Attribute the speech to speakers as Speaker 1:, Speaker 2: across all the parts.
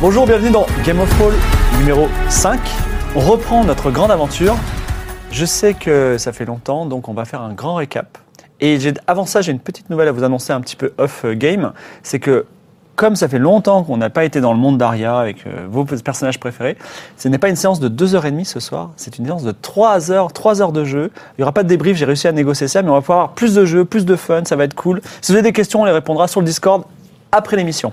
Speaker 1: Bonjour, bienvenue dans Game of Thrones numéro 5. On reprend notre grande aventure. Je sais que ça fait longtemps, donc on va faire un grand récap. Et j'ai- avant ça, j'ai une petite nouvelle à vous annoncer un petit peu off-game. C'est que, comme ça fait longtemps qu'on n'a pas été dans le monde d'Aria avec euh, vos personnages préférés, ce n'est pas une séance de 2h30 ce soir, c'est une séance de 3 heures, 3 heures de jeu. Il n'y aura pas de débrief, j'ai réussi à négocier ça, mais on va pouvoir avoir plus de jeux, plus de fun, ça va être cool. Si vous avez des questions, on les répondra sur le Discord après l'émission.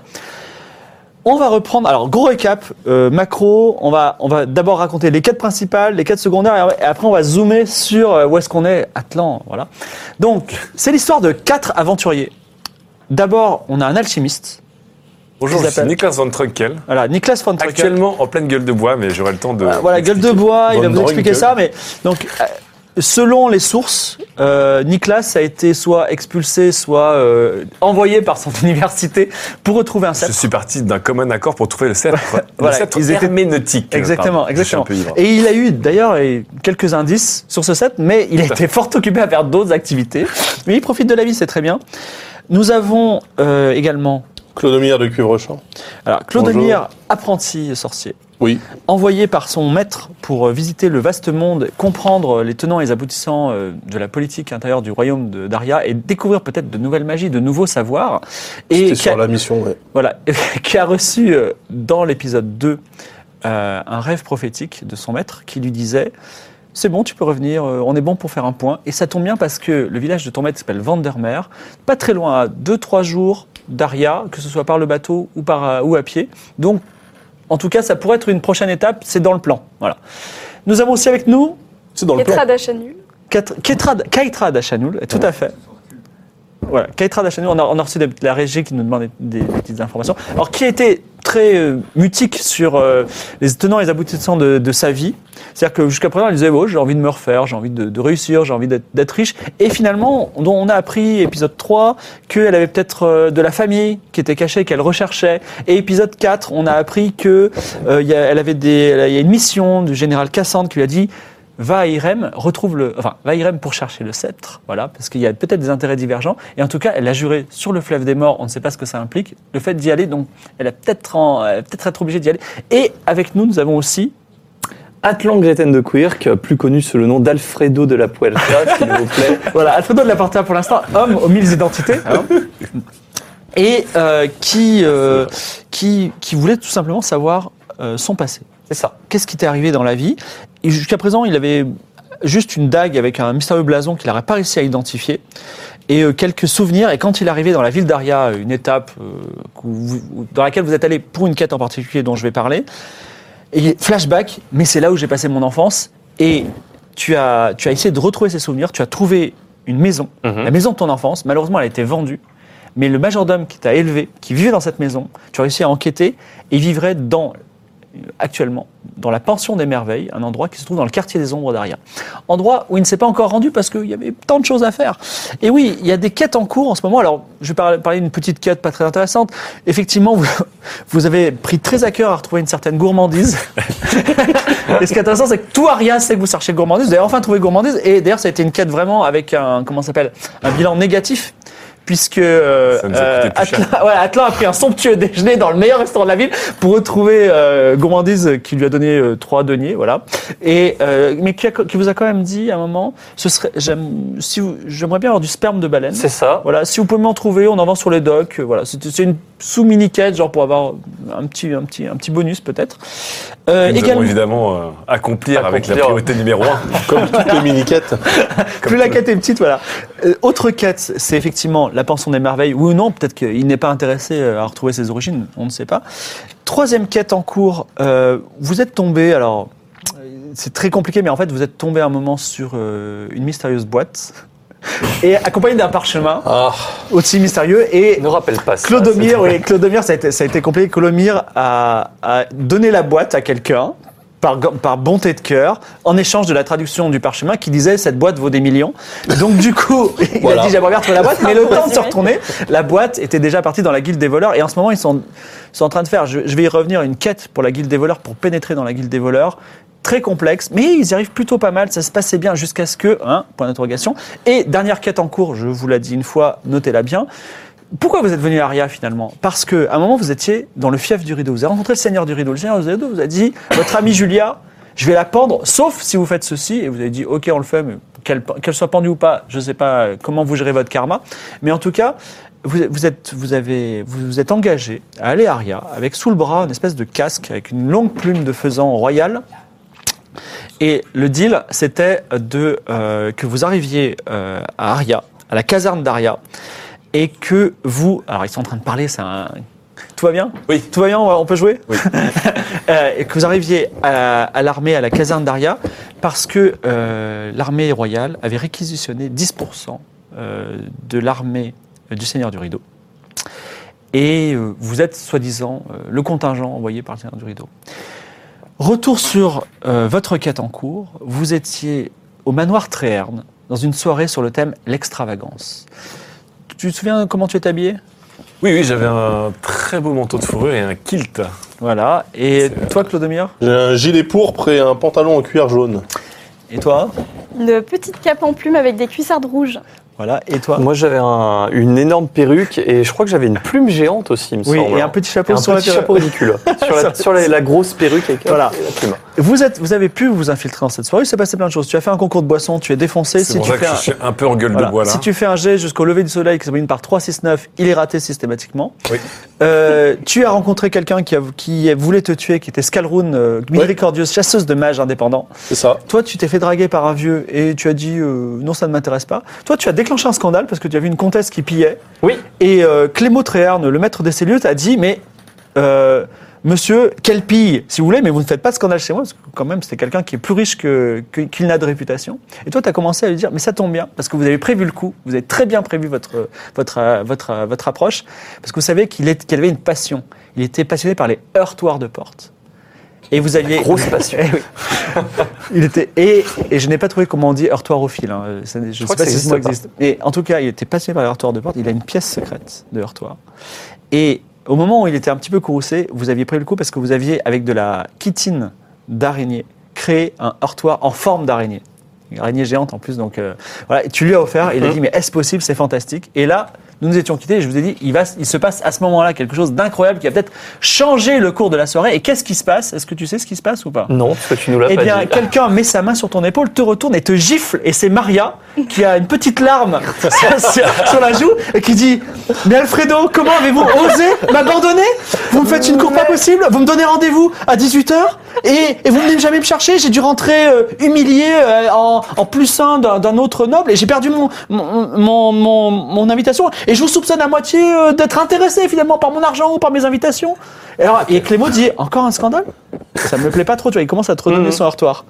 Speaker 1: On va reprendre. Alors, gros récap, euh, macro. On va, on va d'abord raconter les quêtes principales, les quêtes secondaires, et après, on va zoomer sur euh, où est-ce qu'on est, Atlan. Voilà. Donc, c'est l'histoire de quatre aventuriers. D'abord, on a un alchimiste.
Speaker 2: Bonjour,
Speaker 1: Ils
Speaker 2: je suis
Speaker 1: appellent.
Speaker 2: Nicolas Van Trunkel.
Speaker 1: Voilà, Nicolas von Trockel.
Speaker 2: Actuellement en pleine gueule de bois, mais j'aurai le temps de.
Speaker 1: Voilà, Ah, voilà, gueule de
Speaker 2: d'expliquer.
Speaker 1: bois, il
Speaker 2: Von
Speaker 1: va vous expliquer
Speaker 2: Drunkel.
Speaker 1: ça. Mais donc, euh, selon les sources, euh, Nicolas a été soit expulsé, soit euh, envoyé par son université pour retrouver un
Speaker 2: Je
Speaker 1: sceptre.
Speaker 2: suis parti d'un commun accord pour trouver le sceptre, le
Speaker 1: Voilà,
Speaker 2: sceptre
Speaker 1: ils étaient-
Speaker 2: herméneutique.
Speaker 1: Exactement,
Speaker 2: Pardon, je suis un
Speaker 1: exactement.
Speaker 2: peu ivre.
Speaker 1: Et il a eu d'ailleurs euh, quelques indices sur ce set, mais il a
Speaker 2: Tout à
Speaker 1: été fort occupé à faire d'autres activités. Mais il profite de la vie, c'est très bien. Nous avons euh, également
Speaker 3: Clodomir de Cuivrechamp.
Speaker 1: alors, Claude Mire, apprenti sorcier,
Speaker 3: Oui.
Speaker 1: envoyé par son maître pour euh, visiter le vaste monde, comprendre euh, les tenants et les aboutissants euh, de la politique intérieure du royaume de Daria et découvrir peut-être de nouvelles magies, de nouveaux savoirs. Et
Speaker 3: C'était
Speaker 1: qui a-
Speaker 3: sur la mission, ouais.
Speaker 1: voilà, qui a reçu euh, dans l'épisode 2 euh, un rêve prophétique de son maître qui lui disait C'est bon, tu peux revenir, euh, on est bon pour faire un point. Et ça tombe bien parce que le village de ton maître s'appelle Vandermeer, pas très loin, à 2-3 jours d'Aria, que ce soit par le bateau ou, par, euh, ou à pied. Donc, en tout cas, ça pourrait être une prochaine étape, c'est dans le plan. Voilà. Nous avons aussi avec nous
Speaker 3: C'est dans le plan.
Speaker 4: Ketra Dachanu.
Speaker 1: Kat- Ketra, Kaitra Dachanoul, tout à fait. Voilà, Kaitra Dachanoul, on a, on a reçu des- la régie qui nous demandait des, des petites informations. Alors, qui a été très euh, mutique sur euh, les tenants et les aboutissants de, de sa vie. C'est-à-dire que jusqu'à présent, il disait, oh, j'ai envie de me refaire, j'ai envie de, de réussir, j'ai envie d'être d'être riche. Et finalement, on- on a appris, épisode 3, qu'elle avait peut-être euh, de la famille qui était cachée, qu'elle recherchait. Et épisode 4, on a appris que euh, il y a, elle avait des, elle- il y a une mission du général Cassandre qui lui a dit, va à Irem, retrouve le, enfin, va à Irem pour chercher le sceptre, voilà, parce qu'il y a peut-être des intérêts divergents. Et en tout cas, elle a juré sur le fleuve des morts. On ne sait pas ce que ça implique. Le fait d'y aller, donc, elle a peut-être, en- elle va peut-être être obligée d'y aller. Et avec nous, nous avons aussi
Speaker 5: Atlan Greten de Quirk, plus connu sous le nom d'Alfredo de la Puerta, s'il vous plaît. Ah
Speaker 1: Voilà, Alfredo de la Porta pour l'instant, homme aux mille identités. hein. et euh, qui, euh, qui, qui voulait tout simplement savoir euh, son passé. C'est ça. Qu'est-ce qui t'est arrivé dans la vie Et jusqu'à présent, il avait juste une dague avec un mystérieux blason qu'il n'aurait pas réussi à identifier. Et euh, quelques souvenirs. Et quand il est arrivé dans la ville d'Aria, une étape euh, que vous- dans laquelle vous êtes allé pour une quête en particulier dont je vais parler, et flashback, mais c'est là où j'ai passé mon enfance. Et tu as, tu as essayé de retrouver ces souvenirs, tu as trouvé une maison, la maison de ton enfance. Malheureusement, elle a été vendue. Mais le majordome qui t'a élevé, qui vivait dans cette maison, tu as réussi à enquêter et vivrait dans, actuellement dans la pension des merveilles, un endroit qui se trouve dans le quartier des ombres d'Aria. Endroit où il ne s'est pas encore rendu parce qu'il y avait tant de choses à faire. Et oui, il y a des quêtes en cours en ce moment. Alors, je vais par- parler d'une petite quête pas très intéressante. Effectivement, vous, vous avez pris très à cœur à retrouver une certaine gourmandise. et ce qui est intéressant, c'est que tout Aria sait que vous cherchez gourmandise. Vous avez enfin trouvé gourmandise. Et d'ailleurs, ça a été une quête vraiment avec un, comment ça s'appelle, un bilan négatif. puisque euh,
Speaker 2: Ça nous a coûté plus cher.
Speaker 1: Atlan, ouais, Atlan a pris un somptueux déjeuner dans le meilleur restaurant de la ville pour retrouver euh, gourmandise qui lui a donné euh, trois deniers, voilà. Et euh, mais qui, a- qui vous a quand même dit à un moment, ce serait, j'aime, si vous- j'aimerais bien avoir du sperme de baleine.
Speaker 5: C'est ça.
Speaker 1: Voilà, si vous pouvez m'en trouver, on en vend sur les docks. euh, Voilà, c'est c'est une sous mini quête, genre pour avoir un petit, un petit, un petit bonus peut-être.
Speaker 2: Nous
Speaker 1: Euh,
Speaker 2: allons
Speaker 1: également,
Speaker 2: évidemment euh, accomplir, avec la
Speaker 5: Accomplir.
Speaker 2: priorité numéro 1.
Speaker 3: Comme toutes les mini-quêtes.
Speaker 1: plus la quête est petite, voilà. Euh, autre quête, c'est effectivement la pension des merveilles. Oui ou non, peut-être qu'il n'est pas intéressé euh, à retrouver ses origines, on ne sait pas. Troisième quête en cours, euh, vous êtes tombé, alors euh, c'est très compliqué, mais en fait vous êtes tombé un moment sur euh, une mystérieuse boîte, et accompagné d'un parchemin
Speaker 5: Ah,
Speaker 1: aussi mystérieux, et
Speaker 5: ne rappelle pas ça.
Speaker 6: hein,
Speaker 1: Clodomir, oui, Clodomir, ça a été, ça a été compliqué. Clodomir a, a donné la boîte à quelqu'un par, go- par bonté de cœur en échange de la traduction du parchemin qui disait cette boîte vaut des millions. Donc du coup, il
Speaker 3: Voilà.
Speaker 1: a dit j'aimerais bien retrouver la boîte, mais le temps de se retourner, la boîte était déjà partie dans la guilde des voleurs et en ce moment ils sont, sont en train de faire, je, je vais y revenir, une quête pour la guilde des voleurs pour pénétrer dans la guilde des voleurs. Très complexe, mais ils y arrivent plutôt pas mal, ça se passait bien jusqu'à ce que, hein, point d'interrogation. Et dernière quête en cours, je vous l'ai dit une fois, notez-la bien. Pourquoi vous êtes venu à Aria finalement Parce que à un moment vous étiez dans le fief du rideau, vous avez rencontré le seigneur du rideau, le seigneur du rideau vous a dit votre amie Julia, je vais la pendre, sauf si vous faites ceci, et vous avez dit ok on le fait, mais qu'elle qu'elle soit pendue ou pas, je ne sais pas euh, comment vous gérez votre karma, mais en tout cas vous, vous êtes vous avez vous, vous êtes engagé à aller à Aria avec sous le bras une espèce de casque avec une longue plume de faisan royal. Et le deal, c'était de euh, que vous arriviez euh, à Aria, à la caserne d'Aria, et que vous. Alors, ils sont en train de parler, c'est un. Tout va bien
Speaker 2: Oui.
Speaker 1: Tout va bien, on va- on peut jouer
Speaker 2: Oui.
Speaker 1: Euh, Et que vous arriviez à, à l'armée, à la caserne d'Aria, parce que euh, l'armée royale avait réquisitionné 10% euh, de l'armée euh, du Seigneur du Rideau. Et euh, vous êtes, soi-disant, euh, le contingent envoyé par le Seigneur du Rideau. Retour sur euh, votre quête en cours. Vous étiez au manoir Tréherne, dans une soirée sur le thème l'extravagance. Tu te souviens comment tu es habillé
Speaker 2: Oui, oui, j'avais un très beau manteau de fourrure et un kilt.
Speaker 1: Voilà. Et
Speaker 2: C'est-
Speaker 1: toi, Clodomir
Speaker 3: J'ai un gilet pourpre et un pantalon en cuir jaune.
Speaker 1: Et toi
Speaker 4: Une petite cape en plume avec des cuissardes rouges.
Speaker 1: Voilà. Et toi
Speaker 5: Moi, j'avais un- une énorme perruque et je crois que j'avais une plume géante aussi, il me
Speaker 1: Oui,
Speaker 5: semble.
Speaker 1: et un petit
Speaker 5: Et
Speaker 1: chapeau
Speaker 5: un
Speaker 1: sur la
Speaker 5: petit chapeau ridicule. sur la, sur la- la grosse perruque avec
Speaker 1: Voilà.
Speaker 5: et la plume.
Speaker 1: Vous, êtes, vous avez pu vous infiltrer dans cette soirée, il s'est passé plein de choses. Tu as fait un concours de boissons, tu es défoncé.
Speaker 2: C'est pour
Speaker 1: tu
Speaker 2: ça que
Speaker 1: fais un-
Speaker 2: je suis un peu en gueule
Speaker 1: Voilà.
Speaker 2: de bois là.
Speaker 1: Si tu fais un jet jusqu'au lever du soleil qui se termine par 3, 6, 9, il est raté systématiquement.
Speaker 2: Oui.
Speaker 1: Euh, tu as rencontré quelqu'un qui, a- qui voulait te tuer, qui était Scalroon, euh, miséricordieuse, chasseuse de mages indépendants.
Speaker 3: C'est ça.
Speaker 1: Toi, tu t'es fait draguer par un vieux et tu as dit euh, non, ça ne m'intéresse pas. Toi, tu as déclenché un scandale parce que tu as vu une comtesse qui pillait.
Speaker 5: Oui.
Speaker 1: Et euh, Clément Tréherne, le maître des cellules, t'a dit mais euh, monsieur, quelle pille, si vous voulez, mais vous ne faites pas de scandale chez moi parce que quand même, c'était quelqu'un qui est plus riche que- que- qu'il n'a de réputation. Et toi, tu as commencé à lui dire mais ça tombe bien parce que vous avez prévu le coup, vous avez très bien prévu votre votre euh, votre euh, votre approche parce que vous savez qu'il est- qu'il avait une passion. Il était passionné par les heurtoirs de porte. Et vous aviez
Speaker 5: grosse passion.
Speaker 1: Eh oui. Il était et, et je n'ai pas trouvé comment on dit heurtoir au fil. hein. Ça n'est- Je ne
Speaker 5: crois
Speaker 1: sais pas
Speaker 5: que
Speaker 1: si
Speaker 5: ça
Speaker 1: ce mot
Speaker 5: existe
Speaker 1: existe. Et en tout cas, il était passionné par les heurtoirs de porte. Il a une pièce secrète de heurtoir. Et au moment où il était un petit peu courroucé, vous aviez pris le coup parce que vous aviez avec de la chitine d'araignée créé un heurtoir en forme d'araignée. Une araignée géante en plus, donc euh, voilà. Et tu lui as offert, il a dit mais est-ce possible, c'est fantastique. Et là, nous nous étions quittés, et je vous ai dit, il, va, il se passe à ce moment-là quelque chose d'incroyable qui va peut-être changer le cours de la soirée. Et qu'est-ce qui se passe Est-ce que tu sais ce qui se passe ou pas
Speaker 5: Non, parce que tu nous l'as
Speaker 1: eh
Speaker 5: pas
Speaker 1: bien,
Speaker 5: dit.
Speaker 1: quelqu'un met sa main sur ton épaule, te retourne et te gifle. Et c'est Maria qui a une petite larme sur, sur- sur la joue et qui dit Mais Alfredo, comment avez-vous osé m'abandonner Vous me faites une cour pas possible Vous me donnez rendez-vous à 18h et, et vous venez jamais me chercher J'ai dû rentrer euh, humilié euh, en, en plus un d'un d'un autre noble et j'ai perdu mon, mon, mon, mon- mon invitation. Et je vous soupçonne à moitié euh, d'être intéressé finalement par mon argent ou par mes invitations. Et, alors, et Clément dit Encore un scandale ça me plaît pas trop, tu vois. Il commence à te redonner
Speaker 5: Mhm.
Speaker 1: son heurtoir.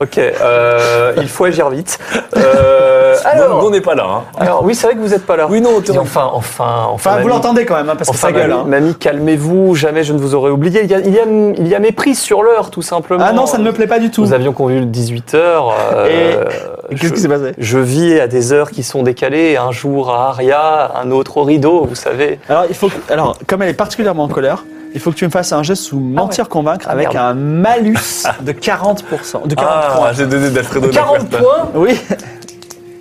Speaker 5: Ok, euh, il faut agir vite. Euh,
Speaker 1: Ah,
Speaker 5: alors,
Speaker 2: Non, on n'est pas là. hein.
Speaker 5: alors, oui, c'est vrai que vous n'êtes pas là.
Speaker 2: Oui, non,
Speaker 5: Mais enfin, enfin, enfin.
Speaker 1: Enfin, vous
Speaker 5: mamie.
Speaker 1: l'entendez quand même, hein, parce que
Speaker 5: Enfin,
Speaker 6: bah,
Speaker 1: ça gueule.
Speaker 5: mamie,
Speaker 1: hein.
Speaker 5: mamie, calmez-vous, jamais je ne vous aurais oublié. Il y a, il y a- il y a méprise sur l'heure, tout simplement.
Speaker 1: Ah non, ça ne me plaît pas du tout.
Speaker 5: Nous avions convenu le 18h. euh,
Speaker 1: Et Qu'est-ce
Speaker 5: je-
Speaker 1: qui s'est passé
Speaker 5: Je vis à des heures qui sont décalées, un jour à Aria, un autre au rideau, vous savez.
Speaker 1: Alors, il faut que- alors, comme elle est particulièrement en colère, il faut que tu me fasses un geste sous mentir convaincre avec
Speaker 5: merde.
Speaker 1: un malus de 40%. De 40
Speaker 2: Ah,
Speaker 1: points.
Speaker 7: Ah,
Speaker 2: j'ai Ah, donné d'Alfredo de la
Speaker 5: 40
Speaker 2: Puerta.
Speaker 5: points
Speaker 1: Oui.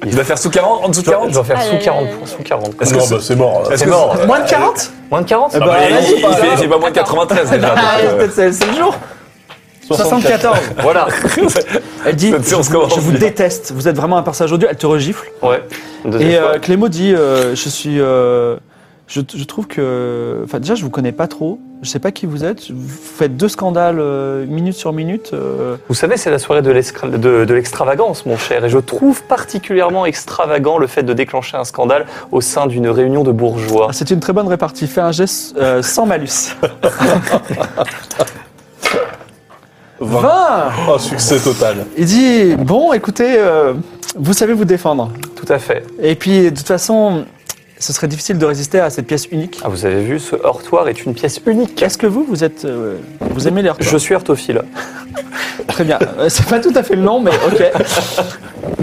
Speaker 7: Il doit faire sous 40, en dessous de 40
Speaker 6: Je dois faire
Speaker 4: Aïe,
Speaker 6: sous
Speaker 4: aïe, aïe,
Speaker 6: 40.
Speaker 4: aïe.
Speaker 6: Sous 40.
Speaker 7: Est-ce que
Speaker 3: Non,
Speaker 7: c'est-
Speaker 3: bah c'est mort.
Speaker 7: Est-ce que
Speaker 6: mort.
Speaker 7: c'est-
Speaker 1: Moins de 40
Speaker 6: Moins de 40
Speaker 7: Ah bah, il, il fait, il fait pas moins de hein. 93 déjà.
Speaker 1: Ah,
Speaker 7: donc, euh,
Speaker 1: C'est le jour 74
Speaker 6: Voilà.
Speaker 1: Elle dit
Speaker 7: Cette
Speaker 1: Je
Speaker 7: séance
Speaker 1: vous,
Speaker 7: commence
Speaker 1: je vous
Speaker 7: bien.
Speaker 1: déteste, vous êtes vraiment un personnage odieux. Elle te regifle.
Speaker 6: Ouais. Deuxième
Speaker 1: Et
Speaker 6: fois.
Speaker 1: euh, Clémo dit euh, Je suis. euh, je, je trouve que. Enfin, déjà, je vous connais pas trop. Je sais pas qui vous êtes. Vous faites deux scandales euh, minute sur minute. euh,
Speaker 6: Vous savez, c'est la soirée de l'escra- de- de l'extravagance, mon cher, et je trouve particulièrement extravagant le fait de déclencher un scandale au sein d'une réunion de bourgeois.
Speaker 1: ah, C'est une très bonne répartie. Fais un geste euh, sans malus. 20
Speaker 3: Un Oh, succès total.
Speaker 1: Il dit Bon, écoutez, euh, vous savez vous défendre.
Speaker 6: Tout à fait.
Speaker 1: Et puis, de toute façon, ce serait difficile de résister à cette pièce unique.
Speaker 6: Ah, vous avez vu, ce heurtoir est une pièce unique.
Speaker 1: Est-ce que vous, vous êtes, euh, vous aimez les
Speaker 6: Je suis heurtophile.
Speaker 1: Très bien. Euh, C'est pas tout à fait le nom, mais ok.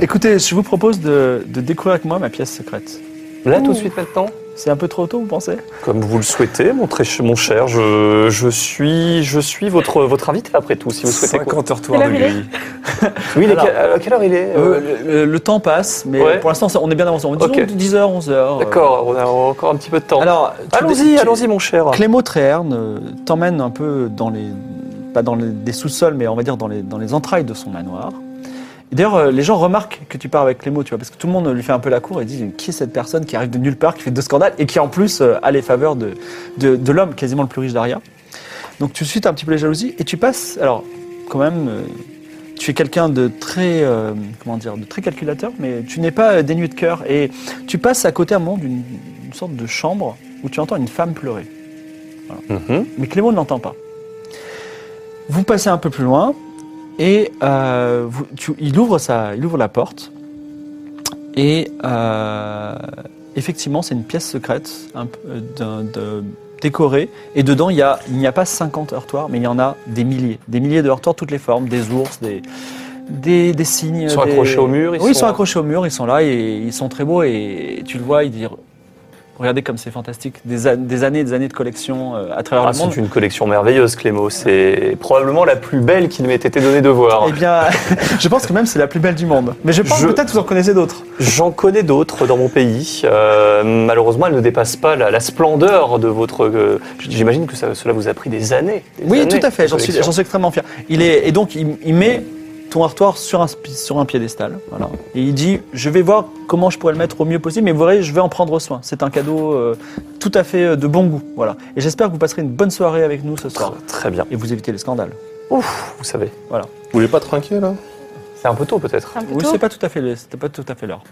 Speaker 1: Écoutez, je vous propose de, de découvrir avec moi ma pièce secrète.
Speaker 6: Là, tout de suite maintenant
Speaker 1: C'est un peu trop tôt, vous pensez
Speaker 6: Comme vous le souhaitez, mon, très ch- mon cher, je, je suis, je suis votre, votre invité après tout, si vous souhaitez. quoi.
Speaker 7: 50 heures de
Speaker 4: C'est la
Speaker 7: grille.
Speaker 6: Oui, il est
Speaker 1: Alors.
Speaker 6: quel- à quelle heure il est euh,
Speaker 1: le, le temps passe, mais
Speaker 6: Ouais.
Speaker 1: pour l'instant, ça- on est bien avancé. On est
Speaker 6: Ok.
Speaker 1: 10h, 11h.
Speaker 6: D'accord, on a encore un petit peu de temps.
Speaker 1: euh. Alors, tu-
Speaker 6: allons-y,
Speaker 1: tu-
Speaker 6: allons-y, mon cher.
Speaker 1: Clémo Tréherne euh, t'emmène un peu dans les. pas dans les, des sous-sols, mais on va dire dans les, dans les entrailles de son manoir. Et D'ailleurs, euh, les gens remarquent que tu pars avec Clémo, tu vois, parce que tout le monde lui fait un peu la cour et dit qui est cette personne qui arrive de nulle part, qui fait deux scandales et qui en plus euh, a les faveurs de, de, de l'homme quasiment le plus riche d'Aria. Donc tu suscites un petit peu les jalousies et tu passes. Alors, quand même, euh, tu es quelqu'un de très. euh, comment dire De très calculateur, mais tu n'es pas euh, dénué de cœur. Et tu passes à côté à un moment d'une d'une sorte de chambre où tu entends une femme pleurer.
Speaker 6: Mhm.
Speaker 1: Mais Clément ne l'entend pas. Vous passez un peu plus loin et euh, vous- tu- il, ouvre sa, il ouvre la porte. Et euh, effectivement, c'est une pièce secrète un peu, euh, d'un- de- décorée. Et dedans, il y a- il n'y a, pas 50 heurtoirs, mais il y en a des milliers. Des milliers de heurtoirs, toutes les formes, des ours, des, des, des cygnes.
Speaker 6: Ils sont
Speaker 1: des-
Speaker 6: accrochés au mur, ils
Speaker 1: oui, ils sont
Speaker 6: sont-
Speaker 1: accrochés au mur, ils sont là et ils sont très beaux. Et, tu le vois, ils disent Regardez comme c'est fantastique. Des, a- des années et des années de collection euh, à travers
Speaker 6: Ah,
Speaker 1: le monde.
Speaker 6: c'est une collection merveilleuse, Clémo. C'est probablement la plus belle qu'il m'ait été donné de voir.
Speaker 1: Eh bien, je pense que même c'est la plus belle du monde. Mais je pense
Speaker 6: Je-
Speaker 1: peut-être que vous en connaissez d'autres.
Speaker 6: J'en connais d'autres dans mon pays. Euh, malheureusement, elle ne dépasse pas la, la splendeur de votre. euh, J'imagine que ça- cela vous a pris des années.
Speaker 1: Oui, tout à fait, j'en suis, j'en suis extrêmement fier. Il est, et donc, il, il met ton artoir sur un, spi- sur un piédestal. Voilà. Et il dit Je vais voir comment je pourrais le mettre au mieux possible, mais vous verrez, je vais en prendre soin. C'est un cadeau euh, tout à fait euh, de bon goût. Voilà. Et j'espère que vous passerez une bonne soirée avec nous ce soir.
Speaker 6: Très, très bien,
Speaker 1: Et vous évitez les scandales.
Speaker 6: vous savez.
Speaker 3: Vous voulez pas trinquer là
Speaker 6: C'est un peu tôt peut-être.
Speaker 4: C'est un peu
Speaker 1: Oui,
Speaker 4: tôt.
Speaker 1: c'est pas tout à fait, le- c'était pas tout à fait l'heure.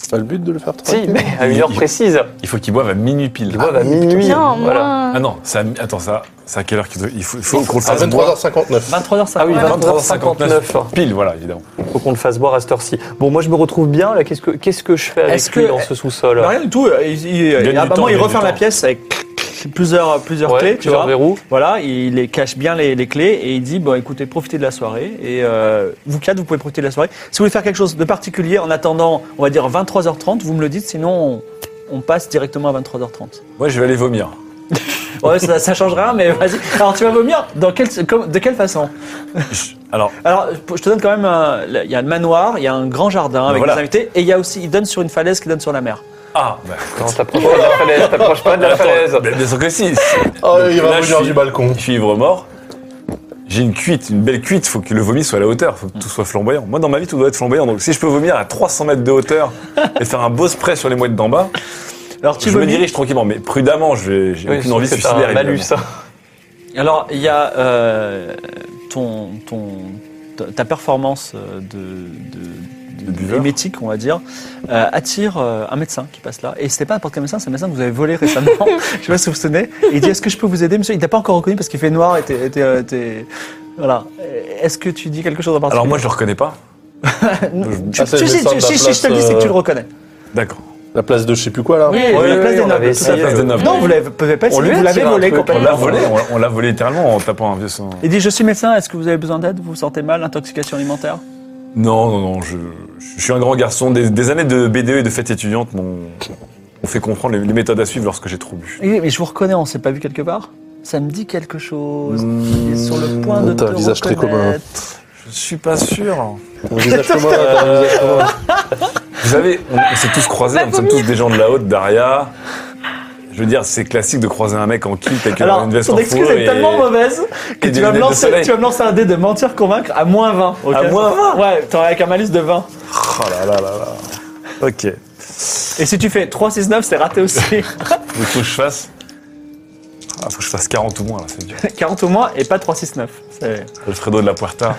Speaker 3: C'est pas le but de le faire trinquer
Speaker 6: Si, mais à une heure précise.
Speaker 7: Il faut qu'il boive à minuit pile.
Speaker 6: Il boit
Speaker 4: Ah,
Speaker 1: Ah,
Speaker 6: à minuit.
Speaker 4: Bien,
Speaker 6: voilà.
Speaker 7: Ah
Speaker 4: moins.
Speaker 7: non, c'est à- attends, ça, c'est à quelle heure qu'il doit- il faut, il faut qu'on le
Speaker 3: À
Speaker 7: fasse boire
Speaker 3: 23h59.
Speaker 1: 23h50.
Speaker 6: Ah oui,
Speaker 4: Ouais.
Speaker 6: 23h59.
Speaker 7: pile, voilà, évidemment.
Speaker 6: Faut qu'on le fasse boire à cette heure-ci. Bon, moi je me retrouve bien là. Qu'est-ce que qu'est-ce que je fais avec
Speaker 1: Est-ce
Speaker 6: lui
Speaker 1: que-
Speaker 6: dans ce sous-sol
Speaker 1: Bah, Rien du tout. euh, Il, il- il-
Speaker 7: Gagne
Speaker 1: à un
Speaker 7: du
Speaker 1: moment,
Speaker 7: temps,
Speaker 1: il
Speaker 7: gagne
Speaker 1: referme
Speaker 7: du
Speaker 1: la
Speaker 7: temps.
Speaker 1: pièce avec plusieurs, plusieurs
Speaker 6: Ouais,
Speaker 1: clés, tu
Speaker 6: plusieurs
Speaker 1: vois.
Speaker 6: verrous.
Speaker 1: Voilà, il les cache bien les, les clés et il dit bon écoutez profitez de la soirée et euh, vous quatre vous pouvez profiter de la soirée. Si vous voulez faire quelque chose de particulier en attendant on va dire 23h30 vous me le dites sinon on, on passe directement à 23h30.
Speaker 7: Moi, je vais aller vomir.
Speaker 1: Ouais ça, ça change rien mais vas-y. Alors tu vas vomir dans quelle- comme- de quelle façon
Speaker 7: Je- Alors,
Speaker 1: Alors je te donne quand même un- là, il y a le manoir il y a un grand jardin avec
Speaker 7: voilà.
Speaker 1: des invités et il y a aussi il donne sur une falaise qui donne sur la mer.
Speaker 7: ah, bah,
Speaker 6: Non, t'approches pas de la falaise. T'approches pas de la falaise.
Speaker 7: mais bien sûr que si.
Speaker 3: Oh, il
Speaker 7: Là,
Speaker 3: va
Speaker 7: je
Speaker 3: venir
Speaker 7: suis-
Speaker 3: du balcon.
Speaker 7: Je suis ivre mort. J'ai une cuite, une belle cuite. Faut que le vomi soit à la hauteur. Faut que tout soit flamboyant. Moi, dans ma vie, tout doit être flamboyant. Donc, si je peux vomir à 300 mètres de hauteur et faire un beau spray sur les mouettes d'en bas,
Speaker 1: Alors tu
Speaker 7: je me
Speaker 1: vomis.
Speaker 7: dirige tranquillement, mais prudemment. Je vais- J'ai
Speaker 6: Oui,
Speaker 7: aucune envie
Speaker 6: c'est
Speaker 7: suicidaire.
Speaker 6: un malus. hein.
Speaker 7: évidemment.
Speaker 1: Alors, il y a euh, ton, ton- ta- ta performance euh, de, de,
Speaker 7: De buveur.
Speaker 1: émétique, on va dire, euh, attire euh, un médecin qui passe là. Et c'était pas n'importe quel médecin, c'est le médecin que vous avez volé récemment. je sais pas si vous vous souvenez. Et il dit Est-ce que je peux vous aider, monsieur Il t'a pas encore reconnu parce qu'il fait noir et t'es. t'es, euh, t'es- Voilà. Est-ce que tu dis quelque chose en particulier
Speaker 7: Alors, moi, je le reconnais pas.
Speaker 1: Non,
Speaker 7: je-
Speaker 1: tu-
Speaker 3: Ah, c'est
Speaker 1: tu-
Speaker 3: le
Speaker 1: si,
Speaker 3: médecin de
Speaker 1: si,
Speaker 3: la
Speaker 1: si, je te le dis,
Speaker 3: place,
Speaker 1: c'est que tu
Speaker 3: euh,
Speaker 1: le reconnais.
Speaker 7: D'accord.
Speaker 3: La place de je sais plus quoi
Speaker 1: la
Speaker 3: là.
Speaker 6: Ah oui,
Speaker 1: place
Speaker 6: oui,
Speaker 1: des
Speaker 6: on
Speaker 1: nobles,
Speaker 6: avait
Speaker 1: tout à
Speaker 6: essayé,
Speaker 1: fait.
Speaker 7: euh,
Speaker 1: Non, vous l'avez pouvez pas
Speaker 6: On
Speaker 1: essayer,
Speaker 6: lui a
Speaker 1: vous l'avez
Speaker 6: tiré un
Speaker 1: volé
Speaker 6: truc, on
Speaker 7: On
Speaker 1: complètement.
Speaker 7: l'a volé. on- On l'a volé littéralement en tapant un vieux son.
Speaker 1: Il dit Je suis médecin, est-ce que vous avez besoin d'aide Vous vous sentez mal, intoxication alimentaire
Speaker 7: Non, non, non, je, je suis un grand garçon. Des, des années de BDE et de fêtes étudiantes m'ont m'ont fait comprendre les, les méthodes à suivre lorsque j'ai trop bu.
Speaker 1: Oui, mais je vous reconnais, on s'est pas vu quelque part Ça me dit quelque chose. Il est sur le
Speaker 3: Mmh,
Speaker 1: point de te
Speaker 3: t'as un visage très commun.
Speaker 1: reconnaître.
Speaker 7: Je suis pas sûr.
Speaker 6: euh,
Speaker 3: Un visage commun, un visage commun.
Speaker 7: Vous savez, on, on s'est tous croisés,
Speaker 4: Va
Speaker 7: nous sommes tous
Speaker 4: vomir.
Speaker 7: des gens de la haute, Daria. Je veux dire, c'est classique de croiser un mec en kilt avec
Speaker 1: Alors,
Speaker 7: une veste
Speaker 1: ton
Speaker 7: en
Speaker 1: excuse
Speaker 7: fourrure
Speaker 1: est
Speaker 7: et-
Speaker 1: tellement mauvaise que tu
Speaker 7: et des
Speaker 1: vas, me
Speaker 7: lunettes de
Speaker 1: lancer,
Speaker 7: soleil.
Speaker 1: tu vas me lancer un dé de mentir convaincre à moins 20. ok
Speaker 7: À moins 20?
Speaker 1: Ouais, t'aurais avec un malus de 20.
Speaker 7: Oh là là là là. Ok. Vous
Speaker 1: Et si tu fais 3, 6, 9, c'est raté aussi.
Speaker 7: voulez que je fasse ah, faut que je fasse 40 ou moins là, c'est dur.
Speaker 1: 40 au moins et pas 3, 6, 9. C'est
Speaker 7: Alfredo de la Puerta.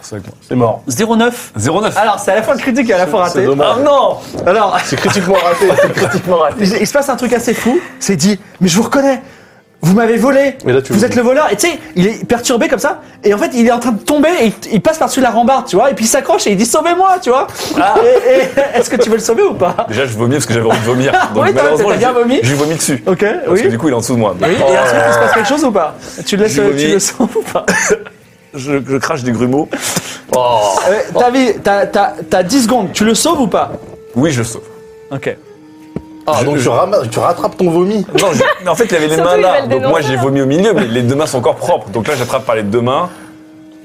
Speaker 7: C'est avec moi.
Speaker 1: 09.
Speaker 7: 09.
Speaker 1: Alors, c'est à la fois critique et à la fois raté.
Speaker 3: dommage.
Speaker 1: Ah non Alors,
Speaker 3: C'est critiquement raté.
Speaker 1: il il se passe un truc assez fou. C'est dit, mais je vous reconnais. Vous m'avez volé.
Speaker 3: Mais là, tu
Speaker 1: vous
Speaker 3: le
Speaker 1: êtes le voleur. Et tu sais, il est perturbé comme ça. Et en fait, il est en train de tomber et il, il passe par-dessus la rambarde, tu vois. Et puis il s'accroche et il dit Sauvez-moi, tu vois. Et- et est-ce que tu veux le sauver ou pas
Speaker 7: Déjà, je vomis parce que j'avais envie de vomir. Donc,
Speaker 1: Oui, t'as-
Speaker 7: malheureusement,
Speaker 1: t'as bien
Speaker 7: j'ai-
Speaker 1: vomi.
Speaker 7: J'ai vomi dessus.
Speaker 1: Ok,
Speaker 7: Parce
Speaker 1: oui.
Speaker 7: que du coup, il est en dessous de moi.
Speaker 1: Oui, et ensuite, il se passe quelque chose ou pas Tu le laisses,
Speaker 7: J'ai vomi.
Speaker 1: tu le sens ou pas
Speaker 7: Je, je crache des grumeaux.
Speaker 1: Euh, T'as vu, t'as- t'as t'as 10 secondes, tu le sauves ou pas
Speaker 7: Oui, je le sauve.
Speaker 1: Ok.
Speaker 3: Ah, donc
Speaker 7: Je-
Speaker 3: tu, ramasses- tu rattrapes ton vomi.
Speaker 7: Non, j'ai- mais en fait, il avait les
Speaker 4: Surtout,
Speaker 7: mains
Speaker 4: il
Speaker 7: là.
Speaker 4: va le
Speaker 7: Donc moi,
Speaker 4: dénoncer.
Speaker 7: j'ai vomi au milieu, mais les deux mains sont encore propres. Donc là, j'attrape par les deux mains.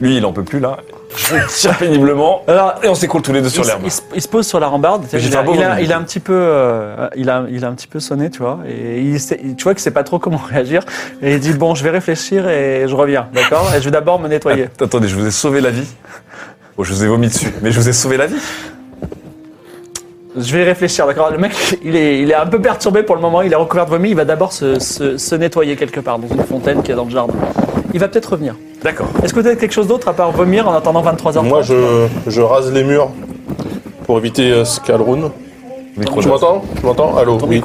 Speaker 7: Lui, il en peut plus là. Je le tire péniblement.
Speaker 1: Alors,
Speaker 7: Et on s'écoule tous les deux sur
Speaker 1: il,
Speaker 7: l'herbe.
Speaker 1: il se- il se pose sur la rambarde.
Speaker 7: Mais j'ai
Speaker 1: Il
Speaker 7: fait un
Speaker 1: a,
Speaker 7: beau
Speaker 1: il, a,
Speaker 7: vomi.
Speaker 1: il a un petit peu, euh, il a, il a un petit peu sonné, tu vois. Et il sait- il- tu vois qu'il sait pas trop comment réagir. Et il dit bon, je vais réfléchir et je reviens, d'accord Et je vais d'abord me nettoyer.
Speaker 7: Att- Attendez, je vous ai sauvé la vie. Bon, je vous ai vomi dessus, mais je vous ai sauvé la vie.
Speaker 1: Je vais réfléchir, d'accord Le mec, il est, il est un peu perturbé pour le moment. Il est recouvert de vomi. Il va d'abord se, se, se nettoyer quelque part dans une fontaine qui est dans le jardin. Il va peut-être revenir.
Speaker 7: D'accord.
Speaker 1: Est-ce que vous avez quelque chose d'autre à part vomir en attendant 23h
Speaker 3: Moi, je, je rase les murs pour éviter euh, Scalrune.
Speaker 7: Micro
Speaker 3: Tu m'entends Tu m'entends Allô Oui.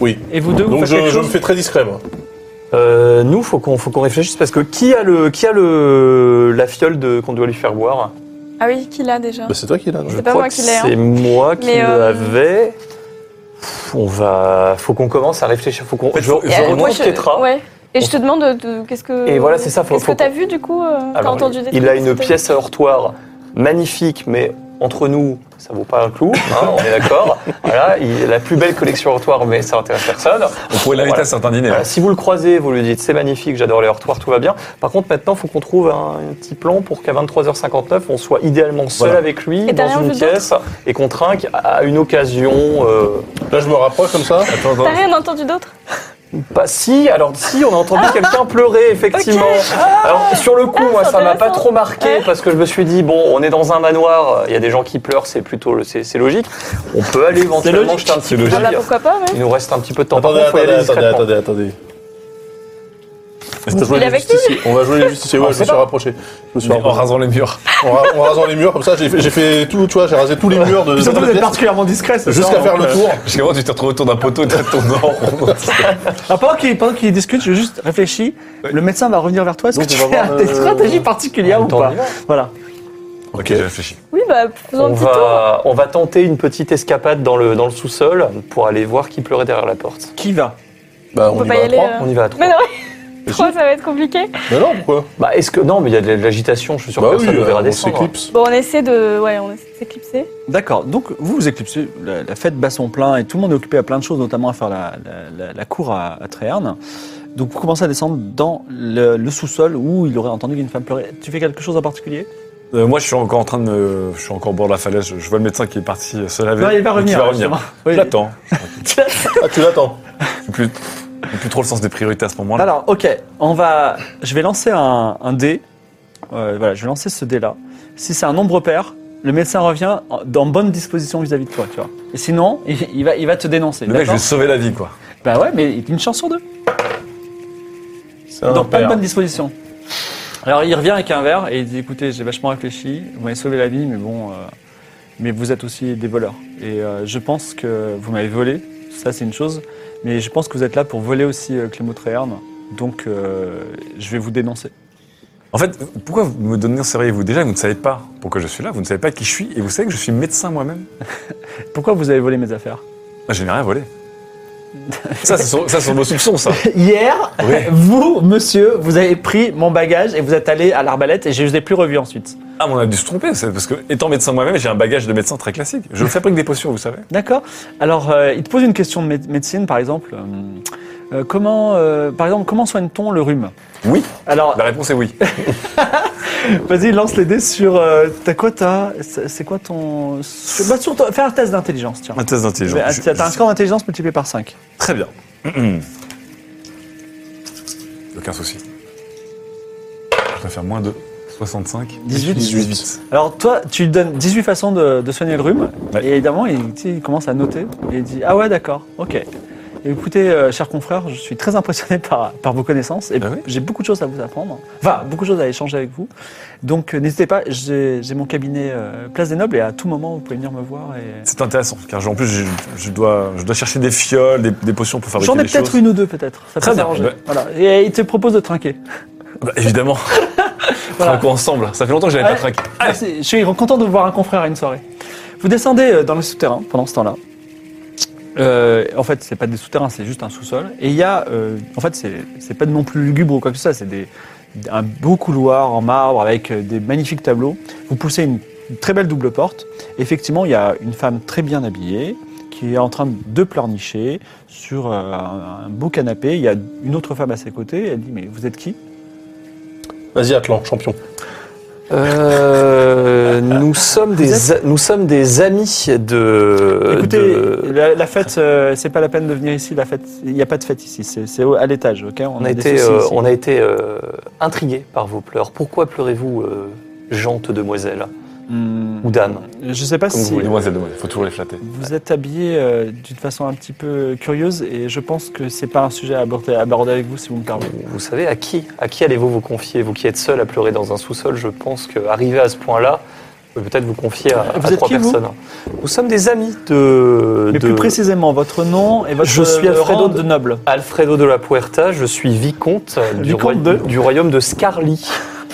Speaker 3: Oui.
Speaker 1: Et vous deux, vous
Speaker 3: Donc
Speaker 1: faites
Speaker 3: je,
Speaker 1: quelque
Speaker 3: je me
Speaker 1: chose
Speaker 3: fais très discret, moi.
Speaker 6: Euh, nous, faut qu'on faut qu'on réfléchisse parce que qui a le qui a le la fiole de qu'on doit lui faire boire
Speaker 4: Ah oui, qui l'a déjà
Speaker 3: Bah, c'est toi qui l'as. non
Speaker 4: C'est pas
Speaker 6: crois
Speaker 4: moi
Speaker 6: que
Speaker 4: qui l'ai. hein.
Speaker 6: C'est moi qui
Speaker 4: Mais, euh,
Speaker 6: l'avais. Pff, On va, faut qu'on commence à réfléchir. Faut qu'on.
Speaker 7: fait,
Speaker 6: je-
Speaker 7: faut-
Speaker 6: je
Speaker 4: Et, euh,
Speaker 6: remonte
Speaker 4: moi, je-
Speaker 6: Petra.
Speaker 4: ouais. Et je te demande de- de- qu'est-ce que.
Speaker 6: Et voilà, c'est ça, faut-
Speaker 4: Qu'est-ce
Speaker 6: faut
Speaker 4: que t'as
Speaker 6: qu'on-
Speaker 4: vu du coup euh, T'as
Speaker 6: Alors,
Speaker 4: entendu des
Speaker 6: Il
Speaker 4: trucs,
Speaker 6: a une
Speaker 4: c'était-
Speaker 6: pièce à hortoir magnifique, mais entre nous, ça vaut pas un clou. hein, on est d'accord. voilà, il a la plus belle collection hortoir, mais ça intéresse personne.
Speaker 7: On pourrait l'inviter
Speaker 6: Voilà.
Speaker 7: à certains dîners. hein.
Speaker 6: Voilà, si vous le croisez, vous lui dites c'est magnifique, j'adore les hortoirs, tout va bien. Par contre, maintenant, faut qu'on trouve un, un petit plan pour qu'à 23h59, on soit idéalement seul
Speaker 7: Voilà.
Speaker 6: avec lui
Speaker 4: Et t'as
Speaker 6: dans
Speaker 4: rien
Speaker 6: une
Speaker 4: vu d'autre
Speaker 6: pièce et qu'on trinque à une occasion. euh,
Speaker 3: Là, je me rapproche comme ça.
Speaker 7: Attends, attends.
Speaker 4: T'as rien entendu d'autre
Speaker 6: Bah si, alors si, on a
Speaker 4: Ah.
Speaker 6: entendu quelqu'un pleurer, effectivement. Alors sur le coup, moi,
Speaker 4: c'est
Speaker 6: ça m'a pas
Speaker 4: intéressant.
Speaker 6: trop marqué
Speaker 4: Ouais.
Speaker 6: parce que je me suis dit, bon, on est dans un manoir, il y a des gens qui pleurent, c'est plutôt le- c'est c'est logique. On peut aller éventuellement
Speaker 7: logique.
Speaker 6: jeter un petit
Speaker 7: C'est
Speaker 6: coup
Speaker 7: logique.
Speaker 4: Ah bah
Speaker 6: d'œil.
Speaker 4: pourquoi pas, ouais.
Speaker 6: Il nous reste un petit peu de temps. Par
Speaker 3: Attendez,
Speaker 6: contre, faut y
Speaker 3: attendez,
Speaker 6: aller
Speaker 3: attendez,
Speaker 6: discrètement.
Speaker 3: attendez, attendez. On va jouer
Speaker 4: Il est
Speaker 3: les
Speaker 4: avec
Speaker 3: justiciers. On va jouer les justiciers. Ouais, je me suis rapproché. Je me suis
Speaker 7: Mais en
Speaker 3: rapproché.
Speaker 7: rasant les murs.
Speaker 3: En, ra- en rasant les murs, comme ça, j'ai fait, j'ai fait tout, tu vois, j'ai rasé tous les murs de, de
Speaker 1: Surtout,
Speaker 3: la
Speaker 1: vous êtes
Speaker 3: pièce
Speaker 1: particulièrement discret. c'est ça,
Speaker 3: jusqu'à
Speaker 1: hein.
Speaker 3: faire le tour.
Speaker 7: Parce qu'avant, tu te retrouves autour d'un poteau et t'as tourné en rond.
Speaker 1: Alors, Ah, pendant qu'il pendant qu'il discute, je juste réfléchis. Le médecin va revenir vers toi. Est-ce que
Speaker 3: Donc,
Speaker 1: tu
Speaker 3: on va
Speaker 1: fais
Speaker 3: voir
Speaker 1: des
Speaker 3: le-
Speaker 1: stratégies particulières ou
Speaker 6: Attends,
Speaker 1: pas
Speaker 6: on y va.
Speaker 1: Voilà.
Speaker 7: Ok, j'ai réfléchi.
Speaker 4: Oui, bah faisons
Speaker 6: On
Speaker 4: un petit tour.
Speaker 6: va, on va tenter une petite escapade dans le, dans le sous-sol pour aller voir qui pleurait derrière la porte.
Speaker 1: Qui va
Speaker 3: Bah,
Speaker 4: On
Speaker 3: on,
Speaker 4: peut
Speaker 3: y
Speaker 4: pas
Speaker 3: va.
Speaker 4: y aller.
Speaker 6: Trois,
Speaker 4: euh.
Speaker 6: on y hein. va à trois.
Speaker 4: Mais non, trois, ça va être compliqué.
Speaker 3: Mais non, pourquoi
Speaker 6: Bah est-ce que non, mais il y a de l'agitation, je suis sûr que personne ne hein.
Speaker 3: euh,
Speaker 6: verra
Speaker 3: on
Speaker 6: descendre.
Speaker 3: s'éclipse.
Speaker 4: Bon, on essaie de. Ouais, on essaie de s'éclipser.
Speaker 1: D'accord. Donc, vous vous éclipsez. La, la fête bat son plein et tout le monde est occupé à plein de choses, notamment à faire la, la- la- la cour à, à Tréherne. Donc, vous commencez à descendre dans le, le sous-sol où il aurait entendu une femme pleurer. Tu fais quelque chose en particulier
Speaker 7: Euh, moi, je suis encore en train de me... Je suis encore au bord de la falaise. Je je vois le médecin qui est parti euh, se laver.
Speaker 1: Non, il va
Speaker 7: Donc,
Speaker 1: revenir.
Speaker 7: Il va revenir.
Speaker 1: justement.
Speaker 7: Je
Speaker 1: Oui.
Speaker 7: l'attends.
Speaker 3: Ah, tu l'attends.
Speaker 7: J'ai plus... j'ai plus trop le sens des priorités à ce moment-là.
Speaker 1: Alors, ok, on va. Je vais lancer un, un dé. Euh, voilà, je vais lancer ce dé-là. Si c'est un nombre pair, le médecin revient en, dans bonne disposition vis-à-vis de toi, tu vois. Et sinon, il, il va, il va te dénoncer.
Speaker 7: Le mec, je
Speaker 1: d'accord
Speaker 7: vais sauver la vie, quoi.
Speaker 1: Bah ouais, mais une chance sur deux.
Speaker 3: C'est un
Speaker 1: Dans pas de
Speaker 3: père.
Speaker 1: bonne disposition. Alors, il revient avec un verre et il dit écoutez, j'ai vachement réfléchi. Vous m'avez sauvé la vie, mais bon. euh, mais vous êtes aussi des voleurs. Et euh, je pense que vous m'avez volé. Ça, c'est une chose. Mais je pense que vous êtes là pour voler aussi euh, Clément Tréherne. Donc, euh, je vais vous dénoncer.
Speaker 7: En fait, pourquoi vous me donnez un sérieux vous Déjà, vous ne savez pas pourquoi je suis là, vous ne savez pas qui je suis, et vous savez que je suis médecin moi-même.
Speaker 1: Pourquoi vous avez volé mes affaires
Speaker 7: Moi, Je n'ai rien volé. ça, ce sont, ça, ce sont vos soupçons, ça.
Speaker 1: Hier,
Speaker 7: Oui.
Speaker 1: vous, monsieur, vous avez pris mon bagage et vous êtes allé à l'arbalète et je ne vous ai plus revu ensuite.
Speaker 7: Ah, mais on a dû se tromper, c'est parce que, étant médecin moi-même, j'ai un bagage de médecin très classique. Je fabrique des potions, vous savez.
Speaker 1: D'accord Alors, euh, il te pose une question de mé- médecine, par exemple. Hum, euh, comment, euh, par exemple, comment soigne-t-on le rhume
Speaker 7: Oui.
Speaker 1: Alors,
Speaker 7: La réponse est oui.
Speaker 1: Vas-y, lance les dés sur. euh, t'as quoi t'as C'est c'est quoi ton. sur- bah, sur ton- Fais un test d'intelligence, tiens.
Speaker 7: Un test d'intelligence.
Speaker 1: Mais, ah,
Speaker 7: Je-
Speaker 1: T'as t'as un score d'intelligence multiplié par 5.
Speaker 7: Très bien. Mhm. Aucun souci. Je dois faire moins de 65.
Speaker 1: 18.
Speaker 7: 18.
Speaker 1: Alors toi, tu lui donnes 18 façons de, de soigner le rhume.
Speaker 7: Ouais.
Speaker 1: Et évidemment, il, tu sais, il commence à noter. Et il dit Ah ouais, d'accord, ok. Et écoutez, euh, cher confrère, je suis très impressionné par, par vos connaissances. Et
Speaker 7: Ah oui
Speaker 1: j'ai beaucoup de choses à vous apprendre. Enfin, beaucoup de choses à échanger avec vous. Donc euh, n'hésitez pas, j'ai j'ai mon cabinet euh, Place des Nobles. Et à tout moment, vous pouvez venir me voir. Et...
Speaker 7: C'est intéressant, car je- en plus, je, je dois, je dois chercher des fioles, des, des potions pour fabriquer
Speaker 1: J'en ai
Speaker 7: des choses.
Speaker 1: peut-être une ou deux, peut-être. Ça
Speaker 7: Très
Speaker 1: peut
Speaker 7: bien,
Speaker 1: s'arranger.
Speaker 7: ouais.
Speaker 1: Voilà. Et il te propose de trinquer.
Speaker 7: Bah, évidemment.
Speaker 1: Voilà.
Speaker 7: Trinquons ensemble. Ça fait longtemps que j'avais
Speaker 1: Ouais.
Speaker 7: pas trinqué.
Speaker 1: Merci. Je suis content de voir un confrère à une soirée. Vous descendez euh, dans le souterrain pendant ce temps-là. Euh, en fait, c'est pas des souterrains, c'est juste un sous-sol. Et il y a, euh, en fait, c'est c'est pas non plus lugubre ou quoi que ce soit. C'est des- un beau couloir en marbre avec euh, des magnifiques tableaux. Vous poussez une, une très belle double porte. Effectivement, il y a une femme très bien habillée qui est en train de pleurnicher sur euh, un, un beau canapé. Il y a une autre femme à ses côtés. Elle dit mais vous êtes qui
Speaker 3: Vas-y, Atlan, champion.
Speaker 6: Euh, nous, sommes des, a- nous sommes des amis de.
Speaker 1: Écoutez,
Speaker 6: de-
Speaker 1: la, la fête, euh, c'est pas la peine de venir ici. La fête, il n'y a pas de fête ici. C'est c'est au- à l'étage, ok
Speaker 6: on, a
Speaker 1: des
Speaker 6: été,
Speaker 1: soucis
Speaker 6: euh,
Speaker 1: ici.
Speaker 6: on a été euh, intrigués par vos pleurs. Pourquoi pleurez-vous, euh, gentes demoiselles
Speaker 1: Hmm,
Speaker 6: ou dames
Speaker 1: Je sais pas
Speaker 7: Comme
Speaker 1: si
Speaker 7: vous, demoiselle, demoiselle. Faut toujours les flatter.
Speaker 1: vous êtes habillé euh, d'une façon un petit peu curieuse et je pense que c'est pas un sujet à aborder, à aborder avec vous si vous me permettez.
Speaker 6: Vous savez à qui À qui allez-vous vous confier Vous qui êtes seul à pleurer dans un sous-sol, je pense qu'arrivé à ce point-là, vous pouvez peut-être vous confier à,
Speaker 1: Vous
Speaker 6: à
Speaker 1: êtes
Speaker 6: trois
Speaker 1: qui, vous
Speaker 6: personnes. nous sommes des amis de.
Speaker 1: Mais
Speaker 6: de-
Speaker 1: plus précisément, votre nom et votre euh,
Speaker 6: Je suis Alfredo
Speaker 1: rang
Speaker 6: de-
Speaker 1: de Noble.
Speaker 6: Alfredo de la Puerta, je suis vicomte, euh, du,
Speaker 1: Vicomte de
Speaker 6: du royaume de Scarly,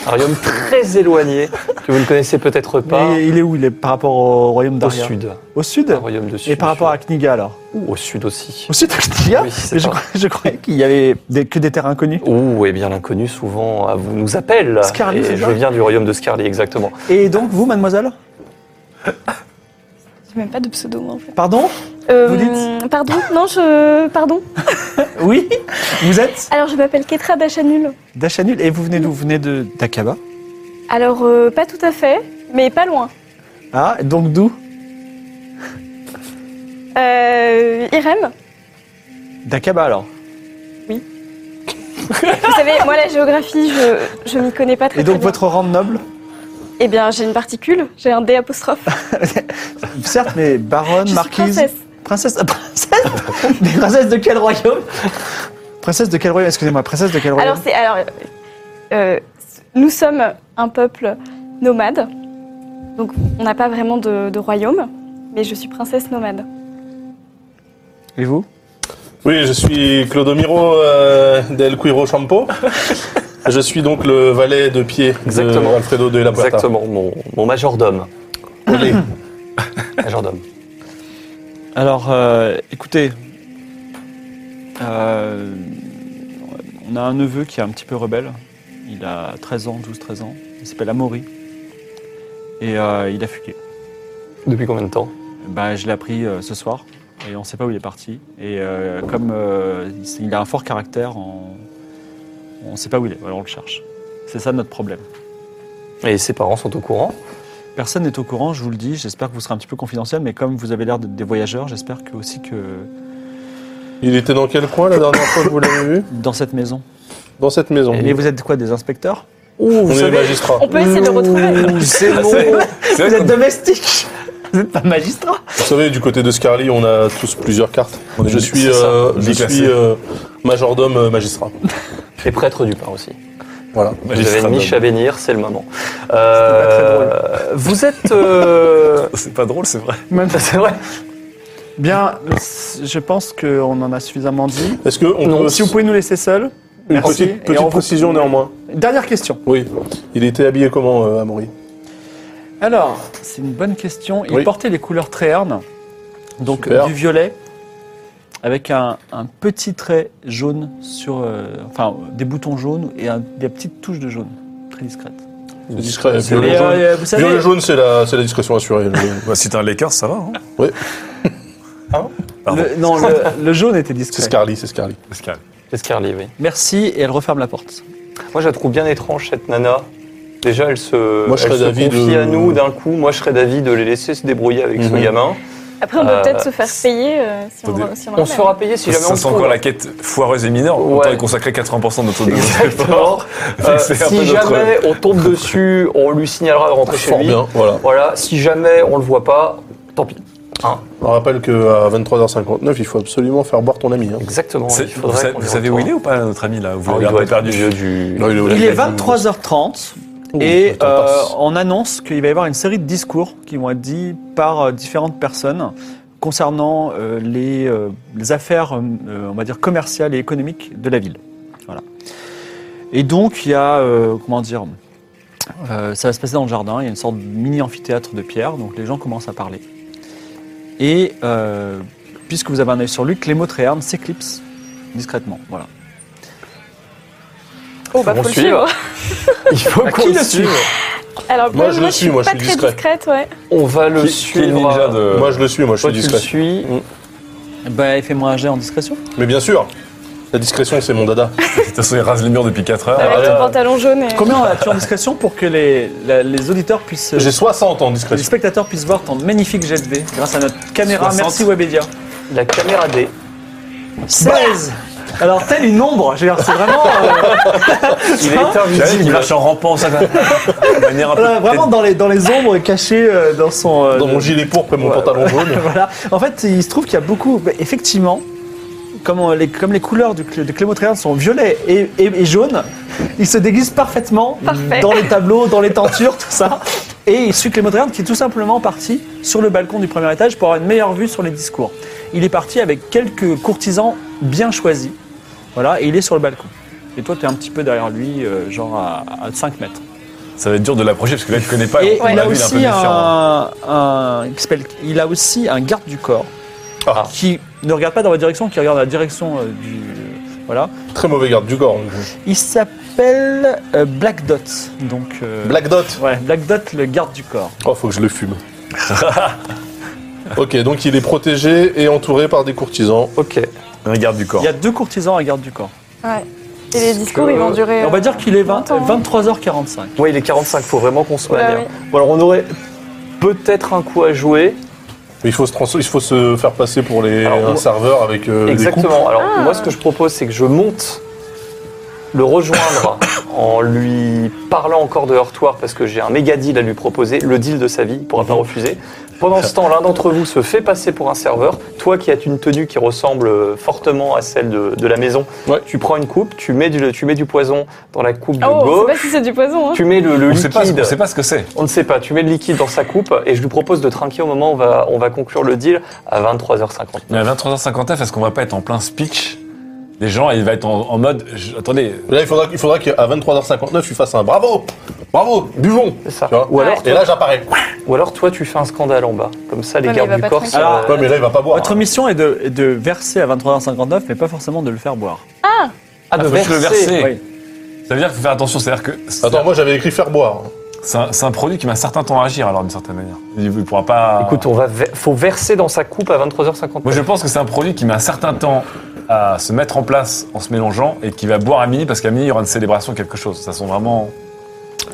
Speaker 6: un royaume très éloigné que vous ne connaissez peut-être pas,
Speaker 1: Mais il est où Il est par rapport au royaume
Speaker 6: au
Speaker 1: d'Aria
Speaker 6: sud.
Speaker 1: Au sud Ah
Speaker 6: Un royaume de
Speaker 1: Et
Speaker 6: sud,
Speaker 1: par rapport à Kniga alors
Speaker 6: Ouh, au sud aussi.
Speaker 1: Au sud de Kniga
Speaker 6: Oui, c'est
Speaker 1: Mais je,
Speaker 6: pas-
Speaker 1: croyais- je croyais qu'il y avait des- que des terres inconnues.
Speaker 6: Ouh, eh bien l'inconnu souvent à vous nous appelle.
Speaker 1: Scarly,
Speaker 6: Et
Speaker 1: c'est
Speaker 6: je
Speaker 1: ça
Speaker 6: viens du royaume de Scarly, exactement.
Speaker 3: Ah,
Speaker 1: Et donc, vous, mademoiselle
Speaker 4: J'ai même pas de pseudo, moi, en fait.
Speaker 1: Pardon
Speaker 4: Euh,
Speaker 1: Vous dites
Speaker 4: Pardon Non, je. Pardon
Speaker 1: Oui Vous êtes
Speaker 4: Alors, je m'appelle Ketra Dachanul.
Speaker 1: Dachanul, et vous venez d'où Vous venez de d'Akaba.
Speaker 4: Alors, euh, pas tout à fait, mais pas loin.
Speaker 1: Ah, donc d'où
Speaker 4: Euh, Irem,
Speaker 1: D'Akaba alors.
Speaker 4: vous savez, moi, la géographie, je, je m'y connais pas très
Speaker 1: Et donc
Speaker 4: très bien.
Speaker 1: votre rang de noble
Speaker 4: Eh bien, j'ai une particule, j'ai un D apostrophe.
Speaker 1: Certes, mais baronne,
Speaker 4: Je suis
Speaker 1: Ah, marquise.
Speaker 4: princesse.
Speaker 1: princesse. ah, princesse Mais princesse de quel royaume Princesse de quel royaume Excusez-moi, princesse de quel royaume
Speaker 4: Alors, c'est. Alors, euh, euh, nous sommes un peuple nomade. Donc, on n'a pas vraiment de, de royaume, mais je suis princesse nomade.
Speaker 1: Et vous
Speaker 3: Oui, je suis Clodomiro euh, del Quiro Champo. Je suis donc le valet de pied
Speaker 6: Exactement.
Speaker 3: de Alfredo de la Puerta.
Speaker 6: Exactement, mon, mon majordome.
Speaker 3: Olé.
Speaker 6: Majordome.
Speaker 1: Alors, euh, écoutez, euh, on a un neveu qui est un petit peu rebelle. Il a 13 ans, 12-13 ans. Il s'appelle Amaury. Et euh, il a fugué.
Speaker 6: Depuis combien de temps
Speaker 1: Bah, je l'ai appris euh, ce soir et on ne sait pas où il est parti. Et euh, comme euh, il- il a un fort caractère, on ne sait pas où il est. Voilà, on le cherche. C'est ça notre problème.
Speaker 6: Et ses parents sont au courant
Speaker 1: Personne n'est au courant, je vous le dis. J'espère que vous serez un petit peu confidentiel, mais comme vous avez l'air d'être des voyageurs, j'espère que aussi que
Speaker 3: Il était dans quel coin la dernière fois que vous l'avez vu
Speaker 1: dans cette maison.
Speaker 3: Dans cette maison.
Speaker 1: Mais vous êtes quoi, des inspecteurs
Speaker 6: Ouh,
Speaker 3: On est les magistrats.
Speaker 1: Oh.
Speaker 4: On peut essayer de
Speaker 1: Euh,
Speaker 4: le retrouver.
Speaker 6: C'est
Speaker 7: C'est
Speaker 6: bon.
Speaker 1: Vous
Speaker 7: vrai
Speaker 1: êtes
Speaker 7: qu'on-
Speaker 1: domestiques Vous n'êtes pas magistrats
Speaker 3: Vous savez, du côté de Scarly, on a tous plusieurs cartes.
Speaker 7: On est
Speaker 3: je
Speaker 7: bi-
Speaker 3: suis,
Speaker 7: c'est ça,
Speaker 3: euh, je
Speaker 7: biclassé.
Speaker 3: suis euh, majordome euh, magistrat.
Speaker 6: Et prêtre du pain aussi.
Speaker 3: Voilà.
Speaker 6: Vous avez une niche à bénir, c'est le moment.
Speaker 1: pas
Speaker 6: Euh, Vous êtes. euh,
Speaker 7: C'est pas drôle, c'est vrai.
Speaker 6: c'est vrai.
Speaker 1: Bien, je pense qu'on en a suffisamment dit.
Speaker 3: Est-ce que on peut
Speaker 1: Si vous pouvez nous laisser seuls.
Speaker 3: une
Speaker 1: merci, et
Speaker 3: petite, petite
Speaker 1: on-
Speaker 3: précision néanmoins
Speaker 1: Dernière question.
Speaker 3: Oui. Il était habillé comment, euh, Amaury
Speaker 1: Alors, c'est une bonne question. Il
Speaker 3: Oui.
Speaker 1: portait les couleurs tréhernes, donc
Speaker 3: Super.
Speaker 1: du violet, avec un, un petit trait jaune sur, euh, enfin des boutons jaunes et un- des petites touches de jaune, très discrètes.
Speaker 3: C'est Discret.
Speaker 7: C'est
Speaker 3: Violet
Speaker 1: Et,
Speaker 3: jaune.
Speaker 1: euh, vous savez,
Speaker 3: Violet jaune, c'est la, c'est la discrétion assurée.
Speaker 7: Bah, si t'es un Lakers, ça va. Hein pardon.
Speaker 1: le, non, le, le jaune était
Speaker 3: c'est
Speaker 1: discret.
Speaker 3: Scarly, c'est Scarly.
Speaker 7: Pascal.
Speaker 6: C'est Scarly, oui.
Speaker 1: Merci et elle referme la porte.
Speaker 6: Moi, je la trouve bien étrange, cette nana. Déjà, elles se,
Speaker 3: Moi, je
Speaker 6: elles
Speaker 3: serais
Speaker 6: se
Speaker 3: d'avis de-
Speaker 6: confient à nous d'un coup. Moi, je serais d'avis de les laisser se débrouiller avec ce
Speaker 3: Mhm.
Speaker 6: gamin.
Speaker 4: Après, on peut
Speaker 6: Euh,
Speaker 4: peut-être se faire payer euh, si on,
Speaker 7: attendez.
Speaker 4: re- si on le
Speaker 6: On se
Speaker 4: ramène.
Speaker 6: fera payer si jamais on
Speaker 7: ça
Speaker 6: le
Speaker 7: sent
Speaker 6: trouve.
Speaker 7: encore la quête foireuse et mineure.
Speaker 6: Ouais.
Speaker 7: Autant y consacrer 80% de notre
Speaker 6: Exactement. Euh,
Speaker 7: C'est un peu
Speaker 6: si
Speaker 7: notre-
Speaker 6: jamais on tombe dessus, on lui signalera de rentrer chez
Speaker 3: Ah, Fort
Speaker 6: lui.
Speaker 3: bien, voilà.
Speaker 6: Voilà, si jamais on le voit pas, tant pis.
Speaker 3: On rappelle qu'à 23h59, il faut absolument faire boire ton ami. hein.
Speaker 6: Exactement.
Speaker 7: C'est-
Speaker 6: il
Speaker 7: Vous,
Speaker 6: faudrait
Speaker 7: savez,
Speaker 6: qu'on
Speaker 7: vous
Speaker 6: lui
Speaker 7: savez où
Speaker 6: retourne.
Speaker 7: il est ou pas, notre ami là Vous
Speaker 6: Ah,
Speaker 7: l'avez
Speaker 6: il
Speaker 7: un
Speaker 6: doit
Speaker 7: peu
Speaker 6: être
Speaker 7: perdu.
Speaker 6: du- du-
Speaker 3: Non, est au-
Speaker 1: Il est 23h30 et
Speaker 3: attends,
Speaker 1: euh,
Speaker 3: Oh, passe.
Speaker 1: on annonce qu'il va y avoir une série de discours qui vont être dits par euh, différentes personnes concernant euh, les, euh, les affaires, euh, euh, on va dire, commerciales et économiques de la ville. Voilà. Et donc, il y a, euh, comment dire, euh, ça va se passer dans le jardin, il y a une sorte de mini-amphithéâtre de pierre, donc les gens commencent à parler. Et euh, puisque vous avez un œil sur lui, Clémo Tréherne s'éclipse discrètement. Voilà.
Speaker 4: Oh, bah,
Speaker 6: Faut
Speaker 4: faut le
Speaker 6: suivre.
Speaker 4: suivre.
Speaker 6: Il faut qu'on
Speaker 1: qui
Speaker 6: le
Speaker 1: le suit
Speaker 6: suive.
Speaker 4: Alors,
Speaker 3: Moi, je le suis, moi, je
Speaker 4: pas
Speaker 3: suis
Speaker 4: très
Speaker 3: discret.
Speaker 4: discrète, ouais.
Speaker 6: On va le
Speaker 7: Qui- qui est
Speaker 6: suivre.
Speaker 7: le ninja
Speaker 1: euh,
Speaker 7: de.
Speaker 3: Moi, je le suis, moi, je
Speaker 6: Toi,
Speaker 3: suis
Speaker 6: tu le
Speaker 3: discret.
Speaker 6: suis.
Speaker 1: Bah, fais-moi un jet en discrétion.
Speaker 3: Mais bien sûr, la discrétion, c'est mon dada.
Speaker 7: De toute façon, il rase les murs depuis 4 heures. Ah,
Speaker 4: Avec
Speaker 3: voilà.
Speaker 4: ton pantalon jaune et.
Speaker 1: Euh, Combien on a tu en discrétion pour que les, la- les auditeurs puissent.
Speaker 3: J'ai 60 en
Speaker 1: les
Speaker 3: discrétion.
Speaker 1: spectateurs puissent voir ton magnifique jet de dés grâce à notre caméra.
Speaker 7: 60.
Speaker 1: Merci Webedia.
Speaker 6: La caméra D.
Speaker 1: 16 Alors, telle une ombre, j'ai l'air, c'est vraiment. euh,
Speaker 6: Il est
Speaker 7: Tu vois, Il
Speaker 6: invisible.
Speaker 7: marche en rampant, ça, quoi. de manière un peu.
Speaker 1: voilà, vraiment dans les, dans les ombres cachées euh, dans son. euh,
Speaker 3: Dans mon gilet pourpre et mon pantalon jaune.
Speaker 1: voilà. En fait, il se trouve qu'il y a beaucoup. Effectivement, comme, on- les, comme les couleurs du, cl- de Clément Tréhard sont violet et, et, et jaune, il se déguise parfaitement
Speaker 4: Parfait.
Speaker 1: dans les tableaux, dans les tentures, tout ça. Et il suit Clément Tréhard qui est tout simplement parti sur le balcon du premier étage pour avoir une meilleure vue sur les discours. Il est parti avec quelques courtisans bien choisis. Voilà, et il est sur le balcon. Et toi, tu es un petit peu derrière lui, euh, genre à, à 5 mètres.
Speaker 7: Ça va être dur de l'approcher parce que là, il ne connaît pas.
Speaker 1: Et
Speaker 7: On
Speaker 1: il
Speaker 7: l'a
Speaker 1: a
Speaker 7: vu, est un
Speaker 1: aussi
Speaker 7: peu
Speaker 1: euh,
Speaker 7: méfiant.
Speaker 1: un, un- qui s'appelle- il a aussi un garde du corps
Speaker 3: Ah.
Speaker 1: qui ne regarde pas dans votre direction, qui regarde la direction euh, du voilà.
Speaker 3: Très mauvais garde du corps. hein.
Speaker 1: Il s'appelle euh, Black Dot, donc euh,
Speaker 3: Black Dot.
Speaker 1: ouais Black Dot, le garde du corps.
Speaker 3: Oh, faut que je le fume. ok, donc il est protégé et entouré par des courtisans.
Speaker 6: Ok.
Speaker 7: Un garde du corps.
Speaker 1: Il y a deux courtisans et un garde du corps.
Speaker 4: Ouais. Et les discours, ils vont durer.
Speaker 1: Et on va
Speaker 4: euh,
Speaker 1: dire qu'il est 20
Speaker 4: longtemps, hein.
Speaker 1: 23h45.
Speaker 6: Ouais, il est 45. Faut vraiment qu'on se
Speaker 4: Ouais,
Speaker 6: manie.
Speaker 4: ouais.
Speaker 6: hein. Bon, alors on aurait peut-être un coup à jouer.
Speaker 3: Mais il faut se, trans- il faut se faire passer pour les
Speaker 6: Alors,
Speaker 3: un
Speaker 6: moi-
Speaker 3: serveur avec euh, des couples.
Speaker 6: Exactement. Alors
Speaker 4: Ah.
Speaker 6: moi, ce que je propose, c'est que je monte le rejoindre en lui parlant encore de heurtoir parce que j'ai un méga deal à lui proposer, le deal de sa vie, il pourra pas refuser. Pendant ce temps, l'un d'entre vous se fait passer pour un serveur. Toi qui as une tenue qui ressemble euh, fortement à celle de, de la maison,
Speaker 3: Ouais.
Speaker 6: tu prends une coupe, tu mets du, tu mets du poison dans la coupe de
Speaker 4: Oh, on sait
Speaker 6: gauche,
Speaker 4: pas si c'est du poison, hein.
Speaker 6: tu mets le, le
Speaker 7: On ne sait
Speaker 6: liquide.
Speaker 7: pas, on sait pas ce que c'est.
Speaker 6: On ne sait pas, tu mets le liquide dans sa coupe et je lui propose de trinquer au moment où on va, on va conclure le deal à 23h50.
Speaker 7: Mais à 23h59, est-ce qu'on va pas être en plein speech des gens et il va être en, en mode. je- attendez,
Speaker 3: Là, il faudra, il faudra qu'à 23h59, tu fasses un bravo, bravo, buvons.
Speaker 6: C'est ça.
Speaker 3: Tu vois
Speaker 6: Ou
Speaker 4: Ah
Speaker 6: alors,
Speaker 3: et là, j'apparais.
Speaker 6: Ou alors toi tu fais un scandale en bas. Comme ça les
Speaker 4: Ouais, mais il
Speaker 6: gardes
Speaker 4: va
Speaker 6: du
Speaker 4: pas
Speaker 6: corps. euh,
Speaker 4: trinquer.
Speaker 6: ça
Speaker 1: Alors,
Speaker 6: va-
Speaker 3: Ah, Ouais, mais là, il va pas boire. hein.
Speaker 1: Votre mission est de, est de verser à 23h59, mais pas forcément de le faire boire.
Speaker 6: Ah, de
Speaker 7: faut que je le
Speaker 6: verser.
Speaker 7: verser.
Speaker 1: Oui.
Speaker 7: ça veut dire qu'il faut faire attention. C'est-à-dire que. c'est-
Speaker 3: Attends, moi, j'avais écrit faire boire.
Speaker 7: C'est un, c'est un produit qui met un certain temps à agir, alors d'une certaine manière. Il ne pourra pas.
Speaker 6: Ah. Écoute, on va ver- faut verser dans sa coupe à 23h50.
Speaker 7: Moi, je pense que c'est un produit qui met un certain temps à se mettre en place en se mélangeant et qui va boire à midi parce qu'à midi, il y aura une célébration, quelque chose. Ça sent vraiment.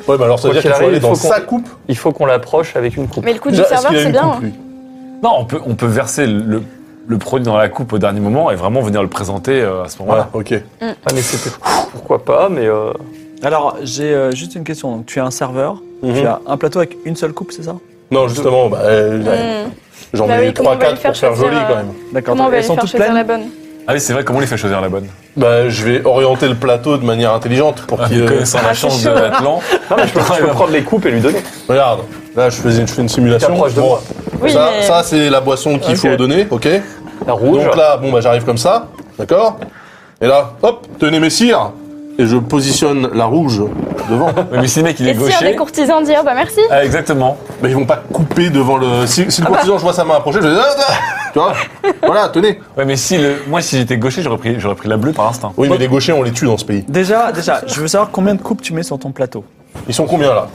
Speaker 3: Ouais, mais alors, ça veut dire qu'il
Speaker 6: Quoi qu'il
Speaker 3: faut aller
Speaker 6: arrive, il
Speaker 3: dans
Speaker 6: faut qu'on-
Speaker 3: sa coupe.
Speaker 6: Il faut qu'on l'approche avec une coupe.
Speaker 4: Mais le coup du
Speaker 3: Déjà, est-ce
Speaker 4: serveur,
Speaker 3: qu'il a
Speaker 4: c'est
Speaker 3: une
Speaker 4: bien. hein.
Speaker 3: coupe, lui
Speaker 7: Non, on peut, on peut verser le, le produit dans la coupe au dernier moment et vraiment venir le présenter euh, à ce moment-là.
Speaker 3: Voilà, ok.
Speaker 6: Ah, mais c'était pourquoi pas, mais euh,
Speaker 1: Alors j'ai euh, juste une question. Donc tu as un serveur, tu
Speaker 3: Mhm.
Speaker 1: as un plateau avec une seule coupe, c'est ça
Speaker 3: Non, justement, bah, euh, ouais.
Speaker 4: hein. Hmm.
Speaker 3: j'en
Speaker 4: Bah
Speaker 3: ai
Speaker 4: oui,
Speaker 3: eu
Speaker 4: comment on va
Speaker 3: 3-4
Speaker 4: lui faire
Speaker 3: pour faire
Speaker 4: choisir,
Speaker 3: joli
Speaker 4: euh,
Speaker 3: quand même.
Speaker 1: D'accord.
Speaker 4: Comment on va
Speaker 1: Elles
Speaker 4: aller
Speaker 1: sont
Speaker 4: faire
Speaker 1: toutes
Speaker 4: choisir
Speaker 1: pleines.
Speaker 4: la bonne
Speaker 7: Ah oui, c'est vrai, comment on les fait choisir la bonne
Speaker 3: Bah, je vais orienter le plateau de manière intelligente pour qu'il. euh,
Speaker 7: Connaissant la
Speaker 4: Ah, c'est
Speaker 7: chance de
Speaker 4: chaud.
Speaker 7: l'Atlan.
Speaker 6: non, ah, mais je peux, je peux prendre les coupes et lui donner.
Speaker 3: Regarde, là, je, faisais, je fais une simulation.
Speaker 6: T'approches de moi.
Speaker 4: Oui,
Speaker 3: ça,
Speaker 4: mais-
Speaker 3: ça, c'est la boisson qu'il faut donner, ok
Speaker 6: La rouge.
Speaker 3: Donc là, bon, bah, j'arrive comme ça, d'accord Et là, hop, tenez mes cires Et je positionne la rouge devant.
Speaker 7: Oui, mais si le mec, il est
Speaker 4: Et si un des
Speaker 7: gaucher.
Speaker 4: courtisans dit, ah bah merci
Speaker 7: Ah, exactement.
Speaker 3: Mais ils vont pas couper devant le. Si, si le courtisan, je vois sa main approcher, je vais. Ah, ah Tu vois Voilà, tenez.
Speaker 7: Ouais, mais si le, moi, si j'étais gaucher, j'aurais pris, j'aurais pris la bleue par instinct.
Speaker 3: Oui, mais les gauchers, on les tue dans ce pays.
Speaker 1: Déjà, déjà, je veux savoir combien de coupes tu mets sur ton plateau.
Speaker 3: Ils sont combien là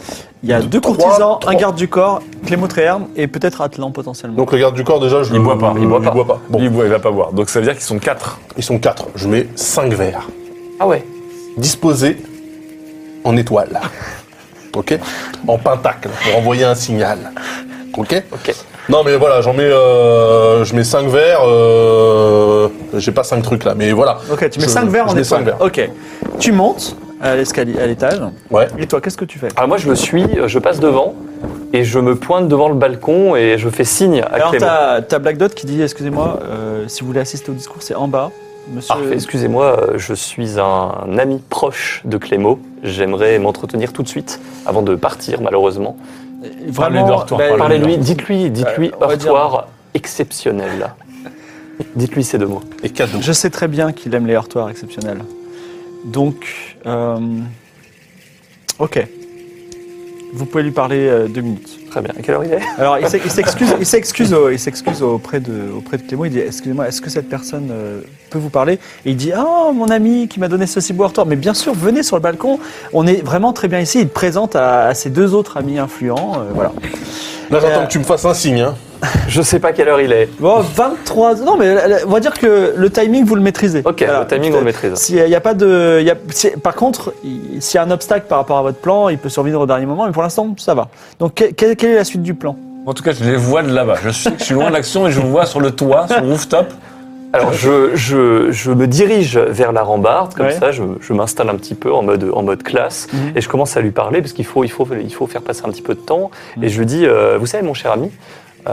Speaker 1: Il y a deux
Speaker 3: Trois,
Speaker 1: courtisans,
Speaker 3: trois.
Speaker 1: un garde du corps, Clément Tréherne et peut-être Atlan potentiellement.
Speaker 3: Donc le garde du corps, déjà, je.
Speaker 7: Il boit pas, il boit pas.
Speaker 3: Bon,
Speaker 7: Lui, il boit, il va pas boire. Donc ça veut dire qu'ils sont quatre.
Speaker 3: ils sont quatre. Je mets cinq verres
Speaker 6: Ah ouais.
Speaker 3: disposés en étoile. ok En pentacle, pour envoyer un signal. Ok
Speaker 6: Ok.
Speaker 3: Non mais voilà, j'en mets, euh, je mets 5 verres, euh, j'ai pas 5 trucs là, mais voilà.
Speaker 1: Ok, tu mets
Speaker 3: Je-
Speaker 1: 5 verres
Speaker 3: je
Speaker 1: en
Speaker 3: mets cinq
Speaker 1: étoile.
Speaker 3: verres.
Speaker 1: Ok. Tu montes à l'escalier, à l'étage.
Speaker 3: Ouais.
Speaker 1: Et toi, qu'est-ce que tu fais
Speaker 3: Ah,
Speaker 6: Alors moi, je me suis, euh, je passe devant et je me pointe devant le balcon et je fais signe à
Speaker 1: Alors,
Speaker 6: Clément.
Speaker 1: t'as as Black Dot qui dit Excusez-moi, euh, si vous voulez assister au discours, c'est en bas. Monsieur.
Speaker 6: Parfait, excusez-moi, euh, je suis un ami proche de Clément. J'aimerais m'entretenir tout de suite avant de partir, malheureusement.
Speaker 1: Vraiment,
Speaker 2: Parlez-lui d'Artois,
Speaker 1: bah,
Speaker 6: Parlez-lui, Euh, dites-lui, dites-lui
Speaker 1: Ouais, on va dire-
Speaker 6: heurtoir exceptionnel. dites-lui ces deux mots.
Speaker 3: Et cadeau.
Speaker 1: Je sais très bien qu'il aime les heurtoirs exceptionnels. Donc, euh, ok. Vous pouvez lui parler euh, deux minutes.
Speaker 6: Très bien. À quelle heure il est
Speaker 1: Alors, il s'ex- il s'excuse, il s'excuse, au- il s'excuse auprès de, auprès de Clément. Il dit Excusez-moi, est-ce que cette personne euh, peut vous parler Et il dit Oh, mon ami qui m'a donné ce si beau heurtoir. Mais bien sûr, venez sur le balcon. On est vraiment très bien ici. Il te présente à, à ses deux autres amis influents. euh, voilà.
Speaker 3: Là j'attends
Speaker 1: Euh,
Speaker 3: que tu me fasses un signe. Hein.
Speaker 6: Je sais pas quelle heure il est.
Speaker 1: Bon, 23. Non, mais euh, on va dire que le timing, vous le maîtrisez.
Speaker 6: Ok,
Speaker 1: Voilà.
Speaker 6: le timing on le maîtrise.
Speaker 1: S'il n'y a pas de. il y a- si- par contre, il- s'il y a un obstacle par rapport à votre plan, il peut survivre au dernier moment, mais pour l'instant, ça va. Donc, que- quelle, quelle est la suite du plan
Speaker 2: En tout cas, je les vois de là-bas. Je sais que je suis loin de l'action et je vous vois sur le toit, sur le rooftop.
Speaker 6: Alors je, je, je me dirige vers la rambarde, comme
Speaker 1: Ouais.
Speaker 6: ça je, je m'installe un petit peu en mode, en mode classe
Speaker 1: Mhm.
Speaker 6: et je commence à lui parler parce qu'il faut, il faut, il faut faire passer un petit peu de temps. Et je lui dis, euh, vous savez mon cher ami, euh,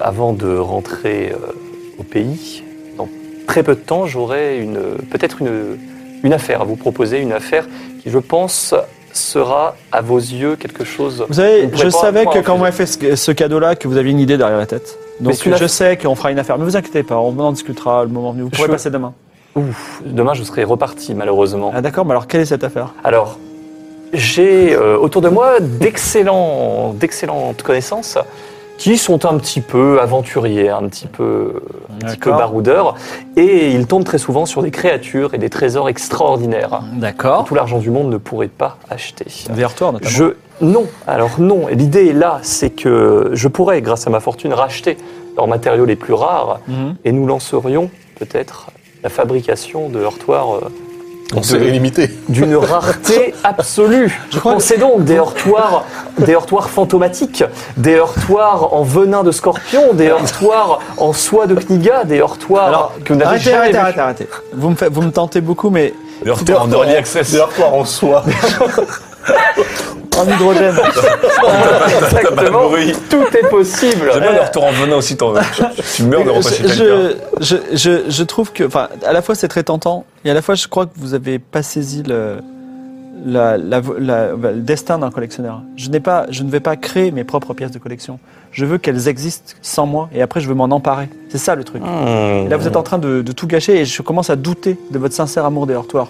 Speaker 6: avant de rentrer euh, au pays, dans très peu de temps, j'aurai une, peut-être une, une affaire à vous proposer, une affaire qui je pense sera à vos yeux quelque chose...
Speaker 1: Vous
Speaker 6: On
Speaker 1: savez,
Speaker 6: pourrait
Speaker 1: je
Speaker 6: pas-
Speaker 1: savez
Speaker 6: pas
Speaker 1: que quand
Speaker 6: refuser.
Speaker 1: on m'a fait ce, ce cadeau-là, que vous aviez une idée derrière la tête.
Speaker 6: Mais
Speaker 1: Donc,
Speaker 6: celui-là-
Speaker 1: je sais qu'on fera une affaire, mais vous inquiétez pas, on en discutera le moment venu. Vous pourrez
Speaker 6: Je-
Speaker 1: passer demain.
Speaker 6: Ouf, demain je serai reparti malheureusement.
Speaker 1: Ah, d'accord, mais alors, quelle est cette affaire
Speaker 6: Alors, j'ai euh, autour de moi d'excellents, d'excellentes connaissances qui sont un petit peu aventuriers, un petit peu, un petit peu
Speaker 1: D'accord.
Speaker 6: baroudeurs, et ils tombent très souvent sur des créatures et des trésors extraordinaires.
Speaker 1: D'accord.
Speaker 6: Tout l'argent du monde ne pourrait pas acheter.
Speaker 1: Des heurtoirs, notamment.
Speaker 6: Je non, alors non. Et L'idée là, c'est que je pourrais, grâce à ma fortune, racheter leurs matériaux les plus rares,
Speaker 1: Mhm.
Speaker 6: et nous lancerions peut-être la fabrication de heurtoirs euh,
Speaker 3: On s'est illimité.
Speaker 6: d'une rareté absolue. Je
Speaker 1: crois que-
Speaker 6: pensais donc des heurtoirs, des heurtoirs fantomatiques, des heurtoirs en venin de scorpion, des heurtoirs en soie de kniga, des heurtoirs
Speaker 1: Alors,
Speaker 6: que vous n'avez
Speaker 1: arrêtez,
Speaker 6: jamais
Speaker 1: arrêtez,
Speaker 6: vu.
Speaker 1: arrêtez, arrêtez. Vous me, faites- vous me tentez beaucoup, mais
Speaker 7: Le retour en early access.
Speaker 3: Des heurtoirs en soi.
Speaker 1: en hydrogène.
Speaker 6: Exactement,
Speaker 7: bruit.
Speaker 6: tout est possible.
Speaker 7: J'aime bien le retour en venin aussi. t'en- Tu meurs de
Speaker 1: je,
Speaker 7: repasser quelqu'un.
Speaker 1: Euh, je, je, je- je trouve que, enfin, à la fois c'est très tentant, et à la fois je crois que vous avez pas saisi le, la- la- la- bah, le destin d'un collectionneur. Je n'ai pas, je ne vais pas créer mes propres pièces de collection. Je veux qu'elles existent sans moi, et après je veux m'en emparer. C'est ça le truc. Et là vous êtes en train de, de tout gâcher, et je commence à douter de votre sincère amour des heurtoirs.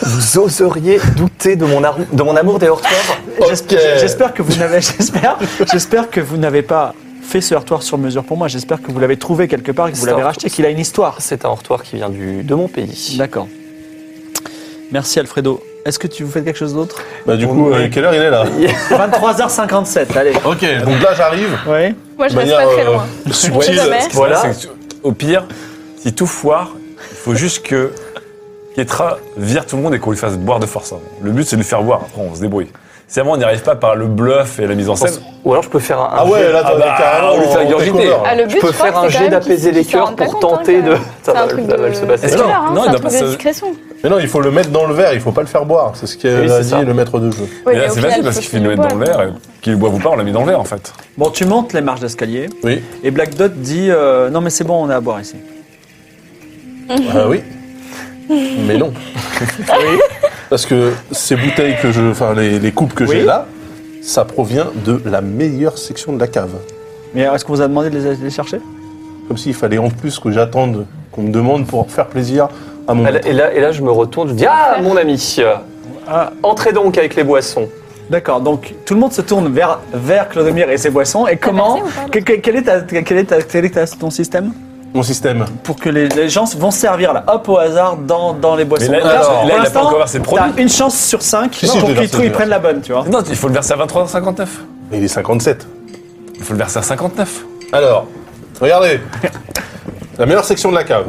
Speaker 6: Vous oseriez douter de mon, ar- de mon amour des heurtoirs
Speaker 1: J'espère j'espère que vous n'avez, j'espère, j'espère que vous n'avez pas fait ce heurtoir sur mesure pour moi. J'espère que vous l'avez trouvé quelque part, et que vous
Speaker 6: C'est
Speaker 1: l'avez
Speaker 6: un-
Speaker 1: racheté, qu'il a une histoire.
Speaker 6: C'est un heurtoir qui vient du, de mon pays.
Speaker 1: D'accord. Merci Alfredo. Est-ce que tu vous faites quelque chose d'autre
Speaker 3: Bah du coup, euh, quelle heure il est là
Speaker 1: 23h57, allez.
Speaker 3: Ok, donc là j'arrive.
Speaker 1: Oui.
Speaker 4: Moi, je
Speaker 3: De
Speaker 4: reste pas
Speaker 3: manière,
Speaker 4: très
Speaker 3: euh,
Speaker 4: loin.
Speaker 3: Subtil.
Speaker 4: Jamais.
Speaker 7: Ce qui
Speaker 6: Voilà.
Speaker 7: serait, c'est que tu- Au pire, si tout foire, il faut juste que Ketra vire tout le monde et qu'on lui fasse boire de force. hein. Le but, c'est de lui faire boire. Après, on se débrouille. Si vraiment on n'y arrive pas par le bluff et la mise en scène,
Speaker 6: Ou alors je peux faire un, un
Speaker 3: Ah ouais,
Speaker 6: jet-
Speaker 3: là
Speaker 7: Ah
Speaker 3: t'as
Speaker 7: bah, on lui fait
Speaker 3: carrément
Speaker 7: ingurgiter.
Speaker 3: take over.
Speaker 4: Ah, le but,
Speaker 6: je peux
Speaker 4: je crois
Speaker 6: faire
Speaker 4: que
Speaker 6: un
Speaker 4: c'est quand
Speaker 6: jet
Speaker 4: même
Speaker 6: d'apaiser
Speaker 4: qu'ils-
Speaker 6: les
Speaker 4: qu'ils s'en
Speaker 6: cœurs
Speaker 4: rendent pas
Speaker 6: pour
Speaker 4: compte, hein,
Speaker 6: tenter
Speaker 4: quand
Speaker 6: de.
Speaker 4: même.
Speaker 6: Ça
Speaker 4: C'est un
Speaker 6: va-
Speaker 4: truc
Speaker 6: ça va
Speaker 4: de-
Speaker 6: se passer.
Speaker 4: c'est
Speaker 7: Non,
Speaker 4: clair,
Speaker 7: non,
Speaker 4: hein,
Speaker 7: il
Speaker 4: c'est un
Speaker 7: doit
Speaker 4: truc
Speaker 7: pas
Speaker 4: de
Speaker 7: se-
Speaker 4: discrétion.
Speaker 3: Mais non, il faut le mettre dans le verre, il faut pas le faire boire. C'est ce qu'a
Speaker 6: Oui, c'est
Speaker 3: dit
Speaker 6: ça.
Speaker 3: le maître de jeu.
Speaker 7: mais
Speaker 4: Ouais,
Speaker 7: là,
Speaker 4: au
Speaker 7: c'est
Speaker 4: final,
Speaker 7: facile
Speaker 4: il
Speaker 7: parce
Speaker 4: faut
Speaker 7: qu'il
Speaker 4: se
Speaker 7: fait le
Speaker 4: le
Speaker 7: mettre dans
Speaker 4: boire.
Speaker 7: le verre. et Qu'il le boive ou pas, on l'a mis dans le verre, en fait.
Speaker 1: Bon, tu montes les marches d'escalier
Speaker 3: Oui.
Speaker 1: et Black Dot dit euh, non mais c'est bon, on a à boire ici.
Speaker 3: Ah oui. Mais non. Parce que ces bouteilles que je. Enfin, les, les coupes que
Speaker 1: Oui.
Speaker 3: j'ai là, ça provient de la meilleure section de la cave.
Speaker 1: Mais est-ce qu'on vous a demandé de les, les chercher
Speaker 3: Comme s'il fallait en plus que j'attende qu'on me demande pour faire plaisir à mon
Speaker 6: Et là-
Speaker 3: maître.
Speaker 6: Et là, et là, je me retourne, je dis Ah, mon ami
Speaker 1: Ah.
Speaker 6: Entrez donc avec les boissons.
Speaker 1: D'accord, donc tout le monde se tourne vers, vers Clodomir et ses boissons et comment
Speaker 4: passé ou pas, là
Speaker 1: que- que- quel, est ta- quel est ta- quel est ta- ton système
Speaker 3: Mon système.
Speaker 1: pour que les, les gens vont servir là, hop au hasard dans, dans les boissons
Speaker 7: Mais là, là,
Speaker 1: Pour
Speaker 7: là, il a pas
Speaker 1: l'instant,
Speaker 7: encore versé le produit.
Speaker 1: t'as une chance sur 5
Speaker 3: si, je
Speaker 1: pour
Speaker 3: l'ai
Speaker 1: qu'ils
Speaker 3: versé,
Speaker 1: trou-
Speaker 3: je
Speaker 1: ils
Speaker 3: l'ai
Speaker 1: prennent la bonne, tu vois.
Speaker 7: Non, il faut le verser à 23h59.
Speaker 3: Il est 57.
Speaker 7: Il faut le verser à 59.
Speaker 3: Alors, regardez. La meilleure section de la cave.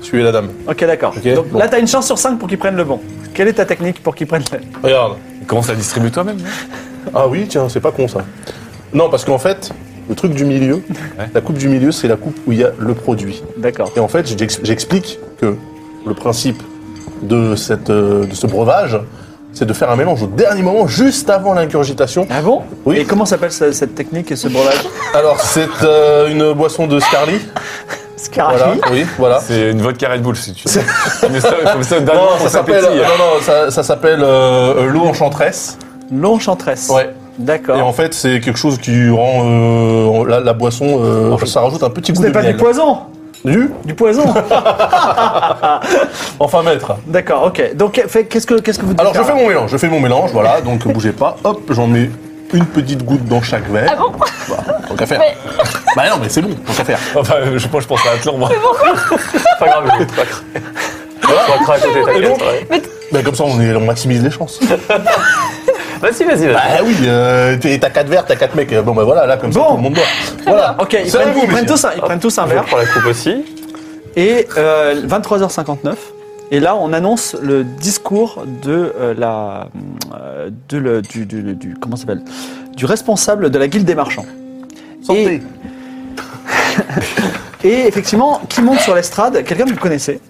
Speaker 3: Suivez la dame.
Speaker 1: Ok, d'accord.
Speaker 3: Ok,
Speaker 1: Donc
Speaker 3: bon.
Speaker 1: là, t'as une chance sur 5 pour qu'ils prennent le bon. Quelle est ta technique pour qu'ils prennent le...
Speaker 3: Regarde.
Speaker 7: Commence à distribuer toi-même. hein non
Speaker 3: Ah oui, tiens, c'est pas con ça. Non, parce qu'en fait, le truc du milieu, la coupe du milieu, c'est la coupe où il y a le produit.
Speaker 1: D'accord.
Speaker 3: Et en fait, j'ex- j'explique que le principe de, cette, euh, de ce breuvage, c'est de faire un mélange au dernier moment, juste avant l'ingurgitation.
Speaker 1: Ah bon
Speaker 3: Oui.
Speaker 1: Et comment s'appelle ce- cette technique et ce breuvage
Speaker 3: Alors, c'est euh, une boisson de Scarly.
Speaker 1: Ah
Speaker 3: Voilà, oui, voilà.
Speaker 7: C'est une vodka Red Bull si tu veux. Mais ça, comme ça, d'un
Speaker 3: Non,
Speaker 7: coup,
Speaker 3: ça
Speaker 7: ça
Speaker 3: s'appelle
Speaker 7: pétille.
Speaker 3: non, non, ça, ça s'appelle euh, euh, l'eau enchanteresse.
Speaker 1: L'enchantresse.
Speaker 3: Ouais. Et en
Speaker 1: D'accord.
Speaker 3: fait, c'est quelque chose qui rend euh, la, la boisson. euh, ça rajoute un petit
Speaker 1: Ce
Speaker 3: goût de
Speaker 1: n'est pas
Speaker 3: miel.
Speaker 1: du poison
Speaker 3: Du
Speaker 1: Du poison
Speaker 3: Enfin, maître.
Speaker 1: D'accord, ok. Donc, fait- qu'est-ce que, qu'est-ce que vous dites
Speaker 3: Alors, je
Speaker 1: Carla
Speaker 3: fais mon mélange. Je fais mon mélange. Voilà. Donc, bougez pas. Hop, j'en mets une petite goutte dans chaque verre.
Speaker 4: Ah bon
Speaker 3: Bah, tant qu'à faire.
Speaker 4: Mais-
Speaker 3: Bah non, mais c'est bon. Tant qu'à faire.
Speaker 7: Enfin, euh, je, moi, je pense à Atlan, moi.
Speaker 6: Pas grave, je vais pas cra-
Speaker 3: Voilà.
Speaker 6: pas craquer, t'inquiète. ouais.
Speaker 3: Bah, comme ça, on, est- on maximise les chances.
Speaker 6: Vas-y, vas-y, vas-y.
Speaker 3: Ah oui. euh, t'es- t'as quatre verres, t'as quatre mecs. Bon, bah voilà. Là, comme ça,
Speaker 1: Bon.
Speaker 3: tout le monde boit. Voilà.
Speaker 1: Ok, ils
Speaker 3: C'est à
Speaker 1: prennent,
Speaker 3: vous,
Speaker 1: ils prennent
Speaker 3: messieurs.
Speaker 1: tous un, ils prennent tous un
Speaker 6: Je
Speaker 1: verre.
Speaker 6: prends la coupe aussi.
Speaker 1: Et euh, 23h59. Et là, on annonce le discours de euh, la euh, de le, du, du, du- comment ça s'appelle du responsable de la guilde des marchands.
Speaker 3: Santé.
Speaker 1: Et effectivement, qui monte sur l'estrade Quelqu'un que vous connaissez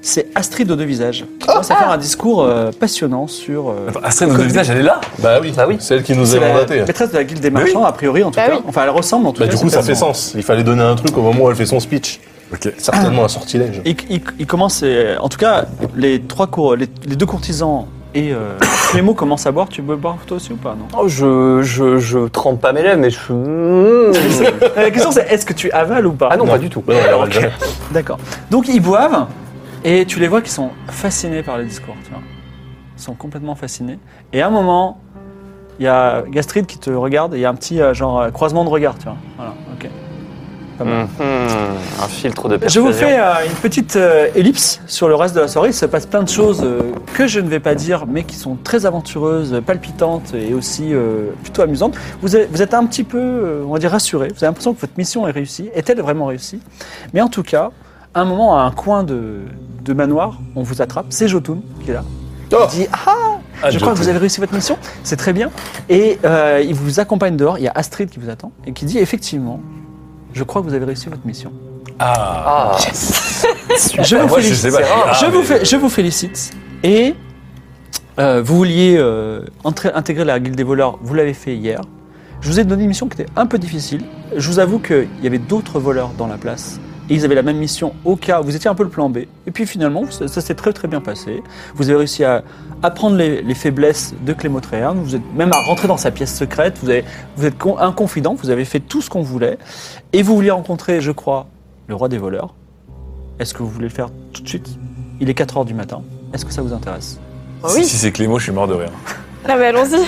Speaker 1: C'est Astrid aux deux visages. Qui
Speaker 4: Oh,
Speaker 1: commence à faire
Speaker 4: ah.
Speaker 1: un discours euh, passionnant sur. euh,
Speaker 7: Astrid, notre visage, elle est là.
Speaker 3: Bah oui.
Speaker 6: Bah oui.
Speaker 3: Celle qui nous
Speaker 1: c'est
Speaker 3: a
Speaker 1: la Bah,
Speaker 3: mandaté.
Speaker 1: maîtresse de la guilde des marchands, a priori en tout
Speaker 4: Bah
Speaker 1: cas.
Speaker 4: oui.
Speaker 1: Enfin, elle ressemble en tout
Speaker 3: Bah,
Speaker 1: cas.
Speaker 3: du
Speaker 1: à
Speaker 3: coup,
Speaker 1: cette
Speaker 3: ça fait
Speaker 1: personne.
Speaker 3: sens. Il fallait donner un truc au moment où elle fait son speech. Certainement un sortilège.
Speaker 1: Il, il- il commence, et- en tout cas, les trois cour- les, les deux courtisans et euh, Clément commencent à boire. Tu veux boire toi aussi ou pas non
Speaker 6: Oh, je, je, je trempe pas mes lèvres, mais je suis- Mmh.
Speaker 1: Euh, La question c'est est-ce que tu avales ou pas
Speaker 6: Ah non, pas du tout.
Speaker 3: Ouais, ouais, ouais, ouais.
Speaker 1: D'accord. Donc ils boivent et tu les vois qui sont fascinés par les discours. Tu vois. Ils sont complètement fascinés. Et à un moment, il y a Gastrid qui te regarde et il y a un petit euh, genre euh, croisement de regard. Tu vois. Voilà. Ok.
Speaker 6: Mhm. Un filtre de
Speaker 1: Je
Speaker 6: persuasion.
Speaker 1: vous fais euh, une petite euh, ellipse sur le reste de la soirée. Il se passe plein de choses euh, que je ne vais pas dire, mais qui sont très aventureuses, palpitantes et aussi euh, plutôt amusantes. Vous êtes, vous êtes un petit peu, euh, on va dire, rassuré. Vous avez l'impression que votre mission est réussie. Est-elle vraiment réussie Mais en tout cas, à un moment, à un coin de, de manoir, on vous attrape. C'est Jotun qui est là.
Speaker 3: Oh.
Speaker 1: Il dit Ah, je crois que vous avez réussi votre mission. C'est très bien. Et euh, il vous accompagne dehors. Il y a Astrid qui vous attend et qui dit Effectivement, je crois que vous avez réussi votre mission.
Speaker 7: Ah,
Speaker 6: Ah,
Speaker 1: Je vous
Speaker 7: moi, je
Speaker 1: félicite.
Speaker 7: sais pas. Ah,
Speaker 1: Je vous,
Speaker 7: mais-
Speaker 1: fé- je vous félicite. Et euh, vous vouliez euh, entrer- intégrer la guilde des voleurs, vous l'avez fait hier. Je vous ai donné une mission qui était un peu difficile. Je vous avoue qu'il y avait d'autres voleurs dans la place. Et ils avaient la même mission au cas où vous étiez un peu le plan B. Et puis finalement, ça, ça s'est très très bien passé. Vous avez réussi à apprendre les, les faiblesses de Clément Tréherne. Vous êtes même à rentrer dans sa pièce secrète. Vous, avez, vous êtes con- un confident. Vous avez fait tout ce qu'on voulait. Et vous vouliez rencontrer, je crois, le roi des voleurs. Est-ce que vous voulez le faire tout de suite Il est 4 heures du matin. Est-ce que ça vous intéresse
Speaker 4: oui.
Speaker 7: si, si c'est Clément, je suis mort de rire.
Speaker 4: Ah bah allons-y.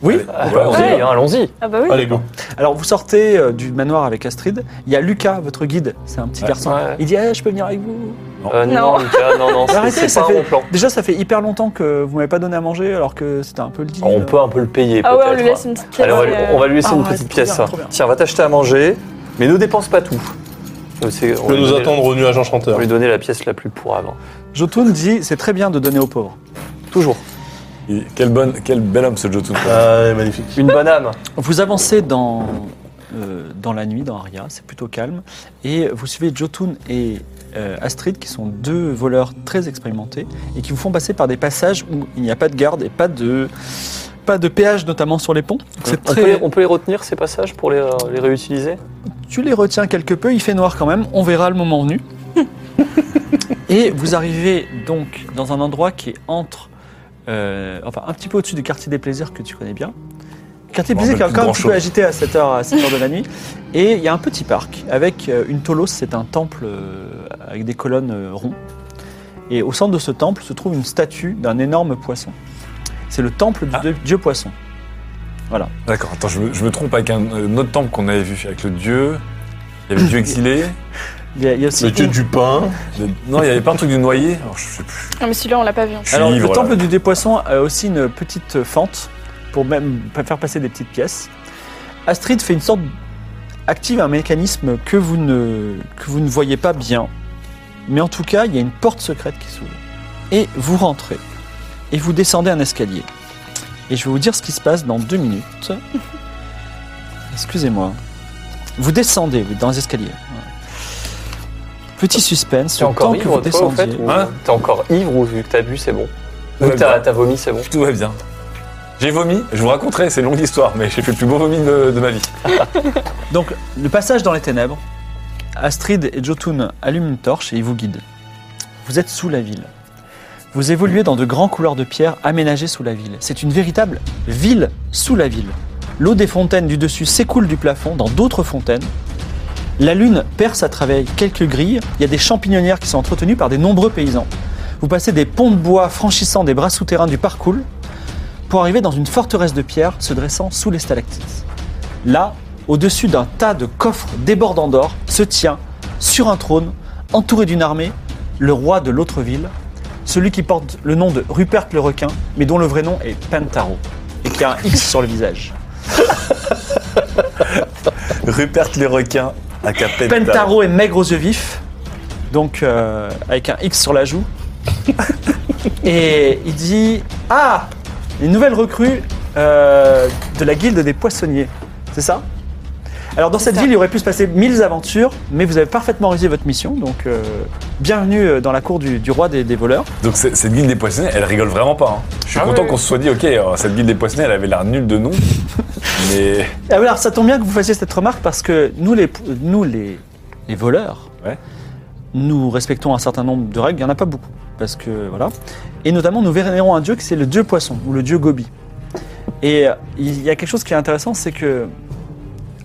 Speaker 1: Oui.
Speaker 6: Ah bah, allons-y,
Speaker 4: Ouais.
Speaker 6: hein, allons-y.
Speaker 4: Ah bah oui.
Speaker 3: Allez, go.
Speaker 1: Alors vous sortez euh, du manoir avec Astrid. Il y a Lucas, votre guide. C'est un petit garçon.
Speaker 6: ouais.
Speaker 1: Il dit Eh, Je peux venir avec vous
Speaker 6: Euh, non,
Speaker 4: Non.
Speaker 6: Lucas, non, non, c'est-
Speaker 1: Arrêtez,
Speaker 6: c'est
Speaker 1: ça
Speaker 6: pas un
Speaker 1: fait-
Speaker 6: bon plan.
Speaker 1: Déjà, ça fait hyper longtemps que vous m'avez pas donné à manger alors que c'était un peu le deal.
Speaker 6: On peut un peu le payer,
Speaker 4: Ah ouais, on
Speaker 6: peut-être,
Speaker 4: lui laisse une petite pièce.
Speaker 6: Allez, on va, lui-
Speaker 4: euh,
Speaker 6: on va lui laisser
Speaker 1: Ah
Speaker 6: une
Speaker 1: ouais,
Speaker 6: petite
Speaker 1: trop bien,
Speaker 6: pièce.
Speaker 1: trop bien.
Speaker 6: Tiens, va t'acheter à manger, mais ne dépense pas tout. Euh, c'est- On
Speaker 3: Que
Speaker 6: lui
Speaker 3: nous
Speaker 6: donner-
Speaker 3: attendre au nuage enchanteur.
Speaker 6: on lui donner la pièce la plus pourrave. hein.
Speaker 1: Jotun dit C'est très bien de donner aux pauvres.
Speaker 6: Toujours.
Speaker 7: Il- Quel, bon, quel bel homme ce Jotun. quoi.
Speaker 3: Ah, ouais, magnifique.
Speaker 6: Une bonne âme.
Speaker 1: Vous avancez dans, euh, dans la nuit, dans Aria, c'est plutôt calme, et vous suivez Jotun et euh, Astrid, qui sont deux voleurs très expérimentés, et qui vous font passer par des passages où il n'y a pas de garde et pas de, pas de péage, notamment sur les ponts. C'est
Speaker 6: Euh, On, peut les,
Speaker 1: très,
Speaker 6: on peut les retenir, ces passages, pour les, euh, les réutiliser
Speaker 1: tu les retiens quelque peu, il fait noir quand même, on verra le moment venu. Et vous arrivez donc dans un endroit qui est entre, euh, enfin un petit peu au-dessus du quartier des plaisirs que tu connais bien. Quartier des
Speaker 7: Je me
Speaker 1: plaisirs qui est
Speaker 7: rappelle
Speaker 1: encore un
Speaker 7: plus
Speaker 1: petit peu
Speaker 7: grand-chose.
Speaker 1: agité à cette heure, à cette heure de la nuit. Et il y a un petit parc avec euh, une tolos, c'est un temple euh, avec des colonnes euh, ronds. Et au centre de ce temple se trouve une statue d'un énorme poisson. C'est le temple du
Speaker 7: Ah.
Speaker 1: dieu- dieu poisson.
Speaker 7: D'accord, attends, je me, je me trompe avec un, euh, un autre temple qu'on avait vu, avec le dieu. Il y avait le dieu exilé.
Speaker 1: Il y a, il y a aussi
Speaker 3: Le dieu
Speaker 1: une-
Speaker 3: du pain.
Speaker 7: Le- non, il y avait pas un truc du noyer. Alors, je sais plus.
Speaker 4: Non mais celui-là on l'a pas vu.
Speaker 7: Je suis
Speaker 1: Alors,
Speaker 7: ivre,
Speaker 1: le
Speaker 7: là.
Speaker 1: temple du Dieu Poisson a aussi une petite fente pour même pa- faire passer des petites pièces. Astrid fait une sorte active un mécanisme que vous ne que vous ne voyez pas bien, mais en tout cas, il y a une porte secrète qui s'ouvre et vous rentrez et vous descendez un escalier. et je vais vous dire ce qui se passe dans deux minutes. Excusez-moi. Vous descendez vous, dans les escaliers. Voilà. Petit suspense,
Speaker 6: T'es
Speaker 1: le
Speaker 6: encore
Speaker 1: temps que vous
Speaker 6: ivre, toi, au fait
Speaker 1: descendiez.
Speaker 6: ou-
Speaker 7: Hein
Speaker 6: T'es encore ivre ou vu que t'as bu, c'est bon Vu
Speaker 7: Ouais,
Speaker 6: que t'as t'as vomi, c'est bon
Speaker 7: Tout va bien. J'ai vomi, je vous raconterai, c'est une longue histoire, mais j'ai fait le plus beau vomi de, de ma vie.
Speaker 1: Donc, le passage dans les ténèbres, Astrid et Jotun allument une torche et ils vous guident. Vous êtes sous la ville. Vous évoluez dans de grands couloirs de pierre aménagés sous la ville. C'est une véritable ville sous la ville. L'eau des fontaines du dessus s'écoule du plafond dans d'autres fontaines. La lune perce à travers quelques grilles. Il y a des champignonnières qui sont entretenues par des nombreux paysans. Vous passez des ponts de bois franchissant des bras souterrains du parcours pour arriver dans une forteresse de pierre se dressant sous les stalactites. Là, au-dessus d'un tas de coffres débordant d'or, se tient, sur un trône, entouré d'une armée, le roi de l'autre ville, celui qui porte le nom de Rupert le requin, mais dont le vrai nom est Pentaro, et qui a un X sur le visage.
Speaker 7: Rupert les requins à Capenta.
Speaker 1: Pentaro est maigre aux yeux vifs, donc euh, avec un X sur la joue. Et il dit Ah Les nouvelles recrues euh, de la guilde des poissonniers, c'est ça Alors dans cette ville, il aurait pu se passer mille aventures, mais vous avez parfaitement réussi votre mission, donc euh, bienvenue euh, dans la cour du, du roi des, des voleurs.
Speaker 7: Donc c'est- cette guilde des poissonniers, elle rigole vraiment pas. hein. Je suis content qu'on se soit dit, ok, alors, cette guilde des poissonniers, elle avait l'air nulle de nom, mais
Speaker 1: Et Ah, alors ça tombe bien que vous fassiez cette remarque parce que nous les, nous, les, les voleurs,
Speaker 7: Ouais.
Speaker 1: nous respectons un certain nombre de règles, il n'y en a pas beaucoup. Parce que voilà. Et notamment nous vénérons un dieu qui c'est le dieu poisson ou le dieu gobi. Et euh, il y a quelque chose qui est intéressant, c'est que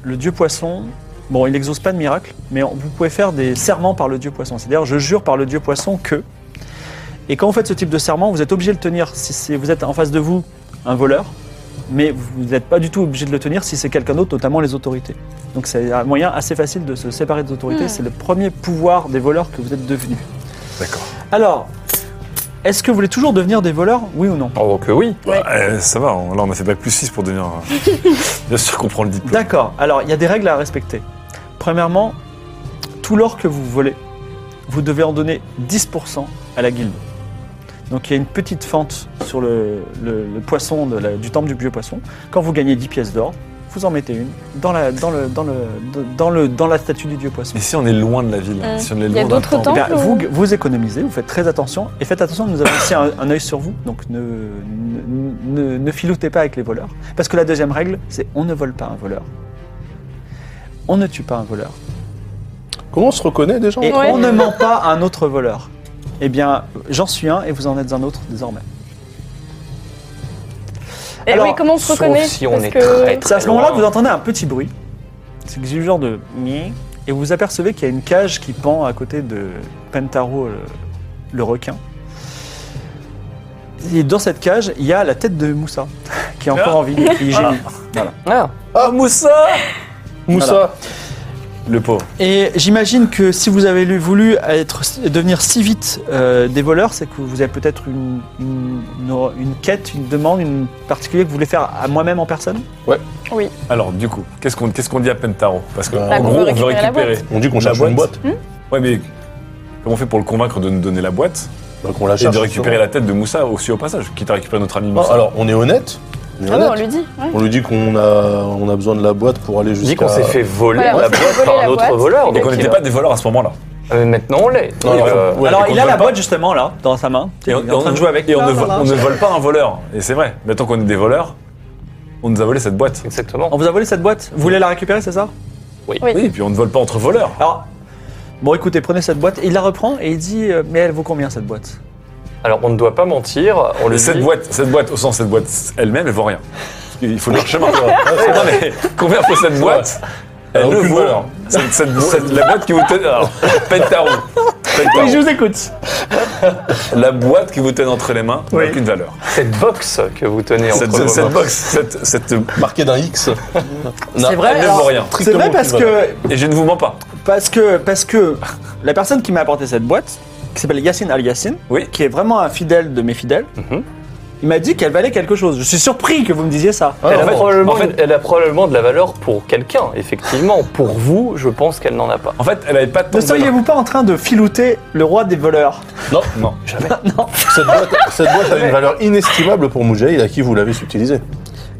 Speaker 1: le dieu poisson, bon il n'exauce pas de miracle, mais on- vous pouvez faire des serments par le dieu poisson. C'est-à-dire je jure par le dieu poisson que... Et quand vous faites ce type de serment, vous êtes obligé de le tenir, si, si vous êtes en face de vous un voleur, mais vous n'êtes pas du tout obligé de le tenir si c'est quelqu'un d'autre, notamment les autorités. Donc c'est un moyen assez facile de se séparer des autorités.
Speaker 4: Hmm.
Speaker 1: C'est le premier pouvoir des voleurs que vous êtes devenus.
Speaker 7: D'accord.
Speaker 1: Alors, est-ce que vous voulez toujours devenir des voleurs Oui ou non
Speaker 6: Oh, donc euh, oui
Speaker 7: bah, euh, ça va, on- là on a fait bac plus 6 pour devenir... euh, Bien sûr qu'on prend le diplôme.
Speaker 1: D'accord. Alors, il y a des règles à respecter. Premièrement, tout l'or que vous volez, vous devez en donner 10% à la guilde. Donc, il y a une petite fente sur le, le- le poisson de la- du temple du vieux poisson. Quand vous gagnez 10 pièces d'or, vous en mettez une dans la, dans le, dans le, dans le, dans la statue du dieu poisson.
Speaker 7: Mais si on est loin de la ville,
Speaker 4: Mm.
Speaker 7: si on est
Speaker 4: Il y a
Speaker 7: loin d'un
Speaker 4: d'autres
Speaker 1: Eh
Speaker 4: temps.
Speaker 1: bien,
Speaker 4: Temple ou-
Speaker 1: vous, vous économisez, vous faites très attention et faites attention, nous avons aussi un, un œil sur vous, donc ne, ne, ne- ne filotez pas avec les voleurs. Parce que la deuxième règle, c'est on ne vole pas un voleur. On ne tue pas un voleur.
Speaker 3: Comment on se reconnaît déjà
Speaker 1: Et
Speaker 4: Ouais.
Speaker 1: on ne ment pas à un autre voleur. Eh bien, j'en suis un et vous en êtes un autre désormais.
Speaker 4: Et
Speaker 1: Alors,
Speaker 4: oui, comment on se
Speaker 6: sauf
Speaker 4: reconnaît
Speaker 6: si on
Speaker 4: Parce
Speaker 6: est
Speaker 4: que-
Speaker 6: traître.
Speaker 1: C'est à ce
Speaker 6: Très
Speaker 1: moment-là que
Speaker 6: loin.
Speaker 1: vous entendez un petit bruit. C'est que j'ai eu genre de... Et vous vous apercevez qu'il y a une cage qui pend à côté de Pentaro, le, le requin. Et dans cette cage, il y a la tête de Moussa, qui est encore en vie. et qui gémit.
Speaker 6: Ah,
Speaker 7: Ah, Moussa
Speaker 3: Moussa,
Speaker 7: Le pauvre.
Speaker 1: Et j'imagine que si vous avez lu- voulu être, devenir si vite euh, des voleurs, c'est que vous avez peut-être une, une- une- une quête, une demande, une particulière que vous voulez faire à moi-même en personne
Speaker 7: Alors du coup, qu'est-ce qu'on qu'est-ce qu'on dit à Pentaro Parce que
Speaker 3: Bah,
Speaker 7: en
Speaker 3: qu'on
Speaker 7: gros,
Speaker 4: veut
Speaker 7: on veut
Speaker 4: récupérer la
Speaker 7: récupérer.
Speaker 3: on dit qu'on
Speaker 7: La
Speaker 3: cherche une boîte.
Speaker 7: Ouais, mais comment on fait pour le convaincre de nous donner la boîte
Speaker 3: Donc on Bah, la
Speaker 7: et
Speaker 3: cherche.
Speaker 7: de récérer la tête de Moussa aussi au passage, quitte à récupérer notre ami
Speaker 3: Non,
Speaker 7: Moussa
Speaker 3: alors on est honnête. On, est
Speaker 4: Ah oui,
Speaker 3: honnête.
Speaker 4: on lui dit. ouais.
Speaker 3: On lui dit qu'on a, on a besoin de la boîte pour aller
Speaker 6: je dis
Speaker 3: jusqu'à.
Speaker 6: qu'on s'est fait voler
Speaker 4: Voilà,
Speaker 6: la
Speaker 4: on s'est fait voler
Speaker 6: boîte par un
Speaker 4: la
Speaker 6: autre
Speaker 4: boîte.
Speaker 6: voleur.
Speaker 7: et
Speaker 6: donc
Speaker 7: qu'on
Speaker 6: il
Speaker 7: n'était
Speaker 6: a-
Speaker 7: pas des voleurs à ce moment-là.
Speaker 6: Euh, maintenant on l'est.
Speaker 3: Non,
Speaker 6: Et,
Speaker 3: alors,
Speaker 6: euh,
Speaker 3: ouais,
Speaker 1: Alors
Speaker 3: et qu'on
Speaker 1: il a
Speaker 3: vole
Speaker 1: la
Speaker 3: pas.
Speaker 1: boîte justement là, dans sa main. il
Speaker 7: Et
Speaker 1: est en train de jouer avec.
Speaker 7: et on
Speaker 1: Ah,
Speaker 7: ne,
Speaker 1: là,
Speaker 7: vole-
Speaker 1: là.
Speaker 7: on ne vole pas un voleur. Et c'est vrai. Mais tant qu'on est des voleurs, on nous a volé cette boîte.
Speaker 6: Exactement.
Speaker 1: On vous a volé cette boîte Vous voulez la récupérer, c'est ça
Speaker 7: Oui, et puis on ne vole pas entre voleurs.
Speaker 1: Alors, bon, écoutez, prenez cette boîte. Il la reprend et il dit euh, Mais elle vaut combien cette boîte
Speaker 6: Alors on ne doit pas mentir. On le
Speaker 7: Et cette
Speaker 6: dit.
Speaker 7: boîte, cette boîte, au sens cette boîte elle-même, elle vaut rien. Parce qu'il faut le chemin. non mais combien faut cette boîte Elle
Speaker 3: Elle a
Speaker 7: ne
Speaker 3: aucune
Speaker 7: vaut
Speaker 3: valeur.
Speaker 7: cette, cette bo- cette- la boîte qui vous tenait. Alors, Pentaro. Pentaro.
Speaker 1: vous écoute.
Speaker 7: La boîte qui vous tenait entre les mains n'a
Speaker 1: Oui.
Speaker 7: aucune valeur.
Speaker 6: Cette box que vous tenez
Speaker 7: Cette,
Speaker 6: entre vos
Speaker 7: cette
Speaker 6: mains.
Speaker 7: box, cette, cette-
Speaker 3: Marqué d'un X.
Speaker 1: C'est vrai,
Speaker 7: elle ne
Speaker 1: alors,
Speaker 7: vaut rien.
Speaker 1: C'est vrai parce que,
Speaker 7: Et je ne vous mens pas.
Speaker 1: parce que parce que la personne qui m'a apporté cette boîte, qui s'appelle Yacine Al Yacine,
Speaker 7: Oui.
Speaker 1: qui est vraiment un fidèle de mes fidèles, Il m'a dit qu'elle valait quelque chose. Je suis surpris que vous me disiez ça.
Speaker 3: Ah,
Speaker 6: elle,
Speaker 3: non,
Speaker 6: a probablement,
Speaker 7: en fait-
Speaker 6: elle a probablement de la valeur pour quelqu'un, effectivement. Pour vous, je pense qu'elle n'en a pas.
Speaker 7: En fait, elle avait pas tant
Speaker 1: Ne
Speaker 7: de valeur.
Speaker 1: seriez-vous pas en train de filouter le roi des voleurs
Speaker 3: Non, non, jamais. Cette boîte, cette boîte a une valeur inestimable pour Mujahid à qui vous l'avez subtilisée.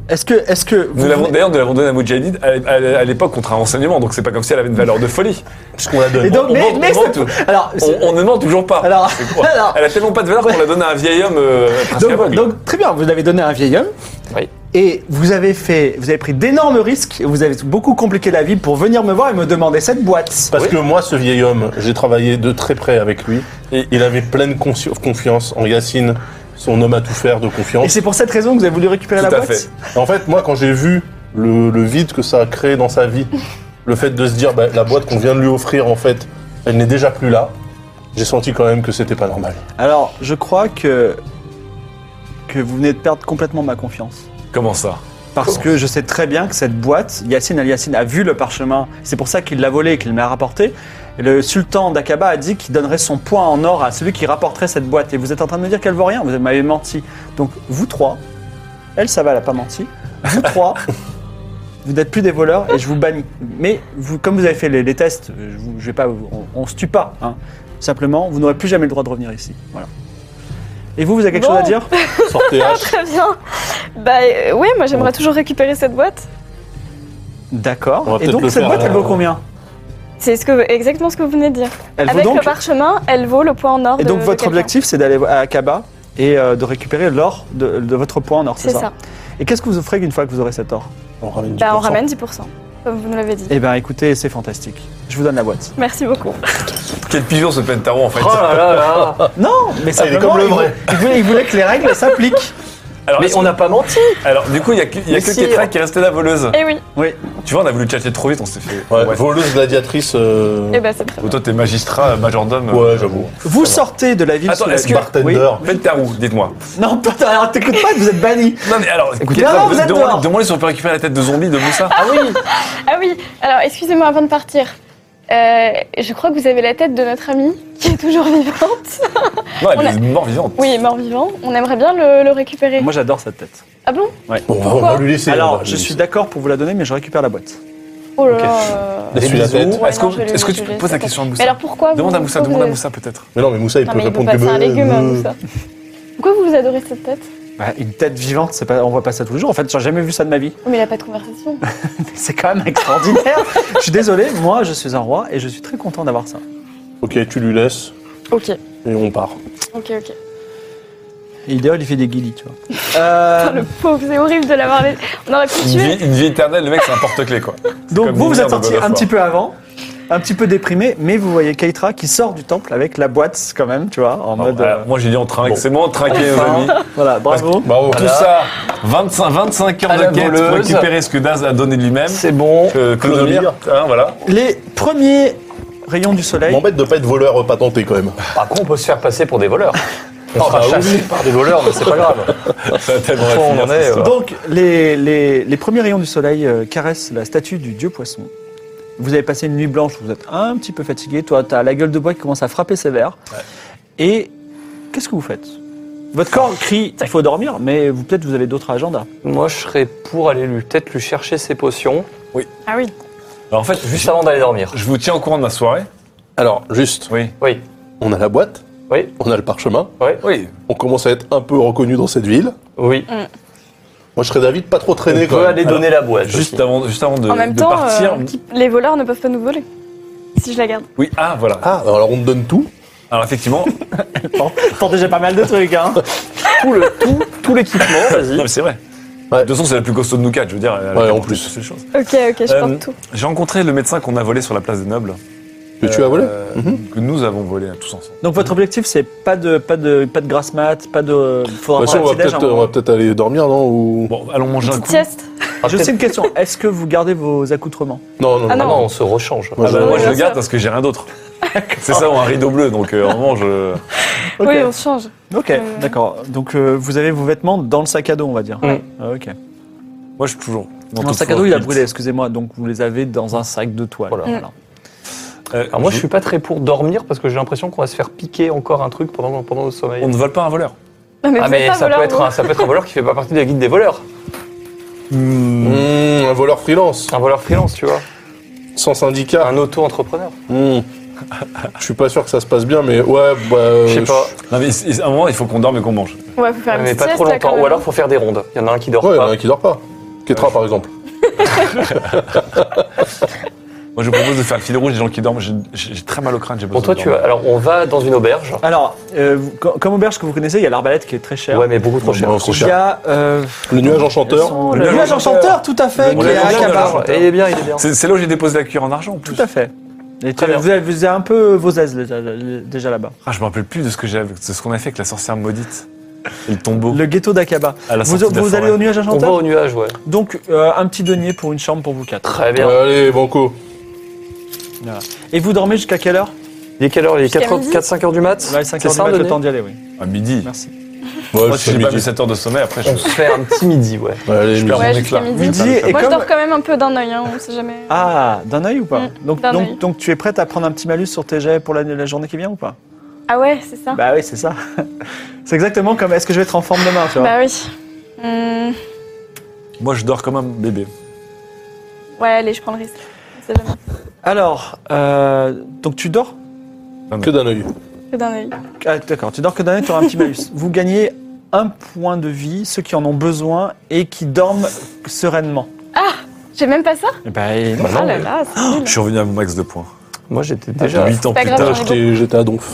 Speaker 1: Est-ce que, est-ce que vous
Speaker 7: Nous l'avons
Speaker 1: venez-
Speaker 7: d'ailleurs, nous l'avons donné à Moudjahid à, à- à l'époque contre un renseignement, donc c'est pas comme si elle avait une valeur de folie.
Speaker 3: Puisqu'on la donne.
Speaker 1: Et donc,
Speaker 7: on
Speaker 1: mais,
Speaker 7: vend-
Speaker 1: mais
Speaker 7: on vend
Speaker 1: ça-
Speaker 7: tout.
Speaker 1: alors, c'est-
Speaker 7: On, on ne ment toujours pas.
Speaker 1: alors,
Speaker 7: C'est quoi
Speaker 1: alors,
Speaker 7: Elle a tellement pas de valeur qu'on la donne à un vieil homme euh, presque
Speaker 1: donc,
Speaker 7: aveugle.
Speaker 1: donc, très bien, vous l'avez donné à un vieil homme.
Speaker 6: Oui.
Speaker 1: Et vous avez fait, vous avez pris d'énormes risques. et Vous avez beaucoup compliqué la vie pour venir me voir et me demander cette boîte.
Speaker 3: Parce que moi, ce vieil homme, j'ai travaillé de très près avec lui.
Speaker 7: Et-
Speaker 3: Et il avait pleine consci- confiance en Yacine, son homme à tout faire de
Speaker 1: Et
Speaker 3: confiance.
Speaker 1: c'est pour cette raison que vous avez voulu récupérer
Speaker 7: Tout
Speaker 1: la
Speaker 7: à
Speaker 1: boîte.
Speaker 7: fait.
Speaker 3: En fait, moi, quand j'ai vu le, le vide que ça a créé dans sa vie, le fait de se dire, bah, la boîte qu'on vient de lui offrir, en fait, elle n'est déjà plus là, j'ai senti quand même que c'était pas normal.
Speaker 1: Alors, je crois que que vous venez de perdre complètement ma confiance.
Speaker 7: Comment ça
Speaker 1: Parce que je sais très bien que cette boîte, Yacine Al Yacine a vu le parchemin. C'est pour ça qu'il l'a volé et qu'il me l'a rapporté. Et le sultan d'Aqaba a dit qu'il donnerait son poids en or à celui qui rapporterait cette boîte. Et vous êtes en train de me dire qu'elle vaut rien. Vous m'avez menti. Donc vous trois, elle, ça va, elle a pas menti. Vous trois, vous n'êtes plus des voleurs et je vous bannis. Mais vous, comme vous avez fait les, les tests, je, vous- je vais pas, vous- on, on se tue pas. hein. Simplement, vous n'aurez plus jamais le droit de revenir ici. Voilà. Et vous, vous avez quelque
Speaker 4: Bon.
Speaker 1: chose à dire
Speaker 3: Sortez H.
Speaker 4: Très bien. Bah euh, ouais, moi j'aimerais toujours récupérer cette boîte.
Speaker 3: On
Speaker 1: D'accord.
Speaker 3: va
Speaker 1: Et
Speaker 3: peut-être
Speaker 1: donc
Speaker 3: le
Speaker 1: cette
Speaker 3: faire,
Speaker 1: boîte, elle
Speaker 3: euh,
Speaker 1: vaut combien
Speaker 4: C'est ce que, exactement ce que vous venez de dire.
Speaker 1: Elle
Speaker 4: Avec
Speaker 1: vaut donc
Speaker 4: le parchemin, elle vaut le poids en or.
Speaker 1: Et
Speaker 4: de-
Speaker 1: donc
Speaker 4: de
Speaker 1: votre
Speaker 4: quelqu'un.
Speaker 1: objectif, c'est d'aller à Akaba et euh, de récupérer l'or de, de votre point en or, c'est
Speaker 4: C'est
Speaker 1: ça,
Speaker 4: ça.
Speaker 1: Et qu'est-ce que vous offrez une fois que vous aurez cet or
Speaker 3: On ramène
Speaker 4: Bah on
Speaker 3: 10%.
Speaker 4: ramène 10%, comme vous nous l'avez dit.
Speaker 1: Eh bien écoutez, c'est fantastique. Je vous donne la boîte.
Speaker 4: Merci beaucoup.
Speaker 7: Quel pigeon se plaît de tarot en fait
Speaker 6: Oh là là là
Speaker 1: Non, mais
Speaker 3: Ah, il est
Speaker 1: simplement,
Speaker 3: comme le
Speaker 1: il
Speaker 3: vrai.
Speaker 1: vou- Il voulait, il voulait que les règles s'appliquent.
Speaker 7: alors,
Speaker 6: Mais on n'a pas menti
Speaker 7: alors, du coup, il y a que, il y a
Speaker 6: Mais
Speaker 7: que
Speaker 6: si,
Speaker 7: Ketra
Speaker 6: hein.
Speaker 7: qui est restée la voleuse.
Speaker 4: Eh oui,
Speaker 7: Tu vois, on a voulu tchatcher trop vite, on s'est fait.
Speaker 3: Ouais,
Speaker 7: Ouais.
Speaker 3: Voleuse gladiatrice. euh,
Speaker 4: eh bah c'est très
Speaker 7: Ou toi, t'es magistrat, majordome. euh,
Speaker 3: Ouais, j'avoue.
Speaker 1: Vous sortez de la ville
Speaker 7: Attends,
Speaker 1: sous la-
Speaker 7: est-ce que-
Speaker 3: Bartender.
Speaker 1: Oui.
Speaker 7: Faites tarot, dites-moi.
Speaker 1: Non, putain, alors t'écoutes pas, vous êtes banni.
Speaker 7: Non, mais alors,
Speaker 1: Écoutez,
Speaker 7: Ketra,
Speaker 1: non, non, vous êtes
Speaker 7: demandez-
Speaker 1: dehors.
Speaker 7: Demandez si on peut récupérer la tête de zombie de Moussa.
Speaker 6: Ah oui
Speaker 4: Ah oui, alors excusez-moi avant de partir. Euh, je crois que vous avez la tête de notre amie qui est toujours vivante.
Speaker 7: Non, elle
Speaker 4: on
Speaker 7: est mort vivante.
Speaker 4: Oui, mort-vivant. On aimerait bien le, le récupérer.
Speaker 1: Moi j'adore cette tête.
Speaker 4: Ah bon
Speaker 3: Bon, on va- on va
Speaker 4: Pourquoi
Speaker 3: lui laisser. on
Speaker 1: Alors
Speaker 3: va
Speaker 1: je
Speaker 3: lui
Speaker 1: suis
Speaker 3: laisser.
Speaker 1: d'accord pour vous la donner, mais je récupère la boîte.
Speaker 4: Oh là là.
Speaker 3: Laisse-lui la
Speaker 7: Bisous.
Speaker 3: tête.
Speaker 7: Est-ce
Speaker 4: Ouais, non,
Speaker 7: que,
Speaker 4: je l'ai-
Speaker 7: est-ce que
Speaker 4: je
Speaker 7: tu
Speaker 4: l'ai-
Speaker 7: poses la question à
Speaker 4: Mais
Speaker 7: Moussa
Speaker 4: alors pourquoi
Speaker 7: Demande
Speaker 4: vous,
Speaker 7: à Moussa,
Speaker 4: pourquoi
Speaker 7: demande à
Speaker 4: vous-
Speaker 7: Moussa peut-être.
Speaker 3: Mais non, mais Moussa, il
Speaker 4: Non
Speaker 3: peut
Speaker 4: mais il peut
Speaker 3: répondre
Speaker 4: pas
Speaker 3: que.
Speaker 4: c'est un
Speaker 3: bah,
Speaker 4: légume, hein,
Speaker 3: euh,
Speaker 4: Moussa. Pourquoi vous vous adorez cette tête
Speaker 1: Bah, une tête vivante, c'est pas, on voit pas ça tous les jours. En fait, j'ai jamais vu ça de ma vie.
Speaker 4: Oh, Mais il a pas de conversation.
Speaker 1: C'est quand même extraordinaire. je suis désolé, moi je suis un roi et je suis très content d'avoir ça.
Speaker 3: Ok, tu lui laisses
Speaker 4: ok,
Speaker 3: et on part.
Speaker 4: ok, ok.
Speaker 1: Et idéal, il fait des guillis, tu vois. Euh,
Speaker 4: Ah, le pauvre, c'est horrible de l'avoir laissé. On aurait pu le
Speaker 7: Une
Speaker 4: tuer.
Speaker 7: vie, une vie éternelle, le mec, c'est un porte-clés quoi.
Speaker 1: donc
Speaker 7: comme
Speaker 1: vous, vous
Speaker 7: l'hiver
Speaker 1: êtes
Speaker 7: de
Speaker 1: sorti
Speaker 7: God of
Speaker 1: un
Speaker 7: War.
Speaker 1: petit peu avant, un petit peu déprimé, mais vous voyez Keitra qui sort du temple avec la boîte quand même, tu vois, en
Speaker 7: Bon,
Speaker 1: mode...
Speaker 7: alors,
Speaker 1: euh,
Speaker 7: moi j'ai dit on trinque, c'est bon, trinquez nos amis.
Speaker 1: voilà, bravo.
Speaker 3: Bravo.
Speaker 7: Tout ça, 25, 25
Speaker 6: À
Speaker 7: heures
Speaker 6: la
Speaker 7: de quête pour
Speaker 6: voleuse.
Speaker 7: récupérer ce que Daz a donné de lui-même.
Speaker 6: C'est Oh, bon.
Speaker 7: Euh, Clodomir, hein, voilà.
Speaker 1: Les premiers rayons du soleil...
Speaker 3: M'embête de pas être voleur euh, patenté quand même.
Speaker 6: Par contre, on peut se faire passer pour des voleurs. On
Speaker 3: Ah
Speaker 6: sera
Speaker 7: bah
Speaker 3: oui.
Speaker 6: chassé par des voleurs, mais c'est pas grave.
Speaker 7: Ça a tellement
Speaker 6: Où on
Speaker 7: finir,
Speaker 6: en est,
Speaker 7: cette histoire.
Speaker 1: Donc les, les, les premiers rayons du soleil euh, caressent la statue du dieu poisson. Vous avez passé une nuit blanche, vous êtes un petit peu fatigué, toi t'as la gueule de bois qui commence à frapper sévère. Et qu'est-ce que vous faites votre corps crie, il faut dormir, mais vous peut-être vous avez d'autres agendas.
Speaker 6: Moi, je serais pour aller lui peut-être lui chercher ses potions,
Speaker 4: Ah oui.
Speaker 6: euh.
Speaker 7: Alors, en fait,
Speaker 6: juste
Speaker 7: juste,
Speaker 6: avant d'aller dormir.
Speaker 7: je vous tiens au courant de ma soirée.
Speaker 3: Alors, juste,
Speaker 7: Oui.
Speaker 6: Oui,
Speaker 3: on a la boîte,
Speaker 6: oui,
Speaker 3: on a le parchemin,
Speaker 7: Oui.
Speaker 3: on commence à être un peu reconnu dans cette ville.
Speaker 4: Mmh.
Speaker 6: oui.
Speaker 3: Moi, je serais d'avis de pas trop traîner
Speaker 6: On
Speaker 3: quand
Speaker 6: peut
Speaker 3: même.
Speaker 6: aller donner la boîte.
Speaker 7: Juste
Speaker 6: aussi.
Speaker 7: avant, juste avant de,
Speaker 4: en même
Speaker 7: de
Speaker 4: temps,
Speaker 7: partir.
Speaker 4: euh, qui- les voleurs ne peuvent pas nous voler. Si je la garde.
Speaker 7: Oui, ah, voilà.
Speaker 3: Ah, alors on te donne tout.
Speaker 7: Alors, effectivement,
Speaker 1: T'as déjà pas mal de trucs, hein
Speaker 6: tout le tout, tout l'équipement, vas-y.
Speaker 7: non, mais c'est vrai.
Speaker 3: Ouais.
Speaker 7: De toute façon, c'est la plus costaud de nous quatre, je veux dire. elle a
Speaker 3: Ouais, en
Speaker 7: porté
Speaker 3: plus.
Speaker 7: toutes ces choses.
Speaker 4: Ok, ok, je
Speaker 7: Euh,
Speaker 4: porte tout.
Speaker 7: J'ai rencontré le médecin qu'on a volé sur la place des Nobles.
Speaker 3: Que tu as volé
Speaker 7: Euh, Que nous avons volé tous ensemble.
Speaker 1: Donc votre objectif c'est pas de pas de pas de grasse mat, pas de. Faudra
Speaker 3: Bah, si, on
Speaker 1: prendre un
Speaker 3: va
Speaker 1: petit déj,
Speaker 3: peut-être
Speaker 1: hein.
Speaker 3: on va peut-être aller dormir, non ou...
Speaker 7: Bon, allons manger un
Speaker 4: Petite
Speaker 7: coup.
Speaker 4: sieste.
Speaker 6: euh,
Speaker 1: Je sais une question. Est-ce que vous gardez vos accoutrements
Speaker 3: Non, non,
Speaker 4: Ah
Speaker 6: Ah
Speaker 4: non.
Speaker 6: non, on se rechange.
Speaker 3: Moi,
Speaker 7: Ah bah,
Speaker 3: je-
Speaker 7: moi,
Speaker 4: Oui,
Speaker 7: je le
Speaker 4: bien
Speaker 7: garde
Speaker 4: sûr.
Speaker 7: parce que j'ai rien d'autre. c'est ça, ou un rideau bleu, donc euh, en revanche. euh,
Speaker 1: Ok.
Speaker 4: Oui, on se change.
Speaker 1: Ok,
Speaker 4: Euh.
Speaker 1: d'accord. Donc euh, vous avez vos vêtements dans le sac à dos, on va dire. Ah, Ok.
Speaker 7: Moi, je suis toujours.
Speaker 1: Mon sac à dos, il a brûlé, excusez-moi. Donc, vous les avez dans un sac de toile.
Speaker 6: Voilà.
Speaker 1: Voilà.
Speaker 7: Euh,
Speaker 6: Alors moi, je suis pas très pour dormir parce que j'ai l'impression qu'on va se faire piquer encore un truc pendant pendant le sommeil.
Speaker 7: On ne vole pas un voleur.
Speaker 4: Non, mais,
Speaker 6: Ah,
Speaker 4: vous êtes
Speaker 6: mais
Speaker 4: pas
Speaker 6: ça peut,
Speaker 4: voleur,
Speaker 6: être
Speaker 4: vous.
Speaker 6: un, ça peut être un voleur qui fait pas partie de la guide des voleurs.
Speaker 3: Mmh, un voleur freelance,
Speaker 6: Un voleur freelance, tu vois.
Speaker 3: sans syndicat.
Speaker 6: Un auto-entrepreneur.
Speaker 3: Mmh. Je suis pas sûr que ça se passe bien, mais ouais, bah. euh,
Speaker 6: Je sais pas.
Speaker 7: Non, mais il- il- à un moment, il faut qu'on dorme et qu'on mange.
Speaker 4: On va vous faire une
Speaker 6: Mais
Speaker 4: petite
Speaker 6: pas trop
Speaker 4: sieste, là, quand
Speaker 6: longtemps.
Speaker 4: même.
Speaker 6: Ou alors, faut faire des rondes. Il y en a un qui dort
Speaker 3: Ouais, il y en a
Speaker 6: pas.
Speaker 3: un qui dort pas. Ketra, par exemple.
Speaker 7: Moi, je propose de faire le fil rouge des gens qui dorment. J'ai- J'ai j'ai très mal au crâne, j'ai besoin
Speaker 6: Bon, toi,
Speaker 7: de
Speaker 6: tu
Speaker 7: dormir.
Speaker 6: vas. Alors, on va dans une auberge.
Speaker 1: Alors, euh, vous- com- comme auberge que vous connaissez, il y a l'arbalète qui est très chère.
Speaker 6: Ouais, mais beaucoup trop cher.
Speaker 3: Non, trop
Speaker 1: Il y
Speaker 3: cher.
Speaker 1: a euh,
Speaker 3: Le nuage enchanteur.
Speaker 1: le village enchanteur, tout à fait,
Speaker 7: Le
Speaker 1: qui est à
Speaker 7: nuage
Speaker 1: Akabar.
Speaker 7: enchanteur.
Speaker 6: Et il est bien, il est bien.
Speaker 7: C'est c'est là où j'ai déposé la cuillère en argent en plus.
Speaker 1: Tout à fait. Et tu,
Speaker 6: Très bien.
Speaker 1: vous, avez, vous avez un peu vos aises déjà, déjà là-bas.
Speaker 7: Ah, je me rappelle plus de ce que j'ai- de ce qu'on a fait avec la sorcière maudite et le tombeau.
Speaker 1: Le ghetto d'Akaba.
Speaker 7: à la
Speaker 1: Vous,
Speaker 7: sortie de la
Speaker 1: vous allez
Speaker 7: forêt.
Speaker 1: au nuage
Speaker 6: On va
Speaker 1: enchanteur
Speaker 6: au nuage, ouais.
Speaker 1: Donc, euh, un petit denier pour une chambre pour vous quatre.
Speaker 6: Très bien.
Speaker 3: Allez, Banco.
Speaker 1: Et vous dormez jusqu'à quelle heure
Speaker 6: Il est quelle heure Il est
Speaker 4: Jusqu'à midi
Speaker 6: 4-5 heures du mat
Speaker 1: Ouais, 5
Speaker 6: C'est
Speaker 1: heures du
Speaker 6: ça,
Speaker 1: mat, le
Speaker 6: Denis
Speaker 1: temps d'y aller, oui.
Speaker 7: à midi.
Speaker 1: Merci.
Speaker 3: Ouais,
Speaker 7: Moi, si
Speaker 3: c'est
Speaker 7: j'ai pas vu
Speaker 3: midi.
Speaker 7: 7 heures de sommeil, après, je
Speaker 6: On se fait un petit midi, ouais.
Speaker 3: Allez,
Speaker 7: je
Speaker 3: midi.
Speaker 7: perds mon
Speaker 4: Ouais, jusqu'à
Speaker 7: éclat.
Speaker 4: midi.
Speaker 1: Midi et
Speaker 4: Moi, je
Speaker 1: comme...
Speaker 4: dors quand même un peu d'un œil, hein, on sait jamais.
Speaker 1: Ah, d'un œil ou pas
Speaker 4: Mm,
Speaker 1: donc,
Speaker 4: d'un
Speaker 1: donc,
Speaker 4: œil.
Speaker 1: donc tu es prête à prendre un petit malus sur tes jets pour la, la journée qui vient ou pas
Speaker 4: Ah ouais, c'est ça
Speaker 1: Bah oui, c'est ça. c'est exactement comme est-ce que je vais être en forme demain, tu vois
Speaker 4: Bah oui. Hum,
Speaker 7: Moi, je dors comme un bébé.
Speaker 4: Ouais, allez, je prends le risque. On sait jamais.
Speaker 1: Alors, euh, donc tu dors
Speaker 3: Que d'un œil.
Speaker 4: Que d'un œil.
Speaker 1: Ah, D'accord, tu dors que d'un œil, tu auras un petit malus. Vous gagnez un point de vie, ceux qui en ont besoin et qui dorment sereinement.
Speaker 4: J'ai même pas ça
Speaker 1: Eh ben,
Speaker 6: Bah
Speaker 4: Ah là là, c'est nul.
Speaker 7: Je suis revenu à mon max de points.
Speaker 6: Moi, j'étais déjà.
Speaker 7: 8 ans
Speaker 4: pas
Speaker 7: plus
Speaker 4: grave,
Speaker 7: tard.
Speaker 4: j'en ai
Speaker 3: J'étais j'étais à Donf.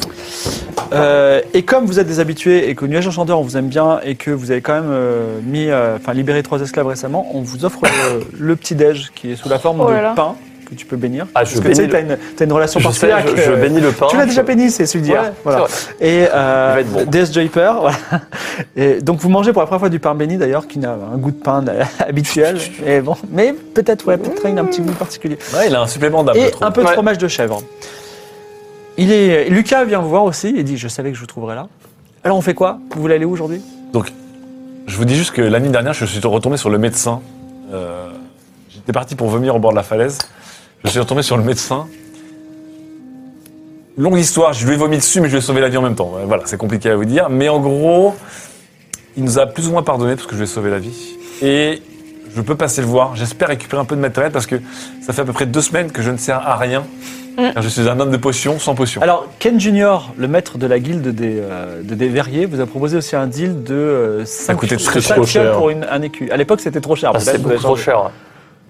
Speaker 1: Euh, et comme vous êtes des habitués et que Nuage Enchanteur, on vous aime bien et que vous avez quand même euh, mis, euh, enfin libéré trois esclaves récemment, on vous offre le, le petit déj qui est sous la forme
Speaker 4: Oh là
Speaker 1: de
Speaker 4: là.
Speaker 1: pain que tu peux bénir.
Speaker 6: Ah, je
Speaker 1: Parce que tu sais,
Speaker 6: bénis
Speaker 1: t'as une, t'as une relation
Speaker 6: Je, sais,
Speaker 1: particulière.
Speaker 6: je,
Speaker 1: avec,
Speaker 6: je
Speaker 1: euh,
Speaker 6: bénis le pain.
Speaker 1: tu l'as déjà
Speaker 6: je-
Speaker 1: béni, c'est celui d'hier.
Speaker 6: Ouais,
Speaker 1: voilà. Et
Speaker 6: Il va
Speaker 1: euh,
Speaker 6: être bon.
Speaker 1: Death Draper, voilà. Et donc vous mangez pour la première fois du pain béni d'ailleurs, qui n'a un goût de pain euh, habituel. Et bon, mais peut-être ouais, peut-être
Speaker 6: Mmh.
Speaker 1: il a un petit goût particulier.
Speaker 7: Ouais, il a un supplément d'âme. je
Speaker 1: Et
Speaker 7: trouve.
Speaker 1: un peu de
Speaker 6: Ouais.
Speaker 1: fromage de chèvre. Il est, Lucas vient vous voir aussi et dit Je savais que je vous trouverais là. Alors on fait quoi Vous voulez aller où aujourd'hui
Speaker 7: Je vous dis juste que l'année dernière, je suis retourné sur le médecin. Euh, J'étais parti pour vomir au bord de la falaise. Je suis retourné sur le médecin. Longue histoire, je lui ai vomi dessus, mais je lui ai sauvé la vie en même temps. Voilà, c'est compliqué à vous dire. Mais en gros, il nous a plus ou moins pardonné parce que je lui ai sauvé la vie. Et je peux passer le voir. J'espère récupérer un peu de matériel parce que ça fait à peu près deux semaines que je ne sers à rien. Car je suis un homme de potions sans potions.
Speaker 1: Mm. Alors Ken Junior, le maître de la guilde des, euh, de- des verriers, vous a proposé aussi un deal de euh, cinq-
Speaker 7: coûtait
Speaker 3: très,
Speaker 1: cinq
Speaker 3: trop
Speaker 1: fioles
Speaker 3: cher.
Speaker 1: pour une- un écu. À l'époque c'était trop cher.
Speaker 6: Ah,
Speaker 1: peut-être,
Speaker 6: c'est
Speaker 1: vous
Speaker 6: beaucoup
Speaker 1: avez
Speaker 6: trop
Speaker 1: changé.
Speaker 6: cher. ouais.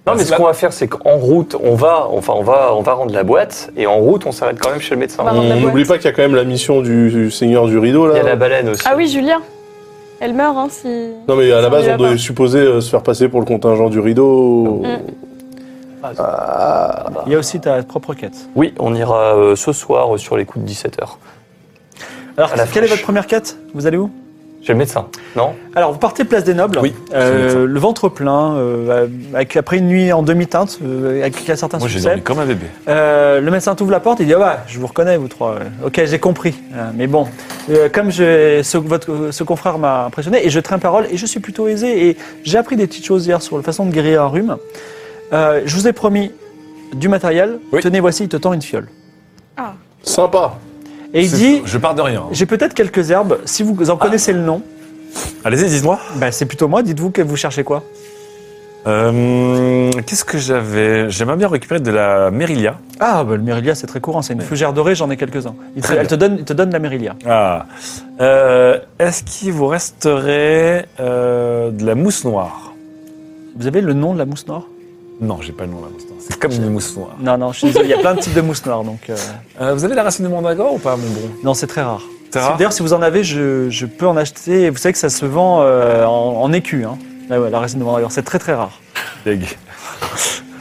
Speaker 6: Non, mais ce qu'on va faire, c'est qu'en route, on va, enfin, on va, on va rendre la boîte, et en route, on s'arrête quand même chez le médecin.
Speaker 4: On va rendre la
Speaker 3: On
Speaker 4: boîte.
Speaker 3: Hmm, n'oublie pas qu'il y a quand même la mission du, du seigneur du rideau
Speaker 6: Il y
Speaker 3: là.
Speaker 6: a la baleine aussi.
Speaker 4: Ah oui, Julien. Elle meurt, hein, si.
Speaker 3: Non mais à la base
Speaker 4: Là-bas.
Speaker 3: on devait supposer euh, se faire passer pour le contingent du rideau.
Speaker 4: Mm.
Speaker 1: Il y a aussi ta propre quête.
Speaker 6: Oui, on ira euh, ce soir euh, sur les coups de 17h.
Speaker 1: Alors
Speaker 6: À la
Speaker 1: quelle est
Speaker 6: flèche.
Speaker 1: votre première quête Vous allez où
Speaker 6: Chez le médecin, non
Speaker 1: Alors, vous partez place des Nobles.
Speaker 7: Oui,
Speaker 1: Euh,
Speaker 7: c'est ça.
Speaker 1: le ventre plein, euh, avec- après une nuit en demi-teinte, euh, avec un certain
Speaker 7: Moi, j'ai
Speaker 1: succès.
Speaker 7: dormi comme un bébé.
Speaker 1: Euh, le médecin t'ouvre la porte, il dit ah ouais, je vous reconnais vous trois. Euh, Ok, j'ai compris. Euh, mais bon, euh, comme je, ce, votre, ce confrère m'a impressionné et je traîne parole et je suis plutôt aisé et j'ai appris des petites choses hier sur la façon de guérir un rhume. Euh, je vous ai promis du matériel.
Speaker 7: Oui.
Speaker 1: Tenez, voici, il te tend une fiole.
Speaker 3: Sympa.
Speaker 1: Et il
Speaker 7: C'est-
Speaker 1: dit
Speaker 7: Je Ah. pars de rien. hein.
Speaker 1: j'ai peut-être quelques herbes. Si vous en connaissez le nom,
Speaker 7: Allez-y, dites-moi.
Speaker 1: bah, c'est plutôt moi. Dites-vous que vous cherchez quoi
Speaker 7: Euh, qu'est-ce que j'avais J'aimerais bien récupérer de la Mérilia.
Speaker 1: Ah, bah, le Mérilia, c'est très courant. C'est une fougère dorée, j'en ai quelques-uns. Il te,
Speaker 7: Très
Speaker 1: elle te donne, il te donne la Mérilia.
Speaker 7: Ah. Euh, Est-ce qu'il vous resterait euh, de la mousse noire
Speaker 1: Vous avez le nom de la mousse noire
Speaker 7: Non, j'ai pas le nom de la mousse noire. C'est comme une mousse noire.
Speaker 1: Non, non, je suis désolé. Il y a plein de types de mousse noire, donc. euh,
Speaker 7: Euh, vous avez la racine de mandragore ou pas, mon bon
Speaker 1: Non, c'est très rare.
Speaker 7: C'est
Speaker 1: Si-
Speaker 7: rare
Speaker 1: D'ailleurs, si vous en avez, je, je peux en acheter. Vous savez que ça se vend euh, en, en écu. Hein. Là, ouais, la racine de mandragore, c'est très très rare.
Speaker 7: Deg.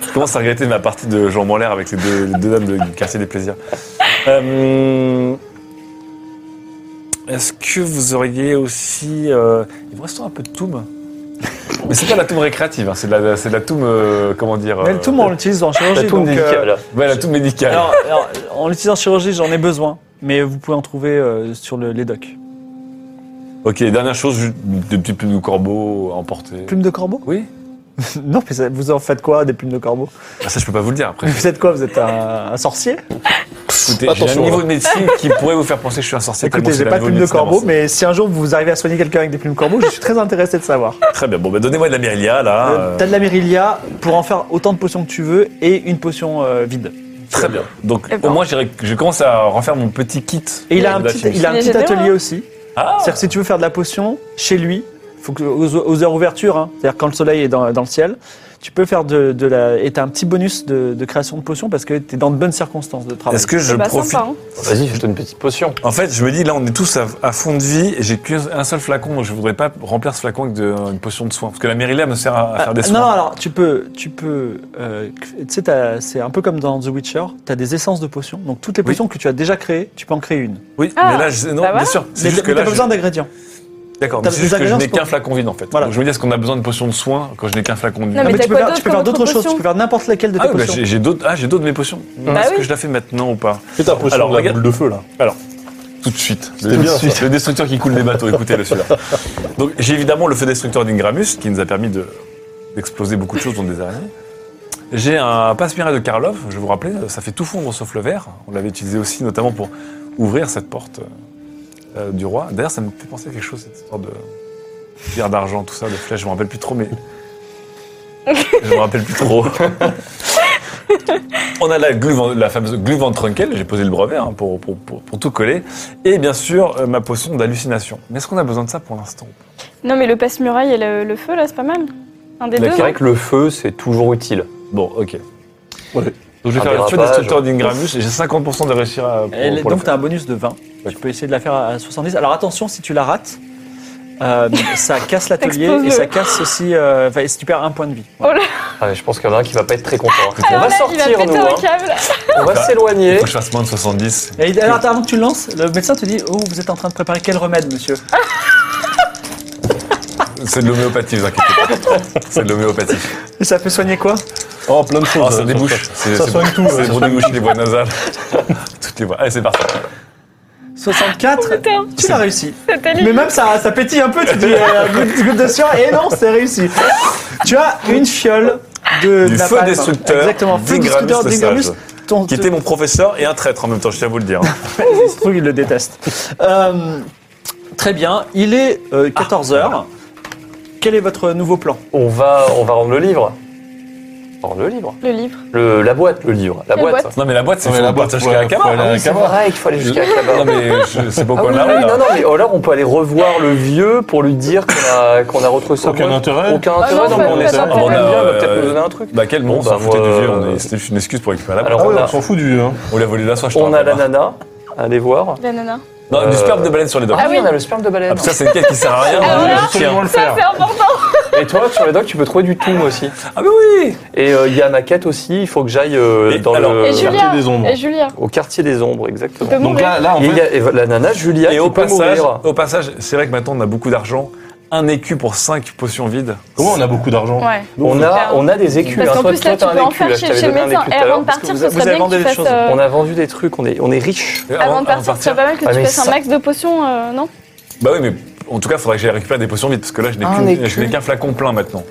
Speaker 7: Je commence à regretter ma partie de Jean Moller avec les deux, les deux dames de- du quartier des plaisirs. Euh, Est-ce que vous auriez aussi. euh, il vous reste un peu de toum Mais c'est pas la toum récréative, hein, c'est de la, c'est de la toum. euh, comment dire
Speaker 1: Mais le
Speaker 7: euh,
Speaker 1: tout, on l'utilise en chirurgie.
Speaker 6: La toux
Speaker 1: donc, euh,
Speaker 6: médicale.
Speaker 7: Ouais, la toum médicale.
Speaker 1: alors, alors, en l'utilisant en chirurgie, j'en ai besoin. Mais vous pouvez en trouver euh, sur le- les docks.
Speaker 7: Ok, dernière chose, juste des petites plumes de corbeau à emporter.
Speaker 1: Plume de corbeau
Speaker 7: Oui
Speaker 1: non, mais ça- vous en faites quoi des plumes de corbeau
Speaker 7: Ah, ça, je peux pas vous le dire après.
Speaker 1: Vous êtes quoi Vous êtes un, un sorcier
Speaker 7: Écoutez, j'ai un
Speaker 3: Attention,
Speaker 7: niveau
Speaker 3: là.
Speaker 7: de médecine qui pourrait vous faire penser que je suis un sorcier.
Speaker 1: hein. Écoutez, j'ai pas de plumes de corbeau, mais si un jour vous arrivez à soigner quelqu'un avec des plumes de corbeau, je suis très intéressé de savoir.
Speaker 7: Très bien, bon, bah, donnez-moi de la Myrilia, là.
Speaker 1: Euh,
Speaker 7: euh,
Speaker 1: T'as de la mérilia pour en faire autant de potions que tu veux et une potion euh, vide.
Speaker 7: très bien. Donc,
Speaker 4: Eh ben.
Speaker 7: au moins, j'irai- je commence à refaire mon petit kit.
Speaker 1: Et il a un
Speaker 7: de la
Speaker 1: petit,
Speaker 7: chimie.
Speaker 1: il a un
Speaker 4: Il est
Speaker 1: petit
Speaker 4: généreux,
Speaker 1: atelier
Speaker 4: hein.
Speaker 1: aussi.
Speaker 7: Ah,
Speaker 1: C'est-à-dire que si tu veux faire de la potion chez lui, faut que aux, aux heures ouvertures, hein, c'est-à-dire quand le soleil est dans, dans le ciel, tu peux faire de, de la et t'as un petit bonus de, de création de potions parce que t'es dans de bonnes circonstances de travail.
Speaker 7: est-ce que je
Speaker 4: C'est pas
Speaker 7: profite
Speaker 4: sympa, hein.
Speaker 6: Vas-y, je te donne une petite potion.
Speaker 7: En fait, je me dis, là, on est tous à, à fond de vie et j'ai qu'un seul flacon, donc je voudrais pas remplir ce flacon avec de- euh, une potion de soin. Parce que la Myrilia me sert à, à faire des
Speaker 1: Ah,
Speaker 7: soins.
Speaker 1: non, non, alors tu peux, tu peux, euh, tu sais, t'as- c'est un peu comme dans The Witcher, t'as des essences de potions, donc toutes les
Speaker 7: Oui.
Speaker 1: potions que tu as déjà créées, tu peux en créer une.
Speaker 7: Oui,
Speaker 4: Ah,
Speaker 7: mais là, je, non,
Speaker 4: bah voilà.
Speaker 7: bien sûr. C'est
Speaker 1: Mais
Speaker 7: juste
Speaker 1: t'as
Speaker 7: que
Speaker 1: mais
Speaker 7: là,
Speaker 1: t'as
Speaker 7: je-
Speaker 1: besoin
Speaker 4: Ah,
Speaker 1: d'ingrédients.
Speaker 7: d'accord,
Speaker 1: t'as
Speaker 7: mais c'est juste
Speaker 1: des
Speaker 7: que je n'ai
Speaker 1: ingrédients
Speaker 7: qu'un flacon vide, en fait.
Speaker 1: Voilà.
Speaker 7: Donc, je me dis, est-ce qu'on a besoin de potions de soin quand je n'ai qu'un flacon vide
Speaker 4: Non, mais
Speaker 1: Ah, mais tu
Speaker 4: t'as
Speaker 1: peux
Speaker 4: quoi
Speaker 1: faire,
Speaker 4: d'autre
Speaker 1: tu peux faire
Speaker 4: comme
Speaker 1: d'autres
Speaker 4: autre
Speaker 1: choses, tu
Speaker 4: potion
Speaker 1: peux faire n'importe laquelle de
Speaker 7: Ah
Speaker 1: tes
Speaker 7: oui, bah,
Speaker 1: potions. Ah
Speaker 7: j'ai j'ai d'autres ah, j'ai d'autres de mes potions.
Speaker 4: Bah
Speaker 7: Est-ce
Speaker 4: oui.
Speaker 7: que je la fais maintenant ou pas
Speaker 3: Fais ta potion
Speaker 7: Alors,
Speaker 3: de la
Speaker 7: regarde-
Speaker 3: boule de feu, là.
Speaker 7: Tout de suite.
Speaker 3: C'était bien, ça.
Speaker 7: Le destructeur qui coule des bateaux, écoutez-le celui-là. Donc j'ai évidemment le feu destructeur d'Ingramus qui nous a permis de- d'exploser beaucoup de choses dans des araignées. J'ai un passe-miracle de Karlov, je vous rappelais, ça fait tout fondre sauf le verre. On l'avait utilisé aussi notamment pour ouvrir cette porte euh, du roi. D'ailleurs, ça me fait penser à quelque chose, cette histoire de pierre d'argent, tout ça, de flèche, je me rappelle plus trop, mais. je me rappelle plus trop. On a la, glu, la fameuse glu Van Trunkel, j'ai posé le brevet hein, pour, pour- pour- pour tout coller. Et bien sûr, euh, ma potion d'hallucination. Mais est-ce qu'on a besoin de ça pour l'instant
Speaker 4: Non, mais le passe-muraille et le, le feu, là, c'est pas mal. Un des deux.
Speaker 6: C'est vrai
Speaker 4: non
Speaker 6: que le feu, c'est toujours utile.
Speaker 7: Bon, ok.
Speaker 3: Ouais.
Speaker 7: Donc je vais
Speaker 6: Un
Speaker 7: faire le feu
Speaker 6: dérapage.
Speaker 7: destructeur d'Ingramus et j'ai 50% de réussir à. Pour,
Speaker 1: Elle-
Speaker 7: pour le
Speaker 1: donc tu as un bonus de 20. Tu peux essayer de la faire à 70. Alors attention, si tu la rates, euh, ça casse l'atelier et
Speaker 4: Explose-le.
Speaker 1: ça casse aussi. euh, Enfin, si tu perds un point de vie.
Speaker 4: Oh,
Speaker 6: Ah, je pense qu'il y en a un qui va pas être très content. hein. on
Speaker 4: Alors
Speaker 6: va
Speaker 4: là, Ah, il va
Speaker 6: sortir,
Speaker 4: péter
Speaker 6: nous.
Speaker 4: un
Speaker 6: hein.
Speaker 4: câble.
Speaker 6: On va s'éloigner.
Speaker 7: Faut que je fasse moins de 70.
Speaker 1: Et alors, attends, avant que tu le lances, le médecin te dit Oh, vous êtes en train de préparer quel remède, monsieur
Speaker 7: C'est de l'homéopathie, vous inquiétez pas. C'est de l'homéopathie.
Speaker 1: Et ça fait soigner quoi
Speaker 3: Oh, plein de choses.
Speaker 7: Oh, ça
Speaker 3: euh,
Speaker 7: débouche. C'est-
Speaker 3: Ça
Speaker 7: c'est
Speaker 3: soigne
Speaker 7: bon.
Speaker 3: tout,
Speaker 7: C'est
Speaker 3: ça
Speaker 7: pour déboucher les voies nasales. Toutes les voies. Allez, c'est parti.
Speaker 1: 64
Speaker 4: Oh, Putain,
Speaker 1: Tu l'as réussi.
Speaker 4: c'était lui.
Speaker 1: Mais même ça, ça pétille un peu, tu dis euh, goutte, goutte de sueur, et non, c'est réussi. Tu as une fiole de
Speaker 7: Du feu
Speaker 1: napalm.
Speaker 7: destructeur
Speaker 1: Exactement, feu
Speaker 7: d'Ingramus
Speaker 1: destructeur
Speaker 7: le
Speaker 1: d'Ingramus.
Speaker 7: sage,
Speaker 1: Ton-
Speaker 7: Qui était mon professeur et un traître en même temps, je tiens à vous le dire.
Speaker 1: Il se trouve qu'il le déteste. Euh, très bien, il est
Speaker 7: Ah.
Speaker 1: 14h. Quel est votre nouveau plan
Speaker 6: On va, on va rendre le livre. Rendre le livre.
Speaker 4: Le livre.
Speaker 6: Le- la boîte, le livre. La
Speaker 4: Quelle
Speaker 6: boîte.
Speaker 4: boîte
Speaker 7: Non, mais la boîte, c'est
Speaker 3: Ouais,
Speaker 7: faut
Speaker 3: la
Speaker 7: la
Speaker 3: boîte,
Speaker 7: partage
Speaker 3: ouais,
Speaker 7: qu'à la
Speaker 3: faut aller à
Speaker 7: caméra.
Speaker 3: la
Speaker 6: Ah C'est vrai qu'il faut aller jusqu'à Akaba.
Speaker 7: Non, mais je- c'est pas
Speaker 6: Ah
Speaker 7: qu'on
Speaker 6: oui,
Speaker 7: a.
Speaker 6: oui,
Speaker 7: là.
Speaker 6: non, non, mais alors on peut aller revoir le vieux pour lui dire qu'on a, qu'on a retrouvé ça.
Speaker 3: Aucun intérêt.
Speaker 6: Aucun
Speaker 4: Ah
Speaker 6: intérêt,
Speaker 4: non,
Speaker 6: donc
Speaker 4: pas-
Speaker 6: on
Speaker 4: pas
Speaker 6: est ça.
Speaker 4: d'intérêt.
Speaker 6: On aime bien, on va
Speaker 7: Euh,
Speaker 6: peut-être nous donner un truc.
Speaker 7: Bah quel bon,
Speaker 6: Bon,
Speaker 7: on s'en
Speaker 6: bah,
Speaker 7: foutait du
Speaker 6: moi,
Speaker 7: vieux, on est-
Speaker 6: euh,
Speaker 7: c'était juste une excuse pour récupérer la
Speaker 6: Alors,
Speaker 3: Ah
Speaker 7: boîte.
Speaker 3: ouais,
Speaker 6: on a-
Speaker 3: on s'en fout du. Hein.
Speaker 7: On lui a volé la soie, je te
Speaker 6: On a
Speaker 7: rappelle. hein.
Speaker 6: l'ananas, allez voir.
Speaker 4: La nana.
Speaker 7: Non,
Speaker 6: Euh,
Speaker 7: du sperme de baleine sur les doigts.
Speaker 4: Ah oui.
Speaker 6: on a le sperme de
Speaker 7: Ah,
Speaker 6: baleine.
Speaker 7: parce que ça c'est une quête qui sert à rien, hein,
Speaker 4: Ah,
Speaker 7: on
Speaker 4: voilà.
Speaker 7: a juste rien.
Speaker 4: Ça, c'est important.
Speaker 6: Et toi, sur les docks, tu peux trouver du thym aussi.
Speaker 7: Ah mais oui
Speaker 6: Et euh, il y a ma quête aussi, il faut que j'aille euh,
Speaker 7: Et
Speaker 6: dans
Speaker 7: alors-
Speaker 6: le
Speaker 4: Et Julia.
Speaker 3: des ombres.
Speaker 4: Et Julia.
Speaker 6: au quartier des ombres, exactement.
Speaker 4: peut
Speaker 3: Donc
Speaker 4: mourir.
Speaker 3: là, là, en
Speaker 6: Et il y
Speaker 3: fait,
Speaker 6: a et l'ananas Julia
Speaker 7: Et
Speaker 6: qui
Speaker 7: au
Speaker 6: peut
Speaker 7: passage,
Speaker 6: mourir.
Speaker 7: au passage, c'est vrai que maintenant on a beaucoup d'argent. Un écu pour 5 potions vides.
Speaker 3: comment on a beaucoup d'argent
Speaker 4: Ouais.
Speaker 6: On a, on a des écus.
Speaker 4: Parce
Speaker 6: hein.
Speaker 4: qu'en
Speaker 6: Toi-
Speaker 4: plus,
Speaker 6: toi,
Speaker 4: là, tu
Speaker 6: t'as un
Speaker 4: peux en
Speaker 6: écu, là,
Speaker 4: faire
Speaker 6: je
Speaker 4: chez hein. Eh,
Speaker 6: t'avais
Speaker 4: chez le
Speaker 6: donné un
Speaker 4: médecin. Et
Speaker 6: écu tout à l'heure.
Speaker 4: avant de partir,
Speaker 1: vous-
Speaker 4: ce
Speaker 1: vous avez
Speaker 4: serait bien que
Speaker 1: vendu
Speaker 4: tu
Speaker 1: des
Speaker 4: fasses.
Speaker 1: choses.
Speaker 4: euh,
Speaker 6: On a vendu des trucs, on est, on est riche.
Speaker 7: Et
Speaker 4: Ah, Avant de partir, ce serait pas mal que
Speaker 6: Ah,
Speaker 4: tu
Speaker 6: mais
Speaker 4: fasses un
Speaker 6: ça-
Speaker 4: max de potions, euh, non
Speaker 7: Bah oui, mais en tout cas, il faudrait que j'aille récupérer des potions vides, parce que là, je n'ai
Speaker 6: Un
Speaker 7: qu'une-
Speaker 6: écu.
Speaker 7: je n'ai qu'un flacon plein maintenant.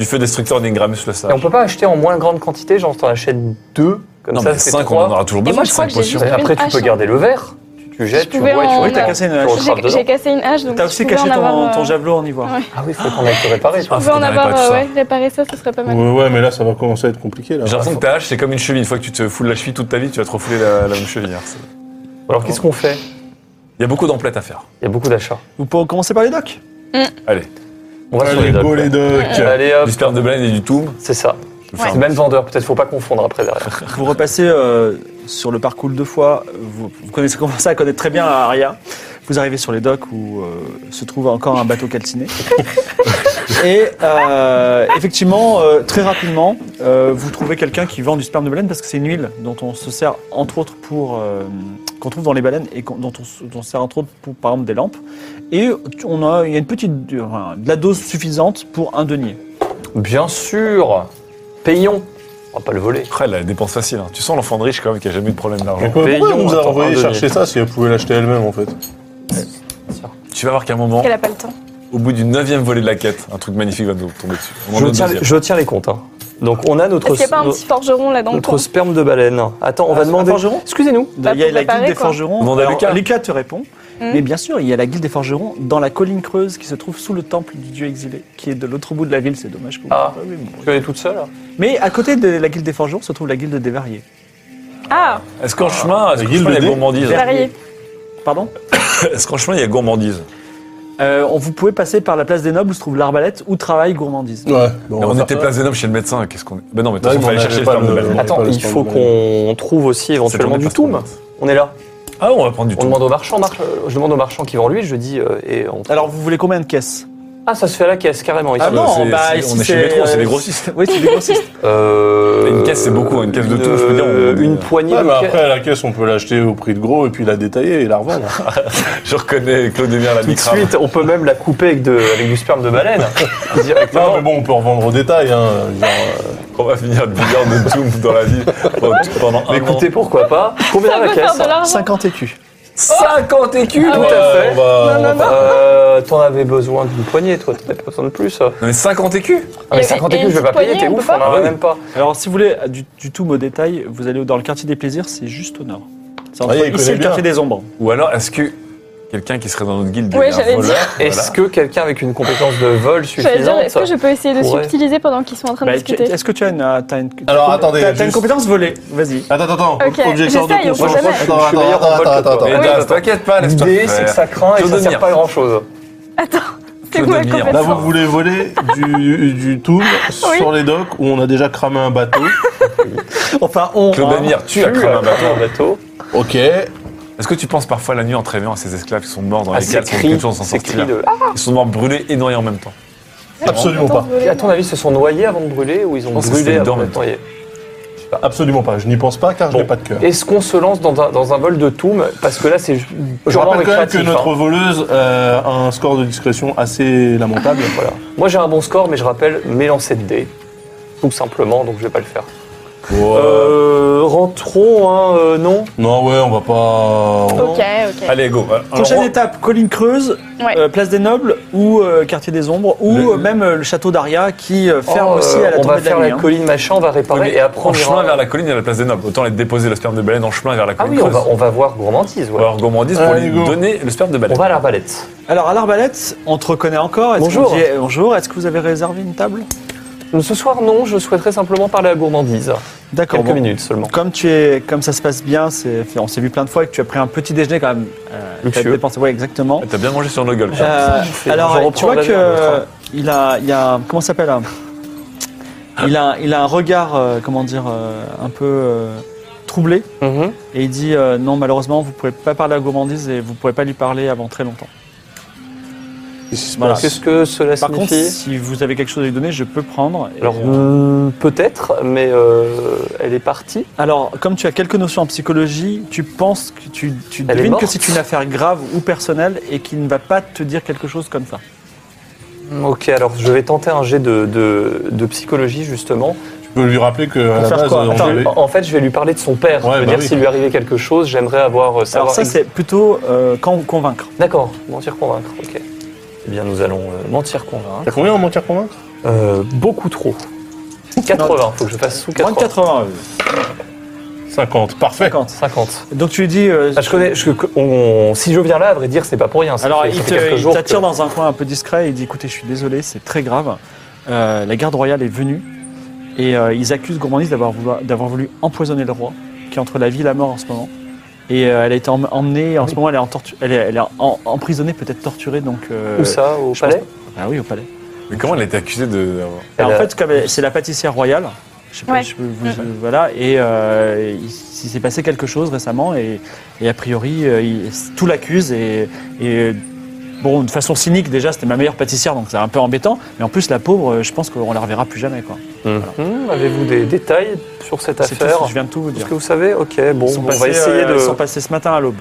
Speaker 7: Du feu destructeur d'Ingramus le
Speaker 6: Et on
Speaker 7: sage.
Speaker 6: peut pas acheter en moins grande quantité, genre t'en achètes deux, comme
Speaker 7: Non,
Speaker 6: ça
Speaker 7: mais
Speaker 6: c'est
Speaker 7: 5, on
Speaker 6: trois.
Speaker 7: en aura toujours
Speaker 4: Et
Speaker 7: besoin
Speaker 4: moi,
Speaker 7: de
Speaker 4: je crois
Speaker 7: 5
Speaker 4: que j'ai
Speaker 7: potions.
Speaker 4: juste-
Speaker 6: Et après tu
Speaker 4: Une
Speaker 6: peux
Speaker 4: hache, hein.
Speaker 6: garder le verre, tu, tu jettes, tu
Speaker 4: pouvais
Speaker 6: vois, et tu
Speaker 4: en-
Speaker 6: vois,
Speaker 1: T'as
Speaker 6: t'as-
Speaker 1: cassé une
Speaker 6: tu
Speaker 1: hache.
Speaker 6: recrapes
Speaker 4: J'ai
Speaker 6: dedans.
Speaker 4: j'ai cassé une hache, donc
Speaker 1: T'as
Speaker 4: je
Speaker 1: aussi
Speaker 4: pouvais
Speaker 1: caché
Speaker 4: en
Speaker 1: ton,
Speaker 4: avoir,
Speaker 1: ton
Speaker 4: euh,
Speaker 1: javelot en ivoire.
Speaker 4: ouais.
Speaker 6: Ah oui, faut qu'on aille te réparer.
Speaker 4: Je
Speaker 6: toi.
Speaker 7: Ah,
Speaker 4: pouvais
Speaker 7: faut
Speaker 4: en
Speaker 7: qu'on arrive
Speaker 4: avoir,
Speaker 7: pas à tout
Speaker 4: euh, ouais, réparer ça, ce serait pas
Speaker 3: ouais,
Speaker 4: mal.
Speaker 3: ouais, mais là, ça va commencer à être compliqué. Là.
Speaker 7: J'ai l'impression que ta hache, c'est comme une cheville. Une fois que tu te foules la cheville toute ta vie, tu vas te refouler la, la même cheville. hein. C'est-
Speaker 6: Alors qu'est-ce qu'on fait
Speaker 7: Il y a beaucoup d'emplettes à faire.
Speaker 6: Il y a beaucoup d'achats.
Speaker 1: Vous pouvez commencer par les docs.
Speaker 7: Allez,
Speaker 6: On va sur
Speaker 3: Allez,
Speaker 6: les
Speaker 3: go
Speaker 6: docks.
Speaker 3: les docs
Speaker 6: Allez hop,
Speaker 7: du sperme de baleine et du toum.
Speaker 6: c'est ça.
Speaker 7: Je vais
Speaker 4: Euh, Ouais.
Speaker 7: faire
Speaker 6: C'est le même vendeur, peut-être faut pas confondre après derrière.
Speaker 1: Vous repassez euh, sur le parcours deux fois. Vous, vous connaissez, commencez à connaître très bien Aria. Vous arrivez sur les docks où euh, se trouve encore un bateau calciné. Et euh, effectivement, euh, très rapidement, euh, vous trouvez quelqu'un qui vend du sperme de baleine parce que c'est une huile dont on se sert entre autres pour euh, qu'on trouve dans les baleines et qu'on- dont on, se- dont on se sert entre autres pour par exemple des lampes. Et on a, il y a une petite, enfin, de la dose suffisante pour un denier.
Speaker 6: Bien sûr Payons On va pas le voler.
Speaker 7: Après, la dépense facile. hein. Tu sens l'enfant de riche quand même qui a jamais eu de problème d'argent.
Speaker 3: Pourquoi
Speaker 6: Payons,
Speaker 3: on nous a
Speaker 6: attends,
Speaker 3: envoyé
Speaker 6: un
Speaker 3: chercher ça si elle pouvait l'acheter elle-même en fait
Speaker 7: Tu vas voir qu'à un moment,
Speaker 4: Qu'elle a pas le temps.
Speaker 7: Au bout du neuvième volet de la quête, un truc magnifique va nous tomber dessus. On en
Speaker 6: Je
Speaker 7: est au
Speaker 6: tiens,
Speaker 7: deuxième.
Speaker 6: je tiens les comptes. hein. Donc on a notre,
Speaker 4: Est-ce qu'il n'y a pas un petit forgeron là dans le
Speaker 6: notre
Speaker 4: coin
Speaker 6: sperme de baleine. Attends, on va demander.
Speaker 1: Ah, forgeron
Speaker 6: Excusez-nous.
Speaker 1: Il
Speaker 4: Bah,
Speaker 1: y a la
Speaker 4: pour
Speaker 1: guilde
Speaker 4: préparer,
Speaker 1: des
Speaker 4: quoi.
Speaker 1: forgerons.
Speaker 7: Demande à
Speaker 1: Alors,
Speaker 7: Lucas.
Speaker 1: te répond.
Speaker 7: Hmm.
Speaker 1: Mais bien sûr, il y a la guilde des forgerons dans la colline creuse qui se trouve sous le temple du dieu exilé, qui est de l'autre bout de la ville. C'est dommage que vous
Speaker 6: Ah.
Speaker 1: l'ayez pas vu, mais bon.
Speaker 6: Tu es toute seule
Speaker 1: Mais à côté de la guilde des forgerons se trouve la guilde des verriers.
Speaker 4: Ah,
Speaker 7: Est-ce qu'en chemin, est-ce qu'en
Speaker 3: Guilde
Speaker 7: chemin, il y
Speaker 3: des-
Speaker 7: a gourmandise
Speaker 4: varié.
Speaker 1: Pardon
Speaker 7: Est-ce qu'en chemin, il y a gourmandise
Speaker 1: Euh, on- Vous pouvez passer par la place des nobles où se trouve l'arbalète où travaille gourmandise.
Speaker 3: Ouais, bon,
Speaker 7: On
Speaker 3: va
Speaker 7: était
Speaker 3: faire
Speaker 7: place des nobles chez le médecin. Qu'est-ce qu'on. Ben non, mais de toute façon, il
Speaker 3: Ouais, mais
Speaker 7: fallait
Speaker 3: on
Speaker 7: chercher
Speaker 3: avait
Speaker 7: le
Speaker 3: pas
Speaker 7: sperme de
Speaker 3: le-
Speaker 7: baleine.
Speaker 3: le-
Speaker 6: Attends, il faut qu'on trouve aussi éventuellement
Speaker 7: C'est
Speaker 6: du
Speaker 7: le premier
Speaker 6: toum.
Speaker 7: passe qu'on
Speaker 6: On est là.
Speaker 7: Ah, on va prendre du
Speaker 6: On
Speaker 7: tout.
Speaker 6: demande au marchand, mar- euh, je demande au marchand qui vend lui, je dis euh, et on
Speaker 1: Alors, vous voulez combien de caisses
Speaker 6: Ah, ça se fait à la caisse carrément ici.
Speaker 1: Ah non,
Speaker 7: Euh, c'est-
Speaker 1: bah,
Speaker 7: c'est-
Speaker 1: ici,
Speaker 7: on est chez
Speaker 1: c'est-
Speaker 7: Métro, c'est des
Speaker 1: euh,
Speaker 7: grossistes.
Speaker 1: Oui, c'est des grossistes.
Speaker 6: Euh,
Speaker 7: Une caisse, c'est beaucoup, hein, une caisse de toum, je peux dire, on-
Speaker 6: Une poignée
Speaker 3: Ouais,
Speaker 6: de
Speaker 3: mais
Speaker 6: caisse.
Speaker 3: après, à la caisse, on peut l'acheter au prix de gros et puis la détailler et la revendre.
Speaker 7: Je reconnais Claude Demir, la
Speaker 6: Tout de
Speaker 7: bicrave.
Speaker 6: suite, on peut même la couper avec, de, avec du sperme de baleine.
Speaker 3: non,
Speaker 6: directement.
Speaker 3: mais bon, on peut revendre au détail. Hein, genre,
Speaker 7: On va finir de milliards de toum dans la vie pendant un
Speaker 6: Mais Bah, écoutez, pourquoi pas Combien
Speaker 4: Ça
Speaker 6: à la
Speaker 4: peut faire
Speaker 6: caisse
Speaker 4: de Ah l'argent.
Speaker 1: 50 écus.
Speaker 6: 50 écus, tout
Speaker 3: euh,
Speaker 6: à fait.
Speaker 3: on va- on va pas-
Speaker 6: Euh, T'en avais besoin d'une poignée, toi, t'en avais pas besoin de plus.
Speaker 7: Non, mais 50 écus
Speaker 6: Ah,
Speaker 4: Et-
Speaker 6: mais 50
Speaker 4: et une
Speaker 6: écus, je vais pas
Speaker 4: petite
Speaker 6: payer, t'es
Speaker 4: poignée, on
Speaker 6: ouf,
Speaker 4: peut
Speaker 6: on en
Speaker 4: pas
Speaker 6: a même pas.
Speaker 1: Alors, si vous voulez euh, du, du tout au détail, vous allez dans le quartier des plaisirs, c'est juste au nord. C'est entre
Speaker 3: Ah, il
Speaker 1: ici
Speaker 3: connaît
Speaker 1: et le quartier
Speaker 3: bien.
Speaker 1: des ombres.
Speaker 7: Ou alors, est-ce que quelqu'un qui serait dans notre guilde
Speaker 4: Oui,
Speaker 7: est un
Speaker 4: j'allais
Speaker 7: voleur
Speaker 6: Est-ce
Speaker 7: Voilà.
Speaker 6: que quelqu'un avec une compétence de
Speaker 4: J'allais
Speaker 6: vol
Speaker 4: dire,
Speaker 6: suffisante
Speaker 4: est-ce que je peux essayer de
Speaker 6: pourrait-
Speaker 4: subtiliser pendant qu'ils sont en train de
Speaker 1: Bah,
Speaker 4: discuter
Speaker 1: Est-ce que tu as une, euh, t'as une,
Speaker 3: Alors,
Speaker 1: t'as-
Speaker 3: attendez,
Speaker 1: t'as- t'as une
Speaker 3: juste-
Speaker 1: compétence volée Vas-y.
Speaker 3: Attends, attends, attends.
Speaker 4: Ok, j'essaye, on sait jamais.
Speaker 3: Attends,
Speaker 6: Je suis meilleur
Speaker 3: attends,
Speaker 6: en vol que
Speaker 3: attends, attends,
Speaker 6: toi.
Speaker 7: Eh,
Speaker 3: attends.
Speaker 4: Oui,
Speaker 7: Daz,
Speaker 4: d'accord.
Speaker 7: T'inquiète pas, laisse-toi
Speaker 6: L'idée, c'est que
Speaker 7: faire.
Speaker 6: ça craint et
Speaker 7: Claude
Speaker 6: ça sert
Speaker 7: Demir.
Speaker 6: pas à grand chose.
Speaker 4: Attends, c'est
Speaker 7: Claude
Speaker 4: quoi
Speaker 7: Demir.
Speaker 3: Là,
Speaker 4: complètement
Speaker 3: vous voulez voler du, du toum sur les docks où on a déjà cramé un bateau.
Speaker 1: Enfin, on.
Speaker 7: Claude Demir, tu as cramé un bateau.
Speaker 6: bateau.
Speaker 3: Ok.
Speaker 7: Est-ce que tu penses parfois la nuit en rêvant à ces esclaves qui sont morts dans
Speaker 6: Ah,
Speaker 7: les
Speaker 6: ces
Speaker 7: cales sans aucune
Speaker 6: cris,
Speaker 7: chance d'en
Speaker 6: ces cris
Speaker 7: sortir
Speaker 6: de...
Speaker 7: Ils sont morts brûlés et noyés en même temps.
Speaker 3: Absolument
Speaker 4: Attends,
Speaker 3: pas.
Speaker 4: vous voulez-
Speaker 6: À ton avis, se sont noyés avant de brûler ou ils ont
Speaker 7: pense que
Speaker 6: brûlé
Speaker 7: c'était
Speaker 6: avant
Speaker 7: dedans,
Speaker 6: de
Speaker 7: en
Speaker 6: noyer
Speaker 3: Absolument pas. Je n'y pense pas car je
Speaker 6: Bon.
Speaker 3: n'ai pas de cœur.
Speaker 6: Est-ce qu'on se lance dans un, dans un vol de Toum Parce que là, c'est
Speaker 3: Je
Speaker 6: purement
Speaker 3: rappelle quand même que
Speaker 6: récréatif.
Speaker 3: notre
Speaker 6: hein.
Speaker 3: voleuse euh, a un score de discrétion assez lamentable.
Speaker 6: Voilà. Moi, j'ai un bon score, mais je rappelle mes lancers de dés. Tout simplement, donc je vais pas le faire. Euh, rentrons, hein, euh, non
Speaker 3: Non, ouais, on va
Speaker 6: euh,
Speaker 3: pas.
Speaker 4: Ok, ok.
Speaker 7: Allez, go. Alors,
Speaker 1: Prochaine
Speaker 7: on-
Speaker 1: étape, colline creuse,
Speaker 4: Ouais.
Speaker 1: euh, place des nobles ou euh, quartier des ombres ou
Speaker 7: Le-
Speaker 1: euh, même euh, le château d'Aria qui euh, ferme
Speaker 6: Oh,
Speaker 1: aussi
Speaker 6: euh,
Speaker 1: à la
Speaker 6: On va
Speaker 1: tombée de
Speaker 6: faire
Speaker 1: la
Speaker 6: la,
Speaker 1: nuit. hein.
Speaker 6: colline, machin, on va
Speaker 7: Ouais,
Speaker 6: réparer
Speaker 7: mais
Speaker 6: et après on
Speaker 7: en chemin
Speaker 6: ira...
Speaker 7: vers la colline, il y a la place des nobles. Autant aller déposer le sperme de baleine en chemin vers la
Speaker 6: Ah
Speaker 7: colline.
Speaker 6: oui, on va,
Speaker 7: creuse.
Speaker 6: on va voir gourmandise,
Speaker 7: Ou
Speaker 6: voilà.
Speaker 7: alors gourmandise pour
Speaker 3: Allez,
Speaker 7: lui
Speaker 3: go.
Speaker 7: donner le sperme de
Speaker 6: On
Speaker 7: baleine.
Speaker 6: va à l'arbalète.
Speaker 1: Alors à l'arbalète, on te reconnaît encore. Est-ce qu'on
Speaker 6: Bonjour.
Speaker 1: dit, eh, bonjour. Est-ce que vous avez réservé une table
Speaker 6: Ce soir, non, je souhaiterais simplement parler à gourmandise.
Speaker 1: D'accord.
Speaker 6: Quelques
Speaker 1: bon.
Speaker 6: minutes seulement.
Speaker 1: Comme tu es, comme ça se passe bien, c'est, on s'est vu plein de fois et que tu as pris un petit déjeuner quand même. euh, t'as
Speaker 6: Luxueux.
Speaker 1: dépensé, ouais, exactement.
Speaker 7: Ah, T'as bien mangé sur nos gueules.
Speaker 1: Euh,
Speaker 6: bouffé. J'en
Speaker 1: alors, tu
Speaker 6: reprends
Speaker 1: vois
Speaker 6: la
Speaker 1: que
Speaker 6: dernière, l'autre,
Speaker 1: il a, il a, comment ça s'appelle hein Il a, il a un regard, euh, comment dire, euh, un peu euh, troublé,
Speaker 6: Mhm.
Speaker 1: et il dit euh, non, malheureusement, vous pouvez pas parler à gourmandise et vous pouvez pas lui parler avant très longtemps.
Speaker 3: Qu'est-ce qui se
Speaker 1: Voilà.
Speaker 3: passe
Speaker 6: Qu'est-ce que cela
Speaker 1: Par contre,
Speaker 6: signifie
Speaker 1: si vous avez quelque chose à lui donner, je peux prendre. Et,
Speaker 6: Alors,
Speaker 1: euh,
Speaker 6: hmm, peut-être, mais euh, elle est partie.
Speaker 1: Alors, comme tu as quelques notions en psychologie, tu penses que tu, tu
Speaker 6: Elle est
Speaker 1: devines que
Speaker 6: morte.
Speaker 1: c'est une affaire grave ou personnelle et qu'il ne va pas te dire quelque chose comme ça.
Speaker 6: Ok, alors je vais tenter un jet de, de- de psychologie, justement.
Speaker 3: Tu peux lui rappeler que à la
Speaker 1: faire
Speaker 3: base,
Speaker 1: quoi
Speaker 3: on
Speaker 1: Attends,
Speaker 3: avait-
Speaker 6: En fait, je vais lui parler de son père.
Speaker 3: Ouais,
Speaker 6: je veux
Speaker 3: bah
Speaker 6: dire,
Speaker 3: oui.
Speaker 6: s'il lui arrivait quelque chose, j'aimerais avoir euh,
Speaker 1: Alors
Speaker 6: savoir.
Speaker 1: ça, c'est plutôt euh, quand convaincre.
Speaker 6: D'accord, mentir, convaincre, ok. Eh bien, nous allons euh, mentir, convaincre.
Speaker 3: T'as combien en mentir convaincre
Speaker 6: Euh, beaucoup trop. 80, faut que je fasse sous 80.
Speaker 1: 80, euh,
Speaker 3: 50. Parfait.
Speaker 1: 50.
Speaker 6: 50.
Speaker 1: Donc tu lui dis. euh,
Speaker 6: Ah, je connais, je- on- si je viens là, à vrai dire, c'est pas pour rien. ça
Speaker 1: alors
Speaker 6: fait- ça
Speaker 1: il
Speaker 6: fait
Speaker 1: te-
Speaker 6: quelques
Speaker 1: il
Speaker 6: jours
Speaker 1: t'attire
Speaker 6: que-
Speaker 1: dans un coin un peu discret et il dit écoutez, je suis désolé, c'est très grave. Euh, la garde royale est venue et euh, ils accusent Gourmandise d'avoir vouloir- d'avoir voulu empoisonner le roi, qui est entre la vie et la mort en ce moment. Et euh, elle a été em- emmenée, en ce moment elle est, en tortu- elle est, elle est en- emprisonnée, peut-être torturée. Donc, euh,
Speaker 6: Où ça, au
Speaker 1: je
Speaker 6: palais
Speaker 1: Ah oui, au palais.
Speaker 7: Mais comment elle a été accusée de.
Speaker 6: Elle
Speaker 1: Alors,
Speaker 6: a-
Speaker 1: en fait, comme elle- c'est la pâtissière royale. Je sais pas,
Speaker 4: Ouais.
Speaker 1: je peux vous- Voilà, et euh, il, il s'est passé quelque chose récemment, et, et a priori, euh, il- tout l'accuse. Et, et, bon, de façon cynique, déjà, c'était ma meilleure pâtissière, donc c'est un peu embêtant. Mais en plus, la pauvre, euh, je pense qu'on la reverra plus jamais. quoi.
Speaker 6: Hmm, Avez-vous des détails sur cette
Speaker 1: C'est tout
Speaker 6: affaire
Speaker 1: ce que je viens de tout vous
Speaker 6: Est-ce
Speaker 1: dire.
Speaker 6: que vous savez Ok, bon,
Speaker 1: Ils sont
Speaker 6: on
Speaker 1: passés,
Speaker 6: va essayer
Speaker 1: euh,
Speaker 6: de.
Speaker 1: ils sont passés ce matin à l'aube.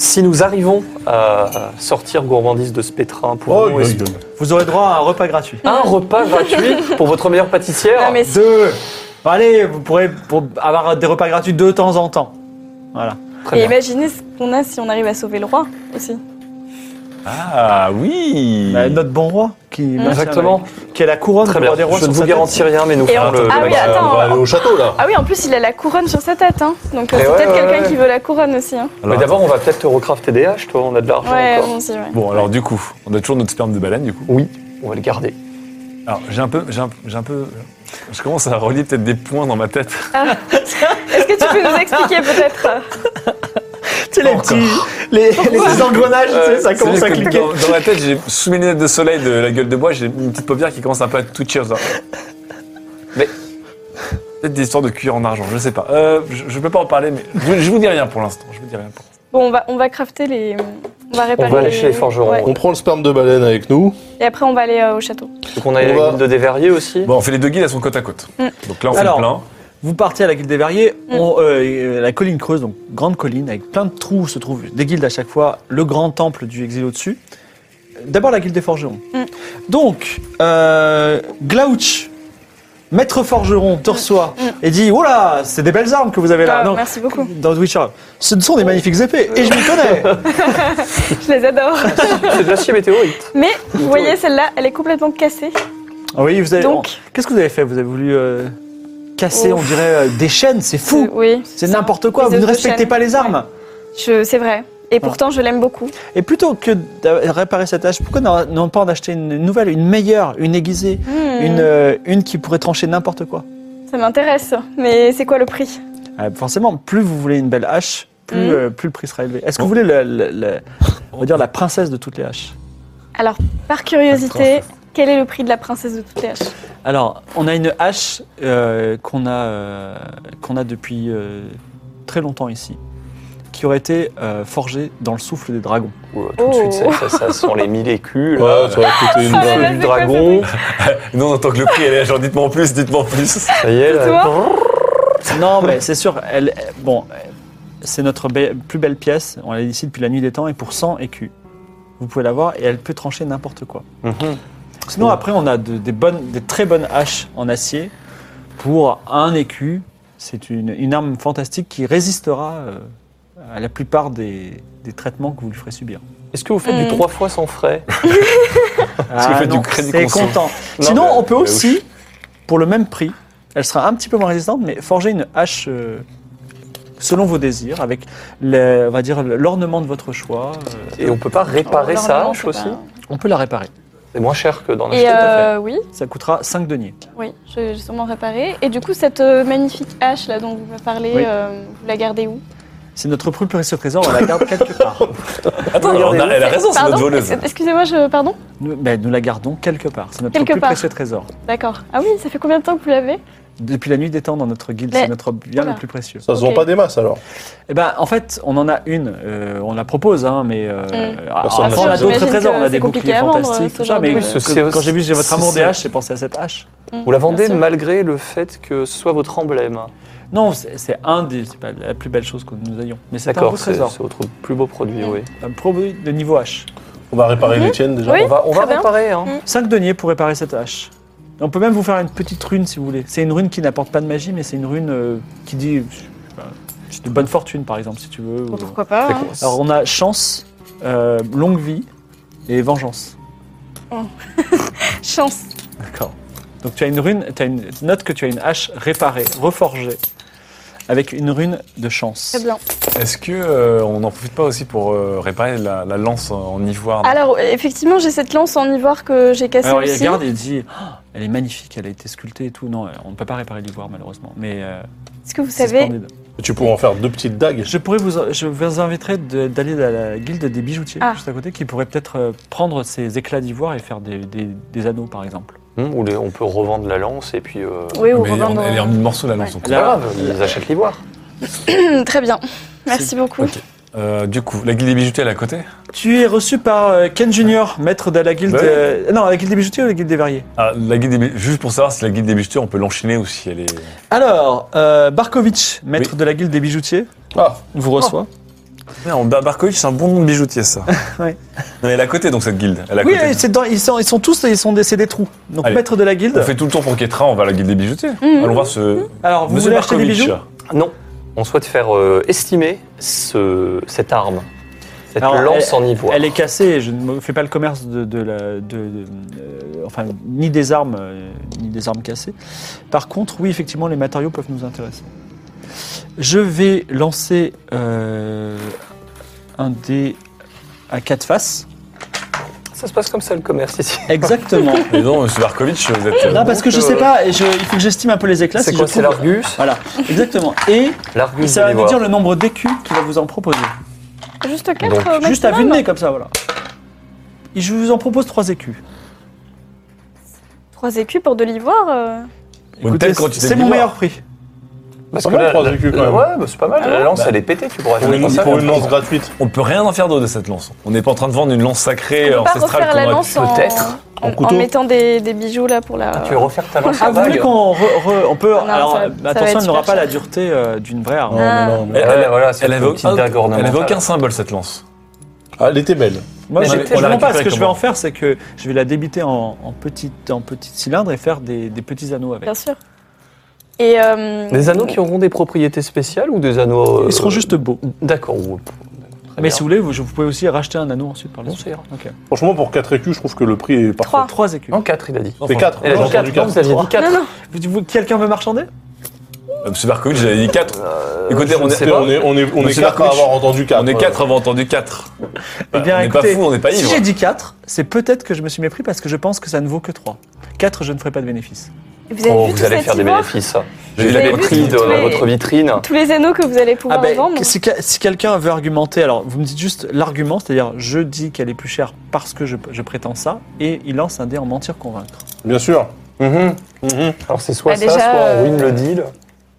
Speaker 6: Si nous arrivons à sortir gourmandise de ce pétrin pour
Speaker 3: Oh,
Speaker 6: nous,
Speaker 3: il
Speaker 6: est-ce-
Speaker 3: gueule.
Speaker 1: Vous aurez droit à un repas gratuit.
Speaker 6: un repas gratuit pour votre meilleure pâtissière.
Speaker 4: Non, mais si-
Speaker 1: Deux Allez, vous pourrez pour avoir des repas gratuits de temps en temps. Voilà.
Speaker 6: Très
Speaker 4: Et
Speaker 6: bien.
Speaker 4: imaginez ce qu'on a si on arrive à sauver le roi aussi.
Speaker 7: Ah oui
Speaker 1: Bah, notre bon roi,
Speaker 4: Mm.
Speaker 1: qui,
Speaker 6: Exactement.
Speaker 1: qui est la couronne
Speaker 6: Très
Speaker 1: du
Speaker 6: bien.
Speaker 1: roi des rois
Speaker 6: Je ne
Speaker 1: sur
Speaker 6: vous
Speaker 1: sa tête.
Speaker 6: garantis rien, mais nous
Speaker 4: Et
Speaker 6: ferons
Speaker 4: on-
Speaker 6: le.
Speaker 4: Ah
Speaker 6: le-
Speaker 4: oui,
Speaker 3: Bah,
Speaker 4: attends.
Speaker 3: on va aller au château là.
Speaker 4: Ah oui, en plus, il a la couronne sur sa tête. hein. Donc, euh,
Speaker 6: Eh
Speaker 4: c'est
Speaker 6: ouais,
Speaker 4: peut-être
Speaker 6: ouais,
Speaker 4: quelqu'un
Speaker 6: ouais.
Speaker 4: qui veut la couronne aussi. hein.
Speaker 7: Alors,
Speaker 6: mais d'abord, on va peut-être te recrafter des haches, toi, on a de l'argent
Speaker 4: Ouais,
Speaker 6: encore.
Speaker 4: bon, si, ouais.
Speaker 7: Bon, alors du coup, on a toujours notre sperme de baleine, du coup.
Speaker 6: Oui, on va le garder.
Speaker 7: Alors, j'ai un peu... J'ai un, j'ai un peu... Je commence à relier peut-être des points dans ma tête.
Speaker 4: Est-ce que tu peux nous expliquer peut-être euh,
Speaker 1: Tu sais, les petits les, les engrenages, tu sais, ça
Speaker 7: C'est
Speaker 1: commence
Speaker 7: juste
Speaker 1: à
Speaker 7: que
Speaker 1: cliquer.
Speaker 7: Dans, dans ma tête, j'ai sous mes lunettes de soleil de la gueule de bois, j'ai une petite paupière qui commence un peu à toucher. ça. Mais peut-être des histoires de cuir en argent, je sais pas. Euh, je, je peux pas en parler, mais je, vous- je vous dis rien pour l'instant. Je vous dis rien. Pour... l'instant.
Speaker 4: Bon, on va, on va crafter les. On va réparer.
Speaker 6: On va aller chez les forgerons,
Speaker 4: ouais.
Speaker 3: On prend le sperme de baleine avec nous.
Speaker 4: Et après, on va aller euh, au château.
Speaker 6: Donc, on a
Speaker 3: On va-
Speaker 6: une de déverrier aussi.
Speaker 7: Bon, on fait les deux guides, elles sont côte à côte.
Speaker 4: Mm.
Speaker 7: Donc là, on fait
Speaker 1: Alors,
Speaker 7: le plein.
Speaker 1: Vous partez à la guilde des verriers, on- euh, la colline creuse, donc grande colline, avec plein de trous se trouvent des guildes à chaque fois, le grand temple du exil au-dessus. D'abord la guilde des forgerons.
Speaker 4: Mm.
Speaker 1: Donc, euh, Glauch, maître forgeron, te reçoit et dit Oh là, c'est des belles armes que vous avez là.
Speaker 4: Mm. Ah,
Speaker 1: Non,
Speaker 4: merci beaucoup.
Speaker 1: Dans The Witcher. Ce sont des magnifiques épées, et je m'y connais
Speaker 4: Je les adore.
Speaker 6: C'est de l'acier météorite.
Speaker 4: Mais vous voyez, celle-là, elle est complètement cassée.
Speaker 1: Ah oui, vous avez.
Speaker 4: Donc-
Speaker 1: Qu'est-ce que vous avez fait Vous avez voulu euh, casser,
Speaker 4: Ouf.
Speaker 1: on dirait, euh, des chaînes, c'est fou
Speaker 4: Oui.
Speaker 1: C'est
Speaker 4: ça.
Speaker 1: n'importe quoi,
Speaker 4: Les
Speaker 1: vous ne
Speaker 4: œufs de
Speaker 1: respectez
Speaker 4: chêne.
Speaker 1: pas les armes
Speaker 4: Je- C'est vrai. Et pourtant, je l'aime beaucoup.
Speaker 1: Et plutôt que de réparer cette hache, pourquoi n'en- n'en pas en acheter une nouvelle, une meilleure, une aiguisée,
Speaker 4: Hmm,
Speaker 1: une, euh, une qui pourrait trancher n'importe quoi
Speaker 4: Ça m'intéresse. Mais c'est quoi le prix
Speaker 1: Euh, Forcément, plus vous voulez une belle hache, plus,
Speaker 4: Mm.
Speaker 1: euh, plus le prix sera élevé. Est-ce que vous voulez la- la- la- on va dire la princesse de toutes les haches
Speaker 4: Alors, par curiosité, quel est le prix de la princesse de toutes les haches
Speaker 1: Alors, on a une hache euh, qu'on a, euh, qu'on a depuis euh, très longtemps ici, qui aurait été euh, forgée dans le souffle des dragons.
Speaker 6: Ouh, Tout de suite,
Speaker 4: Oh.
Speaker 6: ça, ça, ça sent les mille écus. là.
Speaker 3: Ouais, ça va coûter une
Speaker 4: Ah,
Speaker 3: blinde.
Speaker 4: là,
Speaker 6: du
Speaker 4: c'est quoi,
Speaker 6: dragon.
Speaker 7: Non, on entend que le prix, elle est là, genre dites-moi en plus, dites-moi en plus.
Speaker 6: Ça y est,
Speaker 4: c'est
Speaker 6: là.
Speaker 4: toi
Speaker 1: Non, mais c'est sûr. Elle, elle- bon, euh, c'est notre be- plus belle pièce. On l'a ici depuis la nuit des temps et pour 100 écus. Vous pouvez l'avoir et elle peut trancher n'importe quoi. Sinon, après, on a de- des, bonnes, des très bonnes haches en acier pour un écu. C'est une, une arme fantastique qui résistera euh, à la plupart des, des traitements que vous lui ferez subir.
Speaker 6: Est-ce que vous faites
Speaker 4: Hmm.
Speaker 6: du trois fois sans frais
Speaker 1: Ah
Speaker 7: fait du
Speaker 1: non,
Speaker 7: crédit
Speaker 1: c'est
Speaker 7: conso.
Speaker 1: content.
Speaker 6: Non,
Speaker 1: Sinon,
Speaker 6: mais-
Speaker 1: on peut
Speaker 6: mais
Speaker 1: aussi, pour le même prix, elle sera un petit peu moins résistante, mais forger une hache euh, selon vos désirs, avec le- on va dire l'ornement de votre choix. euh,
Speaker 6: Et on peut pas réparer
Speaker 4: Oh,
Speaker 6: sa
Speaker 4: normalement,
Speaker 6: hache
Speaker 4: c'est
Speaker 6: aussi
Speaker 4: pas-
Speaker 1: on peut la réparer.
Speaker 6: C'est moins cher que d'en acheter,
Speaker 4: Et
Speaker 6: tout à fait.
Speaker 4: euh, oui,
Speaker 1: Ça coûtera 5 deniers.
Speaker 4: oui, je- j'ai sûrement réparé. Et du coup, cette euh, magnifique hache là dont vous me parlez,
Speaker 1: Oui.
Speaker 4: euh, vous la gardez où
Speaker 1: C'est notre plus précieux trésor, on la garde quelque part.
Speaker 7: Attends, alors, on a- elle a raison, c'est
Speaker 4: Pardon
Speaker 7: notre voleuse.
Speaker 4: Ex- Excusez-moi, je pardon
Speaker 1: Nous, ben, nous la gardons quelque part. C'est notre
Speaker 4: Quelque
Speaker 1: plus
Speaker 4: part.
Speaker 1: précieux trésor.
Speaker 4: D'accord. Ah oui, ça fait combien de temps que vous l'avez
Speaker 1: Depuis la nuit des temps dans notre guilde,
Speaker 4: Mais-
Speaker 1: c'est notre bien
Speaker 4: Voilà.
Speaker 1: le plus précieux.
Speaker 3: Ça se vend
Speaker 4: Ok.
Speaker 3: pas des masses alors.
Speaker 1: Eh ben, en fait, on en a une, euh, on la propose, hein, mais euh,
Speaker 3: Personne
Speaker 1: après,
Speaker 3: n'a
Speaker 1: on a
Speaker 3: ça.
Speaker 1: d'autres
Speaker 4: Mm. J'imagine
Speaker 1: trésors,
Speaker 4: que
Speaker 1: on a
Speaker 4: c'est
Speaker 1: des
Speaker 4: compliqué
Speaker 1: boucliers
Speaker 4: à vendre,
Speaker 1: fantastiques,
Speaker 4: ce
Speaker 1: tout ça,
Speaker 4: genre
Speaker 1: mais
Speaker 4: de-
Speaker 1: que-
Speaker 6: C'est-
Speaker 1: quand j'ai vu j'ai votre amour des
Speaker 6: c'est-
Speaker 1: haches, j'ai pensé à cette hache.
Speaker 6: Vous la vendez
Speaker 4: Bien sûr.
Speaker 6: malgré le fait que ce soit votre emblème.
Speaker 1: Non, c'est c'est un des, c'est pas la plus belle chose que nous ayons, mais c'est un beau
Speaker 6: D'accord, c'est
Speaker 1: trésor,
Speaker 6: c'est votre plus beau produit,
Speaker 4: Mm.
Speaker 6: oui.
Speaker 1: un produit de niveau H.
Speaker 3: On va réparer les tiennes déjà.
Speaker 4: Mhm. Oui.
Speaker 6: On va, on va
Speaker 4: très bien.
Speaker 6: réparer, hein.
Speaker 1: 5 deniers pour réparer cette hache. On peut même vous faire une petite rune si vous voulez. C'est une rune qui n'apporte pas de magie, mais c'est une rune euh, qui dit je sais pas, c'est de bonne fortune par exemple si tu veux. ou-
Speaker 4: Bon, Pourquoi pas hein.
Speaker 8: oh,
Speaker 1: Alors on a chance, euh, longue vie et vengeance.
Speaker 4: Chance.
Speaker 1: D'accord. Donc tu as une rune, tu as une note que tu as une hache réparée, reforgée, avec une rune de chance.
Speaker 4: Très bien.
Speaker 7: Est-ce que euh, on n'en profite pas aussi pour euh, réparer la, la lance en ivoire non
Speaker 4: Alors, effectivement, j'ai cette lance en ivoire que j'ai cassée
Speaker 1: Alors il
Speaker 4: aussi.
Speaker 1: regarde et il dit, Ah, elle est magnifique, elle a été sculptée et tout. Non, euh, on ne peut pas réparer l'ivoire malheureusement, mais euh,
Speaker 4: Est-ce que vous
Speaker 1: c'est
Speaker 4: savez
Speaker 1: splendide.
Speaker 3: Tu pourras en faire deux petites dagues.
Speaker 1: Je pourrais vous, je vous inviterai de- d'aller à la guilde des bijoutiers
Speaker 4: Ah.
Speaker 1: juste à côté, qui pourrait peut-être euh, prendre ces éclats d'ivoire et faire des, des- des anneaux par exemple.
Speaker 6: Hum, ou les- on peut revendre la lance et puis. euh,
Speaker 4: Mm. Oui, ou
Speaker 7: Mais on-
Speaker 4: revendre.
Speaker 7: Elle est en mille morceaux, la lance. donc
Speaker 6: C'est pas grave, ils achètent l'ivoire.
Speaker 4: Hum, Très bien. Merci beaucoup.
Speaker 7: Ok. Euh, du coup, la guilde des bijoutiers, elle est à côté
Speaker 1: Tu es reçu par euh, Ken Junior, maître de la guilde,
Speaker 7: Bah oui.
Speaker 1: euh, non, la guilde des bijoutiers ou la guilde des verriers.
Speaker 7: Ah, la guide des bi- Juste pour savoir si la guide des bijoutiers, on peut l'enchaîner ou si elle est.
Speaker 1: Alors, euh, Barkovitch, maître
Speaker 7: Oui.
Speaker 1: de la guilde des bijoutiers,
Speaker 3: Ah,
Speaker 1: vous reçoit.
Speaker 7: Merde, Bar- Barkovitch, c'est un bon nom de bijoutier, ça.
Speaker 1: Ouais.
Speaker 7: Non, elle est à côté, donc, cette guilde. Elle est à
Speaker 1: oui,
Speaker 7: côté.
Speaker 1: c'est dans- ils, sont, ils sont tous, ils sont des, c'est des trous. Donc
Speaker 7: Allez.
Speaker 1: maître de la guilde.
Speaker 7: On fait tout le tour pour Ketra, on va à la guilde des bijoutiers. Allons voir ce.
Speaker 1: Alors, vous
Speaker 7: Monsieur
Speaker 1: voulez acheter des
Speaker 7: Barkovitch.
Speaker 1: bijoux
Speaker 6: Non, on souhaite faire euh, estimer ce, cette arme. Cette
Speaker 1: Alors,
Speaker 6: lance en ivoire.
Speaker 1: Elle est cassée, je ne me fais pas le commerce de, de la- de- de- euh, enfin, ni des armes, euh, ni des armes cassées. Par contre, oui, effectivement, les matériaux peuvent nous intéresser. Je vais lancer euh, un dé à quatre faces.
Speaker 6: Ça se passe comme ça le commerce ici.
Speaker 1: Exactement.
Speaker 7: Mais non, monsieur Barkovitch, vous êtes. euh,
Speaker 1: non, parce que je sais pas, et je- il faut que j'estime un peu les éclats.
Speaker 6: C'est
Speaker 1: si
Speaker 6: quoi
Speaker 1: je
Speaker 6: C'est
Speaker 1: trouve-
Speaker 6: l'Argus
Speaker 1: Voilà, exactement. Et
Speaker 6: L'Argus de
Speaker 1: ça va vous
Speaker 6: l'ivoire.
Speaker 1: dire le nombre d'écus qu'il va vous en proposer.
Speaker 4: Oh, Juste euh, 4
Speaker 6: Donc,
Speaker 4: maximum.
Speaker 1: Juste à vue de nez, comme ça, voilà. Et je vous en propose trois écus.
Speaker 4: 3 écus pour de l'ivoire. euh,
Speaker 7: Ou peut-être quand tu t'es
Speaker 1: c'est
Speaker 7: dit,
Speaker 1: mon
Speaker 7: moi,
Speaker 1: meilleur prix.
Speaker 6: Parce
Speaker 3: Pas
Speaker 6: que
Speaker 3: mal,
Speaker 6: là,
Speaker 3: trois
Speaker 6: la-
Speaker 3: écus, quand
Speaker 6: la-
Speaker 3: même.
Speaker 6: ouais, bah, c'est
Speaker 4: Ah
Speaker 6: pas mal. la lance, elle est pétée. Tu pourrais
Speaker 3: Pour
Speaker 6: faire
Speaker 3: une,
Speaker 6: comme ça.
Speaker 3: pour une lance gratuite.
Speaker 7: On peut rien en faire d'autre de cette lance. On n'est pas en train de vendre une lance sacrée
Speaker 4: on peut pas
Speaker 7: ancestrale
Speaker 4: refaire
Speaker 7: qu'on
Speaker 4: la
Speaker 7: aurait-
Speaker 4: lance en,
Speaker 6: peut-être.
Speaker 4: en,
Speaker 3: En couteau.
Speaker 4: en mettant des, des bijoux là pour la.
Speaker 6: Tu veux refaire ta lance
Speaker 1: Ah,
Speaker 6: à
Speaker 1: vous voulez
Speaker 6: bague
Speaker 1: qu'on re- re- on peut
Speaker 4: Ah Non, ça
Speaker 1: alors
Speaker 4: va-
Speaker 1: euh,
Speaker 4: ça va
Speaker 1: attention,
Speaker 4: être
Speaker 1: elle n'aura
Speaker 4: super
Speaker 1: pas la
Speaker 4: cher.
Speaker 1: dureté euh, d'une vraie arme.
Speaker 4: Ah.
Speaker 3: Non, non, non.
Speaker 7: Elle,
Speaker 6: Ouais,
Speaker 7: elle-
Speaker 6: voilà, c'est
Speaker 7: elle
Speaker 6: une
Speaker 7: avait,
Speaker 6: petite
Speaker 7: aucun-
Speaker 6: dague
Speaker 7: elle avait
Speaker 6: ornementale.
Speaker 7: aucun symbole cette lance.
Speaker 3: Ah, elle était belle.
Speaker 1: Moi,
Speaker 7: Non,
Speaker 1: je
Speaker 7: mais
Speaker 1: je
Speaker 7: on la
Speaker 1: ne pas. Ce que
Speaker 7: récupère
Speaker 1: je vais
Speaker 7: comment
Speaker 1: en faire, c'est que je vais la débiter en, en petites en petits cylindres et faire des, des petits anneaux avec.
Speaker 4: Bien sûr. Et. euh,
Speaker 6: Des anneaux qui auront des propriétés spéciales ou des anneaux. euh,
Speaker 1: Ils seront juste beaux.
Speaker 6: D'accord. ou-
Speaker 1: Ah, Mais
Speaker 6: bien.
Speaker 1: si vous voulez, vous, je- vous pouvez aussi racheter un anneau ensuite par la
Speaker 6: Non,
Speaker 1: suite.
Speaker 6: ça ira.
Speaker 3: Franchement, pour 4 écus, je trouve que le prix est parfait.
Speaker 4: Trois.
Speaker 1: Trois écus.
Speaker 6: Non, 4, il a dit.
Speaker 3: C'est 4.
Speaker 6: Elle a dit 4. Non, vous aviez dit 4.
Speaker 4: Non, non,
Speaker 1: Vous- vous- Quelqu'un veut marchander
Speaker 7: Euh, Monsieur Barkovitch, j'avais dit 4. Écoutez, on est,
Speaker 3: On est, on est, on est
Speaker 7: Monsieur
Speaker 3: 4 à
Speaker 7: Markovitch.
Speaker 3: avoir entendu euh, 4.
Speaker 7: on est 4 avant entendu 4.
Speaker 1: Eh bien,
Speaker 7: on n'est pas
Speaker 1: écoutez,
Speaker 7: fou, on n'est pas
Speaker 1: Si
Speaker 7: ivre.
Speaker 1: j'ai dit 4, c'est peut-être que je me suis mépris parce que je pense que ça ne vaut que 3. 4, je ne ferai pas de bénéfice.
Speaker 4: Vous avez
Speaker 6: Oh,
Speaker 4: vu
Speaker 6: vous
Speaker 4: tout
Speaker 6: allez
Speaker 4: cet
Speaker 6: faire des
Speaker 4: ivoire
Speaker 6: bénéfices. hein.
Speaker 7: J'ai
Speaker 6: J'ai
Speaker 7: vu
Speaker 6: la
Speaker 7: tout-
Speaker 6: loterie de-
Speaker 4: tous
Speaker 6: dans
Speaker 4: les-
Speaker 6: votre vitrine.
Speaker 4: Tous les anneaux que vous allez pouvoir
Speaker 1: ben,
Speaker 4: vendre.
Speaker 1: si, que- si quelqu'un veut argumenter, alors vous me dites juste l'argument, c'est-à-dire je dis qu'elle est plus chère parce que je, je prétends ça, et il lance un dé en mentir convaincre.
Speaker 3: Bien sûr.
Speaker 6: Mhm.
Speaker 3: Mhm.
Speaker 6: Alors c'est soit
Speaker 4: Bah,
Speaker 6: ça,
Speaker 4: déjà,
Speaker 6: soit on
Speaker 4: euh,
Speaker 6: ruine le deal.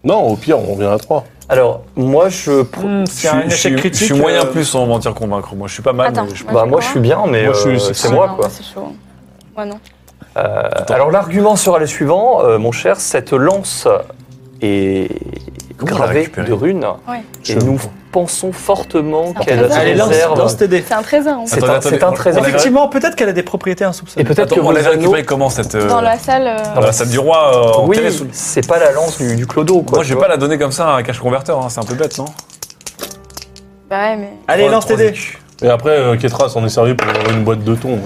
Speaker 3: Non, au pire, on revient à 3.
Speaker 6: Alors moi je. pro-
Speaker 1: Hmm, C'est un échec
Speaker 7: je, suis- je suis- je
Speaker 1: critique.
Speaker 7: suis moyen
Speaker 1: euh,
Speaker 7: plus en mentir convaincre. Moi, je suis pas mal.
Speaker 4: Attends.
Speaker 7: mais je-
Speaker 6: Bah moi je suis bien, mais
Speaker 3: Moi, je suis-
Speaker 6: euh,
Speaker 3: c'est-
Speaker 6: c'est
Speaker 4: Ah
Speaker 6: moi
Speaker 4: non,
Speaker 6: quoi.
Speaker 4: C'est chaud. Moi non.
Speaker 6: Euh, alors l'argument sera le suivant, euh, mon cher, cette lance est
Speaker 7: Comment on l'a
Speaker 6: gravée
Speaker 7: récupérée
Speaker 6: de runes
Speaker 4: Ouais.
Speaker 6: et nous pensons fortement
Speaker 4: Ah,
Speaker 6: qu'elle
Speaker 4: d'accord.
Speaker 1: Allez, lance,
Speaker 6: réserve.
Speaker 1: lance tes dés.
Speaker 4: C'est un trésor. en fait.
Speaker 6: C'est
Speaker 7: Attendez,
Speaker 6: un, c'est un
Speaker 7: attendez,
Speaker 6: trésor.
Speaker 7: on l'a-
Speaker 1: Effectivement, peut-être qu'elle a des propriétés insoupçonnelles.
Speaker 6: Et peut-être
Speaker 7: Attends,
Speaker 6: que
Speaker 7: on
Speaker 6: vos
Speaker 7: l'avait
Speaker 6: anneaux...
Speaker 7: récupéré comment cette. euh,
Speaker 4: Dans la salle. euh,
Speaker 7: Dans la salle du roi, euh,
Speaker 6: Oui,
Speaker 7: enterrée sous le-
Speaker 6: c'est pas la lance du, du clodo quoi.
Speaker 7: Moi, je
Speaker 6: tu
Speaker 7: vais
Speaker 6: vois.
Speaker 7: pas la donner comme ça à un cache converteur. hein, C'est un peu bête, non
Speaker 4: Bah ouais, mais.
Speaker 1: Allez,
Speaker 7: Trois-
Speaker 1: lance tes
Speaker 7: trois
Speaker 1: dés.
Speaker 7: écus.
Speaker 3: Et après, euh, Ketra s'en est servi pour avoir une boîte de thon.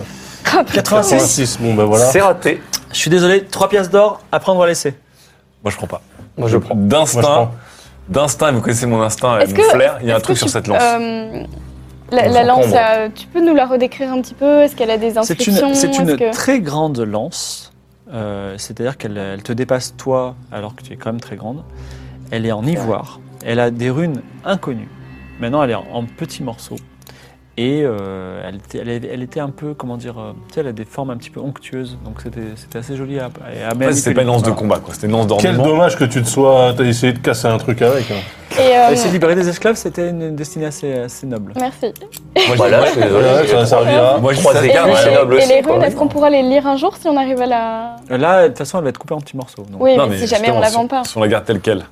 Speaker 1: 86.
Speaker 3: 86, bon ben voilà.
Speaker 6: C'est raté.
Speaker 1: Je suis désolé, 3 pièces d'or, à prendre ou à laisser.
Speaker 7: Moi, je prends pas.
Speaker 6: Moi je prends.
Speaker 3: Moi, je
Speaker 7: D'instinct,
Speaker 3: prends.
Speaker 7: d'instinct, vous connaissez mon instinct et
Speaker 4: Est-ce
Speaker 7: mon
Speaker 4: que-
Speaker 7: flair, il y a un
Speaker 4: est-ce
Speaker 7: truc
Speaker 4: que
Speaker 7: sur
Speaker 4: tu-
Speaker 7: cette lance.
Speaker 4: euh, la,
Speaker 6: On
Speaker 4: la
Speaker 6: s'en
Speaker 4: lance,
Speaker 6: prend,
Speaker 4: là, tu peux nous la redécrire un petit peu Est-ce qu'elle a des
Speaker 1: C'est une,
Speaker 4: inscriptions
Speaker 1: c'est
Speaker 4: Est-ce
Speaker 1: une
Speaker 4: que-
Speaker 1: très grande lance, euh, c'est-à-dire qu'elle elle te dépasse toi alors que tu es quand même très grande. Elle est en ivoire, elle a des runes inconnues. Maintenant, elle est en, en petits morceaux. Et euh, elle, était, elle, est- elle était un peu, comment dire, euh, tu sais, elle a des formes un petit peu onctueuses, donc c'était c'était assez joli à, à, à
Speaker 7: En fait, c'était pas une lance de
Speaker 1: Voilà.
Speaker 7: combat, quoi. C'était une lance
Speaker 3: Quel
Speaker 7: d'ornement.
Speaker 3: dommage que tu te sois. T'as essayé de casser un truc avec. hein.
Speaker 4: Et, euh,
Speaker 1: Euh, C'est libérer des esclaves, c'était une destinée assez, assez noble.
Speaker 4: Merci.
Speaker 7: Moi,
Speaker 6: Voilà,
Speaker 7: je-
Speaker 6: je suis
Speaker 3: Ouais, ça
Speaker 6: désolé.
Speaker 3: a servi là.
Speaker 7: Moi, je dis
Speaker 6: Trois
Speaker 7: ça,
Speaker 4: Et,
Speaker 6: Les gars,
Speaker 4: les,
Speaker 6: ouais,
Speaker 4: et
Speaker 6: c'est noble aussi,
Speaker 4: les
Speaker 6: quoi,
Speaker 4: runes,
Speaker 6: oui.
Speaker 4: est-ce qu'on pourra les lire un jour si on arrive à la.
Speaker 1: Euh, Là, de toute façon, elle va être coupée en petits morceaux. donc.
Speaker 4: Oui,
Speaker 7: Non,
Speaker 4: mais
Speaker 7: mais
Speaker 4: si jamais on la
Speaker 7: justement,
Speaker 4: vend pas.
Speaker 7: Si on la garde telle quelle.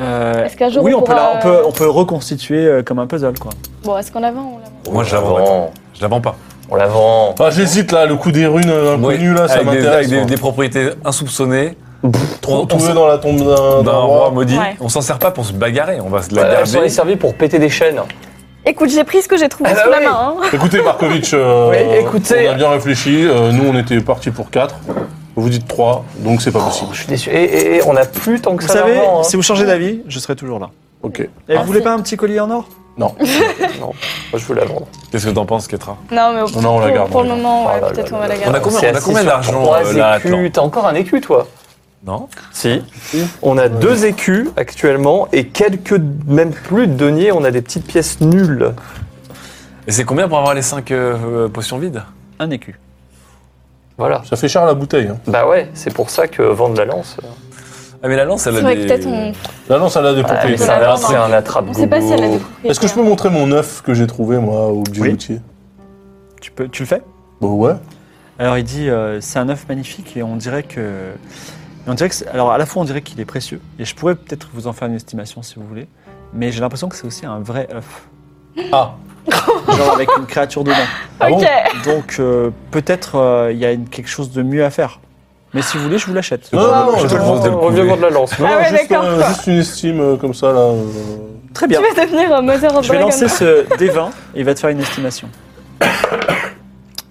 Speaker 1: Euh,
Speaker 4: Est-ce qu'un jour
Speaker 1: oui,
Speaker 4: on
Speaker 1: on peut, la-
Speaker 4: pourra-
Speaker 1: on, peut, on peut reconstituer euh, comme un puzzle, quoi.
Speaker 4: Bon, est-ce qu'on la vend on la vend
Speaker 7: Moi, je la
Speaker 6: On la
Speaker 7: vendrais pas.
Speaker 6: vend.
Speaker 7: Je la vends pas.
Speaker 6: On la vend.
Speaker 3: Ah, j'hésite là, le coup des runes euh, inconnues là, ça
Speaker 7: avec des, avec
Speaker 3: m'intéresse.
Speaker 7: des,
Speaker 3: hein.
Speaker 7: des propriétés insoupçonnées.
Speaker 3: Trou-
Speaker 7: on- on
Speaker 3: Trouver
Speaker 7: s-
Speaker 3: dans la tombe d'un
Speaker 7: d'un roi maudit.
Speaker 4: Ouais.
Speaker 7: On s'en sert pas pour se bagarrer. On va se la
Speaker 6: Voilà, Bah, Elle s'en est
Speaker 7: garder.
Speaker 6: servie pour péter des chaînes.
Speaker 4: Écoute, j'ai pris ce que j'ai trouvé
Speaker 6: Ah bah
Speaker 4: sous la
Speaker 6: oui.
Speaker 4: main. hein.
Speaker 3: Écoutez, Markovitch, euh,
Speaker 6: Oui, écoutez.
Speaker 3: on a bien réfléchi. euh, nous, on était parti pour 4. Vous dites 3, donc c'est pas possible.
Speaker 6: Je suis déçu. Et, et- et on a plus tant que
Speaker 1: Vous
Speaker 6: ça
Speaker 1: savez,
Speaker 6: d'argent. hein.
Speaker 1: si vous changez d'avis, je serai toujours là.
Speaker 3: Ok.
Speaker 1: Et vous
Speaker 4: Merci.
Speaker 1: voulez pas un petit collier en or
Speaker 6: Moi, je veux la vendre.
Speaker 7: Qu'est-ce que t'en penses, Ketra
Speaker 4: Non, mais au-
Speaker 3: Non, on la
Speaker 4: pour-
Speaker 3: garde,
Speaker 4: pour
Speaker 3: on
Speaker 4: le
Speaker 3: la
Speaker 4: moment, ouais,
Speaker 6: Oh là
Speaker 4: peut-être
Speaker 6: là
Speaker 4: on va la
Speaker 6: là.
Speaker 4: garder.
Speaker 7: On a combien-
Speaker 6: s'est
Speaker 7: on a
Speaker 6: assis
Speaker 7: combien
Speaker 6: sur
Speaker 7: d'argent,
Speaker 6: trois
Speaker 7: euh, là,
Speaker 6: écus.
Speaker 7: Atlan
Speaker 6: T'as encore un écu, toi
Speaker 7: Non
Speaker 6: Si. On a deux écus actuellement et quelques, même plus de deniers. On a des petites pièces nulles.
Speaker 7: Et c'est combien pour avoir les 5 potions vides
Speaker 1: Un écu.
Speaker 6: Voilà.
Speaker 3: Ça fait cher la bouteille. hein.
Speaker 6: Bah ouais, c'est pour ça que vendre la lance. euh,
Speaker 7: Ah, mais la lance, elle a
Speaker 4: C'est vrai
Speaker 7: des.
Speaker 4: que peut-être on.
Speaker 3: La lance, elle a des
Speaker 6: mais
Speaker 3: propriétés.
Speaker 6: c'est
Speaker 4: la
Speaker 6: un,
Speaker 4: vendre.
Speaker 6: c'est un attrape
Speaker 4: On sait pas si elle a des propriétés.
Speaker 3: Est-ce que je peux montrer mon œuf que j'ai trouvé, moi, au bijoutier
Speaker 1: Tu, peux, tu le fais
Speaker 3: Bah ouais.
Speaker 1: Alors il dit, euh, c'est un œuf magnifique et on dirait que... On dirait que c'est- alors à la fois on dirait qu'il est précieux, et je pourrais peut-être vous en faire une estimation si vous voulez, mais j'ai l'impression que c'est aussi un vrai œuf.
Speaker 3: Ah.
Speaker 1: Genre avec une créature dedans.
Speaker 3: Ah bon
Speaker 4: Ok.
Speaker 1: Donc euh, peut-être euh, il y a une- quelque chose de mieux à faire. Mais si vous voulez, je vous l'achète.
Speaker 3: Non, non, non,
Speaker 7: Je te le vends dès le
Speaker 6: On revient
Speaker 7: poulet.
Speaker 6: contre de la lance.
Speaker 3: Non,
Speaker 4: Ah ouais,
Speaker 3: juste,
Speaker 4: d'accord.
Speaker 3: euh, juste une estime euh, comme ça là. euh.
Speaker 1: Très bien.
Speaker 4: Tu vas devenir euh, Mother of
Speaker 1: Je vais
Speaker 4: Dragon.
Speaker 1: lancer ce D20 et il va te faire une estimation.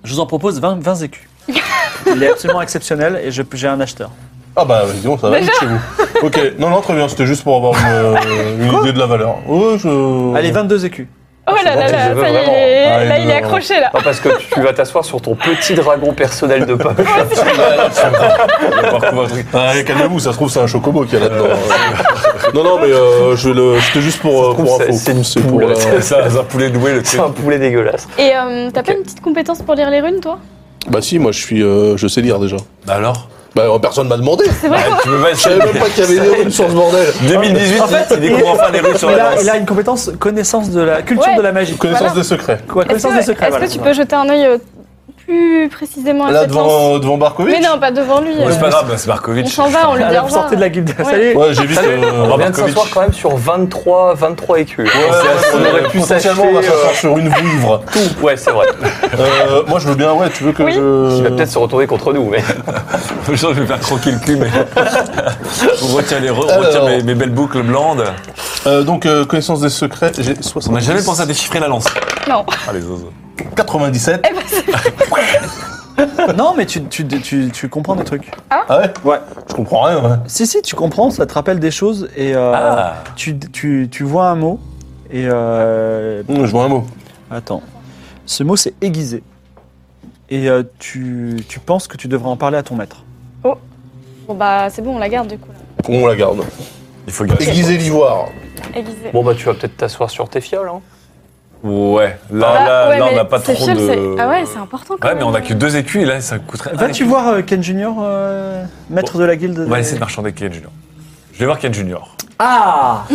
Speaker 1: Je vous en propose 20, 20 écus. Il est absolument exceptionnel et je- j'ai un acheteur.
Speaker 3: Ah bah dis donc, ça va vite chez vous. Ok, non, non, très bien, c'était juste pour avoir une, euh, une idée de la valeur. Ouais, je...
Speaker 1: Allez, 22 écus.
Speaker 4: Oh là là
Speaker 6: Je
Speaker 4: là,
Speaker 6: veux
Speaker 4: ça y est,
Speaker 6: vraiment.
Speaker 4: il est,
Speaker 3: Ah, il
Speaker 4: là, il
Speaker 3: veut
Speaker 4: est
Speaker 3: vraiment.
Speaker 4: accroché là.
Speaker 6: Non, parce que tu vas t'asseoir sur ton petit dragon personnel de peuple.
Speaker 3: Ah, Allez, calmez-vous, ça se trouve, c'est un chocobo qu'il y a là-dedans. Euh, non, non, mais euh, je le... c'était juste pour, euh,
Speaker 6: trouve,
Speaker 3: pour
Speaker 6: c'est-
Speaker 3: info.
Speaker 6: c'est une
Speaker 3: C'est pour,
Speaker 6: poule.
Speaker 3: euh,
Speaker 7: Ça, ça, un poulet doué, le
Speaker 6: C'est un poulet dégueulasse.
Speaker 4: Et euh, t'as pas une petite compétence pour lire les runes, toi
Speaker 3: Bah si, moi je suis, euh, je sais lire déjà.
Speaker 7: Bah alors Eh,
Speaker 3: Bah euh, personne m'a demandé.
Speaker 4: C'est vrai
Speaker 7: Tu veux pas
Speaker 3: Je savais même pas qu'il y avait des runes sur ce bordel.
Speaker 7: 2018, il découvre enfin les rues sur
Speaker 1: Il
Speaker 7: la
Speaker 1: a,
Speaker 7: danse.
Speaker 1: il a une compétence connaissance de la culture
Speaker 4: Ouais.
Speaker 1: de la magie.
Speaker 3: Connaissance
Speaker 4: Voilà.
Speaker 3: des secrets.
Speaker 1: Quoi,
Speaker 4: Est-ce
Speaker 1: connaissance
Speaker 4: que,
Speaker 1: des secrets.
Speaker 4: est-ce
Speaker 1: voilà.
Speaker 4: que tu peux jeter un œil euh, plus précisément à
Speaker 3: Là
Speaker 4: cette lance
Speaker 3: devant, euh, devant Barkovic.
Speaker 4: Mais non, pas devant lui.
Speaker 7: Ouais,
Speaker 4: euh,
Speaker 7: C'est pas grave, c'est
Speaker 4: on
Speaker 7: Markovic.
Speaker 4: s'en va, on lui dit au
Speaker 1: Alors,
Speaker 4: revoir.
Speaker 1: sortez de la guilde.
Speaker 4: Ouais.
Speaker 1: Salut.
Speaker 3: Ouais, j'évite.
Speaker 6: On
Speaker 3: Euh...
Speaker 6: vient de s'asseoir quand même sur 23, 23 écus. euh,
Speaker 3: Ouais,
Speaker 6: on
Speaker 3: ouais,
Speaker 6: aurait pu s'acheter
Speaker 3: potentiellement, on va s'asseoir
Speaker 6: euh,
Speaker 3: sur une vouivre.
Speaker 6: tout. Ouais, c'est vrai.
Speaker 3: Euh, moi, je veux bien. Ouais, tu veux que
Speaker 4: Oui.
Speaker 6: Il va peut-être
Speaker 3: je.
Speaker 6: se retourner contre nous, mais
Speaker 7: Je vais me faire croquer le cul, mais. On retient, les re- on retient
Speaker 3: Alors.
Speaker 7: mes, mes belles boucles blondes.
Speaker 3: Euh, donc, euh, connaissance des secrets. J'ai 60.
Speaker 7: On n'a jamais pensé à déchiffrer la lance.
Speaker 4: Non.
Speaker 1: Ah,
Speaker 7: Allez, zozo.
Speaker 3: 97.
Speaker 4: Eh ben, c'est-
Speaker 1: Non, mais tu, tu, tu, tu comprends des trucs.
Speaker 3: Ah ouais. Ouais. Je comprends rien. Ouais.
Speaker 1: Si, si, tu comprends, ça te rappelle des choses et euh,
Speaker 7: Ah.
Speaker 1: tu, tu, tu vois un mot et. euh,
Speaker 3: Hum, je vois un mot.
Speaker 1: attends. Ce mot, c'est aiguisé. Et euh, tu, tu penses que tu devrais en parler à ton maître.
Speaker 4: Bon bah c'est bon, on la garde du coup. là.
Speaker 3: On la garde.
Speaker 7: Il faut gagner.
Speaker 3: Aiguiser l'ivoire.
Speaker 4: Aiguisée.
Speaker 6: bon, bah tu vas peut-être t'asseoir sur tes fioles. Hein.
Speaker 7: Ouais, là,
Speaker 4: Ah,
Speaker 7: là,
Speaker 4: ouais,
Speaker 7: là, on
Speaker 4: mais
Speaker 7: n'a pas
Speaker 4: ces
Speaker 7: trop
Speaker 4: fioles,
Speaker 7: de.
Speaker 4: c'est- Ah ouais, c'est important quand
Speaker 7: Ouais,
Speaker 4: même.
Speaker 7: mais on a que deux écus et là, ça coûterait. un
Speaker 1: Vas-tu
Speaker 7: écu.
Speaker 1: voir euh, Ken Junior, euh, maître de la guilde
Speaker 7: On va laisser de marchander Ken Junior. Je vais voir Ken Junior.
Speaker 1: Ah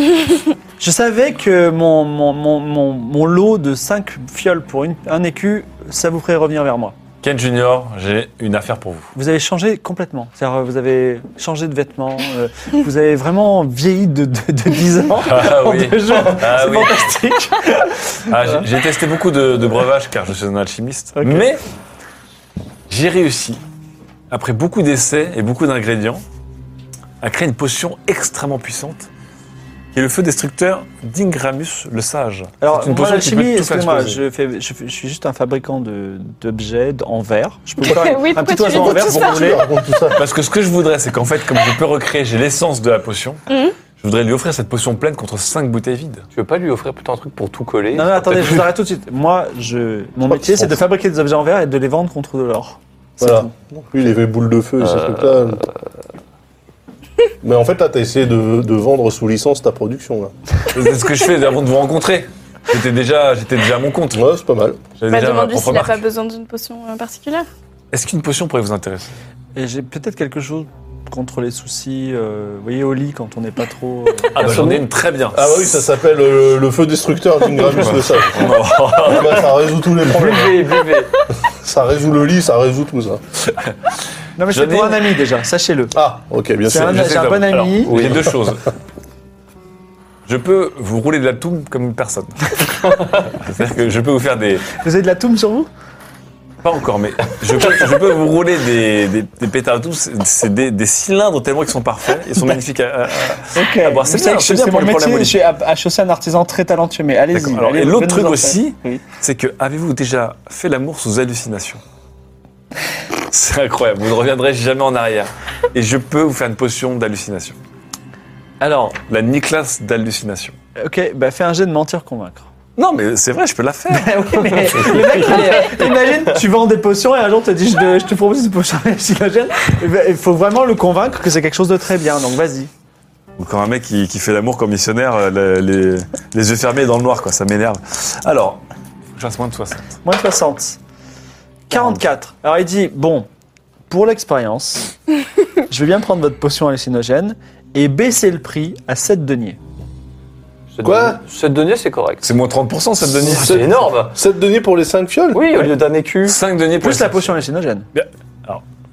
Speaker 1: Je savais que mon, mon, mon, mon, mon lot de 5 fioles pour une, un écu, ça vous ferait revenir vers moi.
Speaker 7: Ken Junior, j'ai une affaire pour vous.
Speaker 1: Vous avez changé complètement. C'est-à-dire, euh, vous avez changé de vêtements, euh, vous avez vraiment vieilli de, de, de 10 ans.
Speaker 7: Ah
Speaker 1: en
Speaker 7: oui.
Speaker 1: deux jours.
Speaker 7: Ah
Speaker 1: c'est
Speaker 7: oui.
Speaker 1: fantastique.
Speaker 7: Ah, j'ai- j'ai testé beaucoup de, de breuvages car je suis un alchimiste,
Speaker 1: Ok.
Speaker 7: mais j'ai réussi, après beaucoup d'essais et beaucoup d'ingrédients, à créer une potion extrêmement puissante qui est le feu destructeur d'Ingramus le sage.
Speaker 1: Alors,
Speaker 7: C'est une
Speaker 1: moi,
Speaker 7: potion qui peut
Speaker 1: l'alchimie,
Speaker 7: tout
Speaker 1: excusez-moi,
Speaker 7: exploser.
Speaker 1: je, fais- je, fais- je suis juste un fabricant de- d'objets en verre. Je peux vous faire
Speaker 4: Oui,
Speaker 1: un
Speaker 4: pourquoi
Speaker 1: petit
Speaker 4: tu lui
Speaker 1: oiseau en
Speaker 4: dis
Speaker 1: verre
Speaker 4: tout
Speaker 1: si
Speaker 4: ça
Speaker 1: vous voulez.
Speaker 7: Parce que ce que je voudrais, c'est qu'en fait, comme je peux recréer, j'ai l'essence de la potion,
Speaker 4: Mhm.
Speaker 7: je voudrais lui offrir cette potion pleine contre 5 bouteilles vides.
Speaker 6: Tu veux pas lui offrir plutôt un truc pour tout coller
Speaker 1: Non, non, attendez, je vous arrête tout de suite. Moi, je, mon métier, c'est de fabriquer des objets en verre et de les vendre contre de l'or. C'est
Speaker 3: Voilà.
Speaker 1: tout.
Speaker 3: Lui, il avait boule de feu et ces trucs-là. Mais en fait, là, t'as essayé de, de vendre sous licence ta production. Là.
Speaker 7: C'est ce que je fais avant de vous rencontrer. J'étais déjà, j'étais déjà à mon compte.
Speaker 3: Ouais, c'est pas mal.
Speaker 7: J'avais
Speaker 4: Bah,
Speaker 7: déjà ma
Speaker 4: demande-lui
Speaker 7: propre
Speaker 4: s'il a
Speaker 7: marque.
Speaker 4: pas besoin d'une potion euh, particulière.
Speaker 7: Est-ce qu'une potion pourrait vous intéresser
Speaker 1: Et j'ai peut-être quelque chose contre les soucis. euh, vous voyez, au lit, quand on n'est pas trop. euh,
Speaker 7: Ah bah j'en ai une très bien.
Speaker 3: Ah bah oui, ça s'appelle euh, le feu destructeur d'Ingramus le sage. Ah bah, ça résout tous les problèmes.
Speaker 6: Buvez, buvez.
Speaker 3: Ça résout le lit, ça résout tout ça.
Speaker 1: Non, mais c'est
Speaker 7: J'en ai
Speaker 1: pour un
Speaker 7: une.
Speaker 1: ami déjà, sachez-le.
Speaker 3: Ah, ok, bien
Speaker 1: C'est
Speaker 3: sûr.
Speaker 1: un,
Speaker 7: Oh, je sais
Speaker 1: j'ai un
Speaker 7: pas.
Speaker 1: bon
Speaker 7: Alors,
Speaker 1: ami.
Speaker 7: Il y a deux choses. Je peux vous rouler de la toum comme une personne. C'est-à-dire que je peux vous faire des.
Speaker 1: Vous avez de la toum sur vous
Speaker 7: Pas encore, mais je peux, je peux vous rouler des, des, des pétards à toum. C'est c'est des, des cylindres tellement qu'ils sont parfaits. Ils sont magnifiques à, à- à-
Speaker 1: Ok.
Speaker 7: Ah bon, c'est bien, je suis bien pour
Speaker 1: mon
Speaker 7: les problèmes
Speaker 1: métier.
Speaker 7: au
Speaker 1: Je
Speaker 7: lit.
Speaker 1: suis à, à chausser un artisan très talentueux, mais allez-y.
Speaker 7: D'accord. Alors,
Speaker 1: allez,
Speaker 7: et l'autre
Speaker 1: venez-en
Speaker 7: truc
Speaker 1: faire.
Speaker 7: aussi,
Speaker 1: Oui.
Speaker 7: c'est que avez-vous déjà fait l'amour sous hallucination C'est incroyable, vous ne reviendrez jamais en arrière. Et je peux vous faire une potion d'hallucination. Alors, la Niklas d'hallucination.
Speaker 1: Ok, bah fais un jet de mentir convaincre.
Speaker 7: Non, mais c'est vrai, je peux la faire.
Speaker 1: Ah oui, mais le mec, il est- imagine, tu vends des potions et un jour te dit je te, je te propose une potion hallucinogène. Eh ben, Il faut vraiment le convaincre que c'est quelque chose de très bien, donc vas-y.
Speaker 7: Ou quand un mec qui, qui fait l'amour comme missionnaire, euh, le- les, les yeux fermés et dans le noir, quoi, ça m'énerve. Alors, faut que je fasse moins de 60.
Speaker 1: Moins 60. 44. Alors il dit, bon, pour l'expérience, je vais bien prendre votre potion hallucinogène et baisser le prix à 7 deniers.
Speaker 3: Quoi
Speaker 6: Cette denier, c'est correct.
Speaker 7: C'est moins 30% cette denier.
Speaker 6: Oh, C'est énorme
Speaker 3: 7 deniers pour les 5 fioles
Speaker 6: Oui, au lieu d'un écu.
Speaker 7: 5 deniers pour
Speaker 1: Plus la potion hallucinogène.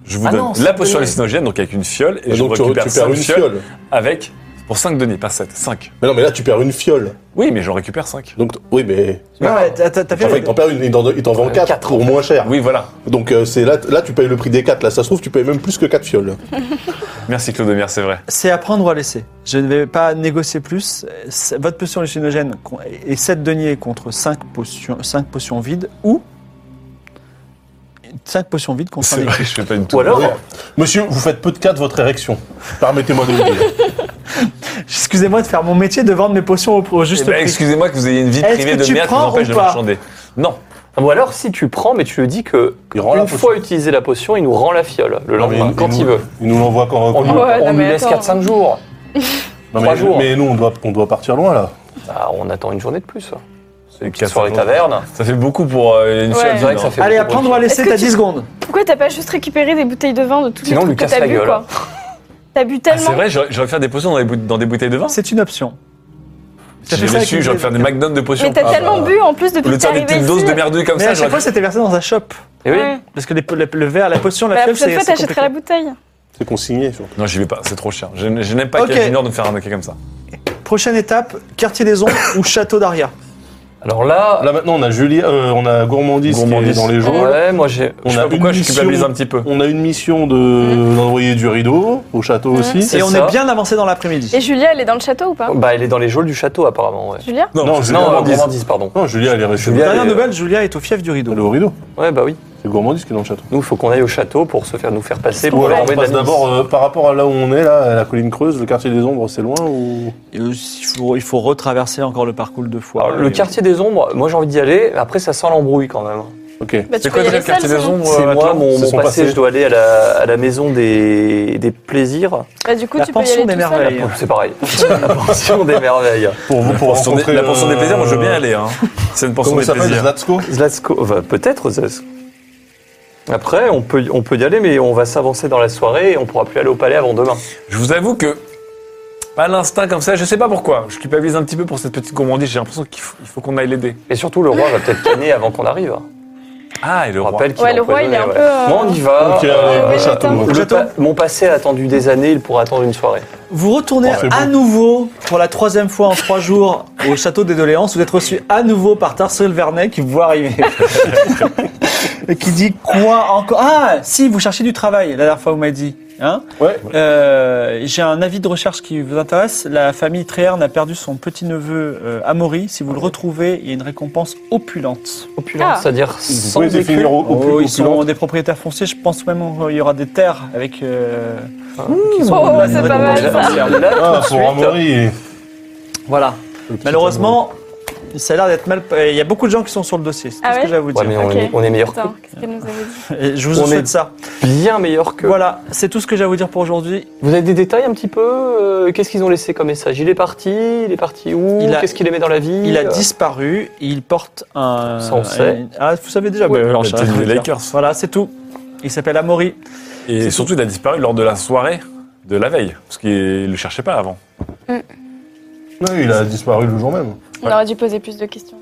Speaker 7: Je vous
Speaker 6: Ah
Speaker 7: donne
Speaker 6: non,
Speaker 7: la
Speaker 6: cinq
Speaker 7: potion
Speaker 6: deniers.
Speaker 7: hallucinogène, donc avec une fiole, et
Speaker 3: Et
Speaker 7: je
Speaker 3: Ah, Donc tu,
Speaker 7: récupère
Speaker 3: tu perds
Speaker 7: 5
Speaker 3: une
Speaker 7: fioles
Speaker 3: fiole.
Speaker 7: avec Pour 5 deniers, pas 7, 5.
Speaker 3: Mais non, mais là, tu perds une fiole.
Speaker 7: Oui, mais j'en récupère 5.
Speaker 3: Donc, t- oui, mais.
Speaker 1: Non, mais t'as- t'as t'as
Speaker 3: Enfin, il
Speaker 1: fait.
Speaker 3: t'en perd une, il t'en il t'en vend 4
Speaker 6: quatre,
Speaker 3: pour moins cher.
Speaker 7: Ah. Oui, voilà.
Speaker 3: Donc, euh, c'est là, là, tu payes le prix des 4. Là, ça se trouve, tu payes même plus que 4 fioles.
Speaker 7: Merci Claude Demir, c'est vrai.
Speaker 1: C'est à prendre ou à laisser. Je ne vais pas négocier plus. C'est- Votre potion hallucinogène con- et 7 deniers contre 5 potions, 5 potions vides ou 5 potions vides contre 5
Speaker 7: C'est vrai, je fais pas une
Speaker 6: Ou
Speaker 7: tour.
Speaker 6: alors,
Speaker 3: Oui. Monsieur, vous faites peu de 4 votre érection. Permettez-moi de le dire.
Speaker 1: Excusez-moi de faire mon métier de vendre mes potions au, au
Speaker 7: Eh
Speaker 1: juste
Speaker 7: ben,
Speaker 1: prix.
Speaker 7: Excusez-moi que vous ayez une vie
Speaker 1: Est-ce
Speaker 7: privée
Speaker 1: que
Speaker 7: de
Speaker 1: tu
Speaker 7: merde qui vous
Speaker 1: prends
Speaker 7: empêche
Speaker 1: ou
Speaker 7: de
Speaker 1: pas
Speaker 7: marchander. Non,
Speaker 6: Ah, ou alors si tu prends, mais tu lui dis que
Speaker 3: Il rend la
Speaker 6: une
Speaker 3: potion.
Speaker 6: fois utilisé la potion, il nous rend la fiole le
Speaker 3: Non, mais
Speaker 6: lendemain,
Speaker 3: nous-
Speaker 6: quand
Speaker 3: nous-
Speaker 6: il veut.
Speaker 3: Il nous l'envoie quand.
Speaker 6: On lui,
Speaker 4: Ouais, non,
Speaker 6: on lui
Speaker 4: mais
Speaker 6: laisse
Speaker 4: attends.
Speaker 6: 4-5 jours.
Speaker 3: Non,
Speaker 6: trois
Speaker 3: mais,
Speaker 6: jours.
Speaker 3: mais nous, on doit, on doit partir loin, là.
Speaker 6: Bah, on attend une journée de plus.
Speaker 7: c'est
Speaker 6: Une soirée taverne.
Speaker 7: Ça fait beaucoup pour euh, une fiole
Speaker 4: Ouais. C'est
Speaker 6: C'est vrai que ça
Speaker 7: vide,
Speaker 6: fait
Speaker 1: Allez, à
Speaker 6: beaucoup de
Speaker 1: prendre ou à laisser,
Speaker 4: Est-ce que
Speaker 1: t'as
Speaker 4: tu-
Speaker 1: 10 secondes.
Speaker 4: Pourquoi t'as pas juste récupéré des bouteilles de vin de tous
Speaker 6: Sinon,
Speaker 4: les
Speaker 6: lui
Speaker 4: trucs que
Speaker 6: casse
Speaker 4: t'as
Speaker 6: la
Speaker 4: bu,
Speaker 6: gueule.
Speaker 4: quoi T'as bu
Speaker 7: hein. Ah, c'est
Speaker 4: tellement.
Speaker 7: vrai, j'aurais j'aurais pu faire des potions dans des, bout- dans des bouteilles de vin.
Speaker 1: C'est une option.
Speaker 7: Si
Speaker 1: fait ça
Speaker 7: j'avais
Speaker 1: avec
Speaker 7: su,
Speaker 1: une
Speaker 7: j'aurais pu faire des magnums de potions.
Speaker 4: mais t'as
Speaker 7: Ah,
Speaker 4: tellement
Speaker 7: bah,
Speaker 4: bu en plus depuis
Speaker 7: Au lieu
Speaker 4: que
Speaker 7: de
Speaker 4: t'es
Speaker 7: faire des
Speaker 4: arrivé
Speaker 7: petites doses de
Speaker 4: ici.
Speaker 7: merdouille comme
Speaker 1: Mais
Speaker 7: ça,
Speaker 1: à chaque
Speaker 7: j'aurais
Speaker 1: fois, c'était versé dans un shop.
Speaker 6: Et Eh oui.
Speaker 4: Ouais.
Speaker 1: Parce que les- le, le verre, la potion, la
Speaker 4: Bah, La
Speaker 1: fiole,
Speaker 4: prochaine
Speaker 1: c'est
Speaker 4: fois,
Speaker 1: c'est
Speaker 4: t'achèteras la
Speaker 1: compliqué.
Speaker 4: bouteille.
Speaker 3: C'est consigné, surtout.
Speaker 7: Non, j'y vais pas, c'est trop cher. Je, n- je n'aime pas
Speaker 1: Ok.
Speaker 7: qu'il y ait une heure de me faire arnaquer comme ça.
Speaker 1: Prochaine étape, quartier des ombres ou château d'Aria.
Speaker 6: Alors là,
Speaker 3: Là, maintenant, on a Julie, euh, on a Gourmandise,
Speaker 7: Gourmandise.
Speaker 3: qui est dans les jours.
Speaker 6: ouais, moi j'ai.
Speaker 3: On
Speaker 7: je sais
Speaker 3: a
Speaker 7: pas pourquoi
Speaker 3: une
Speaker 7: je
Speaker 3: mission-
Speaker 7: culpabilise un petit peu.
Speaker 3: On a une mission de
Speaker 6: Mm.
Speaker 3: d'envoyer du rideau au château aussi.
Speaker 1: Et on
Speaker 6: ça.
Speaker 1: est bien avancé dans l'après-midi.
Speaker 4: Et Julia, elle est dans le château ou pas
Speaker 6: Bah, elle est dans les geôles du château apparemment. Ouais.
Speaker 4: Julia
Speaker 3: Non,
Speaker 7: je-
Speaker 3: Julie,
Speaker 6: Non, euh,
Speaker 3: Gourmandise.
Speaker 6: gourmandise, pardon.
Speaker 3: Non, Julia, elle est restée.
Speaker 6: Julia,
Speaker 1: Dernière
Speaker 6: elle est-
Speaker 1: nouvelle, Julia est au fief du rideau.
Speaker 3: Elle est au rideau.
Speaker 6: Ouais, bah oui.
Speaker 3: C'est Gourmandise qui est dans le château.
Speaker 6: Nous, il faut qu'on aille au château pour se faire nous faire passer
Speaker 3: Ou
Speaker 6: pour
Speaker 3: alors
Speaker 6: l'armée
Speaker 3: on
Speaker 6: de la
Speaker 3: passe
Speaker 6: milice.
Speaker 3: d'abord euh, par rapport à là où on est, là, à la colline creuse, le quartier des ombres, c'est loin ou
Speaker 1: Et aussi, il, faut, il faut retraverser encore le parcours deux
Speaker 3: euh,
Speaker 1: fois.
Speaker 6: Alors, Ah, le
Speaker 1: Et-
Speaker 6: quartier des ombres, moi j'ai envie d'y aller, après ça sent l'embrouille quand même.
Speaker 3: Ok.
Speaker 4: Bah, tu
Speaker 7: C'est
Speaker 4: peux
Speaker 7: quoi
Speaker 4: y
Speaker 7: déjà
Speaker 4: aller
Speaker 7: le quartier
Speaker 4: seule,
Speaker 7: des
Speaker 4: sinon.
Speaker 7: ombres
Speaker 6: C'est
Speaker 7: euh,
Speaker 6: moi,
Speaker 7: Atlan
Speaker 6: mon,
Speaker 3: C'est
Speaker 6: mon
Speaker 3: son
Speaker 6: passé,
Speaker 3: passé.
Speaker 6: je dois aller à la, à la maison des, des plaisirs.
Speaker 4: Bah, du coup,
Speaker 1: La
Speaker 4: tu peux y
Speaker 1: pension
Speaker 4: aller
Speaker 1: des
Speaker 4: tout seul.
Speaker 3: euh,
Speaker 1: merveilles.
Speaker 6: C'est pareil. la pension des merveilles.
Speaker 3: Pour vous,
Speaker 7: La
Speaker 3: pour
Speaker 7: pension des-
Speaker 3: rencontrer,
Speaker 7: la pension des
Speaker 3: euh,
Speaker 7: plaisirs, moi je veux bien aller. Hein. C'est une pension
Speaker 3: Comment
Speaker 7: des
Speaker 3: il s'appelle
Speaker 7: plaisirs.
Speaker 3: Zlatsko
Speaker 6: Zlatko, enfin, peut-être Zlatsko. Après, on peut, on peut y aller, mais on va s'avancer dans la soirée et on pourra plus aller au palais avant demain.
Speaker 7: Je vous avoue que, à l'instinct comme ça, je sais pas pourquoi, je culpabilise un petit peu pour cette petite gourmandise, j'ai l'impression qu'il faut, il faut qu'on aille l'aider.
Speaker 6: Et surtout, le roi va peut-être canner avant qu'on arrive. hein.
Speaker 7: Ah, et le
Speaker 6: Je
Speaker 7: roi.
Speaker 6: rappelle qu'il
Speaker 4: Ouais,
Speaker 6: est
Speaker 4: le roi, il est un
Speaker 6: empoisonné,
Speaker 4: peu, euh,
Speaker 6: Bon, on y va.
Speaker 3: Ok,
Speaker 6: Euh,
Speaker 3: allez,
Speaker 4: ouais,
Speaker 3: au château.
Speaker 4: attends.
Speaker 6: le
Speaker 1: J'attends.
Speaker 6: pa- mon passé a attendu des années, il pourra attendre une soirée.
Speaker 1: Vous retournez
Speaker 3: Oh, c'est
Speaker 1: à nouveau, pour la troisième fois en trois jours, au château des Doléances. Vous êtes reçu à nouveau par Tarcel Vernet qui vous voit arriver. Et qui dit quoi encore Ah, si, vous cherchez du travail, la dernière fois, vous m'avez dit. Hein
Speaker 3: Ouais.
Speaker 1: Euh, J'ai un avis de recherche qui vous intéresse. La famille Tréherne a perdu son petit-neveu euh, Amaury. Si vous le retrouvez, il y a une récompense opulente.
Speaker 4: Ah.
Speaker 6: C'est-à-dire
Speaker 3: Vous
Speaker 6: sans
Speaker 3: pouvez
Speaker 6: écu.
Speaker 3: définir au, au plus
Speaker 1: Oh, ils
Speaker 3: opulent.
Speaker 1: sont des propriétaires fonciers. Je pense même qu'il y aura des terres avec. euh, qui sont-
Speaker 4: Oh, c'est
Speaker 1: une
Speaker 4: pas
Speaker 1: récompense
Speaker 4: mal, ça.
Speaker 1: foncière.
Speaker 3: Ah, pour Amaury.
Speaker 1: Voilà.
Speaker 3: le petit
Speaker 1: Malheureusement, ça a l'air d'être mal. euh, Il y a beaucoup de gens qui sont sur le dossier. C'est tout
Speaker 4: Ah
Speaker 1: ce
Speaker 4: ouais
Speaker 1: que j'ai à vous
Speaker 6: Ouais,
Speaker 1: dire.
Speaker 6: mais on,
Speaker 4: Ok.
Speaker 6: est, on est meilleur.
Speaker 4: Attends, qu'est-ce qu'elle nous avait dit
Speaker 1: Et Je vous
Speaker 6: on
Speaker 1: souhaite
Speaker 6: est-
Speaker 1: ça.
Speaker 6: Bien meilleur que.
Speaker 1: Voilà, c'est tout ce que j'ai à vous dire pour aujourd'hui.
Speaker 6: Vous avez des détails un petit peu euh, Qu'est-ce qu'ils ont laissé comme message Il est parti Il est parti où
Speaker 1: Il a-
Speaker 6: Qu'est-ce qu'il aimait dans la vie
Speaker 1: Il a
Speaker 6: Euh,
Speaker 1: disparu. Il porte un.
Speaker 6: Ça, on sait.
Speaker 1: Ah, vous savez déjà.
Speaker 6: Ouais,
Speaker 1: bah, alors,
Speaker 7: le
Speaker 1: je-
Speaker 7: petit
Speaker 1: je vais
Speaker 7: des
Speaker 1: le dire.
Speaker 7: Lakers.
Speaker 1: Voilà, c'est tout. Il s'appelle Amaury.
Speaker 7: Et surtout, il a disparu lors de la soirée de la veille, parce qu'il le cherchait pas avant.
Speaker 3: Non, il a disparu le jour même.
Speaker 4: On aurait dû poser plus de questions.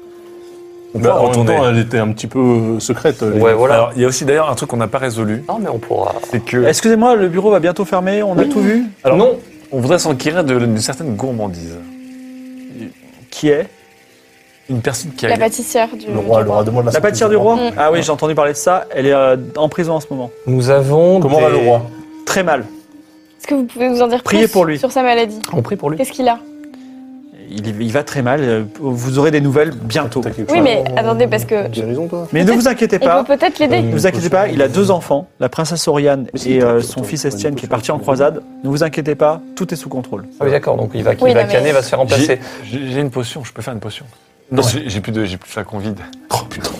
Speaker 3: Bah, en même
Speaker 7: retournez.
Speaker 3: temps, elle était un petit peu euh, secrète. les-
Speaker 6: Ouais, voilà.
Speaker 7: Alors, il y a aussi d'ailleurs un truc qu'on n'a pas résolu,
Speaker 6: Non, mais on pourra.
Speaker 7: c'est que
Speaker 1: Excusez-moi, le bureau va bientôt fermer. On a tout vu.
Speaker 7: Alors-
Speaker 6: non
Speaker 7: on voudrait s'enquérir de- d'une certaine gourmandise.
Speaker 1: Qui est
Speaker 7: Une personne qui a...
Speaker 4: La pâtissière du.
Speaker 3: Le roi, le roi demande la
Speaker 1: La
Speaker 3: santé
Speaker 1: pâtissière du roi.
Speaker 4: Mm.
Speaker 1: Ah oui, j'ai entendu parler de ça. Elle est euh, en prison en ce moment.
Speaker 6: Nous avons.
Speaker 3: Comment va
Speaker 6: des-
Speaker 3: le roi
Speaker 1: Très mal.
Speaker 4: Est-ce que vous pouvez nous en dire
Speaker 1: Priez
Speaker 4: plus
Speaker 1: pour lui.
Speaker 4: sur sa maladie
Speaker 6: On prie pour lui. Ah
Speaker 4: Qu'est-ce qu'il a
Speaker 1: Il, il va très mal. euh, Vous aurez des nouvelles bientôt.
Speaker 3: T'as quelque
Speaker 4: Oui,
Speaker 3: chose
Speaker 4: mais
Speaker 3: en-
Speaker 4: attendez, parce que-
Speaker 3: Guérison, toi
Speaker 1: Mais ne vous inquiétez
Speaker 4: On
Speaker 1: pas.
Speaker 4: peut peut-être l'aider.
Speaker 1: Ne vous inquiétez pas, il a deux enfants, la princesse Oriane
Speaker 3: Mais c'est
Speaker 1: et
Speaker 3: une
Speaker 1: euh,
Speaker 3: potion,
Speaker 1: son
Speaker 3: c'est
Speaker 1: fils
Speaker 3: une
Speaker 1: Estienne qui est
Speaker 3: potion.
Speaker 1: parti en croisade. Ne vous inquiétez pas, tout est sous contrôle.
Speaker 6: Ah oui, d'accord, donc il va, il
Speaker 4: Oui,
Speaker 6: va
Speaker 4: non, mais-
Speaker 6: canner, va se faire remplacer.
Speaker 7: J'ai j'ai une potion, je peux faire une potion. Non, j'ai j'ai plus de, j'ai plus de flacon vide. Oh putain.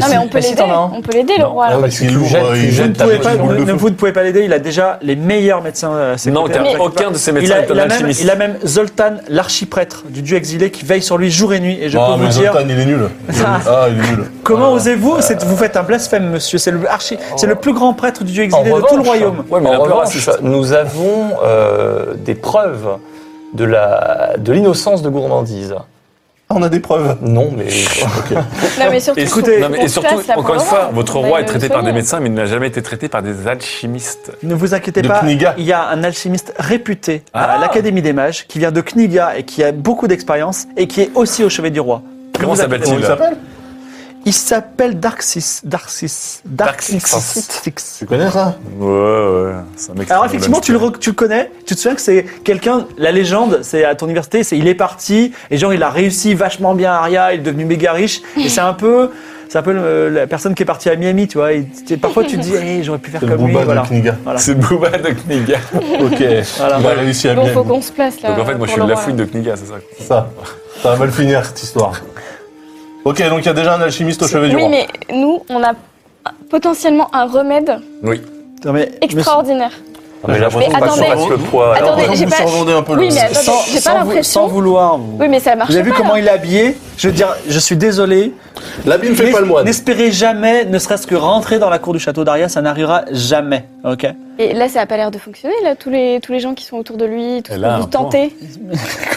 Speaker 4: Non, mais on peut
Speaker 1: mais si
Speaker 4: l'aider.
Speaker 1: t'en as un.
Speaker 4: On peut l'aider, le
Speaker 7: Non.
Speaker 4: roi.
Speaker 3: Ah,
Speaker 4: là.
Speaker 3: mais
Speaker 6: tu-
Speaker 3: c'est
Speaker 6: tu
Speaker 3: lourd,
Speaker 6: jettes-
Speaker 3: euh,
Speaker 6: tu
Speaker 3: il
Speaker 6: jettes
Speaker 1: Vous
Speaker 3: jette ta
Speaker 6: ta
Speaker 1: pouvez
Speaker 6: potion
Speaker 1: pas-
Speaker 3: petite boule
Speaker 1: ne,
Speaker 3: de
Speaker 1: ne
Speaker 3: feu.
Speaker 1: vous ne pouvez pas l'aider, il a déjà les meilleurs médecins. euh, à ses
Speaker 7: Non,
Speaker 1: côtés.
Speaker 7: t'as
Speaker 4: Mais-
Speaker 7: aucun de ces
Speaker 1: il,
Speaker 7: médecins
Speaker 1: a,
Speaker 7: n'est
Speaker 1: il a
Speaker 7: un
Speaker 1: même,
Speaker 7: alchimiste.
Speaker 1: il a même Zoltan, l'archiprêtre du dieu exilé, qui veille sur lui jour et nuit. Et je
Speaker 3: Ah,
Speaker 1: peux vous
Speaker 3: mais
Speaker 1: dire,
Speaker 3: Zoltan, il est nul.
Speaker 1: Ah.
Speaker 3: Ah, il est nul.
Speaker 1: comment osez-vous C'est- Vous faites un blasphème, monsieur. C'est le, archi, c'est le plus grand prêtre du dieu
Speaker 6: En
Speaker 1: exilé de tout le
Speaker 6: revanche-
Speaker 1: royaume.
Speaker 6: Ouais, mais
Speaker 7: Il est
Speaker 6: en
Speaker 7: un peu
Speaker 6: revanche,
Speaker 7: raciste.
Speaker 6: nous avons euh, des preuves de la de l'innocence de gourmandise.
Speaker 3: Ah, on a des preuves.
Speaker 6: Non, mais.
Speaker 4: Non, mais surtout,
Speaker 7: Et,
Speaker 4: faut
Speaker 7: écoutez,
Speaker 4: qu'on
Speaker 7: non, mais- et
Speaker 4: se
Speaker 7: surtout,
Speaker 4: place là pour
Speaker 7: encore une
Speaker 4: le
Speaker 7: fois,
Speaker 4: roi.
Speaker 7: votre
Speaker 4: On va
Speaker 7: roi est
Speaker 4: le
Speaker 7: traité par des
Speaker 4: soigner.
Speaker 7: médecins, mais il n'a jamais été traité par des alchimistes.
Speaker 1: Ne vous inquiétez
Speaker 3: De
Speaker 1: pas,
Speaker 3: Kniga.
Speaker 1: il y a un alchimiste réputé
Speaker 7: Ah.
Speaker 1: à l'Académie des Mages qui vient de Kniga et qui a beaucoup d'expérience et qui est aussi au chevet du roi. Ne
Speaker 7: Comment
Speaker 1: vous inquiétez
Speaker 7: s'appelle-t-il
Speaker 3: Comment il s'appelle
Speaker 1: pas. Il s'appelle Darksis. Darksis.
Speaker 7: Darksis.
Speaker 1: Darksis.
Speaker 3: Tu connais ça
Speaker 7: Ouais, ouais, c'est un mec qui
Speaker 1: Alors
Speaker 7: fait de
Speaker 1: effectivement,
Speaker 7: la
Speaker 1: tu le, rec- tu le connais, tu te souviens que c'est quelqu'un, la légende, c'est à ton université, c'est il est parti, et genre il a réussi vachement bien à Aria, il est devenu méga riche, et c'est un peu, c'est un peu le- la personne qui est partie à Miami, tu vois, et tu- parfois tu te dis, Eh, j'aurais pu faire
Speaker 3: C'est le
Speaker 1: comme lui,
Speaker 3: Booba
Speaker 1: voilà.
Speaker 3: de Kniga.
Speaker 1: Voilà.
Speaker 7: C'est Booba de Kniga.
Speaker 3: Ok, on va réussir à
Speaker 4: Bon,
Speaker 3: bien.
Speaker 4: faut qu'on se place là.
Speaker 7: Donc en fait, moi je
Speaker 4: Euh, pour
Speaker 7: suis
Speaker 4: le
Speaker 7: de la
Speaker 4: roi,
Speaker 7: fouille
Speaker 4: là.
Speaker 7: de Kniga, c'est ça.
Speaker 3: C'est Ça, ça va mal finir cette histoire. Ok, donc il y a déjà un alchimiste au chevet du
Speaker 4: Oui,
Speaker 3: roi.
Speaker 4: mais nous, on a potentiellement un remède
Speaker 7: Oui.
Speaker 1: Non, mais,
Speaker 4: extraordinaire.
Speaker 3: Ah,
Speaker 6: mais là, je
Speaker 4: Mais
Speaker 6: pense pas qu'on
Speaker 4: attendez.
Speaker 6: fasse le poids.
Speaker 4: Attendez,
Speaker 3: Alors,
Speaker 4: j'ai
Speaker 3: vous
Speaker 4: pas-
Speaker 3: survendez un peu le-
Speaker 4: Oui, mais
Speaker 1: mais-
Speaker 4: attendez, j'ai
Speaker 1: vou-
Speaker 4: pas
Speaker 1: sans
Speaker 4: l'impression.
Speaker 1: vouloir, vous,
Speaker 4: Oui, mais ça marche
Speaker 1: vous avez vu
Speaker 4: pas,
Speaker 1: comment
Speaker 4: là.
Speaker 1: il est habillé Je veux dire, je suis désolé,
Speaker 3: L'abîme fait
Speaker 1: N'es-
Speaker 3: pas le moine.
Speaker 1: n'espérez jamais, ne serait-ce que rentrer dans la cour du château d'Aria, ça n'arrivera jamais, ok
Speaker 4: hein. Et là, ça a pas l'air de fonctionner, là, tous les, tous les gens qui sont autour de lui, tout ce
Speaker 7: Elle
Speaker 4: qu'on
Speaker 7: a un
Speaker 4: dit tenter.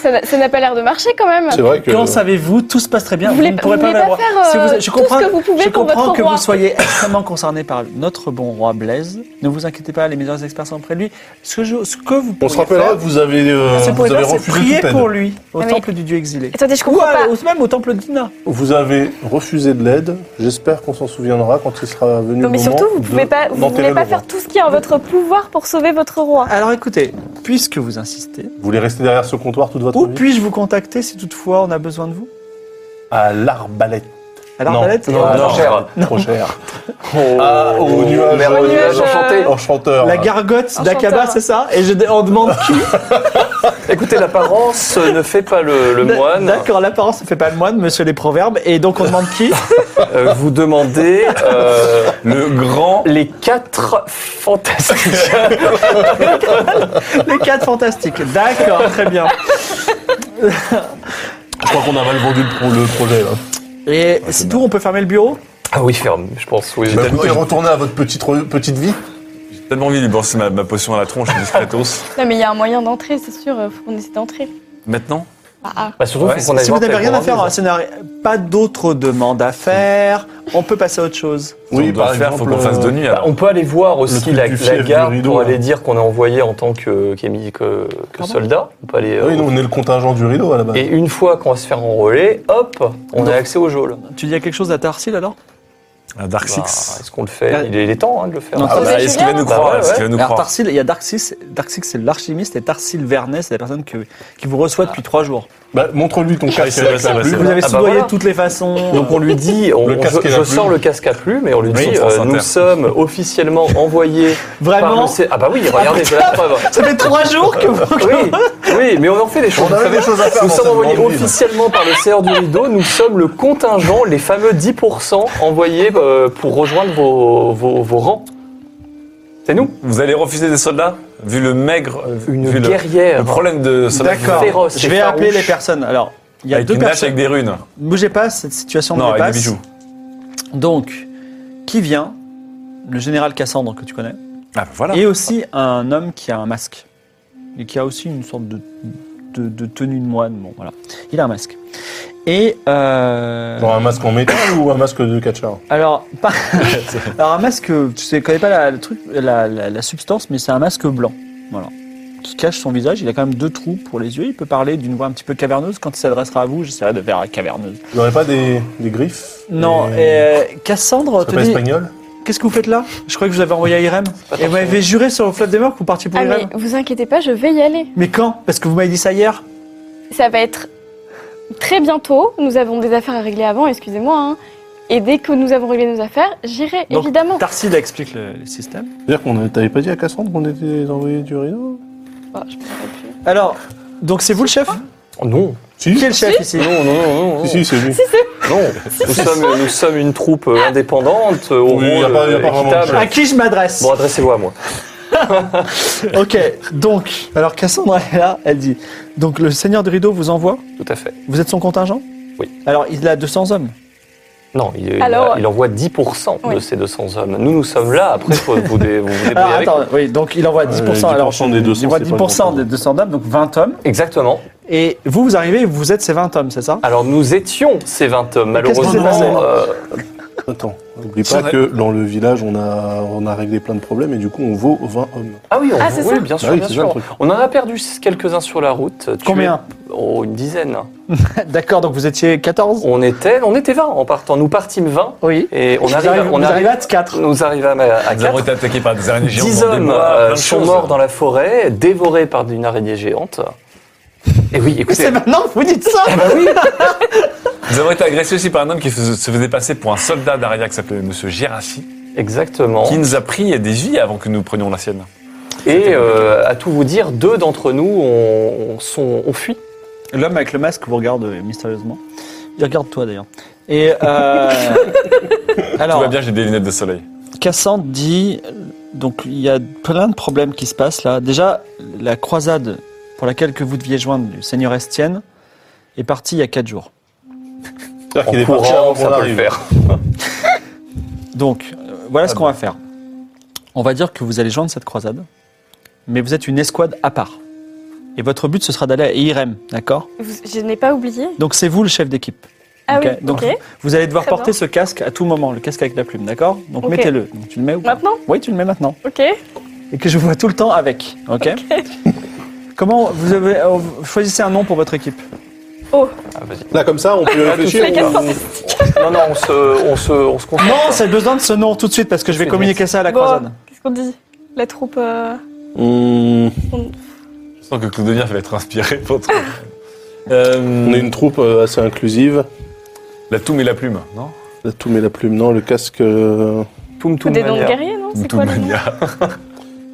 Speaker 4: ça n'a- ça n'a pas l'air de marcher quand même.
Speaker 3: C'est vrai que.
Speaker 1: Quand savez-vous Tout se passe très bien.
Speaker 4: Vous voulez
Speaker 1: ne
Speaker 4: pas-
Speaker 1: pourrez
Speaker 4: vous
Speaker 1: pas
Speaker 4: voulez
Speaker 1: l'avoir.
Speaker 4: pas faire, euh,
Speaker 1: je
Speaker 4: tout ce
Speaker 1: comprends,
Speaker 4: que vous pouvez
Speaker 1: je
Speaker 4: pour
Speaker 1: comprends
Speaker 4: votre
Speaker 1: que
Speaker 4: roi.
Speaker 1: vous soyez extrêmement concerné par notre bon roi Blaise. Ne vous inquiétez pas, les meilleurs experts sont près de lui. Ce que, je- ce que vous
Speaker 3: On se
Speaker 1: pourriez
Speaker 3: rappellera
Speaker 1: faire,
Speaker 3: que vous avez, euh,
Speaker 1: ce que vous
Speaker 3: vous
Speaker 1: pourriez
Speaker 3: avez
Speaker 1: faire, c'est
Speaker 3: refusé
Speaker 1: prier
Speaker 3: toute aide.
Speaker 1: pour lui au
Speaker 4: Mais-
Speaker 1: temple du dieu exilé.
Speaker 4: Attendez, je
Speaker 1: Ou
Speaker 4: comprends
Speaker 1: à-
Speaker 4: pas.
Speaker 1: au- même au temple d'Ina.
Speaker 3: Vous avez refusé de l'aide. J'espère qu'on s'en souviendra quand il sera venu
Speaker 4: Non, mais
Speaker 3: le moment.
Speaker 4: surtout, vous pouvez
Speaker 3: de-
Speaker 4: pas, vous
Speaker 3: d'enterrer
Speaker 4: voulez pas
Speaker 3: le roi.
Speaker 4: faire tout ce qui est en votre pouvoir pour sauver votre roi.
Speaker 1: Alors écoutez, puisque vous insistez,
Speaker 3: Vous voulez rester derrière ce comptoir toute votre
Speaker 1: où
Speaker 3: vie
Speaker 1: puis-je vous contacter si toutefois on a besoin de vous
Speaker 3: À l'arbalète.
Speaker 1: Alors, euh,
Speaker 3: Non.
Speaker 1: Valette,
Speaker 6: Non, non, cher.
Speaker 3: Trop cher.
Speaker 6: Ah,
Speaker 3: au nuage,
Speaker 6: merveilleux
Speaker 4: au nuage,
Speaker 6: nuage enchanté.
Speaker 4: euh,
Speaker 3: Enchanteur.
Speaker 1: la gargote
Speaker 4: Un
Speaker 1: d'Akaba,
Speaker 4: chanteur.
Speaker 1: c'est ça Et je, on demande qui
Speaker 6: Écoutez, l'apparence ne fait pas le, le
Speaker 1: D'a-
Speaker 6: moine.
Speaker 1: D'accord, l'apparence ne fait pas le moine, monsieur les proverbes. Et donc on demande qui
Speaker 6: Euh, vous demandez euh,
Speaker 7: Le grand.
Speaker 6: les quatre fantastiques.
Speaker 1: Les quatre fantastiques. D'accord, très bien.
Speaker 3: Je crois qu'on a mal vendu le, pro- le projet. Là.
Speaker 1: Et c'est tout, on peut fermer le bureau
Speaker 6: Ah oui, ferme, je pense. Oui.
Speaker 3: Bah, écoutez, retournez à votre petite, re- petite vie.
Speaker 7: J'ai tellement envie de lui balancer ma, ma potion à la tronche, discretos.
Speaker 4: Non, mais il y a un moyen d'entrer, c'est sûr, euh, faut qu'on essaie d'entrer.
Speaker 7: Maintenant
Speaker 6: Bah, surtout,
Speaker 7: Ouais,
Speaker 6: faut qu'on aille
Speaker 1: Si vous
Speaker 6: voir
Speaker 1: n'avez
Speaker 6: quelle
Speaker 1: rien à
Speaker 6: grandise.
Speaker 1: faire, hein, si vous n'avez pas d'autres demandes à faire, on peut passer à autre chose.
Speaker 7: on doit faire, faut qu'on fasse
Speaker 3: euh,
Speaker 7: de nuit.
Speaker 6: Bah,
Speaker 7: alors.
Speaker 6: on peut aller voir aussi
Speaker 3: truc
Speaker 6: la,
Speaker 3: du
Speaker 6: la
Speaker 3: fief,
Speaker 6: gare
Speaker 3: du rideau,
Speaker 6: pour
Speaker 3: là.
Speaker 6: aller dire qu'on est envoyé en tant que, qu'émi- que, que soldat. On peut aller. euh,
Speaker 3: Oui, nous, on est le contingent du rideau à la base.
Speaker 6: Et une fois qu'on va se faire enrôler, hop, on
Speaker 1: Non.
Speaker 6: a accès au geôle.
Speaker 3: Ah,
Speaker 1: Tu dis quelque chose à Tarsil alors
Speaker 7: Un Dark
Speaker 6: Bah,
Speaker 7: Six.
Speaker 6: est-ce qu'on le fait
Speaker 1: Là-
Speaker 6: il est, il est temps hein, de le faire.
Speaker 1: Non,
Speaker 7: Ah
Speaker 4: ça,
Speaker 7: bah,
Speaker 4: c'est
Speaker 7: Est-ce qu'il va
Speaker 4: génial.
Speaker 7: nous
Speaker 6: Bah
Speaker 7: croire
Speaker 6: ouais,
Speaker 7: Est-ce qu'il va nous
Speaker 1: Alors
Speaker 7: croire
Speaker 1: Tarsil, il y a Darksis. Darksis, c'est l'alchimiste et Tarsil Vernet, c'est la personne que- qui vous reçoit depuis trois jours.
Speaker 3: Bah, montre-lui ton casque.
Speaker 7: c'est vrai,
Speaker 3: avec la
Speaker 7: c'est vrai,
Speaker 3: plume.
Speaker 7: c'est
Speaker 1: Vous
Speaker 7: vrai.
Speaker 1: avez
Speaker 6: Ah bah
Speaker 1: soudoyé
Speaker 6: voilà.
Speaker 1: de toutes les façons.
Speaker 6: Donc on lui dit, on,
Speaker 3: Le
Speaker 6: on-
Speaker 3: casque
Speaker 6: je,
Speaker 3: et la
Speaker 6: je
Speaker 3: plume.
Speaker 6: sors le casque à plume et on lui
Speaker 7: Oui,
Speaker 6: dit,
Speaker 7: sur France
Speaker 6: euh, nous
Speaker 7: Inter.
Speaker 6: sommes officiellement envoyés par le
Speaker 1: Vraiment
Speaker 6: C- Ah bah oui, regardez, j'ai la preuve.
Speaker 1: Ça fait trois jours que vous.
Speaker 6: Oui, oui, mais on en fait des choses.
Speaker 3: On avait
Speaker 6: vous savez.
Speaker 3: des choses à faire
Speaker 6: Nous
Speaker 3: dans
Speaker 6: sommes
Speaker 3: cette
Speaker 6: envoyés
Speaker 3: grande ville.
Speaker 6: officiellement par le CR du Rideau. Nous sommes le contingent, les fameux 10% envoyés euh, pour rejoindre vos, vos, vos rangs. C'est nous,
Speaker 7: Vous allez refuser des soldats Vu le maigre.
Speaker 6: une
Speaker 7: vu le-
Speaker 6: guerrière.
Speaker 7: Le problème de soldats.
Speaker 1: D'accord.
Speaker 6: féroce,
Speaker 1: Je
Speaker 6: et
Speaker 1: vais
Speaker 6: farouche.
Speaker 1: appeler les personnes. Alors, il y a
Speaker 7: Avec
Speaker 1: deux
Speaker 7: une hache
Speaker 1: personnes.
Speaker 7: avec des runes.
Speaker 1: Ne bougez pas, cette situation
Speaker 7: Non,
Speaker 1: me
Speaker 7: avec des
Speaker 1: dépasse.
Speaker 7: bijoux.
Speaker 1: Donc, qui vient Le général Cassandre que tu connais.
Speaker 7: Ah bah voilà.
Speaker 1: Et aussi un homme qui a un masque. Et qui a aussi une sorte de, de, de tenue de moine. Bon, voilà. Il a un masque. Et. euh,
Speaker 3: Genre un masque en métal ou un masque de catcher
Speaker 1: alors, pas- alors, un masque, tu sais, connais pas la, le truc, la, la- la substance, mais c'est un masque blanc. Voilà. Qui cache son visage. Il a quand même deux trous pour les yeux. Il peut parler d'une voix un petit peu caverneuse. Quand il s'adressera à vous, j'essaierai de faire caverneuse.
Speaker 3: Vous n'aurez pas des, des griffes
Speaker 1: Non,
Speaker 3: Des-
Speaker 1: euh, Cassandre
Speaker 3: ça
Speaker 1: te
Speaker 3: s'appelle
Speaker 1: dit.
Speaker 3: espagnol
Speaker 1: Qu'est-ce que vous faites là Je crois que je vous avais envoyé à Irem. Et vous m'avez juré sur le flot des morts que vous partiez pour
Speaker 4: Ah,
Speaker 1: Irem.
Speaker 4: mais vous inquiétez pas, je vais y aller.
Speaker 1: Mais quand Parce que vous m'avez dit ça hier.
Speaker 4: Ça va être très bientôt. Nous avons des affaires à régler avant, excusez-moi. hein. Et dès que nous avons réglé nos affaires, j'irai,
Speaker 1: Donc,
Speaker 4: évidemment.
Speaker 1: Tarside explique le, le système.
Speaker 3: C'est-à-dire qu'on t'avais pas dit à Cassandre qu'on était les envoyés du rideau
Speaker 4: Oh, je me rappelle plus.
Speaker 1: Alors, donc c'est vous le chef
Speaker 6: Non,
Speaker 3: Si,
Speaker 1: Hein Qui est
Speaker 3: si,
Speaker 1: le chef ici
Speaker 6: non, non, non, non.
Speaker 3: si, c'est lui.
Speaker 6: non. Nous, sommes, nous sommes une troupe euh, indépendante euh, au
Speaker 3: Oui, y a
Speaker 6: rôle
Speaker 3: pas- y a
Speaker 6: euh,
Speaker 3: pas vraiment de
Speaker 6: équitable.
Speaker 1: À qui je m'adresse
Speaker 6: Bon, adressez-vous à moi.
Speaker 1: Ok, donc, alors Cassandra est là, elle dit Donc le seigneur de rideau vous envoie
Speaker 6: Tout à fait.
Speaker 1: Vous êtes son contingent
Speaker 6: Oui.
Speaker 1: Alors il a 200 hommes.
Speaker 6: Non, il, il
Speaker 4: Alors-
Speaker 6: a- il envoie 10% de
Speaker 4: Oui.
Speaker 6: ces 200 hommes. Nous, nous sommes là. Après, faut vous, dé- vous vous débrouiller
Speaker 1: Alors
Speaker 6: avec.
Speaker 3: Euh,
Speaker 1: attends, oui, donc il envoie 10%. alors,
Speaker 3: 10% des 200,
Speaker 1: il envoie
Speaker 3: c'est pas
Speaker 1: 10%
Speaker 3: grand-chose.
Speaker 1: des 200 hommes, donc 20 hommes.
Speaker 6: Exactement.
Speaker 1: Et vous, vous arrivez, vous êtes ces 20 hommes, c'est ça
Speaker 6: Alors nous étions ces 20 hommes,
Speaker 1: Mais qu'est-ce qui s'est
Speaker 6: malheureusement. euh,
Speaker 3: Attends, n'oublie pas que dans le village, on a, on a réglé plein de problèmes et du coup, on vaut 20 hommes.
Speaker 6: Ah oui, on,
Speaker 4: Ah, c'est
Speaker 6: oui,
Speaker 4: ça
Speaker 6: bien sûr,
Speaker 3: Bah oui,
Speaker 6: bien
Speaker 3: c'est ça le
Speaker 6: sûr.
Speaker 3: truc.
Speaker 6: On en a perdu quelques-uns sur la route. Tu
Speaker 1: Combien
Speaker 6: es- Oh, une dizaine.
Speaker 1: D'accord, donc vous étiez 14
Speaker 6: On était, on était 20 en partant. Nous partîmes 20
Speaker 1: Oui.
Speaker 6: et on
Speaker 1: Vous
Speaker 6: arrive,
Speaker 1: arrivez-
Speaker 6: on
Speaker 1: vous
Speaker 6: arrive,
Speaker 1: arrivez à 4.
Speaker 6: nous arrivâmes à, à
Speaker 7: Nous avons
Speaker 6: 4.
Speaker 7: été attaqués par des araignées géantes.
Speaker 6: 10
Speaker 7: dans des
Speaker 6: hommes
Speaker 7: bois,
Speaker 6: euh,
Speaker 7: plein de
Speaker 6: sont
Speaker 7: choses.
Speaker 6: morts dans la forêt, dévorés par une araignée géante. Et oui, écoutez,
Speaker 1: C'est Eh ben maintenant que vous dites ça
Speaker 7: Nous avons été agressés aussi par un homme qui se se faisait passer pour un soldat d'Aria qui s'appelait Monsieur Gérassi,
Speaker 6: exactement.
Speaker 7: qui nous a pris des vies avant que nous prenions la sienne.
Speaker 6: Et euh, à tout vous dire, deux d'entre nous ont, ont- sont, ont fui.
Speaker 1: L'homme avec le masque vous regarde euh, mystérieusement. Il regarde toi d'ailleurs. Et euh,
Speaker 7: Tout va
Speaker 1: alors,
Speaker 7: bien, j'ai des lunettes de soleil.
Speaker 1: Cassandre dit donc il y a plein de problèmes qui se passent là. Déjà, la croisade pour laquelle que vous deviez joindre le Seigneur Estienne est partie il y a 4 jours.
Speaker 3: C'est-à-dire
Speaker 6: En
Speaker 3: qu'il est parti
Speaker 6: courant,
Speaker 3: avant
Speaker 6: ça
Speaker 3: qu'on
Speaker 6: peut le
Speaker 3: arrive.
Speaker 6: faire.
Speaker 1: Donc, euh, voilà ce qu'on va faire. On va dire que vous allez joindre cette croisade, mais vous êtes une escouade à part. Et votre but, ce sera d'aller à Irem, d'accord
Speaker 4: Vous- Je n'ai pas oublié.
Speaker 1: Donc, c'est vous le chef d'équipe.
Speaker 4: Ah
Speaker 1: Ok,
Speaker 4: oui,
Speaker 1: donc-
Speaker 4: ok.
Speaker 1: Vous allez devoir
Speaker 4: Très
Speaker 1: porter
Speaker 4: bien.
Speaker 1: ce casque à tout moment, le casque avec la plume, d'accord Donc,
Speaker 4: Ok.
Speaker 1: mettez-le. Donc, Tu le mets ou pas
Speaker 4: Maintenant
Speaker 1: Oui, tu le mets maintenant.
Speaker 4: Ok.
Speaker 1: Et que je vous vois tout le temps avec, ok, Comment vous avez. euh, vous Choisissez un nom pour votre équipe.
Speaker 6: Ah, vas-y.
Speaker 3: Là, comme ça, on
Speaker 1: Euh,
Speaker 3: peut y réfléchir.
Speaker 4: Les quatre
Speaker 3: ou-
Speaker 4: fantastiques.
Speaker 6: Non, non, on se, on se, on se concentre.
Speaker 1: Non, c'est besoin de ce nom tout de suite parce que je vais
Speaker 6: C'est
Speaker 1: communiquer ça à la
Speaker 4: Oh. Bon.
Speaker 1: croisade.
Speaker 4: Qu'est-ce qu'on dit La troupe. euh,
Speaker 3: Hmm,
Speaker 7: Je sens que Claudelia va être inspiré pour toi.
Speaker 3: on est une troupe euh, assez inclusive.
Speaker 7: La toum et la plume, non
Speaker 4: Oh,
Speaker 3: La toux met la plume, non, le casque, euh,
Speaker 6: Toum, toum,
Speaker 4: Des noms de
Speaker 6: mania.
Speaker 4: guerriers, non C'est
Speaker 7: Toum
Speaker 4: quoi le nom
Speaker 7: mania.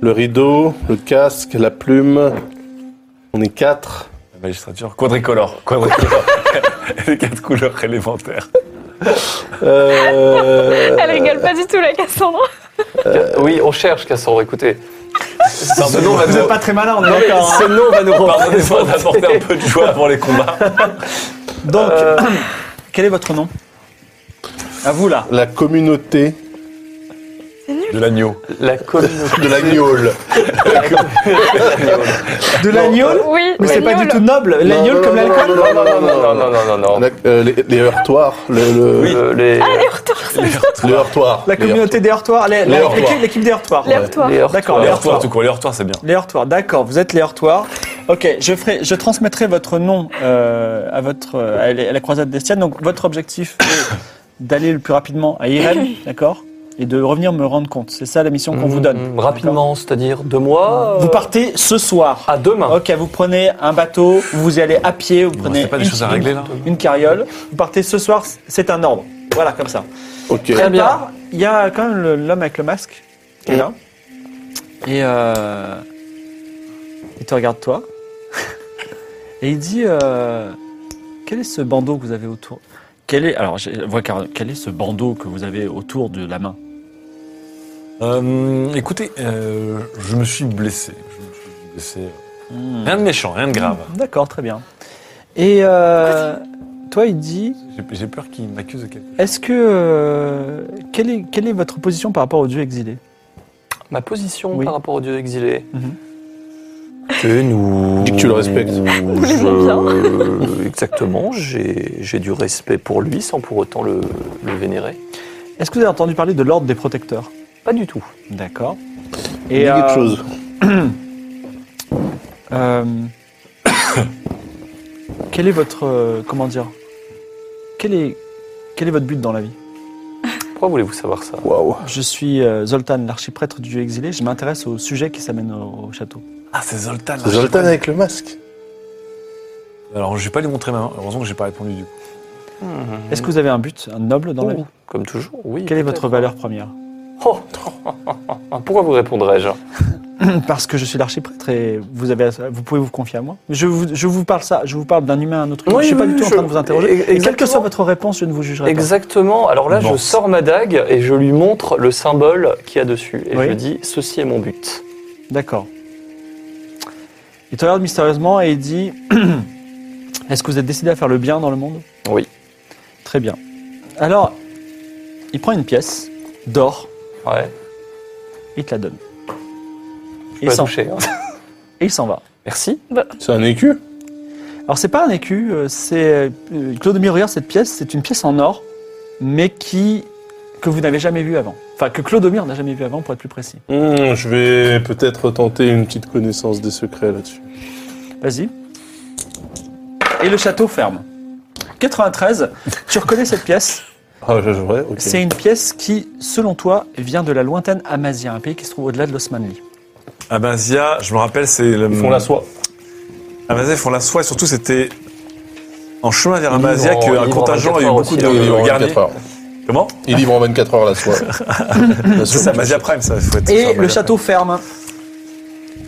Speaker 3: le rideau, le casque, la plume. On est quatre.
Speaker 7: La magistrature. Quadricolore. Quadricolore. les quatre couleurs élémentaires.
Speaker 3: Euh,
Speaker 4: Elle rigole pas du tout, la Cassandra.
Speaker 6: Euh, Oui, on cherche Cassandre, écoutez. Ce nom va
Speaker 1: Vous
Speaker 6: nous,
Speaker 1: êtes pas très malin, on est d'accord. hein.
Speaker 6: ce nom va nous
Speaker 7: Pardonnez-moi d'apporter un
Speaker 6: représenter.
Speaker 7: peu de joie avant les combats.
Speaker 1: Donc, quel est votre nom À vous là.
Speaker 3: La communauté
Speaker 7: De l'agneau.
Speaker 6: La communauté.
Speaker 3: de la gnôle.
Speaker 1: De l'agneau
Speaker 4: Oui,
Speaker 1: Mais c'est
Speaker 4: Léol.
Speaker 1: pas du tout noble, l'agneau
Speaker 3: non,
Speaker 1: comme
Speaker 3: non,
Speaker 1: l'alcool
Speaker 6: Non, non, non, non, non, non, non, non.
Speaker 3: La- euh, les, les heurtoirs. Le, le-
Speaker 6: Oui. Euh, les,
Speaker 4: Ah, les retards, c'est bien.
Speaker 3: le heurtoir.
Speaker 1: La communauté des heurtoirs, les-
Speaker 3: Les
Speaker 1: la-
Speaker 3: heurtoirs.
Speaker 1: l'équipe l'équipe des heurtoirs.
Speaker 4: Les retards.
Speaker 6: les heurtoirs.
Speaker 1: D'accord,
Speaker 7: Les
Speaker 1: les
Speaker 7: heurtoirs,
Speaker 1: heurtoirs.
Speaker 7: tout court. Les heurtoirs, c'est bien.
Speaker 1: Les heurtoirs, d'accord, vous êtes les heurtoirs. Ok, je, ferai, je transmettrai votre nom euh, à, votre, euh, à la à la croisade d'Estienne. Donc, votre objectif est d'aller le plus rapidement à Irem, d'accord Et de revenir me rendre compte. C'est ça la mission qu'on vous donne.
Speaker 6: Mm, Rapidement, c'est-à-dire deux mois.
Speaker 1: Vous
Speaker 6: euh,
Speaker 1: partez ce soir.
Speaker 7: Ah,
Speaker 6: à demain.
Speaker 1: Ok, vous prenez un bateau, vous y allez à pied, vous prenez
Speaker 7: restait pas des
Speaker 1: une-
Speaker 7: choses à régler, là
Speaker 1: une carriole. Vous partez ce soir, c'est un ordre. Voilà, comme ça.
Speaker 3: Ok.
Speaker 1: Très bien. Il y a quand même le- l'homme avec le masque qui est là. Et euh, il te regarde toi. Et il dit euh, Quel est ce bandeau que vous avez autour quel est, Alors, je vois car- quel est ce bandeau que vous avez autour de la main
Speaker 7: Euh, écoutez, euh, je me suis blessé. Je me suis blessé. Rien de méchant, rien de grave.
Speaker 1: D'accord, très bien. Et euh, toi, il dit
Speaker 7: J'ai- J'ai peur qu'il m'accuse de quelque chose.
Speaker 1: Est-ce que. euh, quelle, est, quelle est votre position par rapport au dieu exilé
Speaker 6: Ma position
Speaker 1: Oui.
Speaker 6: par rapport au dieu exilé.
Speaker 1: Mhm.
Speaker 6: Que nous.
Speaker 3: Dis que tu le respectes.
Speaker 6: Nous
Speaker 4: l'aimez
Speaker 6: bien. Exactement. J'ai j'ai du respect pour lui sans pour autant le, le vénérer.
Speaker 1: Est-ce que vous avez entendu parler de l'ordre des protecteurs
Speaker 6: Pas du tout.
Speaker 1: D'accord.
Speaker 3: Dis quelque
Speaker 1: euh,
Speaker 3: chose.
Speaker 1: Euh, quel est votre euh, comment dire quel est quel est votre but dans la vie
Speaker 6: Pourquoi voulez-vous savoir ça
Speaker 3: Waouh.
Speaker 1: Je suis euh, Zoltan, l'archiprêtre du Dieu exilé. Je m'intéresse au sujet qui s'amène au, au château.
Speaker 7: Ah, c'est Zoltan. là,
Speaker 3: C'est
Speaker 7: j'ai
Speaker 3: Zoltan
Speaker 7: pas-
Speaker 3: avec le masque.
Speaker 7: Alors, je vais pas lui montrer ma main. Heureusement que j'ai pas répondu du coup.
Speaker 1: Est-ce que vous avez un but, un noble dans la
Speaker 6: Oh,
Speaker 1: vie
Speaker 6: Comme toujours, oui.
Speaker 1: Quelle est votre valeur première
Speaker 6: Oh. Pourquoi vous répondrais-je
Speaker 1: Parce que je suis l'archiprêtre et vous avez vous pouvez vous confier à moi. Je vous, je vous parle ça. Je vous parle d'un humain à un autre humain.
Speaker 6: Oui,
Speaker 1: je suis pas
Speaker 6: oui,
Speaker 1: du tout
Speaker 6: je-
Speaker 1: en train de vous interroger.
Speaker 6: e-
Speaker 1: Et quelle que
Speaker 6: exactement.
Speaker 1: soit votre réponse, je ne vous jugerai pas.
Speaker 6: Exactement. Alors là,
Speaker 7: Bon.
Speaker 6: je sors ma dague et je lui montre le symbole qu'il y a dessus. Et
Speaker 1: Oui.
Speaker 6: je dis ceci est mon but.
Speaker 1: D'accord. Il te regarde mystérieusement et il dit Est-ce que vous êtes décidé à faire le bien dans le monde
Speaker 6: Oui.
Speaker 1: Très bien. Alors, il prend une pièce d'or,
Speaker 6: Ouais.
Speaker 1: il te la donne. Et il
Speaker 6: Pas
Speaker 1: s'en-
Speaker 6: touché. hein.
Speaker 1: et il s'en va.
Speaker 4: Bah.
Speaker 6: Merci.
Speaker 3: C'est un écu
Speaker 1: Alors c'est pas un écu, euh, c'est euh, Claude Mille regarde cette pièce, c'est une pièce en or, mais qui que vous n'avez jamais vue avant. Enfin que Claude Mire n'a jamais vue avant pour être plus précis.
Speaker 3: Hmm, je vais peut-être tenter une petite connaissance des secrets là-dessus.
Speaker 1: Vas-y. Et le château ferme. 93, tu reconnais cette pièce
Speaker 3: Ah, je jouerai Ok.
Speaker 1: C'est une pièce qui, selon toi, vient de la lointaine Amazia, un pays qui se trouve au-delà de l'Osmanli.
Speaker 7: Abazia, Ah ben, je me rappelle, c'est. le-
Speaker 3: Ils font la soie.
Speaker 7: Amazia, ils font la soie et surtout c'était en chemin vers Amazia
Speaker 6: Livre en-
Speaker 7: qu'un
Speaker 6: livre en
Speaker 7: contingent a eu
Speaker 6: 24
Speaker 7: beaucoup
Speaker 6: heures
Speaker 7: de
Speaker 3: hein,
Speaker 6: aussi,
Speaker 7: de gardiers.
Speaker 3: heures.
Speaker 7: Comment
Speaker 3: Ils livrent en 24 heures la soie. La
Speaker 7: Ça,
Speaker 3: soie.
Speaker 7: C'est Amazia Prime, ça. Faut être sur
Speaker 1: Et
Speaker 7: Amazia
Speaker 1: le château ferme.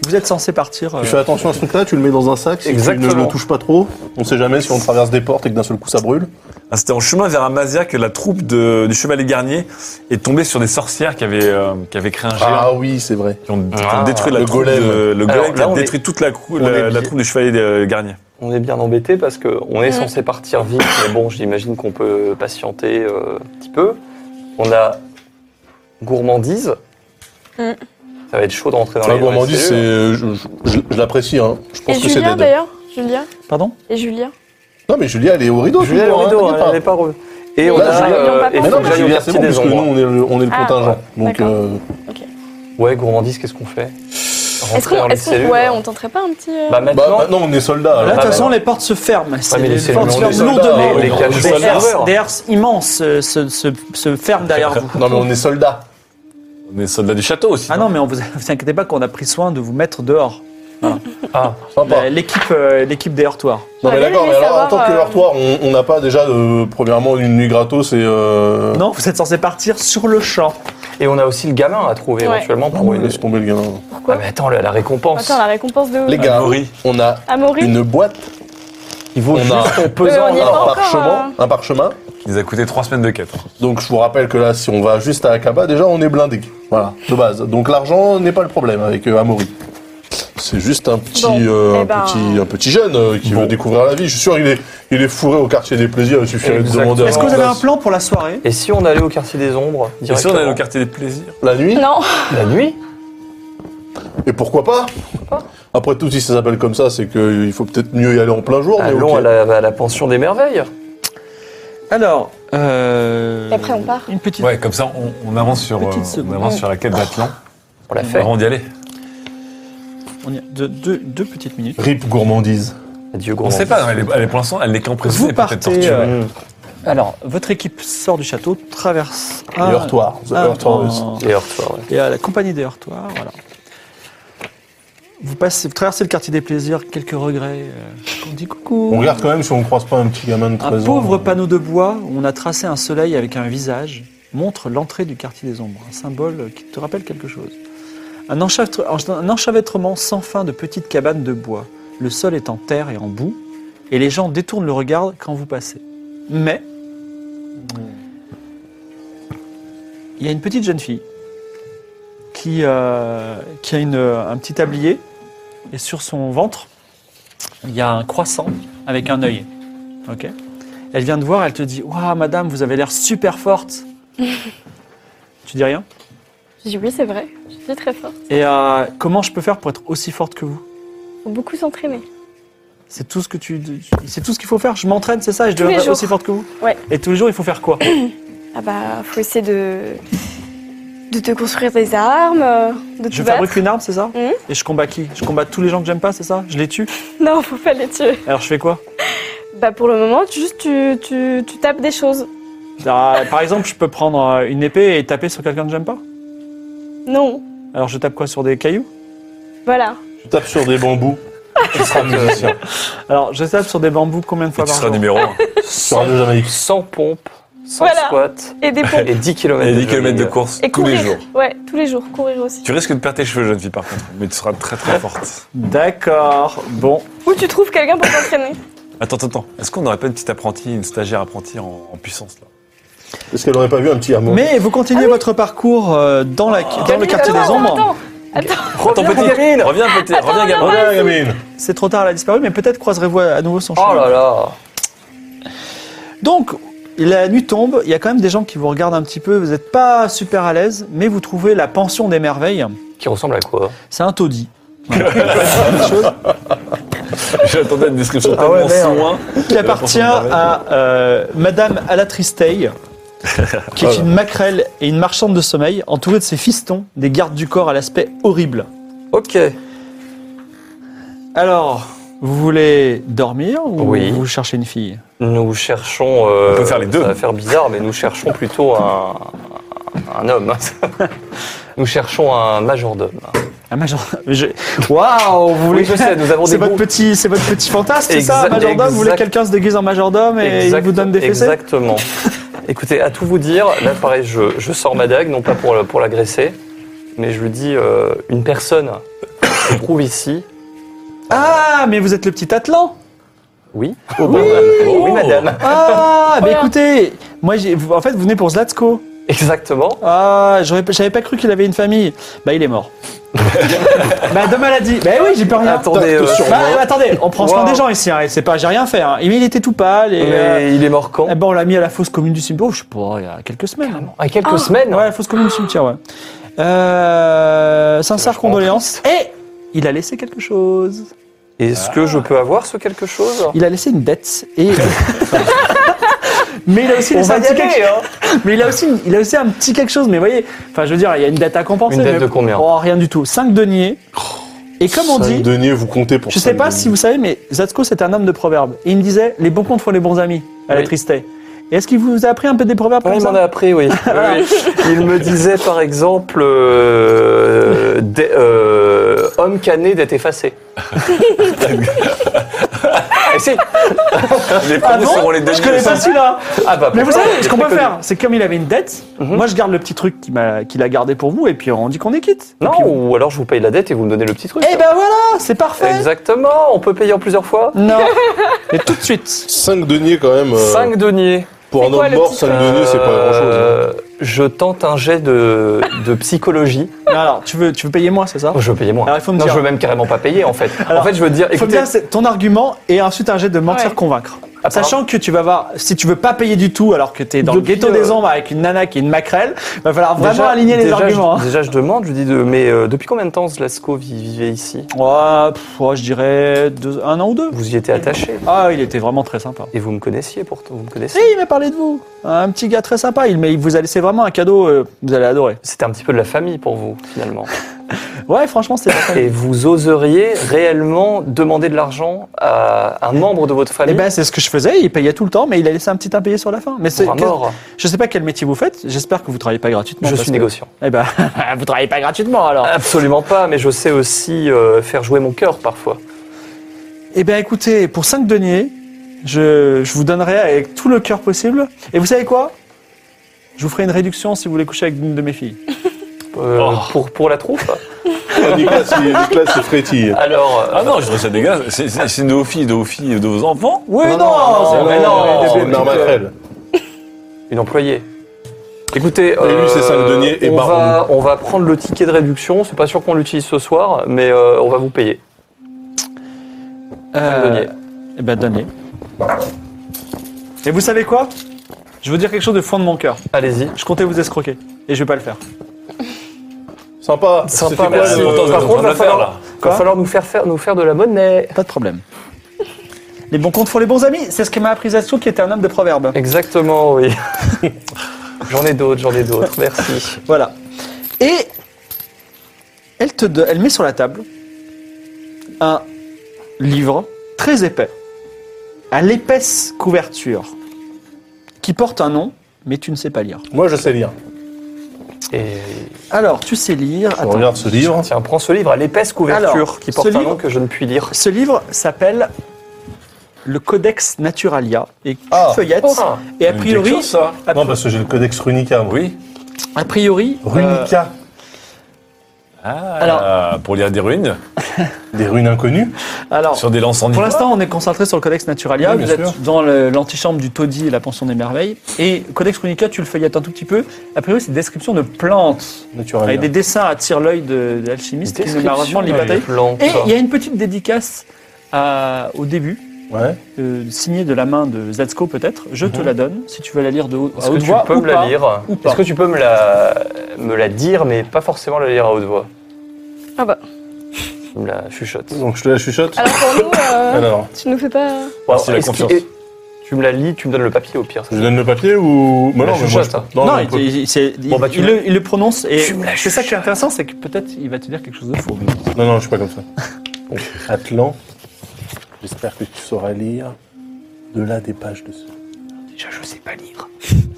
Speaker 1: Vous êtes censé partir. euh,
Speaker 3: Tu fais attention à ce truc-là, tu le mets dans un sac, si tu ne
Speaker 6: Exactement.
Speaker 3: le touches pas trop. On sait jamais si on traverse des portes et que d'un seul coup ça brûle.
Speaker 7: Ah, C'était en chemin vers Amazia que la troupe de- du chevalier Garnier est tombée sur des sorcières qui avaient, euh, qui avaient créé un géant,
Speaker 3: Ah oui, c'est vrai.
Speaker 7: qui ont, qui ont
Speaker 6: Ah,
Speaker 7: détruit la
Speaker 3: le
Speaker 7: troupe
Speaker 3: golem.
Speaker 7: de- le
Speaker 6: Alors,
Speaker 7: golem qui
Speaker 6: là,
Speaker 7: a
Speaker 6: on est-
Speaker 7: détruit toute la, cou-
Speaker 3: on
Speaker 7: la,
Speaker 3: est
Speaker 7: la troupe du chevalier euh, Garnier.
Speaker 6: On est bien embêté parce qu'on est
Speaker 4: Mm.
Speaker 6: censé partir vite, mais bon, j'imagine qu'on peut patienter euh, un petit peu. On a gourmandise.
Speaker 4: Mm.
Speaker 6: Ça va être chaud de rentrer dans
Speaker 3: La
Speaker 6: les dans les
Speaker 3: gourmandise, c'est, euh,
Speaker 6: cellules.
Speaker 3: je, je- je- je l'apprécie. Hein. Je pense
Speaker 4: Et
Speaker 3: que c'est
Speaker 4: Julien
Speaker 3: dead.
Speaker 4: d'ailleurs Julien
Speaker 1: Pardon
Speaker 4: Et Julien
Speaker 3: Non, mais Julia, elle est au rideau.
Speaker 6: Julien, le
Speaker 3: toujours, hein,
Speaker 6: rideau,
Speaker 3: t'inquiète
Speaker 6: hein,
Speaker 3: pas.
Speaker 6: elle n'est pas revenue. Et on
Speaker 3: Là,
Speaker 6: a.
Speaker 3: Julien,
Speaker 6: euh,
Speaker 4: on
Speaker 6: et
Speaker 4: est
Speaker 3: Mais
Speaker 6: faut
Speaker 3: non,
Speaker 6: que
Speaker 3: mais
Speaker 6: j'aille au
Speaker 3: Julia, c'est
Speaker 6: quartier
Speaker 3: bon,
Speaker 6: des
Speaker 3: puisque nous,
Speaker 6: ombres.
Speaker 3: on est le, on est le
Speaker 4: Ah,
Speaker 3: contingent. Donc,
Speaker 4: d'accord.
Speaker 3: euh,
Speaker 6: Ouais, gourmandise, qu'est-ce qu'on fait
Speaker 4: Est-ce
Speaker 6: Rentrer
Speaker 4: qu'on.
Speaker 6: dans les
Speaker 4: est-ce qu'on-
Speaker 6: cellules,
Speaker 4: ouais,
Speaker 6: hein.
Speaker 4: on tenterait pas un petit. euh,
Speaker 3: bah,
Speaker 6: Bah maintenant,
Speaker 3: maintenant, on est
Speaker 1: Là,
Speaker 3: soldats.
Speaker 1: de
Speaker 3: alors.
Speaker 1: toute
Speaker 6: bah,
Speaker 1: façon,
Speaker 6: bah.
Speaker 1: les portes se ferment. C'est-
Speaker 6: mais
Speaker 1: les,
Speaker 6: les cellules,
Speaker 1: portes se
Speaker 3: on est
Speaker 1: ferment
Speaker 3: soldats,
Speaker 1: lourdement.
Speaker 3: on est
Speaker 1: Des
Speaker 3: soldats.
Speaker 1: herses-
Speaker 6: On est soldats.
Speaker 1: Des herses immenses euh, se, se- se ferment derrière vous.
Speaker 3: Ah, Non, mais on est soldats.
Speaker 2: On est soldats du château aussi.
Speaker 1: Ah non, mais on vous, vous inquiétez pas qu'on a pris soin de vous mettre dehors.
Speaker 3: bah,
Speaker 6: ah,
Speaker 4: Bah,
Speaker 3: Sympa.
Speaker 1: La- L'équipe euh, l'équipe des heurtoirs.
Speaker 3: Non, mais
Speaker 4: J'aurais
Speaker 3: d'accord,
Speaker 4: aimé
Speaker 3: mais alors, en
Speaker 4: savoir,
Speaker 3: tant que
Speaker 4: euh,
Speaker 3: heurtoir, on on n'a pas déjà, euh, premièrement, une nuit gratos et. euh,
Speaker 1: Non, vous êtes censé partir sur le champ.
Speaker 6: et on a aussi le gamin à trouver
Speaker 4: Ouais.
Speaker 6: éventuellement
Speaker 3: Non,
Speaker 6: pour
Speaker 3: mais
Speaker 6: une.
Speaker 3: ah laisse tomber le gamin.
Speaker 6: Ah, mais attends, la, la récompense.
Speaker 4: Attends, la récompense de.
Speaker 3: Les gars, on a
Speaker 4: Amaury
Speaker 3: une boîte.
Speaker 6: Il vaut
Speaker 3: On
Speaker 6: juste
Speaker 3: a-
Speaker 6: en
Speaker 4: Ouais,
Speaker 6: pesant.
Speaker 4: Euh, on y est
Speaker 3: un
Speaker 4: pas encore,
Speaker 3: parchemin, un parchemin.
Speaker 7: Ils a coûté trois semaines de quête. hein.
Speaker 3: Donc je vous rappelle que là, si on va juste à Akaba, déjà on est blindé. Voilà, de base. Donc l'argent n'est pas le problème avec euh, Amaury. C'est juste un petit,
Speaker 4: Bon,
Speaker 3: euh,
Speaker 4: eh
Speaker 3: un
Speaker 4: ben-
Speaker 3: petit, un petit jeune euh, qui veut découvrir la vie. Je suis sûr il est, il est fourré au quartier des plaisirs. Il suffirait de
Speaker 6: Exactement.
Speaker 3: demander. à
Speaker 1: Est-ce que vous
Speaker 3: la
Speaker 1: avez un
Speaker 3: place.
Speaker 1: plan pour la soirée
Speaker 6: Et si on allait au quartier des ombres
Speaker 7: Et si on allait
Speaker 6: directement
Speaker 7: au quartier des plaisirs
Speaker 3: la nuit
Speaker 4: Non,
Speaker 6: La nuit
Speaker 3: Et pourquoi pas Après tout, si ça s'appelle comme ça, c'est qu'il faut peut-être mieux y aller en plein jour. mais
Speaker 6: Allons
Speaker 3: ok.
Speaker 6: à, la, à la pension des merveilles.
Speaker 1: Alors. euh,
Speaker 4: Et après, on part.
Speaker 1: Une petite.
Speaker 7: Ouais, comme ça, on, on avance sur,
Speaker 1: Petite
Speaker 7: euh, on
Speaker 1: seconde.
Speaker 7: avance sur la quête d'Atlan
Speaker 6: On l'a fait.
Speaker 7: avant d'y aller.
Speaker 1: on y a deux- deux- deux petites minutes.
Speaker 3: Rip gourmandise.
Speaker 6: Adieu, Mm.
Speaker 7: On
Speaker 6: gourmand.
Speaker 7: sait pas, elle est, elle est pour l'instant, elle n'est qu'en
Speaker 1: Vous
Speaker 7: prisonnier, peut-être
Speaker 1: partez.
Speaker 7: torturée.
Speaker 1: euh, alors, votre équipe sort du château, traverse
Speaker 3: Les
Speaker 1: un-
Speaker 3: heurtoirs. The
Speaker 1: un-
Speaker 3: Heurtoirs.
Speaker 1: Oh.
Speaker 6: Et heurtoir, ouais.
Speaker 1: et à la compagnie des heurtoirs. Voilà. Vous, passez, vous traversez le quartier des plaisirs, quelques regrets. euh, on dit coucou.
Speaker 3: On regarde quand même si on ne croise pas un petit gamin de
Speaker 1: un
Speaker 3: 13 ans.
Speaker 1: pauvre panneau de bois où on a tracé un soleil avec un visage montre l'entrée du quartier des ombres, un symbole qui te rappelle quelque chose. Un, enchâtre- un enchevêtrement sans fin de petites cabanes de bois. Le sol est en terre et en boue, et les gens détournent le regard quand vous passez. Mais il y a une petite jeune fille qui, euh, qui a une, un petit tablier, et sur son ventre, il y a un croissant avec un œil. Ok. Elle vient te voir, elle te dit Waouh, madame, vous avez l'air super forte. tu dis rien
Speaker 4: J'ai dit oui, c'est vrai. Je suis très forte.
Speaker 1: Et euh, comment je peux faire pour être aussi forte que vous
Speaker 4: Faut beaucoup s'entraîner.
Speaker 1: C'est tout ce que tu, c'est tout ce qu'il faut faire. Je m'entraîne, c'est ça, et je
Speaker 4: Tous les
Speaker 1: deviendrai
Speaker 4: jours.
Speaker 1: aussi forte que vous.
Speaker 4: Ouais.
Speaker 1: Et tous les jours, il faut faire quoi
Speaker 4: Ah bah, faut essayer de. de te construire des armes, euh, de te
Speaker 1: Je
Speaker 4: battre.
Speaker 1: fabrique une arme, c'est ça
Speaker 4: Mhm.
Speaker 1: Et je combats qui Je combats tous les gens que j'aime pas, c'est ça Je les tue
Speaker 4: Non, faut pas les tuer.
Speaker 1: Alors je fais quoi
Speaker 4: Bah, pour le moment, tu- juste tu, tu, tu tapes des choses.
Speaker 1: Ah, Par exemple, je peux prendre euh, une épée et taper sur quelqu'un que j'aime pas.
Speaker 4: Non.
Speaker 1: Alors je tape quoi sur des cailloux
Speaker 4: Voilà.
Speaker 3: Tu tapes sur des bambous. tu seras musicien.
Speaker 1: Alors je tape sur des bambous combien de
Speaker 7: Et
Speaker 1: fois
Speaker 7: tu
Speaker 1: par
Speaker 7: seras
Speaker 1: jour
Speaker 7: numéro 1.
Speaker 3: Sur Radio Jamaïque.
Speaker 6: 100 pompes, 100
Speaker 4: Voilà.
Speaker 6: squats
Speaker 4: Et des pompes.
Speaker 6: et 10 km
Speaker 7: Et
Speaker 6: de
Speaker 7: 10 km de
Speaker 6: jogging.
Speaker 7: course
Speaker 4: Et
Speaker 7: tous les
Speaker 4: courir.
Speaker 7: jours.
Speaker 4: Ouais, tous les jours, courir aussi.
Speaker 7: Tu risques de perdre tes cheveux, jeune fille, par contre, mais tu seras très très forte.
Speaker 1: D'accord. Bon,
Speaker 4: Ou tu trouves quelqu'un pour t'entraîner.
Speaker 7: Attends, attends, attends. Est-ce qu'on n'aurait pas une petite apprentie, une stagiaire apprentie en, en puissance là
Speaker 3: Est-ce qu'elle aurait pas vu un petit amour
Speaker 1: Mais vous continuez votre parcours euh, dans, la, dans le
Speaker 4: Camille,
Speaker 1: quartier des
Speaker 4: attends,
Speaker 1: ombres.
Speaker 4: Attends, attends.
Speaker 7: Attends,
Speaker 6: Reviens,
Speaker 7: petit,
Speaker 6: Camille
Speaker 7: reviens, petit, reviens, gamin.
Speaker 3: Regarde, Eh gamine
Speaker 1: C'est trop tard, elle a disparu, mais peut-être croiserez-vous à nouveau son chemin.
Speaker 6: Oh là là
Speaker 1: Donc, la nuit tombe, il y a quand même des gens qui vous regardent un petit peu, vous n'êtes pas super à l'aise, mais vous trouvez la pension des merveilles.
Speaker 6: Qui ressemble à quoi
Speaker 1: C'est un taudis. Voilà. C'est la chose.
Speaker 7: J'attendais une description
Speaker 5: Ah ouais,
Speaker 7: tellement
Speaker 5: merde.
Speaker 7: loin.
Speaker 1: qui appartient à euh, Madame Alatristei, qui est une maquerelle et une marchande de sommeil, entourée de ses fistons, des gardes du corps à l'aspect horrible.
Speaker 5: Ok.
Speaker 1: Alors, vous voulez dormir ou
Speaker 6: Oui.
Speaker 1: vous cherchez une fille
Speaker 6: Nous cherchons. euh,
Speaker 7: On peut faire les deux.
Speaker 6: Ça va faire bizarre, mais nous cherchons plutôt un, un homme. nous cherchons un majordome.
Speaker 1: Un major... je- Waouh, vous voulez
Speaker 6: Oui, je sais, nous avons
Speaker 1: C'est
Speaker 6: des
Speaker 1: votre
Speaker 6: goûts.
Speaker 1: petit, c'est votre petit fantasme, c'est ça, un
Speaker 6: Exact-
Speaker 1: majordome. Vous voulez
Speaker 6: exact-
Speaker 1: quelqu'un se déguise en majordome et il
Speaker 6: Exact-
Speaker 1: vous donne des fessées.
Speaker 6: Exactement. Écoutez, à tout vous dire, là pareil, je, je sors ma dague, non pas pour, la- pour l'agresser, mais je lui dis euh, une personne se trouve ici.
Speaker 1: Ah, mais vous êtes le petit Atlan.
Speaker 6: Oui.
Speaker 1: Oui. Oh.
Speaker 6: oui, madame.
Speaker 1: Ah, mais
Speaker 4: Voilà.
Speaker 1: écoutez, moi, j'ai- vous- en fait, vous venez pour Zlatko.
Speaker 6: Exactement.
Speaker 1: Ah, j'aurais- j'avais pas cru qu'il avait une famille. Bah, il est mort. bah, de maladie. Bah oui, j'ai peux rien.
Speaker 6: Attendez,
Speaker 1: Bah,
Speaker 6: euh, sur
Speaker 1: bah,
Speaker 6: moi.
Speaker 1: attendez, on prend soin
Speaker 6: Wow.
Speaker 1: des gens ici. Hein, et c'est pas, j'ai rien fait. Hein. Mais il était tout pâle et.
Speaker 6: Mais
Speaker 1: euh,
Speaker 6: il est mort quand
Speaker 1: eh ben, on l'a mis à la fosse commune du cimetière. Oh, Je sais pas, il y a quelques semaines. hein.
Speaker 6: À quelques semaines.
Speaker 1: Ouais, la fosse commune du cimetière, ouais. Euh, sincère condoléances. Et il a laissé quelque chose.
Speaker 6: Est-ce que je peux avoir ce quelque chose
Speaker 1: Il a laissé une dette et. mais il a aussi
Speaker 6: On
Speaker 1: laissé
Speaker 6: va
Speaker 1: un
Speaker 6: y
Speaker 1: petit quelque
Speaker 6: aller, hein.
Speaker 1: Mais il a aussi, il a aussi un petit quelque chose. Mais vous voyez, enfin, je veux dire, il y a une dette à compenser.
Speaker 6: Une dette
Speaker 1: mais-
Speaker 6: de combien
Speaker 1: Oh, rien du tout. 5 deniers. Et comme on dit,
Speaker 3: deniers, vous comptez pour
Speaker 1: je sais pas si vous savez, mais Zatsko, c'est un homme de proverbes. Et il me disait, les bons comptes font les bons amis. À la
Speaker 6: Oui.
Speaker 1: Tristay. Et est-ce qu'il vous a appris un peu des proverbes
Speaker 6: Ouais,
Speaker 1: comme
Speaker 6: il
Speaker 1: ça
Speaker 6: m'en a appris, oui. Oui, oui. Il me disait par exemple euh, dé- euh, Homme cané d'être effacé. Eh si.
Speaker 7: Les
Speaker 1: Ah
Speaker 7: premiers
Speaker 1: bon
Speaker 7: seront les
Speaker 1: Je connais
Speaker 7: derniers.
Speaker 1: pas celui-là.
Speaker 6: Ah bah,
Speaker 1: Mais vous
Speaker 6: pourquoi
Speaker 1: savez, ce qu'on peut
Speaker 6: Très
Speaker 1: faire, c'est comme il avait une dette,
Speaker 6: Mhm.
Speaker 1: moi je garde le petit truc qui m'a- qu'il a, gardé pour vous et puis on dit qu'on est quitte. Et
Speaker 6: connu.
Speaker 1: puis-
Speaker 6: Non, ou alors je vous paye la dette et vous me donnez le petit truc.
Speaker 1: Eh ben voilà, c'est parfait.
Speaker 6: Exactement, on peut payer en plusieurs fois.
Speaker 1: Non, mais tout de suite.
Speaker 3: 5 deniers quand même. euh,
Speaker 6: 5 deniers.
Speaker 3: pour un
Speaker 4: C'est quoi,
Speaker 3: homme
Speaker 4: le
Speaker 3: mort,
Speaker 4: petit
Speaker 3: 5 deniers, c'est pas hein. grand chose.
Speaker 1: hein.
Speaker 6: Euh, Je tente un jet de, de psychologie.
Speaker 1: Non, alors, tu veux, tu veux payer moi, c'est ça
Speaker 6: Oh, je veux payer moins.
Speaker 1: Alors, il faut me
Speaker 6: non,
Speaker 1: dire.
Speaker 6: je veux même carrément pas payer en fait.
Speaker 1: Alors,
Speaker 6: en fait, je veux dire,
Speaker 1: Faut
Speaker 6: écoutez,
Speaker 1: bien, c'est ton argument et ensuite un jet de mentir
Speaker 4: Ouais.
Speaker 1: convaincre.
Speaker 6: Ah,
Speaker 1: Sachant que tu vas voir, si tu veux pas payer du tout alors que t'es dans
Speaker 6: Depuis,
Speaker 1: le ghetto des
Speaker 6: euh,
Speaker 1: ombres avec une nana qui est une maquerelle, va falloir vraiment
Speaker 6: Déjà-
Speaker 1: aligner les
Speaker 6: déjà,
Speaker 1: arguments.
Speaker 6: Je,
Speaker 1: hein.
Speaker 6: Déjà, je demande, je dis, de, mais euh, depuis combien de temps Zlasko vi- vivait ici
Speaker 1: Ouais, pff, ouais, je dirais deux- un an ou deux.
Speaker 6: Vous y étiez attaché
Speaker 1: Ah, il était vraiment très sympa.
Speaker 6: et vous me connaissiez pourtant, vous me
Speaker 1: Si,
Speaker 6: connaissez.
Speaker 1: il m'a parlé de vous. Un petit gars très sympa. Il, mais il vous a laissé vraiment un cadeau. euh, vous allez adorer.
Speaker 6: C'était un petit peu de la famille pour vous finalement.
Speaker 1: Ouais, franchement, c'était pas mal.
Speaker 6: Et vous oseriez réellement demander de l'argent à un membre de votre
Speaker 1: Eh
Speaker 6: famille
Speaker 1: ben, c'est ce que je faisais. Il payait tout le temps, mais il a laissé un petit impayé sur la fin. Mais c'est,
Speaker 6: pour un mort
Speaker 1: je sais pas quel métier vous faites. J'espère que vous travaillez pas gratuitement.
Speaker 6: Je
Speaker 1: parce
Speaker 6: suis
Speaker 1: que-
Speaker 6: négociant.
Speaker 1: Eh ben, vous travaillez pas gratuitement alors.
Speaker 6: Absolument pas, mais je sais aussi euh, faire jouer mon cœur parfois.
Speaker 1: Eh ben, écoutez, pour 5 deniers, je, je vous donnerai avec tout le cœur possible. Et vous savez quoi Je vous ferai une réduction si vous voulez coucher avec une de mes filles.
Speaker 6: Euh,
Speaker 7: Oh.
Speaker 6: pour, pour la troupe
Speaker 3: Ah, Nicolas, il- Nicolas, c'est frétille.
Speaker 6: Alors, euh,
Speaker 7: Ah non, je trouve ça dégueulasse. C'est- C'est c'est de vos filles, de vos filles et de vos enfants.
Speaker 1: Oui, non,
Speaker 6: non,
Speaker 3: Ah,
Speaker 6: mais non,
Speaker 3: c'est
Speaker 6: mais
Speaker 3: une arme à trelle.
Speaker 6: une employée. Écoutez, euh,
Speaker 3: Et lui, c'est cinq deniers et
Speaker 6: on,
Speaker 3: baron.
Speaker 6: va, on va prendre le ticket de réduction. C'est pas sûr qu'on l'utilise ce soir, mais euh, on va vous payer. Cinq
Speaker 1: Euh,
Speaker 6: deniers.
Speaker 1: Eh ben, donnez. Et vous savez quoi Je veux dire quelque chose de fond de mon cœur.
Speaker 6: Allez-y.
Speaker 1: Je comptais vous escroquer. Et je vais pas le faire.
Speaker 3: Sympa.
Speaker 6: Sympa,
Speaker 3: C'était quoi,
Speaker 6: merci.
Speaker 3: le-
Speaker 7: Attends,
Speaker 6: Par
Speaker 7: on est en
Speaker 6: contre,
Speaker 7: train de
Speaker 6: va
Speaker 7: le faire,
Speaker 6: falloir, va falloir nous faire, faire, nous faire de la monnaie.
Speaker 1: Pas de problème. Les bons comptes font les bons amis. C'est ce que m'a appris Zassou, qui était un homme de proverbe.
Speaker 6: Exactement, oui. j'en ai d'autres, j'en ai d'autres. Merci.
Speaker 1: Voilà. Et elle, te, do- elle met sur la table un livre très épais, à l'épaisse couverture, qui porte un nom, mais tu ne sais pas lire.
Speaker 3: Moi, je sais lire.
Speaker 6: Et
Speaker 1: Alors, tu sais lire.
Speaker 3: Je
Speaker 1: Attends.
Speaker 3: regarde ce livre.
Speaker 6: tiens, prends ce livre à l'épaisse couverture
Speaker 1: Alors,
Speaker 6: qui porte
Speaker 1: ce
Speaker 6: un
Speaker 1: livre-
Speaker 6: nom que je ne puis lire.
Speaker 1: Ce livre s'appelle Le Codex Naturalia et tu
Speaker 3: Ah.
Speaker 1: feuillettes.
Speaker 6: Ah.
Speaker 1: et a priori,
Speaker 7: Quelque chose, ça.
Speaker 1: a,
Speaker 3: Non, parce que j'ai le codex Runica. moi.
Speaker 7: Oui.
Speaker 1: a priori, euh,
Speaker 3: Runica.
Speaker 7: Ah,
Speaker 1: Alors-
Speaker 7: pour lire des ruines
Speaker 3: Des runes inconnues.
Speaker 1: alors
Speaker 7: sur des lances en
Speaker 1: pour
Speaker 7: ivoire.
Speaker 1: l'instant, on est concentré sur le Codex Naturalia.
Speaker 3: Oui, bien
Speaker 1: Vous êtes
Speaker 3: sûr.
Speaker 1: dans le- l'antichambre du taudis et la pension des merveilles. Et Codex Runica, tu le feuillettes un tout petit peu. A priori, c'est une description de plantes avec
Speaker 3: Naturellement.
Speaker 1: des dessins à tire-l'œil de, de l'alchimiste qui ne malheureusement lit pas
Speaker 6: des
Speaker 1: taille.
Speaker 6: plantes.
Speaker 1: Et il y a une petite dédicace à- au début.
Speaker 3: Ouais.
Speaker 1: euh, signée de la main de Zatsko peut-être, je te la donne si tu veux la lire de haut, à
Speaker 6: Mhm. Est-ce que
Speaker 1: haute
Speaker 6: tu
Speaker 1: voix
Speaker 6: peux
Speaker 1: ou
Speaker 6: me la
Speaker 1: pas.
Speaker 6: lire
Speaker 1: ou pas.
Speaker 6: Est-ce que tu peux me la, me la dire, mais pas forcément la lire à haute voix
Speaker 4: Ah bah.
Speaker 6: Il me la chuchote.
Speaker 3: Donc je te la chuchote.
Speaker 4: Alors pour nous, euh,
Speaker 3: Alors,
Speaker 4: tu nous fais pas.
Speaker 6: Bon,
Speaker 7: Merci, la
Speaker 6: est-ce qu'il-
Speaker 7: confiance.
Speaker 6: et- tu me la lis, tu me donnes le papier au pire. ça.
Speaker 3: je lui donne le papier ou.
Speaker 6: La
Speaker 3: mais
Speaker 6: chuchote,
Speaker 3: je-
Speaker 6: hein.
Speaker 3: non,
Speaker 1: Non,
Speaker 3: mais on
Speaker 1: il,
Speaker 3: peut-
Speaker 1: il- c'est-
Speaker 6: Bon,
Speaker 1: il-
Speaker 6: bah, tu
Speaker 1: il
Speaker 6: me-
Speaker 1: le, il le prononce et
Speaker 6: tu me la
Speaker 1: c'est ça qui est intéressant, c'est que peut-être il va te dire quelque chose de faux. mais-
Speaker 3: non, non, je suis pas comme ça. Bon, Atlan, j'espère que tu sauras lire de-là des pages de ce.
Speaker 6: Déjà, je sais pas lire.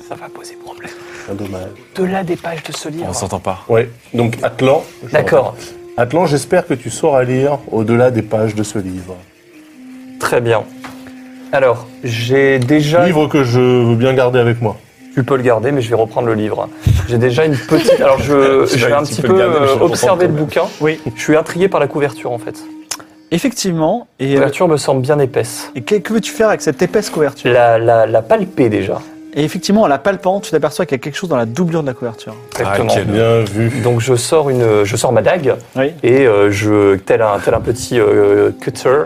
Speaker 6: Ça va poser problème.
Speaker 3: Un dommage.
Speaker 6: Delà des pages de ce livre.
Speaker 7: On s'entend pas.
Speaker 3: Ouais, donc Atlan. je
Speaker 6: D'accord.
Speaker 3: reprends. Atlan, j'espère que tu sauras lire au-delà des pages de ce livre.
Speaker 6: Très bien. Alors, j'ai déjà.
Speaker 3: Livre que je veux bien garder avec moi.
Speaker 6: Tu peux le garder, mais je vais reprendre le livre. J'ai déjà une petite. Alors, je,
Speaker 7: Tu vas
Speaker 6: je vais
Speaker 7: dire,
Speaker 6: un
Speaker 7: tu
Speaker 6: petit
Speaker 7: peux le
Speaker 6: peu
Speaker 7: garder, mais je
Speaker 6: euh,
Speaker 7: vais le
Speaker 6: observer le
Speaker 7: reprendre
Speaker 6: bouquin.
Speaker 1: Oui.
Speaker 6: Je suis intrigué par la couverture, en fait.
Speaker 1: Effectivement, et,
Speaker 6: La
Speaker 1: euh,
Speaker 6: couverture me semble bien épaisse.
Speaker 1: et que, que veux-tu faire avec cette épaisse couverture
Speaker 6: La, la, la palper déjà.
Speaker 7: Ah,
Speaker 1: Et effectivement, en la palpant, tu t'aperçois qu'il y a quelque chose dans la doublure de la couverture.
Speaker 6: Exactement.
Speaker 7: quel-
Speaker 3: Bien vu.
Speaker 6: Donc, je sors, une, je sors ma dague
Speaker 1: Oui.
Speaker 6: et euh, je, tel, un, tel un petit euh, cutter,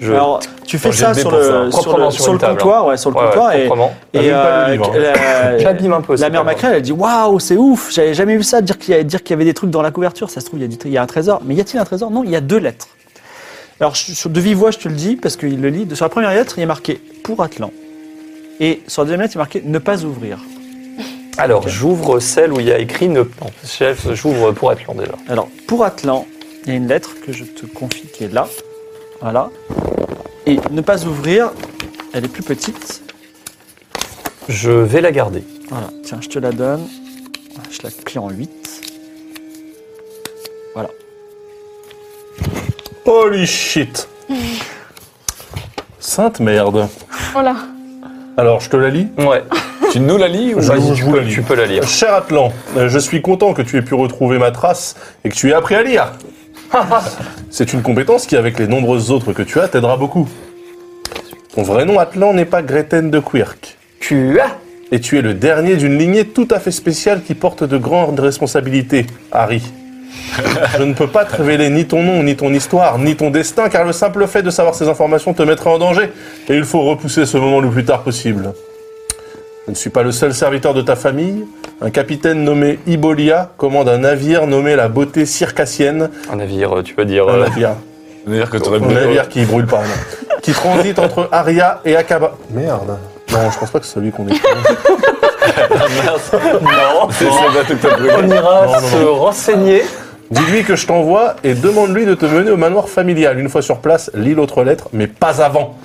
Speaker 6: je
Speaker 1: Alors, tu fais
Speaker 7: Bon, j'ai
Speaker 1: ça
Speaker 7: le dé
Speaker 1: sur
Speaker 7: pour
Speaker 1: le,
Speaker 6: ça.
Speaker 1: sur le,
Speaker 6: Proprement sur
Speaker 1: sur
Speaker 6: une
Speaker 1: le
Speaker 6: table,
Speaker 1: comptoir, ouais, sur le
Speaker 6: Ouais, ouais,
Speaker 1: comptoir, et,
Speaker 6: proprement.
Speaker 7: Ah,
Speaker 1: et, euh,
Speaker 3: T'as même
Speaker 7: hein.
Speaker 3: pas le livre,
Speaker 1: la-
Speaker 6: J'abîme un peu. c'est
Speaker 1: la mère
Speaker 6: pas grave.
Speaker 1: Macrel, elle dit Waouh, c'est ouf, j'avais jamais vu ça, dire qu'il y, a- dire qu'il y avait des trucs dans la couverture. Ça se trouve, il y a, du- il y a un trésor. Mais y a-t-il un trésor Non, il y a deux lettres. Alors, je- sur, de vive voix, je te le dis, parce qu'il le lit. Sur la première lettre, il est marqué pour Atlan. Et sur la deuxième lettre, il est marqué ne pas ouvrir.
Speaker 6: Alors, j'ouvre celle où il y a écrit ne. Non, chef, j'ouvre pour Atlan déjà.
Speaker 1: Alors, pour Atlan, il y a une lettre que je te confie qui est là. Voilà. Et ne pas ouvrir, elle est plus petite.
Speaker 6: Je vais la garder.
Speaker 1: Voilà, tiens, je te la donne. Ah, Je la plie en 8.
Speaker 3: Holy shit Sainte merde.
Speaker 4: Voilà.
Speaker 3: Alors, je te la lis
Speaker 6: Ouais.
Speaker 7: Tu nous la lis ou
Speaker 3: Je
Speaker 6: Vas-y,
Speaker 3: vous-
Speaker 6: tu,
Speaker 3: vous
Speaker 6: peux-
Speaker 3: la lis.
Speaker 6: tu peux la lire.
Speaker 3: Cher Atlan, euh, je suis content que tu aies pu retrouver ma trace et que tu aies appris à lire. C'est une compétence qui, avec les nombreuses autres que tu as, t'aidera beaucoup. Ton vrai nom, Atlan, n'est pas Greten de Quirk.
Speaker 6: Tu as
Speaker 3: Et tu es le dernier d'une lignée tout à fait spéciale qui porte de grandes responsabilités, Harry. Je ne peux pas te révéler ni ton nom, ni ton histoire, ni ton destin, car le simple fait de savoir ces informations te mettrait en danger, et il faut repousser ce moment le plus tard possible. Je ne suis pas le seul serviteur de ta famille. Un capitaine nommé Ibolia commande un navire nommé la beauté circassienne.
Speaker 6: un navire, tu veux dire.
Speaker 3: Un
Speaker 6: euh,
Speaker 3: navire,
Speaker 7: C'est-à-dire que tu aurais
Speaker 3: un navire qui brûle pas, non. Qui transite entre Aria et Akaba. Merde. Non, je pense pas que c'est celui qu'on est.
Speaker 6: non,
Speaker 7: C'est ça, bah, tout à fait.
Speaker 6: on ira
Speaker 3: Non, non, non.
Speaker 6: se renseigner.
Speaker 3: Dis-lui que je t'envoie et demande-lui de te mener au manoir familial. Une fois sur place, lis l'autre lettre, mais pas avant.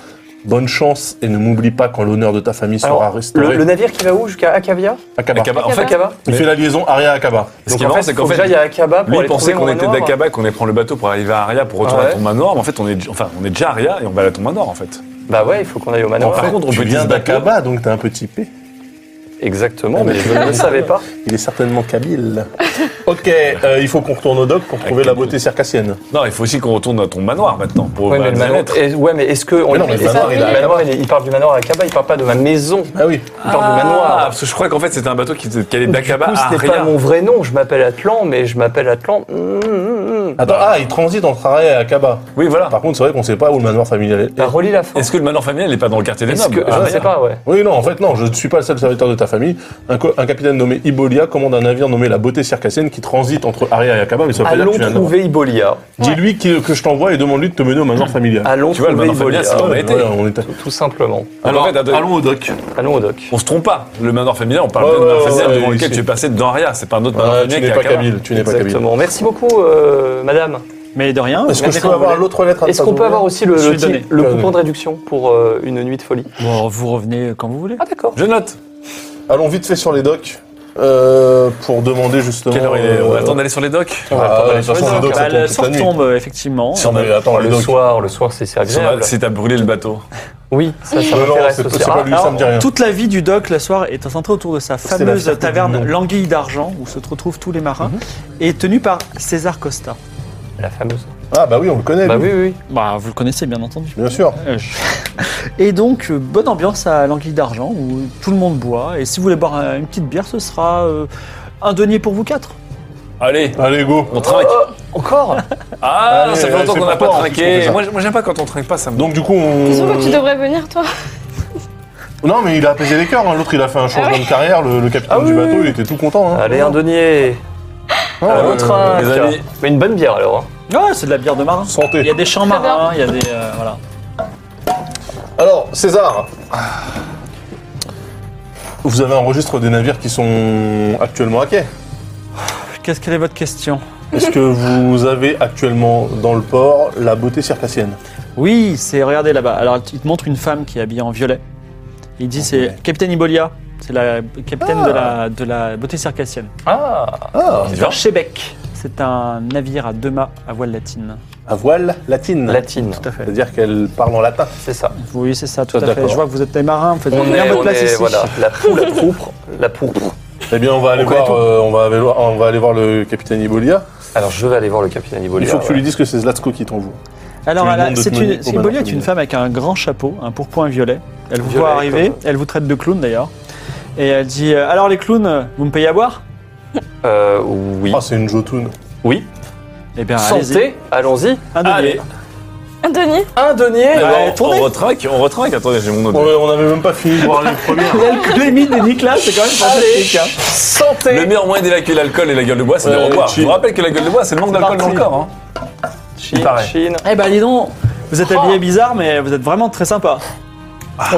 Speaker 3: Bonne chance et ne m'oublie pas quand l'honneur de ta famille sera
Speaker 6: Alors,
Speaker 3: restauré.
Speaker 6: le, le navire qui va où Jusqu'à Akavia
Speaker 3: Akaba.
Speaker 7: Akaba. En
Speaker 4: Akaba.
Speaker 7: fait,
Speaker 6: Akaba
Speaker 3: Il fait la liaison Aria-Akaba.
Speaker 7: ce qui
Speaker 6: Donc
Speaker 7: est
Speaker 6: en
Speaker 7: marrant,
Speaker 6: fait,
Speaker 7: c'est
Speaker 6: faut
Speaker 7: qu'en
Speaker 6: que j'aille
Speaker 7: fait,
Speaker 6: à Akaba pour
Speaker 7: lui
Speaker 6: aller
Speaker 7: il pensait
Speaker 6: trouver
Speaker 7: qu'on
Speaker 6: mon
Speaker 7: était
Speaker 6: manoir.
Speaker 7: d'Akaba, qu'on allait prendre le bateau pour arriver à Aria pour retourner
Speaker 6: Ouais.
Speaker 7: à ton manoir, mais en fait, on est, enfin, on est déjà à Aria et on va aller à ton manoir, en fait.
Speaker 6: Bah ouais, il faut qu'on aille au
Speaker 3: En
Speaker 6: manoir.
Speaker 3: fait,
Speaker 7: contre, on
Speaker 3: tu
Speaker 7: peut
Speaker 3: viens
Speaker 7: dire bateau.
Speaker 3: d'Akaba, donc t'as un petit P.
Speaker 6: Exactement, mais je ne le savais pas.
Speaker 3: Il est certainement kabyle. ok, euh, il faut qu'on retourne au doc pour trouver la beauté circassienne.
Speaker 7: Non, il faut aussi qu'on retourne à ton manoir maintenant pour
Speaker 6: Ouais, mais
Speaker 7: ouvrir
Speaker 6: le
Speaker 7: les
Speaker 6: manoir,
Speaker 7: lettres.
Speaker 6: est- ouais, mais est-ce que. on-
Speaker 3: Mais non, mais le
Speaker 6: est-ce que-
Speaker 3: manoir, il a-
Speaker 6: manoir, il est- il parle du manoir à Akaba, il parle pas de ma maison.
Speaker 3: Ah oui.
Speaker 6: Il parle du manoir.
Speaker 7: Parce que je crois qu'en fait, c'était un bateau qui faisait- qui allait
Speaker 6: Du coup,
Speaker 7: d'Akaba à
Speaker 6: ce n'est pas
Speaker 7: Aria.
Speaker 6: mon vrai nom. Je m'appelle Atlan, mais je m'appelle Atlan. Mmh, mmh, mmh.
Speaker 3: Attends, ah, il transite entre Aria et Akaba.
Speaker 7: Oui, voilà.
Speaker 3: Par contre, c'est vrai qu'on sait pas où le manoir familial est.
Speaker 6: Bah, relis la fin.
Speaker 7: Est-ce que le manoir familial n'est pas dans le quartier des
Speaker 6: Est-ce
Speaker 7: nobles
Speaker 6: que-
Speaker 7: à
Speaker 6: Je ne
Speaker 7: Aria
Speaker 6: sais pas, ouais.
Speaker 3: Oui, non, en fait, non, je ne suis pas le seul serviteur de ta famille. Un, co- un capitaine nommé Ibolia commande un navire nommé la Beauté Circassienne qui transite entre Aria et Akaba, mais ça veut pas dire que
Speaker 6: Allons
Speaker 3: tu viens de-
Speaker 6: trouver Ibolia.
Speaker 3: Dis-lui qu'il- que je t'envoie et demande-lui de te mener au manoir familial.
Speaker 6: Allons
Speaker 7: Tu vois, le
Speaker 6: trouver
Speaker 7: manoir familial,
Speaker 6: Ibolia.
Speaker 7: c'est
Speaker 3: Ouais,
Speaker 7: on a été.
Speaker 3: ouais, on est à-
Speaker 6: Tout simplement.
Speaker 7: Alors, en fait, attends,
Speaker 3: allons au doc.
Speaker 6: Allons au doc.
Speaker 7: on se trompe pas. Le manoir familial, on parle
Speaker 3: Ouais,
Speaker 7: bien du manoir
Speaker 3: ouais,
Speaker 7: familial
Speaker 3: ouais,
Speaker 7: devant
Speaker 3: ouais,
Speaker 7: lequel
Speaker 3: ici.
Speaker 7: tu es passé dans Aria. C'est pas un autre manoir
Speaker 3: Ah, tu
Speaker 7: familial
Speaker 3: n'es
Speaker 7: qui
Speaker 3: pas
Speaker 7: est à Akaba.
Speaker 3: Kabyle, tu n'es pas Kabyle.
Speaker 6: Exactement. Merci beaucoup, euh, madame.
Speaker 1: Mais de rien.
Speaker 3: Est-ce que
Speaker 6: Merci
Speaker 3: je peux
Speaker 6: quand
Speaker 3: avoir
Speaker 6: vous voulez.
Speaker 3: l'autre lettre à
Speaker 6: Est-ce
Speaker 3: ne
Speaker 6: qu'on
Speaker 3: pas
Speaker 6: peut avoir
Speaker 3: ouvrir
Speaker 6: aussi le,
Speaker 1: Je
Speaker 6: le
Speaker 1: vais
Speaker 6: titre-
Speaker 1: donner.
Speaker 6: le
Speaker 3: Je vais
Speaker 6: coupon
Speaker 3: donner.
Speaker 6: de réduction pour euh, une nuit de folie
Speaker 1: Bon, vous revenez quand vous voulez.
Speaker 6: Ah d'accord.
Speaker 7: Je note.
Speaker 3: Allons vite fait sur les docs euh, pour demander justement.
Speaker 7: Quelle heure il est On
Speaker 3: euh,
Speaker 7: attend d'aller sur les docks
Speaker 3: ah,
Speaker 6: attendre d'aller
Speaker 3: de toute
Speaker 6: sur les
Speaker 3: façon, le
Speaker 6: docs.
Speaker 3: doc, ça
Speaker 1: Bah,
Speaker 3: tourne
Speaker 1: la
Speaker 3: toute la
Speaker 1: sortie
Speaker 3: nuit.
Speaker 1: tombe, euh, effectivement.
Speaker 3: Si on a- attends, les
Speaker 6: le
Speaker 3: docs.
Speaker 6: soir, le soir c'est c'est
Speaker 7: Si on a-
Speaker 6: agréable.
Speaker 7: Si t'as brûlé le bateau.
Speaker 6: Oui, ça, ça
Speaker 3: Non, non,
Speaker 6: m'intéresse
Speaker 3: c'est
Speaker 6: aussi.
Speaker 3: c'est
Speaker 6: Ah,
Speaker 3: pas lui, ça me dit rien.
Speaker 1: Toute la vie du doc, la soirée, est centrée autour de sa
Speaker 3: hein. la
Speaker 1: fameuse
Speaker 3: fierté du
Speaker 1: taverne
Speaker 3: monde. Mhm.
Speaker 1: L'Anguille d'Argent, où se retrouvent tous les marins, et tenue par César Costa.
Speaker 6: la fameuse.
Speaker 3: Ah bah oui, on le connaît.
Speaker 6: Bah
Speaker 3: lui.
Speaker 6: oui, oui.
Speaker 1: Bah, vous le connaissez, bien entendu.
Speaker 3: Bien sûr.
Speaker 1: Euh, je- Et donc, euh, bonne ambiance à l'Anguille d'Argent, où tout le monde boit. Et si vous voulez boire euh, une petite bière, ce sera euh, un denier pour vous quatre.
Speaker 7: Allez,
Speaker 3: Allez, go.
Speaker 7: on trinque.
Speaker 6: Encore
Speaker 7: Ah,
Speaker 3: Allez,
Speaker 7: ça fait longtemps
Speaker 3: c'est
Speaker 7: qu'on n'a
Speaker 3: pas
Speaker 7: pas
Speaker 3: toi, en plus, qu'on fait
Speaker 7: trinqué.
Speaker 3: ça.
Speaker 7: Moi, j'- moi, j'aime pas quand on trinque pas, ça me.
Speaker 3: Donc du coup, on.
Speaker 4: C'est sûr que tu devrais venir, toi.
Speaker 3: Non, mais il a apaisé les cœurs. hein. L'autre, il a fait un
Speaker 4: Ah
Speaker 3: changement de carrière. Le, le capitaine
Speaker 6: Ah
Speaker 3: du
Speaker 6: oui,
Speaker 3: bateau,
Speaker 6: oui.
Speaker 3: il était tout content. hein.
Speaker 6: Allez, un denier.
Speaker 3: Ah,
Speaker 6: Un
Speaker 3: euh,
Speaker 6: autre. un,
Speaker 7: les
Speaker 6: tiens.
Speaker 7: amis.
Speaker 6: Mais une bonne bière alors. hein.
Speaker 1: Ouais, Ah, c'est de la bière de marin. Il y
Speaker 3: Santé.
Speaker 1: a des champs marins, il y a des. euh, voilà.
Speaker 3: Alors, César. Vous avez un registre des navires qui sont actuellement à quai.
Speaker 1: Qu'est-ce quelle est votre question
Speaker 3: Est-ce que vous avez actuellement dans le port la beauté circassienne
Speaker 1: Oui, c'est regardez là-bas. Alors il te montre une femme qui est habillée en violet. Il dit c'est Capitaine Ibolia. C'est la capitaine de,
Speaker 6: Ah
Speaker 1: la, de la beauté circassienne.
Speaker 3: Ah,
Speaker 1: C'est un Chebec. C'est un navire à deux mâts à voile latine.
Speaker 3: à voile latine.
Speaker 6: Latine,
Speaker 1: Tout à fait.
Speaker 3: C'est-à-dire qu'elle parle en latin.
Speaker 6: c'est ça.
Speaker 1: Oui, c'est ça, tout
Speaker 3: Ça,
Speaker 1: à fait.
Speaker 3: d'accord.
Speaker 1: Je vois que vous êtes des marins, vous faites
Speaker 6: On
Speaker 1: bien
Speaker 6: est,
Speaker 1: votre
Speaker 6: on
Speaker 1: place
Speaker 6: est-
Speaker 1: ici.
Speaker 6: voilà, la pou- la pourpre, la pourpre.
Speaker 3: Eh bien, on va aller,
Speaker 6: connaît
Speaker 3: voir,
Speaker 6: tout.
Speaker 3: euh, on, va aller voir, on va aller voir le capitaine Ibolia.
Speaker 6: Alors je vais aller voir le capitaine Ibolia.
Speaker 3: Il faut que tu
Speaker 6: ouais.
Speaker 3: lui dises que c'est Zlatko qui t'envoie.
Speaker 1: Alors,
Speaker 3: Tu lui
Speaker 1: elle a-
Speaker 3: demandes de
Speaker 1: c'est
Speaker 3: te
Speaker 1: une,
Speaker 3: mener pour
Speaker 1: Ibolia est
Speaker 3: Madame
Speaker 1: une femme avec un grand chapeau, un pourpoint violet. Elle vous
Speaker 6: Violet,
Speaker 1: voit arriver,
Speaker 6: comme-
Speaker 1: elle vous traite de clown d'ailleurs. Et elle dit euh, Alors les clowns, euh, vous me payez à boire
Speaker 6: Euh, oui.
Speaker 3: Ah, c'est une Jotun.
Speaker 6: oui.
Speaker 1: Eh bien, allez-y.
Speaker 6: Santé, allons-y.
Speaker 1: Un denier.
Speaker 7: Allez.
Speaker 4: Un denier
Speaker 6: Un denier.
Speaker 7: Alors,
Speaker 1: ouais, tournez.
Speaker 7: on retrinque, on retrinque. Attendez, j'ai mon autre.
Speaker 3: On on n'avait même pas fini de voir les premières.
Speaker 1: Il y a le Clémine et Nicolas, c'est quand même fantastique. hein.
Speaker 7: Le meilleur moyen d'évacuer l'alcool et la gueule de bois, c'est
Speaker 3: Ouais,
Speaker 7: de revoir.
Speaker 3: chill.
Speaker 7: Je vous rappelle que la gueule de bois, c'est le manque d'alcool dans le
Speaker 1: parti.
Speaker 7: corps. hein.
Speaker 6: Chine,
Speaker 7: paraît.
Speaker 6: Chine.
Speaker 1: Eh ben, dis donc, vous êtes habillé bizarre, mais vous êtes vraiment très sympa.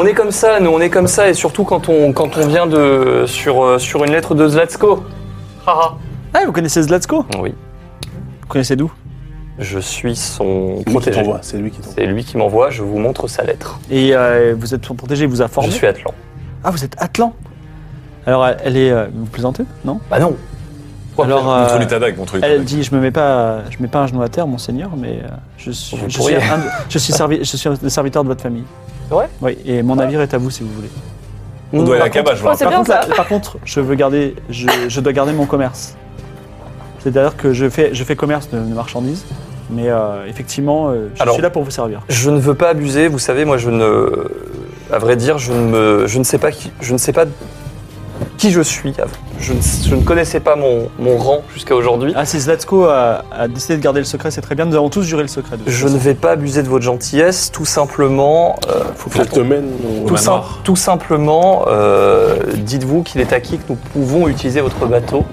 Speaker 6: On est comme ça, nous, on est comme ça, et surtout quand on, quand on vient de sur, euh, sur une lettre de Zlatko. Haha.
Speaker 1: Ah, vous connaissez Zlatko
Speaker 6: Oui,
Speaker 1: Vous connaissez d'où
Speaker 6: je suis son
Speaker 3: C'est lui qui
Speaker 6: protégé.
Speaker 3: t'envoie, C'est lui qui t'envoie.
Speaker 6: C'est lui qui m'envoie, je vous montre sa lettre.
Speaker 1: Et euh, vous êtes son protégé, il vous a formé.
Speaker 6: Je suis Atlan.
Speaker 1: Ah, vous êtes Atlan Alors, elle- elle est. euh, vous plaisantez Non
Speaker 6: Bah non.
Speaker 1: Alors,
Speaker 7: Contre
Speaker 1: euh,
Speaker 7: les tadacs, contre les
Speaker 1: elle
Speaker 7: tadacs.
Speaker 1: dit Je me mets pas, je mets pas un genou à terre, monseigneur, mais euh, je suis,
Speaker 6: Vous
Speaker 1: je suis,
Speaker 6: pourriez.
Speaker 1: un de- je suis servi- je suis le serviteur de votre famille.
Speaker 6: C'est vrai
Speaker 1: Oui, et mon navire est à vous si vous voulez.
Speaker 7: On doit aller à
Speaker 1: Par
Speaker 7: cabage,
Speaker 6: Ah,
Speaker 4: Oh,
Speaker 7: voilà.
Speaker 4: c'est
Speaker 1: par,
Speaker 4: bien
Speaker 1: contre,
Speaker 4: ça.
Speaker 1: la- par contre, je veux garder, je, je dois garder mon commerce. C'est-à-dire que je fais, je fais commerce de, de marchandises, mais euh, effectivement, euh, je
Speaker 6: Alors-
Speaker 1: suis là pour vous servir.
Speaker 6: Je ne veux pas abuser, vous savez, moi je ne. À vrai dire, je ne, me- je ne sais pas qui, je ne sais pas qui je suis. Je ne, je ne connaissais pas mon, mon rang jusqu'à aujourd'hui.
Speaker 1: Ah, si Zlatko a, a décidé de garder le secret, c'est très bien. Nous avons tous juré le secret. De toute
Speaker 6: Je ne
Speaker 1: façon.
Speaker 6: vais pas abuser de votre gentillesse, tout simplement. euh,
Speaker 3: Faut qu'elle te mène. au-
Speaker 6: tout, sim- tout simplement, euh, dites-vous qu'il est acquis que nous pouvons utiliser votre bateau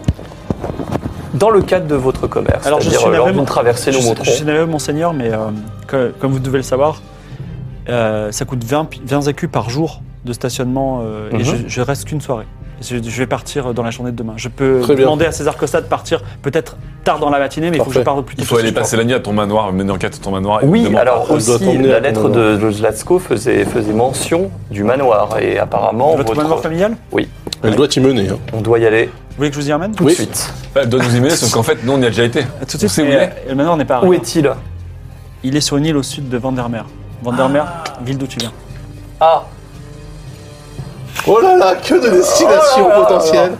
Speaker 6: dans le cadre de votre commerce.
Speaker 1: Alors, je
Speaker 6: C'est-à-dire,
Speaker 1: suis
Speaker 6: euh, lors
Speaker 1: navré,
Speaker 6: d'une
Speaker 1: mon-
Speaker 6: traversée, nous
Speaker 1: je,
Speaker 6: montrons.
Speaker 1: je suis navré, monseigneur, mais euh, que- comme vous devez le savoir, euh, ça coûte 20, pi- 20 écus par jour de stationnement euh, et
Speaker 6: Mhm.
Speaker 1: je, je reste qu'une soirée. Je, je vais partir dans la journée de demain. Je peux
Speaker 3: Très bien.
Speaker 1: demander à César Costa de partir peut-être tard dans la matinée, mais il faut que je
Speaker 3: Parfait.
Speaker 1: parte plus tôt.
Speaker 7: Il faut aller passer la nuit à ton manoir, mener enquête à ton manoir. et
Speaker 6: Oui,
Speaker 7: demander-
Speaker 6: alors
Speaker 3: pas. Elle doit
Speaker 6: aussi,
Speaker 3: t'emmener
Speaker 6: la
Speaker 3: à ton
Speaker 6: lettre de, de Zlatko faisait, faisait mention du manoir. Et apparemment,
Speaker 1: Votre manoir familial
Speaker 3: Elle doit t'y mener. hein.
Speaker 6: on doit y aller
Speaker 1: Vous voulez que je vous y amène
Speaker 6: tout
Speaker 3: Oui.
Speaker 6: de suite.
Speaker 7: Elle doit nous y mener, sauf qu'en fait, nous, on y a déjà été.
Speaker 1: À Tout de suite,
Speaker 7: sait où
Speaker 1: mais,
Speaker 7: il
Speaker 1: euh, le manoir n'est pas à
Speaker 6: Où
Speaker 1: Rennes.
Speaker 6: est-il
Speaker 1: Il est sur une île au sud de Vandermeer. Vandermeer, ville d'où tu viens.
Speaker 6: Ah,
Speaker 3: Oh là là, que de destinations potentielles.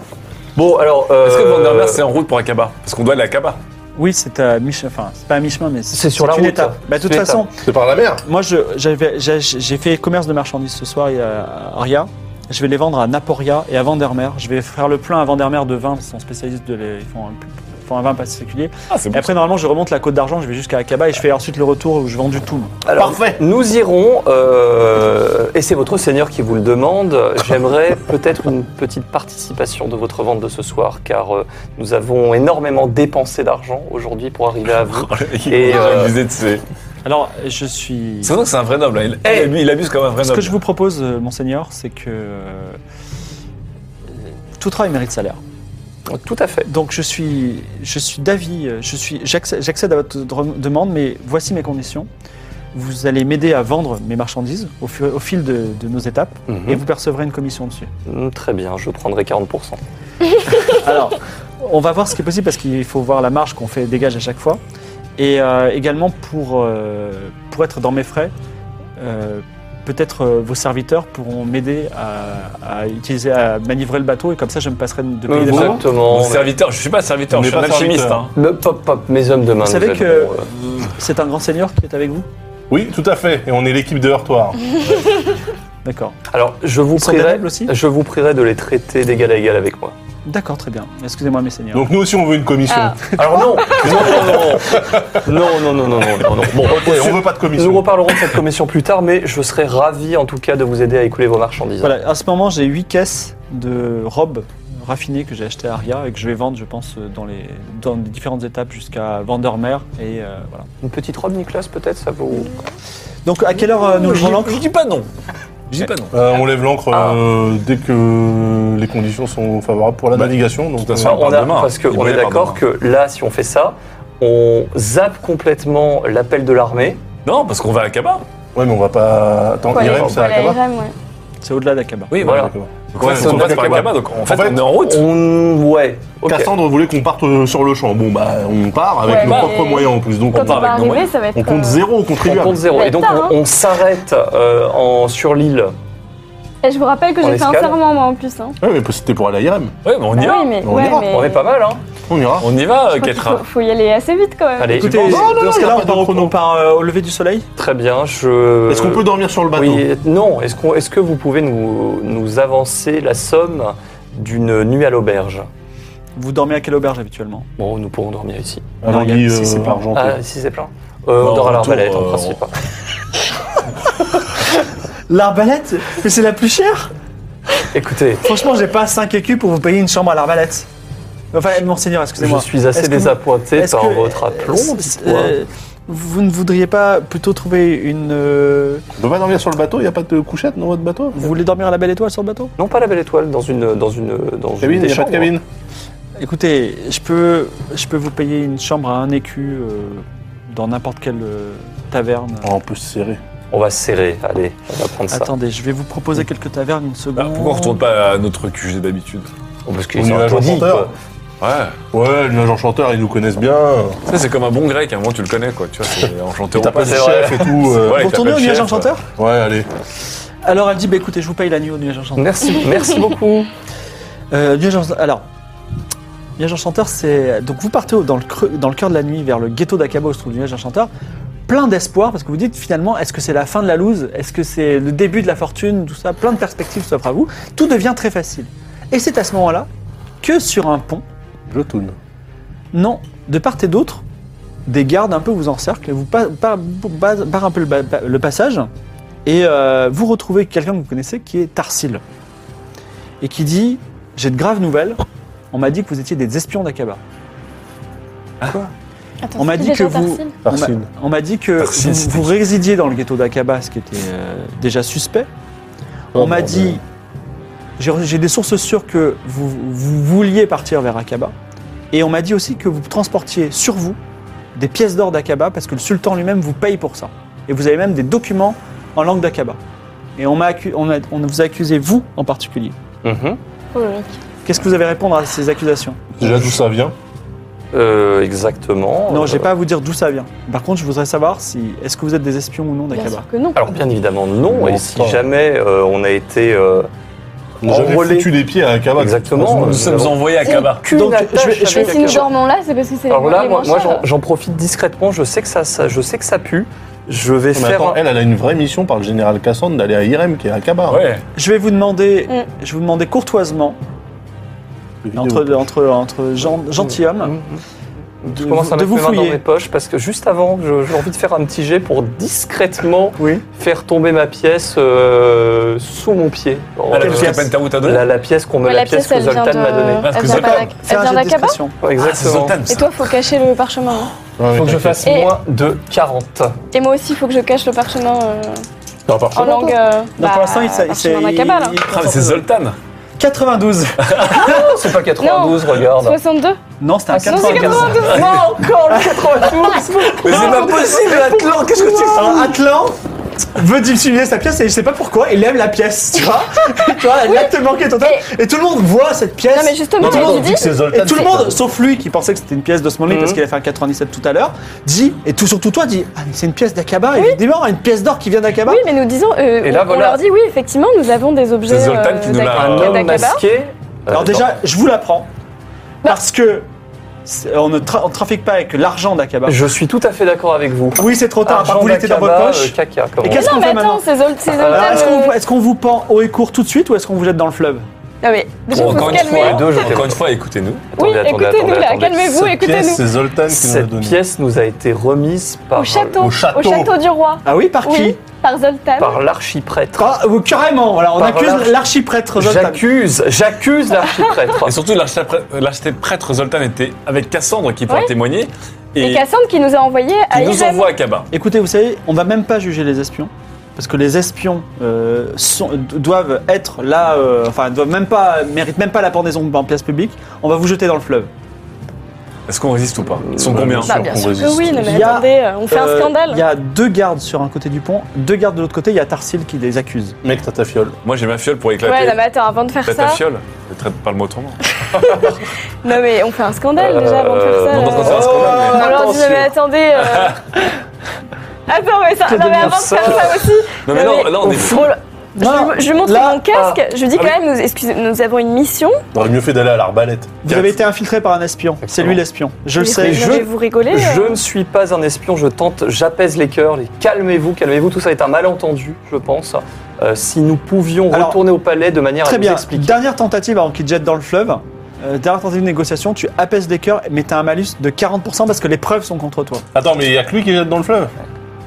Speaker 6: bon, alors. euh,
Speaker 7: Est-ce que Vandermeer, c'est en route pour Akaba Parce qu'on doit aller à Akaba.
Speaker 1: Oui, c'est à mi enfin, c'est pas à mi-chemin, mais
Speaker 6: C'est sur la
Speaker 1: une
Speaker 6: route.
Speaker 1: étape. Bah, de
Speaker 6: C'est
Speaker 1: toute
Speaker 6: une
Speaker 1: façon,
Speaker 3: C'est par la mer.
Speaker 1: moi, je- j'avais- j'ai j'ai fait commerce de marchandises ce soir et à Aria. Je vais les vendre à Naporia et à Vandermeer. Je vais faire le plein à Vandermeer de vin, ils sont spécialistes de les, ils font un, ils font un vin particulier.
Speaker 7: Ah, c'est
Speaker 1: Et après, normalement, je remonte la côte d'argent, je vais jusqu'à Akaba et je fais ensuite le retour où je vends du tout.
Speaker 6: Alors,
Speaker 3: Parfait.
Speaker 6: Nous irons, euh, et c'est votre seigneur qui vous le demande. J'aimerais peut-être une petite participation de votre vente de ce soir, car euh, nous avons énormément dépensé d'argent aujourd'hui pour arriver à
Speaker 1: Oh
Speaker 6: vous. Et,
Speaker 7: Et
Speaker 6: euh,
Speaker 1: Alors, je suis.
Speaker 7: C'est vrai que c'est un vrai noble. hein. Il,
Speaker 6: Eh,
Speaker 7: il abuse- il abuse comme un vrai
Speaker 1: Ce
Speaker 7: noble.
Speaker 1: que je vous propose, euh, monseigneur, c'est que euh, tout travail mérite salaire.
Speaker 6: Tout à fait.
Speaker 1: Donc je suis, je suis d'avis, euh, je suis, j'accè- j'accède à votre dre- demande, mais voici mes conditions. Vous allez m'aider à vendre mes marchandises au, fur- au fil de, de nos étapes,
Speaker 6: Mhm.
Speaker 1: et vous percevrez une commission dessus.
Speaker 6: Mm, Très bien, je prendrai 40%.
Speaker 1: Alors, on va voir ce qui est possible parce qu'il faut voir la marge qu'on fait dégage à chaque fois. Et euh, également pour, euh, pour être dans mes frais, euh, peut-être euh, vos serviteurs pourront m'aider à, à utiliser, à manivrer le bateau et comme ça je me passerai de payer des frais.
Speaker 6: Exactement.
Speaker 7: Mon serviteur, je suis pas serviteur,
Speaker 3: On
Speaker 7: je
Speaker 3: n'est
Speaker 7: suis un
Speaker 3: pas
Speaker 7: alchimiste.
Speaker 3: serviteur.
Speaker 7: hein.
Speaker 6: Me- pop, pop, mes hommes de main.
Speaker 1: Vous savez
Speaker 6: nous
Speaker 1: que
Speaker 6: allons, euh,
Speaker 1: c'est un grand seigneur qui est avec vous
Speaker 3: Oui, tout à fait. Et on est l'équipe de Heurtoir.
Speaker 1: D'accord.
Speaker 6: Alors, je vous,
Speaker 1: Ils sont
Speaker 6: prierai,
Speaker 1: damnables aussi
Speaker 6: je vous prierai de les traiter d'égal à égal avec moi.
Speaker 1: D'accord, très bien. Excusez-moi mes seigneurs.
Speaker 3: Donc nous aussi, on veut une commission.
Speaker 4: Ah.
Speaker 6: Alors non Non, non, non, non, non, non, non, non. Bon,
Speaker 3: Ouais, on veut pas de
Speaker 6: nous
Speaker 3: commission.
Speaker 6: reparlerons de cette commission plus tard, mais je serai ravi en tout cas de vous aider à écouler vos marchandises.
Speaker 1: Voilà, à ce moment j'ai 8 caisses de robes raffiné que j'ai acheté à Aria et que je vais vendre, je pense, euh, dans les, dans les différentes étapes jusqu'à Vandermeer. Et euh, voilà.
Speaker 6: Une petite robe, Nicolas, peut-être, ça vaut.
Speaker 1: Donc, à quelle heure euh, nous levons l'encre
Speaker 7: Je dis pas non. Je dis pas non.
Speaker 3: Euh, on lève l'ancre euh, dès que les conditions sont favorables pour la
Speaker 7: Bah,
Speaker 3: navigation. Donc,
Speaker 7: toute façon,
Speaker 3: euh,
Speaker 7: on part
Speaker 6: on a,
Speaker 7: demain.
Speaker 6: parce
Speaker 7: Il
Speaker 6: qu'on
Speaker 7: brûlait
Speaker 6: est
Speaker 7: par
Speaker 6: d'accord que là, si on fait ça, on zappe complètement l'appel de l'armée.
Speaker 7: Non, parce qu'on va à Kaba.
Speaker 3: ouais, mais on va pas. Attends,
Speaker 4: Ouais,
Speaker 3: Irem, c'est à
Speaker 4: voilà,
Speaker 3: Akaba
Speaker 4: Irem, ouais.
Speaker 1: C'est au-delà d'Akaba.
Speaker 7: Oui,
Speaker 6: voilà.
Speaker 3: Akaba.
Speaker 7: Donc, en fait, on
Speaker 3: on
Speaker 7: passe
Speaker 3: est à
Speaker 7: par
Speaker 3: Akaba.
Speaker 7: Akaba. Donc en fait,
Speaker 3: En fait,
Speaker 7: on est en route.
Speaker 6: On... Ouais, ok.
Speaker 3: Cassandre voulait qu'on parte euh, sur le champ. Bon, bah, on part avec
Speaker 4: Ouais,
Speaker 3: nos
Speaker 4: bah,
Speaker 3: propres
Speaker 4: et-
Speaker 3: moyens en plus. Donc,
Speaker 4: Quand
Speaker 3: on,
Speaker 4: on
Speaker 3: part
Speaker 4: va
Speaker 3: avec nos
Speaker 4: arriver,
Speaker 3: moyens.
Speaker 4: ça va être.
Speaker 3: On compte
Speaker 4: euh,
Speaker 3: zéro au
Speaker 6: On compte
Speaker 3: contribuable.
Speaker 6: zéro. Et donc,
Speaker 4: Putain, hein.
Speaker 6: on, on s'arrête euh, en- sur l'île.
Speaker 4: Et je vous rappelle que
Speaker 6: On
Speaker 4: j'ai fait un
Speaker 6: escale.
Speaker 4: serment, moi, en plus. Hein.
Speaker 3: Ouais, mais c'était pour aller à Irem.
Speaker 7: Ouais, mais on y
Speaker 4: Bah
Speaker 7: va.
Speaker 4: oui, mais.
Speaker 3: On
Speaker 4: ouais,
Speaker 3: ira.
Speaker 4: mais-
Speaker 6: On est pas mal, hein
Speaker 3: On ira.
Speaker 7: On y va,
Speaker 4: Je crois qu'il
Speaker 7: Ketra.
Speaker 4: faut, faut y aller assez vite quand même.
Speaker 6: Allez,
Speaker 1: Écoutez,
Speaker 3: Non, non, non,
Speaker 1: dans ce
Speaker 3: y a
Speaker 1: cas-là,
Speaker 3: pas
Speaker 1: on part,
Speaker 3: de
Speaker 1: au,
Speaker 3: chrono.
Speaker 1: on part, euh, au lever du soleil
Speaker 6: très bien. Je...
Speaker 3: Est-ce qu'on peut dormir sur le bateau
Speaker 6: Euh, Oui, non. Est-ce qu'on, est-ce que vous pouvez nous, nous avancer la somme d'une nuit à l'auberge
Speaker 1: Vous dormez à quelle auberge habituellement
Speaker 6: Bon, nous pourrons dormir ici.
Speaker 3: Un
Speaker 1: Non,
Speaker 3: ordi,
Speaker 1: y a- si, c'est
Speaker 3: euh,
Speaker 1: pas-
Speaker 3: argenté.
Speaker 6: Ah, si c'est plein. Euh,
Speaker 7: Bah,
Speaker 6: on dort à
Speaker 7: en retour,
Speaker 6: l'arbalète en
Speaker 7: euh,
Speaker 6: principe. hein.
Speaker 1: L'arbalète Mais c'est la plus chère
Speaker 6: Écoutez,
Speaker 1: Franchement, j'ai pas 5 écus pour vous payer une chambre à l'arbalète. Enfin, monseigneur,
Speaker 6: je
Speaker 1: excusez-moi.
Speaker 6: suis assez
Speaker 1: Est-ce que-
Speaker 6: désappointé
Speaker 1: est-ce
Speaker 6: par
Speaker 1: que-
Speaker 6: votre aplomb.
Speaker 1: euh,
Speaker 6: dites-moi.
Speaker 1: euh, vous ne voudriez pas plutôt trouver une. euh,
Speaker 3: On peut pas dormir sur le bateau, il a pas de couchette dans votre bateau
Speaker 1: Vous voulez dormir à la belle étoile sur le bateau
Speaker 6: Non, pas la belle étoile, dans une, dans une, dans une
Speaker 3: Cabine,
Speaker 6: des
Speaker 3: il a pas de
Speaker 6: chambres.
Speaker 3: cabine.
Speaker 1: Écoutez, je peux, je peux vous payer une chambre à un écu euh, dans n'importe quelle euh, taverne.
Speaker 3: Oh, on peut se serrer.
Speaker 6: On va se serrer. Allez, on va prendre ça.
Speaker 1: Attendez, je vais vous proposer quelques tavernes une
Speaker 7: Bah,
Speaker 1: seconde.
Speaker 7: pourquoi on retourne pas à notre QG d'habitude
Speaker 6: Oh, parce
Speaker 3: Au
Speaker 6: qu'ils sont
Speaker 3: nuage
Speaker 6: taudis,
Speaker 3: enchanteur.
Speaker 6: quoi.
Speaker 7: Ouais.
Speaker 3: Ouais, le nage enchanteur, ils nous connaissent bien.
Speaker 7: Tu sais, c'est comme un bon grec, à un moment tu le connais, quoi. Tu vois, c'est enchanté
Speaker 3: T'as
Speaker 7: au
Speaker 3: pas
Speaker 7: pas.
Speaker 3: de chef et tout. euh,
Speaker 7: Ouais.
Speaker 1: Vous retournez
Speaker 7: t'appelles
Speaker 1: au nuage
Speaker 7: chef,
Speaker 1: enchanteur
Speaker 3: Ouais, allez.
Speaker 1: Alors elle dit, bah écoutez, je vous paye la nuit au nuage enchanteur.
Speaker 6: Merci, merci beaucoup.
Speaker 1: Euh, nuage enchanteur- alors, nuage enchanteur, c'est... Donc vous partez au- dans le, creux- dans le cœur de la nuit vers le ghetto d'Akaba où se trouve le nuage enchanteur, plein d'espoir, parce que vous dites finalement, est-ce que c'est la fin de la loose Est-ce que c'est le début de la fortune Tout ça, plein de perspectives s'offrent à vous. Tout devient très facile. Et c'est à ce moment-là que sur un pont,
Speaker 3: Je tourne.
Speaker 1: Non, de part et d'autre, des gardes un peu vous encerclent, et vous pa- pa- ba- barrent un peu le, ba- ba- le passage, et euh, vous retrouvez quelqu'un que vous connaissez qui est Tarsil, et qui dit J'ai de graves nouvelles, on m'a dit que vous étiez des espions d'Akaba.
Speaker 4: Attends,
Speaker 1: On m'a
Speaker 4: c'est qui
Speaker 1: dit que
Speaker 4: déjà,
Speaker 1: vous-
Speaker 4: Tarsil
Speaker 1: On m'a- On m'a dit que
Speaker 7: Tarsil,
Speaker 1: vous,
Speaker 7: c'était
Speaker 1: vous
Speaker 7: qui
Speaker 1: résidiez dans le ghetto d'Akaba, ce qui était euh, déjà suspect.
Speaker 3: Oh
Speaker 1: On m'a dit J'ai j'ai des sources sûres que vous, vous vouliez partir vers Akaba, et on m'a dit aussi que vous transportiez sur vous des pièces d'or d'Akaba parce que le sultan lui-même vous paye pour ça. Et vous avez même des documents en langue d'Akaba. Et on, m'a accu- on, a- on vous a accusé, vous en particulier.
Speaker 6: Mhm.
Speaker 4: Oh, oui.
Speaker 1: Qu'est-ce que vous avez à répondre à ces accusations
Speaker 3: Déjà, d'où ça vient
Speaker 6: Euh, exactement.
Speaker 1: Non,
Speaker 6: Euh,
Speaker 1: j'ai pas à vous dire d'où ça vient. Par contre, je voudrais savoir si est-ce que vous êtes des espions ou non
Speaker 4: Bien
Speaker 1: d'Akaba.
Speaker 4: sûr que non.
Speaker 6: Euh, Alors bien évidemment non,
Speaker 3: Non,
Speaker 6: et si
Speaker 3: pas.
Speaker 6: jamais euh, on a été euh,
Speaker 3: On n'a jamais
Speaker 6: Enrôlé.
Speaker 3: foutu les pieds à Akaba.
Speaker 6: exactement,
Speaker 7: Nous sommes envoyés à Kaba.
Speaker 6: aucune
Speaker 1: Donc, je-
Speaker 6: attache
Speaker 1: je vais-
Speaker 4: Mais
Speaker 6: avec
Speaker 4: si nous
Speaker 6: Akaba.
Speaker 4: dormons là, c'est parce que c'est.
Speaker 6: Alors là,
Speaker 4: les
Speaker 6: moi,
Speaker 4: moins
Speaker 6: moi,
Speaker 4: chers.
Speaker 6: j'en- j'en profite discrètement. Je sais que ça, ça- je sais que ça pue. Je vais
Speaker 3: Mais
Speaker 6: faire.
Speaker 3: attends, elle, elle a une vraie mission par le général Cassandre d'aller à Irem qui est à Akaba.
Speaker 7: Ouais.
Speaker 1: Je vais vous demander,
Speaker 4: Mm.
Speaker 1: je vais vous demander courtoisement,
Speaker 3: Le vidéo.
Speaker 1: entre, entre, entre gen-
Speaker 6: Mm.
Speaker 1: gentilhomme,
Speaker 6: Je
Speaker 1: de
Speaker 6: commence
Speaker 1: vous-
Speaker 6: Mm. à
Speaker 1: de
Speaker 6: mettre
Speaker 1: vous
Speaker 6: mes mains dans
Speaker 1: fouiller.
Speaker 6: mes poches parce que juste avant, je- j'ai envie de faire un petit jet pour discrètement
Speaker 1: Oui.
Speaker 6: faire tomber ma pièce euh, sous mon pied.
Speaker 7: Ah, la Ah,
Speaker 6: Euh,
Speaker 7: pièce que Pentaout t'a
Speaker 6: la,
Speaker 7: donnée
Speaker 6: la pièce qu'on me,
Speaker 4: Ouais,
Speaker 6: la, pièce, que
Speaker 4: vient
Speaker 6: Zoltan
Speaker 4: de-
Speaker 6: m'a donnée.
Speaker 7: Parce
Speaker 4: Elle
Speaker 7: que
Speaker 4: vient
Speaker 7: Zoltan-
Speaker 4: d'Arak-
Speaker 1: Fais
Speaker 4: elle
Speaker 1: un jet
Speaker 4: vient
Speaker 1: de
Speaker 4: d'Akaba
Speaker 1: discrétion.
Speaker 6: Ouais,
Speaker 7: Ah, c'est
Speaker 6: Exactement.
Speaker 7: Zoltan,
Speaker 4: Et
Speaker 7: ça.
Speaker 4: toi, faut cacher le parchemin. hein.
Speaker 3: Ouais,
Speaker 6: faut que je
Speaker 3: t'inquiète.
Speaker 6: fasse
Speaker 4: Et-
Speaker 6: moins de 40.
Speaker 4: Et moi aussi, faut que je cache le parchemin euh,
Speaker 3: T'as un parchemin,
Speaker 4: en langue. euh,
Speaker 1: Donc
Speaker 4: bah,
Speaker 1: pour l'instant, il s'est- il s'est-
Speaker 4: parchemin
Speaker 1: il-
Speaker 4: d'Akaba, là.
Speaker 1: il-
Speaker 7: Ah, mais c'est Zoltan.
Speaker 1: 92.
Speaker 6: Non, c'est pas 92, regarde.
Speaker 4: 62
Speaker 1: Non, c'était un
Speaker 4: Non, Ah, c'est
Speaker 1: 95.
Speaker 4: 92
Speaker 6: encore le 92
Speaker 7: Mais c'est pas possible, Atlan Qu'est-ce que tu fais
Speaker 1: Alors, Atlan veut diminuer sa pièce et je sais pas pourquoi, il lève la pièce, tu vois. tu vois, elle a te manquer ton Et tout le monde voit cette pièce.
Speaker 4: Non, mais justement,
Speaker 1: tout le
Speaker 4: il
Speaker 1: monde
Speaker 4: dit-
Speaker 1: dit que c'est Zoltan. Et tout le monde,
Speaker 3: Zoltan.
Speaker 1: sauf lui qui pensait que c'était une pièce d'Osmanli
Speaker 6: Mhm.
Speaker 1: parce qu'il a fait un 97 tout à l'heure, dit, et tout surtout toi, dit Ah, mais c'est une pièce d'Akaba, évidemment, une pièce d'or qui vient d'Akaba.
Speaker 4: Oui, mais nous disons, euh,
Speaker 6: Et là,
Speaker 4: on- on,
Speaker 6: voilà.
Speaker 4: leur dit oui, effectivement, nous avons des objets.
Speaker 7: C'est Zoltan qui nous l'a-
Speaker 4: d'Akaba-
Speaker 6: Un
Speaker 7: Euh,
Speaker 6: homme
Speaker 4: d'Akaba.
Speaker 6: masqué.
Speaker 1: Ah. Alors
Speaker 6: Euh,
Speaker 1: déjà, je vous l'apprends. Parce que c'est- on ne tra- on trafique pas avec l'argent d'Akaba.
Speaker 6: non, Je suis tout à fait d'accord avec vous.
Speaker 1: Oui, c'est trop tard, à part que vous l'étiez dans votre
Speaker 6: Argent
Speaker 1: poche.
Speaker 6: d'Akaba, euh, caca, comment
Speaker 1: Et
Speaker 6: on
Speaker 1: qu'est-ce
Speaker 6: dit.
Speaker 1: qu'on
Speaker 4: Non, mais
Speaker 1: fait
Speaker 4: attends,
Speaker 1: maintenant
Speaker 4: c'est Zol- c'est Zoltan.
Speaker 1: Alors, Est-ce qu'on
Speaker 4: euh,
Speaker 1: vous, est-ce qu'on vous pend haut et court tout de suite ou est-ce qu'on vous jette dans le fleuve
Speaker 4: Non mais déjà,
Speaker 2: Bon,
Speaker 4: faut
Speaker 2: encore,
Speaker 4: se
Speaker 2: une
Speaker 4: calmer.
Speaker 2: fois,
Speaker 6: deux, je
Speaker 2: encore une fois, écoutez-nous.
Speaker 4: oui,
Speaker 6: Attendez, attendez,
Speaker 4: écoutez-nous
Speaker 6: attendez,
Speaker 4: là,
Speaker 6: attendez.
Speaker 4: calmez-vous,
Speaker 3: Cette pièce,
Speaker 4: écoutez-nous.
Speaker 3: c'est Zoltan qui nous l'a
Speaker 6: Cette
Speaker 3: donnée.
Speaker 6: pièce nous a été remise par,
Speaker 4: Au château,
Speaker 3: au château.
Speaker 4: du roi.
Speaker 1: Ah oui, par
Speaker 4: Oui,
Speaker 1: qui
Speaker 4: par Zoltan.
Speaker 6: euh, par l'archiprêtre.
Speaker 1: Ah, euh, Carrément, voilà, on
Speaker 6: Par
Speaker 1: accuse
Speaker 6: l'archi-
Speaker 1: l'archiprêtre Zoltan.
Speaker 6: J'accuse, j'accuse l'archiprêtre.
Speaker 7: Et surtout, l'architecte-prêtre Zoltan était avec Cassandre qui pourra
Speaker 4: Oui.
Speaker 7: témoigner
Speaker 4: Et Ah,
Speaker 7: et
Speaker 4: Cassandre qui nous a envoyé à
Speaker 7: qui nous
Speaker 4: Irem.
Speaker 7: envoie à Kaba.
Speaker 1: Écoutez, vous savez, on va même pas juger les espions. Parce que les espions euh, sont- doivent être là, euh, enfin, doivent même pas, méritent même pas la pendaison en place publique. On va vous jeter dans le fleuve.
Speaker 7: Est-ce qu'on résiste ou pas Ils sont
Speaker 3: Euh,
Speaker 7: combien
Speaker 4: Bah, bien
Speaker 3: qu'on
Speaker 4: sûr que
Speaker 3: résiste.
Speaker 4: oui, non, mais
Speaker 1: Il y a,
Speaker 4: attendez, euh, on fait
Speaker 1: Euh,
Speaker 4: un
Speaker 1: Il
Speaker 4: scandale.
Speaker 1: y a deux gardes sur un côté du pont, deux gardes de l'autre côté, il y a Tarsil qui les accuse.
Speaker 3: Mec, t'as ta fiole.
Speaker 7: Moi, j'ai ma fiole pour
Speaker 4: Ouais,
Speaker 7: éclater.
Speaker 4: non mais attends, avant de faire
Speaker 7: T'as ta
Speaker 4: ça.
Speaker 7: fiole Ne traite pas le mot autrement.
Speaker 4: Non mais on fait un scandale déjà avant de faire ça.
Speaker 7: non, non,
Speaker 4: là.
Speaker 7: non, c'est un scandale, mais-
Speaker 4: On leur dit, Oh, non, mais attendez. euh, Attends, mais ça. Non, mais avant de faire ça aussi.
Speaker 7: Non, mais non, là, on est fou.
Speaker 4: Je,
Speaker 1: Non,
Speaker 4: je lui montre
Speaker 1: là,
Speaker 4: mon casque.
Speaker 6: ah.
Speaker 4: Je lui dis quand même, nous, excusez, nous avons une mission.
Speaker 3: On aurait mieux fait d'aller à l'arbalète.
Speaker 1: Vous avez été infiltré par un espion. C'est lui l'espion. Je le
Speaker 4: Mais
Speaker 1: sais.
Speaker 4: non,
Speaker 6: je-
Speaker 4: mais vous rigolez.
Speaker 6: Je
Speaker 4: euh,
Speaker 6: ne suis pas un espion, je tente, j'apaise les cœurs, les- calmez-vous, calmez-vous, tout ça est un malentendu, je pense. Euh, si nous pouvions
Speaker 1: Alors,
Speaker 6: retourner au palais de manière à
Speaker 1: Très
Speaker 6: nous
Speaker 1: bien.
Speaker 6: expliquer.
Speaker 1: Dernière tentative avant qu'il te jette dans le fleuve. Euh, dernière tentative de négociation, tu apaises des cœurs, mais t'as un malus de 40% parce que les preuves sont contre toi.
Speaker 3: Attends, mais il y a que lui qui est dans le fleuve.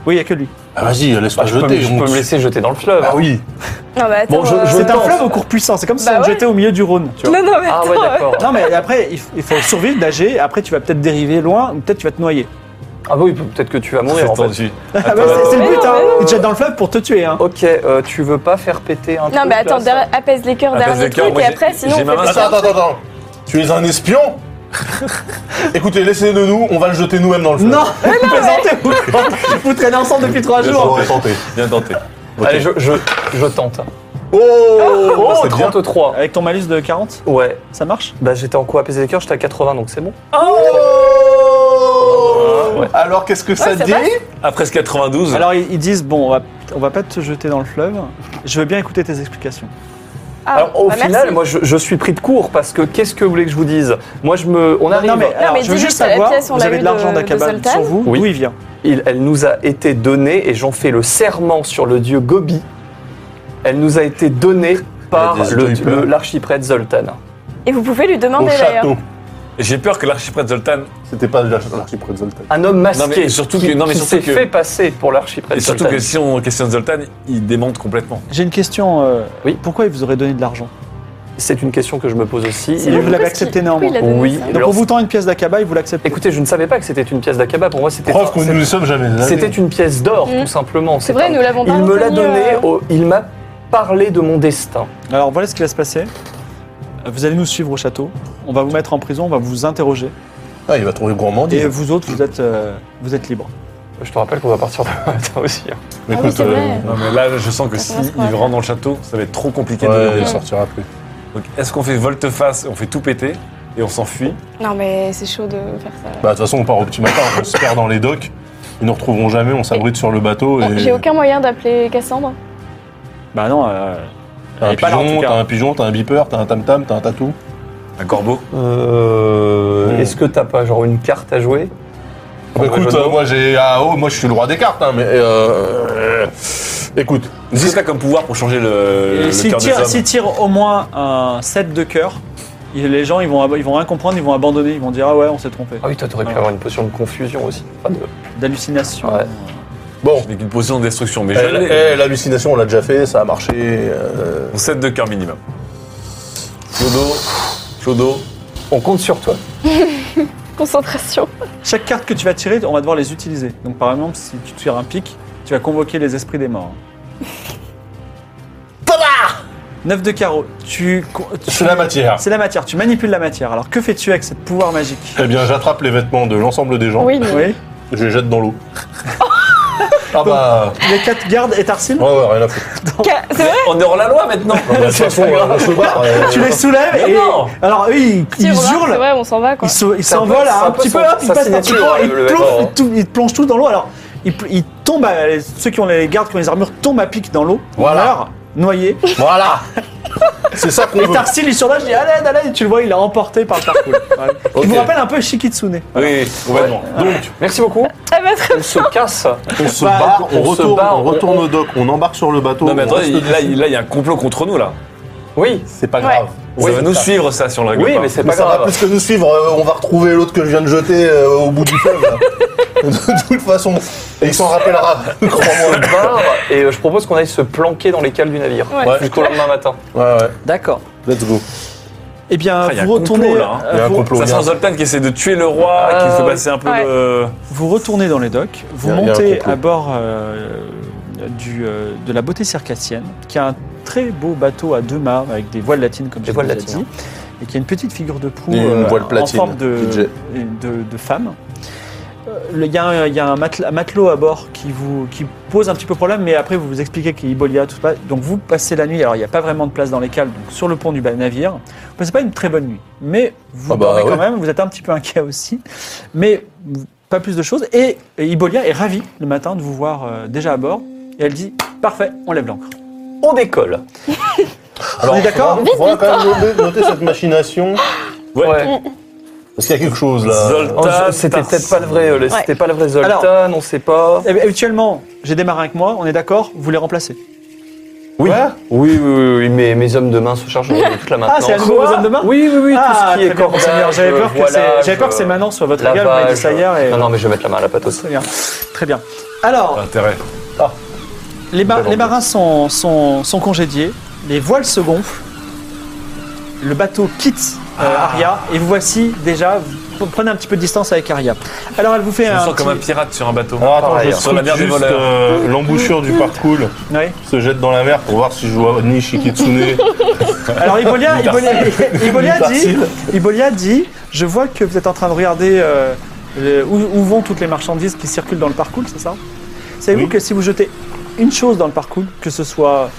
Speaker 1: Oui, il n'y a que lui.
Speaker 3: Ah, vas-y, laisse-moi
Speaker 6: Bah, je, peux, me-
Speaker 3: jeter.
Speaker 6: je
Speaker 3: on-
Speaker 6: peux me laisser jeter dans le fleuve.
Speaker 1: Bah,
Speaker 3: Ah oui.
Speaker 4: Non, mais attends.
Speaker 6: Bon, je-
Speaker 4: euh,
Speaker 6: je
Speaker 1: C'est un
Speaker 6: pense.
Speaker 1: fleuve au cours puissant, c'est comme si
Speaker 4: Bah
Speaker 1: on te
Speaker 4: ouais.
Speaker 1: jetait au milieu du Rhône, tu vois.
Speaker 4: Non, non, mais
Speaker 6: Ah
Speaker 4: attends.
Speaker 6: ouais, d'accord.
Speaker 1: Non, mais après, il f- il faut survivre, nager, après tu vas peut-être dériver loin, ou peut-être tu vas te noyer.
Speaker 6: Ah bah oui, peut-être que tu vas mourir en
Speaker 7: C'est
Speaker 6: fait.
Speaker 7: tendu.
Speaker 1: Ah bah, c'est- c'est le
Speaker 4: Mais
Speaker 1: but,
Speaker 4: non,
Speaker 1: hein.
Speaker 4: mais non.
Speaker 1: Il te jette dans le fleuve pour te tuer, hein.
Speaker 6: Ok, euh, tu veux pas faire péter un
Speaker 4: Non,
Speaker 6: truc,
Speaker 4: mais
Speaker 6: là,
Speaker 4: attends,
Speaker 6: ça
Speaker 4: derrière- apaise les cœurs,
Speaker 7: Apaise
Speaker 4: derrière
Speaker 7: les
Speaker 4: le
Speaker 7: cœurs,
Speaker 4: truc,
Speaker 7: moi,
Speaker 4: et
Speaker 7: j'ai-
Speaker 4: après, sinon,
Speaker 7: j'ai
Speaker 4: on
Speaker 7: ma
Speaker 4: fait
Speaker 7: main
Speaker 4: pas
Speaker 7: sur-
Speaker 4: ça.
Speaker 3: Attends, attends, attends. Tu es un espion Écoutez, laissez-le nous, on va le jeter nous-mêmes dans le fleuve.
Speaker 1: Non, présentez-vous Vous traînez ensemble depuis trois
Speaker 7: Bien
Speaker 1: jours.
Speaker 3: On va tenter.
Speaker 7: Bien tenté.
Speaker 6: Allez, je, je, je tente.
Speaker 3: Oh,
Speaker 6: Oh,
Speaker 3: bah, c'est bien.
Speaker 6: 33.
Speaker 1: Avec ton malus de 40,
Speaker 6: Ouais,
Speaker 1: ça marche
Speaker 6: bah j'étais en quoi apaiser les cœurs, j'étais à 80, donc c'est bon.
Speaker 3: Oh Alors, qu'est-ce que ça
Speaker 4: Ouais, ça
Speaker 3: dit
Speaker 4: passe.
Speaker 7: Après ce 92,
Speaker 1: Alors ils ils disent, bon, on va, on va pas te jeter dans le fleuve, je veux bien écouter tes explications.
Speaker 4: Ah,
Speaker 6: Alors au
Speaker 4: bah,
Speaker 6: final,
Speaker 4: merci.
Speaker 6: moi je, je suis pris de court parce que qu'est-ce que vous voulez que je vous dise Moi je me, on arrive.
Speaker 1: Non, mais, alors,
Speaker 4: mais
Speaker 1: je veux
Speaker 4: dis-lui
Speaker 1: juste
Speaker 4: que la
Speaker 1: savoir,
Speaker 4: pièce, on
Speaker 1: vous
Speaker 4: l'a
Speaker 1: avez
Speaker 4: eu
Speaker 1: de l'argent
Speaker 4: de-
Speaker 1: d'Akabal
Speaker 4: de Zoltan.
Speaker 1: sur vous,
Speaker 6: Oui.
Speaker 1: d'où il vient
Speaker 6: Il- elle nous a été donnée, et j'en fais le serment sur le dieu Gobi, elle nous a été donnée par
Speaker 3: Il y a des
Speaker 6: le-
Speaker 3: oeufs,
Speaker 6: le-
Speaker 3: hein.
Speaker 6: l'archiprêtre Zoltan.
Speaker 4: Et vous pouvez lui
Speaker 3: Au
Speaker 4: demander d'ailleurs.
Speaker 3: château.
Speaker 7: j'ai peur que l'archiprêtre Zoltan
Speaker 3: C'était pas l'archiprêtre Zoltan.
Speaker 6: Un homme masqué
Speaker 7: Non, mais surtout
Speaker 6: qui,
Speaker 7: que- non, mais
Speaker 6: qui
Speaker 7: surtout que-
Speaker 6: s'est fait passer pour
Speaker 7: Et
Speaker 6: l'archiprêtre
Speaker 7: surtout
Speaker 6: Zoltan.
Speaker 7: que si on questionne Zoltan, il démonte complètement.
Speaker 1: J'ai une question, euh,
Speaker 6: Oui.
Speaker 1: pourquoi il vous aurait donné de l'argent
Speaker 6: C'est une question que je me pose aussi.
Speaker 4: C'est
Speaker 1: Et
Speaker 4: vrai,
Speaker 1: vous l'avez
Speaker 4: parce qu'il-
Speaker 1: accepté néanmoins.
Speaker 4: pourquoi il a donné
Speaker 6: Oui.
Speaker 4: ça
Speaker 1: Donc on vous tend une pièce d'Akaba et vous l'acceptez.
Speaker 6: Écoutez, je ne savais pas que c'était une pièce d'Akaba, pour moi c'était...
Speaker 3: Preuve qu'on ne nous sommes jamais allés.
Speaker 6: C'était une pièce d'or,
Speaker 4: Mm.
Speaker 6: tout simplement.
Speaker 4: C'est vrai,
Speaker 6: un-
Speaker 4: nous l'avons pas
Speaker 6: Il me l'a
Speaker 4: reconnu,
Speaker 6: donné,
Speaker 4: euh,
Speaker 6: au- il m'a parlé de mon destin.
Speaker 1: Alors voilà ce qui va se passer. Vous allez nous suivre au château, on va vous mettre en prison, on va vous interroger.
Speaker 3: Ah, il va trouver gourmandise.
Speaker 1: Et vous autres, vous êtes, euh, vous êtes libres.
Speaker 6: Je te rappelle qu'on va partir demain matin aussi. hein.
Speaker 3: Mais
Speaker 4: Ah oui, c'est vrai.
Speaker 7: Euh, Non, mais là, je sens que
Speaker 4: Ça
Speaker 7: si
Speaker 4: commence
Speaker 7: il
Speaker 4: par là.
Speaker 7: rentre dans le château, ça va être trop compliqué de
Speaker 3: ouais,
Speaker 7: le
Speaker 3: il
Speaker 7: faire.
Speaker 3: sortira plus.
Speaker 7: Donc, est-ce qu'on fait volte-face, on fait tout péter et on s'enfuit
Speaker 4: Non, mais c'est chaud de faire ça.
Speaker 3: Bah, de toute façon, on part au petit matin, on se perd dans les docks. Ils nous retrouveront jamais, on s'abrite sur le bateau.
Speaker 4: Bon,
Speaker 3: et...
Speaker 4: J'ai aucun moyen d'appeler Cassandre.
Speaker 1: Bah non, euh,
Speaker 3: T'as
Speaker 1: Elle
Speaker 3: un
Speaker 1: est pas là, en
Speaker 3: pigeon,
Speaker 1: tout cas.
Speaker 3: t'as un pigeon, t'as un beeper, t'as un tam-tam, t'as un tatou.
Speaker 7: Un corbeau
Speaker 6: Euh,
Speaker 3: Mm.
Speaker 6: Est-ce que t'as pas genre une carte à jouer
Speaker 3: Bah, écoute,
Speaker 6: je
Speaker 3: euh, moi j'ai. Ah, oh, moi je suis le roi des cartes, hein, mais. euh, euh, Écoute,
Speaker 7: Qu'est-ce que t'as comme pouvoir pour changer
Speaker 1: et
Speaker 7: le, Euh, le
Speaker 1: s'il
Speaker 7: cœur des
Speaker 1: tire,
Speaker 7: hommes
Speaker 1: s'il tire au moins un 7 de cœur, il- les gens, ils vont, ab- ils vont rien comprendre, ils vont abandonner, ils vont dire Ah ouais, on s'est trompé.
Speaker 6: Ah oui, toi t'aurais pu
Speaker 1: Ouais.
Speaker 6: avoir une potion de confusion aussi. Pas de-
Speaker 1: D'hallucination.
Speaker 6: Ouais.
Speaker 3: bon.
Speaker 7: Avec une potion de destruction, mais
Speaker 3: Eh,
Speaker 7: je
Speaker 1: Euh,
Speaker 7: l'ai.
Speaker 3: eh, L'hallucination, on l'a déjà fait, ça a marché. euh,
Speaker 7: On 7 de cœur minimum. Chodo, Chodo.
Speaker 6: On compte sur toi.
Speaker 4: Concentration.
Speaker 1: Chaque carte que tu vas tirer, on va devoir les utiliser. Donc par exemple, si tu tires un pic, tu vas convoquer les esprits des morts. 9 de carreau, tu, tu-
Speaker 3: C'est la matière.
Speaker 1: c'est la matière, tu manipules la matière. Alors que fais-tu avec ce pouvoir magique
Speaker 3: Eh bien, j'attrape les vêtements de l'ensemble des gens,
Speaker 4: Oui, mais.
Speaker 1: Oui.
Speaker 3: je les jette dans l'eau. ah bah.
Speaker 1: Les quatre gardes et Tarsil
Speaker 3: Ouais, ouais, rien à foutre.
Speaker 4: Ca- C'est vrai
Speaker 7: On est hors la loi maintenant
Speaker 3: Non, mais de toute façon, on se barre. euh,
Speaker 1: Tu les soulèves et.
Speaker 7: Non
Speaker 1: Alors eux, ils,
Speaker 4: Si,
Speaker 1: ils
Speaker 4: on remarque, C'est
Speaker 1: hurlent,
Speaker 4: vrai, on s'en va quoi.
Speaker 1: ils se- ils
Speaker 6: C'est un peu-
Speaker 1: s'envolent hein,
Speaker 6: c'est
Speaker 1: un,
Speaker 6: un peu
Speaker 1: petit peu,
Speaker 6: son-
Speaker 1: hop, ils
Speaker 6: sa
Speaker 1: passent un petit
Speaker 6: signature,
Speaker 1: peu,
Speaker 6: le-
Speaker 1: ils
Speaker 6: le
Speaker 1: plongent,
Speaker 6: vêtement.
Speaker 1: ils tou- ils plongent tous dans l'eau. Alors ils, pl- ils tombent, à- les- ceux qui ont les gardes, qui ont les armures, tombent à pic dans l'eau,
Speaker 3: Voilà.
Speaker 1: meurent, noyés.
Speaker 3: Voilà C'est ça qu'on
Speaker 1: Et
Speaker 3: veut.
Speaker 1: Tarsil, il surlève, je dis à l'aide, à l'aide, et tu le vois, il est emporté par le parcours. Il vous
Speaker 3: Ok.
Speaker 1: rappelle un peu Shikitsune.
Speaker 7: Oui, complètement.
Speaker 3: Donc,
Speaker 6: Merci beaucoup.
Speaker 4: Ah bah, très-
Speaker 6: On se casse.
Speaker 3: on se
Speaker 1: Bah,
Speaker 3: barre, on
Speaker 6: on se
Speaker 3: retourne,
Speaker 6: barre,
Speaker 3: on retourne au dock, on embarque sur le bateau.
Speaker 7: Non mais
Speaker 3: on
Speaker 7: attendez,
Speaker 3: reste
Speaker 7: là il là, il y a un complot contre nous là.
Speaker 6: Oui,
Speaker 3: C'est pas
Speaker 4: Ouais.
Speaker 3: grave.
Speaker 7: Ça va nous suivre, ça, sur le règle.
Speaker 6: oui,
Speaker 7: pas.
Speaker 6: mais c'est
Speaker 3: Mais
Speaker 6: pas
Speaker 3: ça va
Speaker 6: grave.
Speaker 3: plus que nous suivre, euh, on va retrouver l'autre que je viens de jeter euh, au bout du fleuve. là. de toute façon, et il s'en rappellera, crois-moi.
Speaker 6: On part et euh, je propose qu'on aille se planquer dans les cales du navire
Speaker 4: Ouais.
Speaker 3: Ouais.
Speaker 6: jusqu'au lendemain matin.
Speaker 3: Ouais, ouais,
Speaker 1: D'accord.
Speaker 3: let's go.
Speaker 1: Eh bien,
Speaker 7: Ah, il y a
Speaker 1: vous
Speaker 7: un complot,
Speaker 1: retournez,
Speaker 7: là, hein.
Speaker 1: euh,
Speaker 3: Il y a un
Speaker 1: vous,
Speaker 3: complot.
Speaker 7: Ça sent Zoltan qui essaie de tuer le roi,
Speaker 6: Ah,
Speaker 7: qui fait
Speaker 6: oui.
Speaker 7: passer un peu
Speaker 4: Ouais.
Speaker 7: le.
Speaker 1: vous retournez dans les docks, vous
Speaker 3: Il y a- il y a un
Speaker 1: montez
Speaker 3: complot.
Speaker 1: à bord euh, du, euh, de la beauté circassienne, qui a un très beau bateau à deux mâts avec des voiles latines comme
Speaker 6: Des
Speaker 1: je vous
Speaker 6: voiles
Speaker 1: ai
Speaker 6: latines.
Speaker 1: dit, et qui a une petite figure de proue
Speaker 3: Et une
Speaker 1: euh,
Speaker 3: voile
Speaker 1: en
Speaker 3: platine,
Speaker 1: forme de,
Speaker 3: budget.
Speaker 1: de, de femme. Euh, le- Il y, a un- il y a un matel- un matelot à bord qui vous qui pose un petit peu problème, mais après vous vous expliquez qu'il y a Ibolia, tout ça. Donc vous passez la nuit. Alors il n'y a pas vraiment de place dans les cales, donc sur le pont du ba- navire. Vous passez pas une très bonne nuit, mais vous
Speaker 3: Ah bah,
Speaker 1: dormez
Speaker 3: ouais.
Speaker 1: quand même. Vous êtes un petit peu inquiet aussi, mais vous- pas plus de choses. Et, et Ibolia est ravie le matin de vous voir euh, déjà à bord, et elle dit parfait, on lève l'ancre.
Speaker 6: On décolle.
Speaker 3: Alors,
Speaker 1: on est d'accord
Speaker 3: faudra- faudra quand même noter, noter cette machination,
Speaker 7: Ouais.
Speaker 3: parce qu'il y a quelque chose là.
Speaker 7: Zoltan.
Speaker 6: Oh, je- C'était
Speaker 7: Tars.
Speaker 6: peut-être pas le vrai, euh, le-
Speaker 4: Ouais.
Speaker 6: c'était pas le vrai Zoltan, on sait pas.
Speaker 1: Eh bien, Habituellement, j'ai démarré avec moi. On est d'accord Vous les remplacez.
Speaker 6: Oui.
Speaker 3: Ouais.
Speaker 6: oui, oui, oui, oui, mais mes hommes de main se chargent de toute la maintenance.
Speaker 1: Ah, c'est à nouveau
Speaker 6: Quoi
Speaker 1: vos hommes de main
Speaker 6: Oui, oui, oui,
Speaker 1: Ah,
Speaker 6: tout ce qui
Speaker 1: très
Speaker 6: est
Speaker 1: bien, monseigneur.
Speaker 6: cordage,
Speaker 1: J'avais peur, que
Speaker 6: voilage,
Speaker 1: c'est- j'avais peur que c'est maintenant soit votre égal, on m'a dit
Speaker 6: lavage,
Speaker 1: ça hier. Et...
Speaker 6: Non, non, mais je vais mettre la main à la pâte aussi.
Speaker 1: Très bien. Très bien. Alors,
Speaker 7: Intérêt.
Speaker 1: les, ma-
Speaker 3: Belle
Speaker 1: les
Speaker 3: ambiance.
Speaker 1: marins sont, sont, sont congédiés, les voiles se gonflent, le bateau quitte euh, Aria, et vous voici déjà, vous prenez un petit peu de distance avec Aria. Alors, elle vous fait
Speaker 7: Je me
Speaker 1: un.
Speaker 7: sens comme un
Speaker 1: petit-
Speaker 7: pirate sur un bateau.
Speaker 3: Alors attends,
Speaker 6: Pareil,
Speaker 3: je
Speaker 6: hein.
Speaker 7: Sur la
Speaker 3: scrute
Speaker 7: mer des
Speaker 3: juste
Speaker 7: voleurs.
Speaker 3: euh, l'embouchure du parcours
Speaker 1: Ouais.
Speaker 3: se jette dans la mer pour voir si je vois ni Shikitsune.
Speaker 1: Alors, Ibolia, Ibolia, Ibolia dit,
Speaker 3: Tarsile.
Speaker 1: Ibolia dit Je vois que vous êtes en train de regarder euh, le- où, où vont toutes les marchandises qui circulent dans le parcours, c'est ça Savez-vous
Speaker 3: Oui.
Speaker 1: que si vous jetez une chose dans le parcours, que ce soit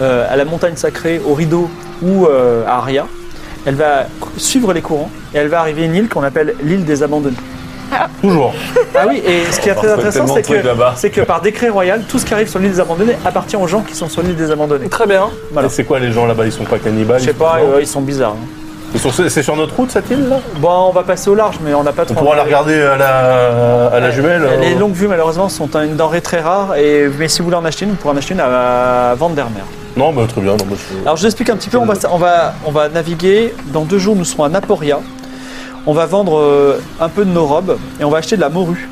Speaker 1: euh, à la montagne sacrée, au rideau ou euh, à Aria, elle va cou- suivre les courants et elle va arriver à une île qu'on appelle l'île des abandonnés.
Speaker 3: Toujours.
Speaker 1: Ah oui, et ce qui est très
Speaker 7: fait
Speaker 1: intéressant,
Speaker 7: tellement
Speaker 1: c'est
Speaker 7: de trucs
Speaker 1: que,
Speaker 7: là-bas.
Speaker 1: c'est que par décret royal, tout ce qui arrive sur l'île des abandonnés appartient aux gens qui sont sur l'île des abandonnés.
Speaker 6: Très bien.
Speaker 1: Voilà.
Speaker 3: Et c'est quoi les gens là-bas Ils sont pas cannibales
Speaker 1: Je sais pas, euh, ils sont bizarres. hein.
Speaker 3: Ils sont- C'est sur notre route cette île là
Speaker 1: Bon, on va passer au large, mais on n'a pas trop.
Speaker 3: On pourra la
Speaker 1: envie de-
Speaker 3: regarder à la, à la jumelle. euh,
Speaker 1: Les longues vues, malheureusement, sont une denrée très rare, et, mais si vous voulez en acheter une, vous pourrez en acheter une à Vandermeer.
Speaker 3: Non, mais très bien. Non, mais je-
Speaker 1: Alors, je vous explique un petit peu, on va, on va, on va naviguer. Dans deux jours, nous serons à Naporia. On va vendre euh, un peu de nos robes, et on va acheter de la morue.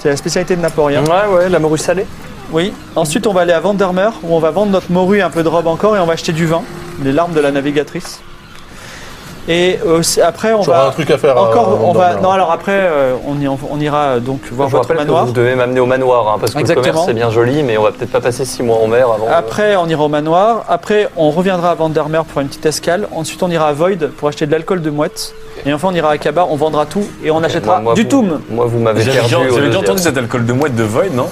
Speaker 1: C'est la spécialité de Naporia.
Speaker 3: Mm.
Speaker 6: Ouais, ouais, la morue salée.
Speaker 1: Oui. Ensuite, on va aller à Vandermeer, où on va vendre notre morue et un peu de robe encore, et on va acheter du vin, les larmes de la navigatrice. Et aussi- après, on
Speaker 3: J'aurai
Speaker 1: va...
Speaker 3: un truc à faire.
Speaker 1: Encore,
Speaker 3: euh,
Speaker 1: on va.
Speaker 3: dans-
Speaker 1: Non, alors après, euh, on, y- on ira euh, donc voir
Speaker 6: Je
Speaker 1: votre
Speaker 6: rappelle que
Speaker 1: manoir.
Speaker 6: vous devez m'amener au manoir, hein, parce que
Speaker 1: Exactement.
Speaker 6: le commerce c'est bien joli, mais on va peut-être pas passer six mois en mer avant. euh, de-
Speaker 1: Après, on ira au manoir. Après, on reviendra à Vandermeer pour une petite escale. Ensuite, on ira à Void pour acheter de l'alcool de mouette. Et enfin, on ira à Kaba, on vendra tout et on achètera
Speaker 6: Moi- moi,
Speaker 1: du
Speaker 6: vous-
Speaker 1: Toum.
Speaker 6: Moi, vous m'avez
Speaker 7: J'avais
Speaker 6: perdu.
Speaker 7: déjà
Speaker 6: au
Speaker 7: j'avais déjà
Speaker 6: deuxième.
Speaker 7: entendu cet alcool de mouette de Void, non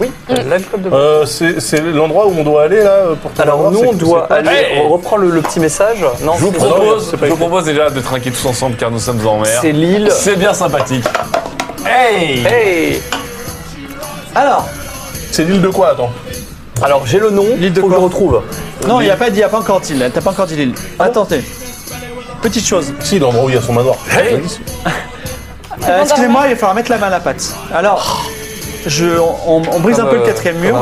Speaker 6: Oui, l'alcool de
Speaker 3: Euh, c'est c'est l'endroit où on doit aller là euh, pour te
Speaker 6: Alors
Speaker 3: voir,
Speaker 6: nous,
Speaker 3: c'est-
Speaker 6: on
Speaker 3: c'est
Speaker 6: doit
Speaker 3: quoi
Speaker 6: aller.
Speaker 7: Hey
Speaker 6: on reprend le, le petit message. Non,
Speaker 7: Je vous
Speaker 6: c'est-
Speaker 7: propose,
Speaker 3: c'est pas
Speaker 7: je vous
Speaker 3: écrit.
Speaker 7: propose déjà de trinquer tous ensemble car nous sommes en mer.
Speaker 6: C'est l'île.
Speaker 7: C'est bien sympathique. Hey
Speaker 6: Hey
Speaker 1: Alors,
Speaker 3: C'est l'île de quoi Attends.
Speaker 6: Alors j'ai le nom.
Speaker 1: L'île de
Speaker 6: faut que
Speaker 1: quoi
Speaker 6: je le retrouve.
Speaker 1: non, il n'y a pas dit, il n'y a pas encore dit. T'as pas encore dit l'île.
Speaker 6: Ah
Speaker 1: Attendez. Petite chose.
Speaker 3: Si, l'endroit où il y a son manoir.
Speaker 1: Euh, Excusez-moi, il va falloir mettre la main à la pâte. Alors, je, on, on brise un
Speaker 6: euh,
Speaker 1: peu le quatrième mur.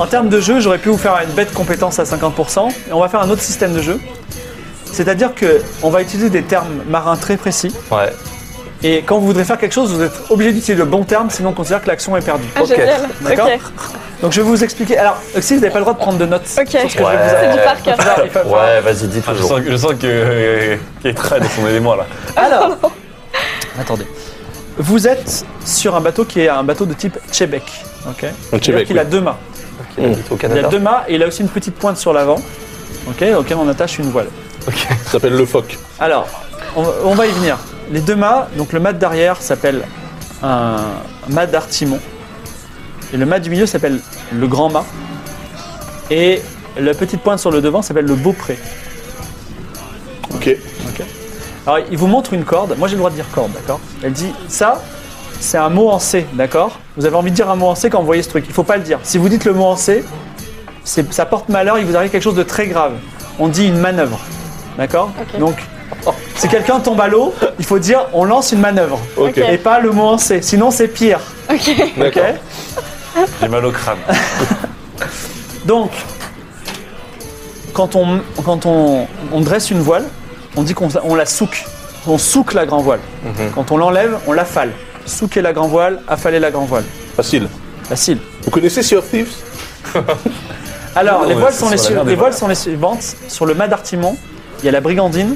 Speaker 1: En termes de jeu, j'aurais pu vous faire une bête compétence à 50%, et on va faire un autre système de jeu. C'est-à-dire que on va utiliser des termes marins très précis,
Speaker 6: Ouais.
Speaker 1: et quand vous voudrez faire quelque chose, vous êtes obligé d'utiliser le bon terme, sinon on considère que l'action est perdue.
Speaker 4: Ah,
Speaker 6: Ok.
Speaker 4: génial.
Speaker 1: D'accord.
Speaker 4: Ok.
Speaker 1: Donc je vais vous expliquer. Alors, Oxy, vous n'avez pas le droit de prendre de notes.
Speaker 4: Ok.
Speaker 1: sur ce que je vais vous
Speaker 4: C'est
Speaker 1: apprendre.
Speaker 4: du par cœur.
Speaker 1: Alors, il faut-
Speaker 6: Ouais, vas-y, dis
Speaker 7: Ah, je,
Speaker 6: toujours.
Speaker 7: sens, que- je sens que euh, qu'il est très dans son élément là.
Speaker 1: Alors, attendez. Vous êtes sur un bateau qui est un bateau de type Chebec. Ok. C'est-à-dire qu'il a deux mâts.
Speaker 6: Il habite au
Speaker 1: Il a
Speaker 6: Canada.
Speaker 1: deux mâts et il a aussi une petite pointe sur l'avant, ok, auquel on attache une voile.
Speaker 3: Ça s'appelle le phoque.
Speaker 1: Alors, on, on va y venir. Les deux mâts, donc le mât d'arrière s'appelle un mât d'artimon, et le mât du milieu s'appelle le grand mât, et la petite pointe sur le devant s'appelle le beaupré.
Speaker 3: Ok.
Speaker 1: Alors, il vous montre une corde. Moi, j'ai le droit de dire corde, d'accord Elle dit ça, c'est un mot en C, d'accord Vous avez envie de dire un mot en C quand vous voyez ce truc. Il faut pas le dire. Si vous dites le mot en C, c'est- ça porte malheur. Il vous arrive quelque chose de très grave. On dit une manœuvre, d'accord
Speaker 4: Ok.
Speaker 1: Donc, si quelqu'un tombe à l'eau, il faut dire on lance une manœuvre
Speaker 4: Ok.
Speaker 1: et pas le mot en C. Sinon, c'est pire.
Speaker 4: Ok.
Speaker 1: Ok
Speaker 7: J'ai mal au crâne.
Speaker 1: Donc, quand on, quand on, on dresse une voile, on dit qu'on on la souque. On souque la grand voile. Quand on l'enlève, on l'affale. Souquer la grand voile, affaler la grand voile.
Speaker 3: Facile.
Speaker 1: Facile.
Speaker 3: Vous connaissez Sea of Thieves
Speaker 1: Alors,
Speaker 7: Non,
Speaker 1: les,
Speaker 7: mais
Speaker 1: voiles
Speaker 7: c'est
Speaker 1: sont
Speaker 7: sur
Speaker 1: les,
Speaker 7: la
Speaker 1: su-
Speaker 7: mer des
Speaker 1: les voiles sont les suivantes. Sur le mât d'Artimon, il y a la brigandine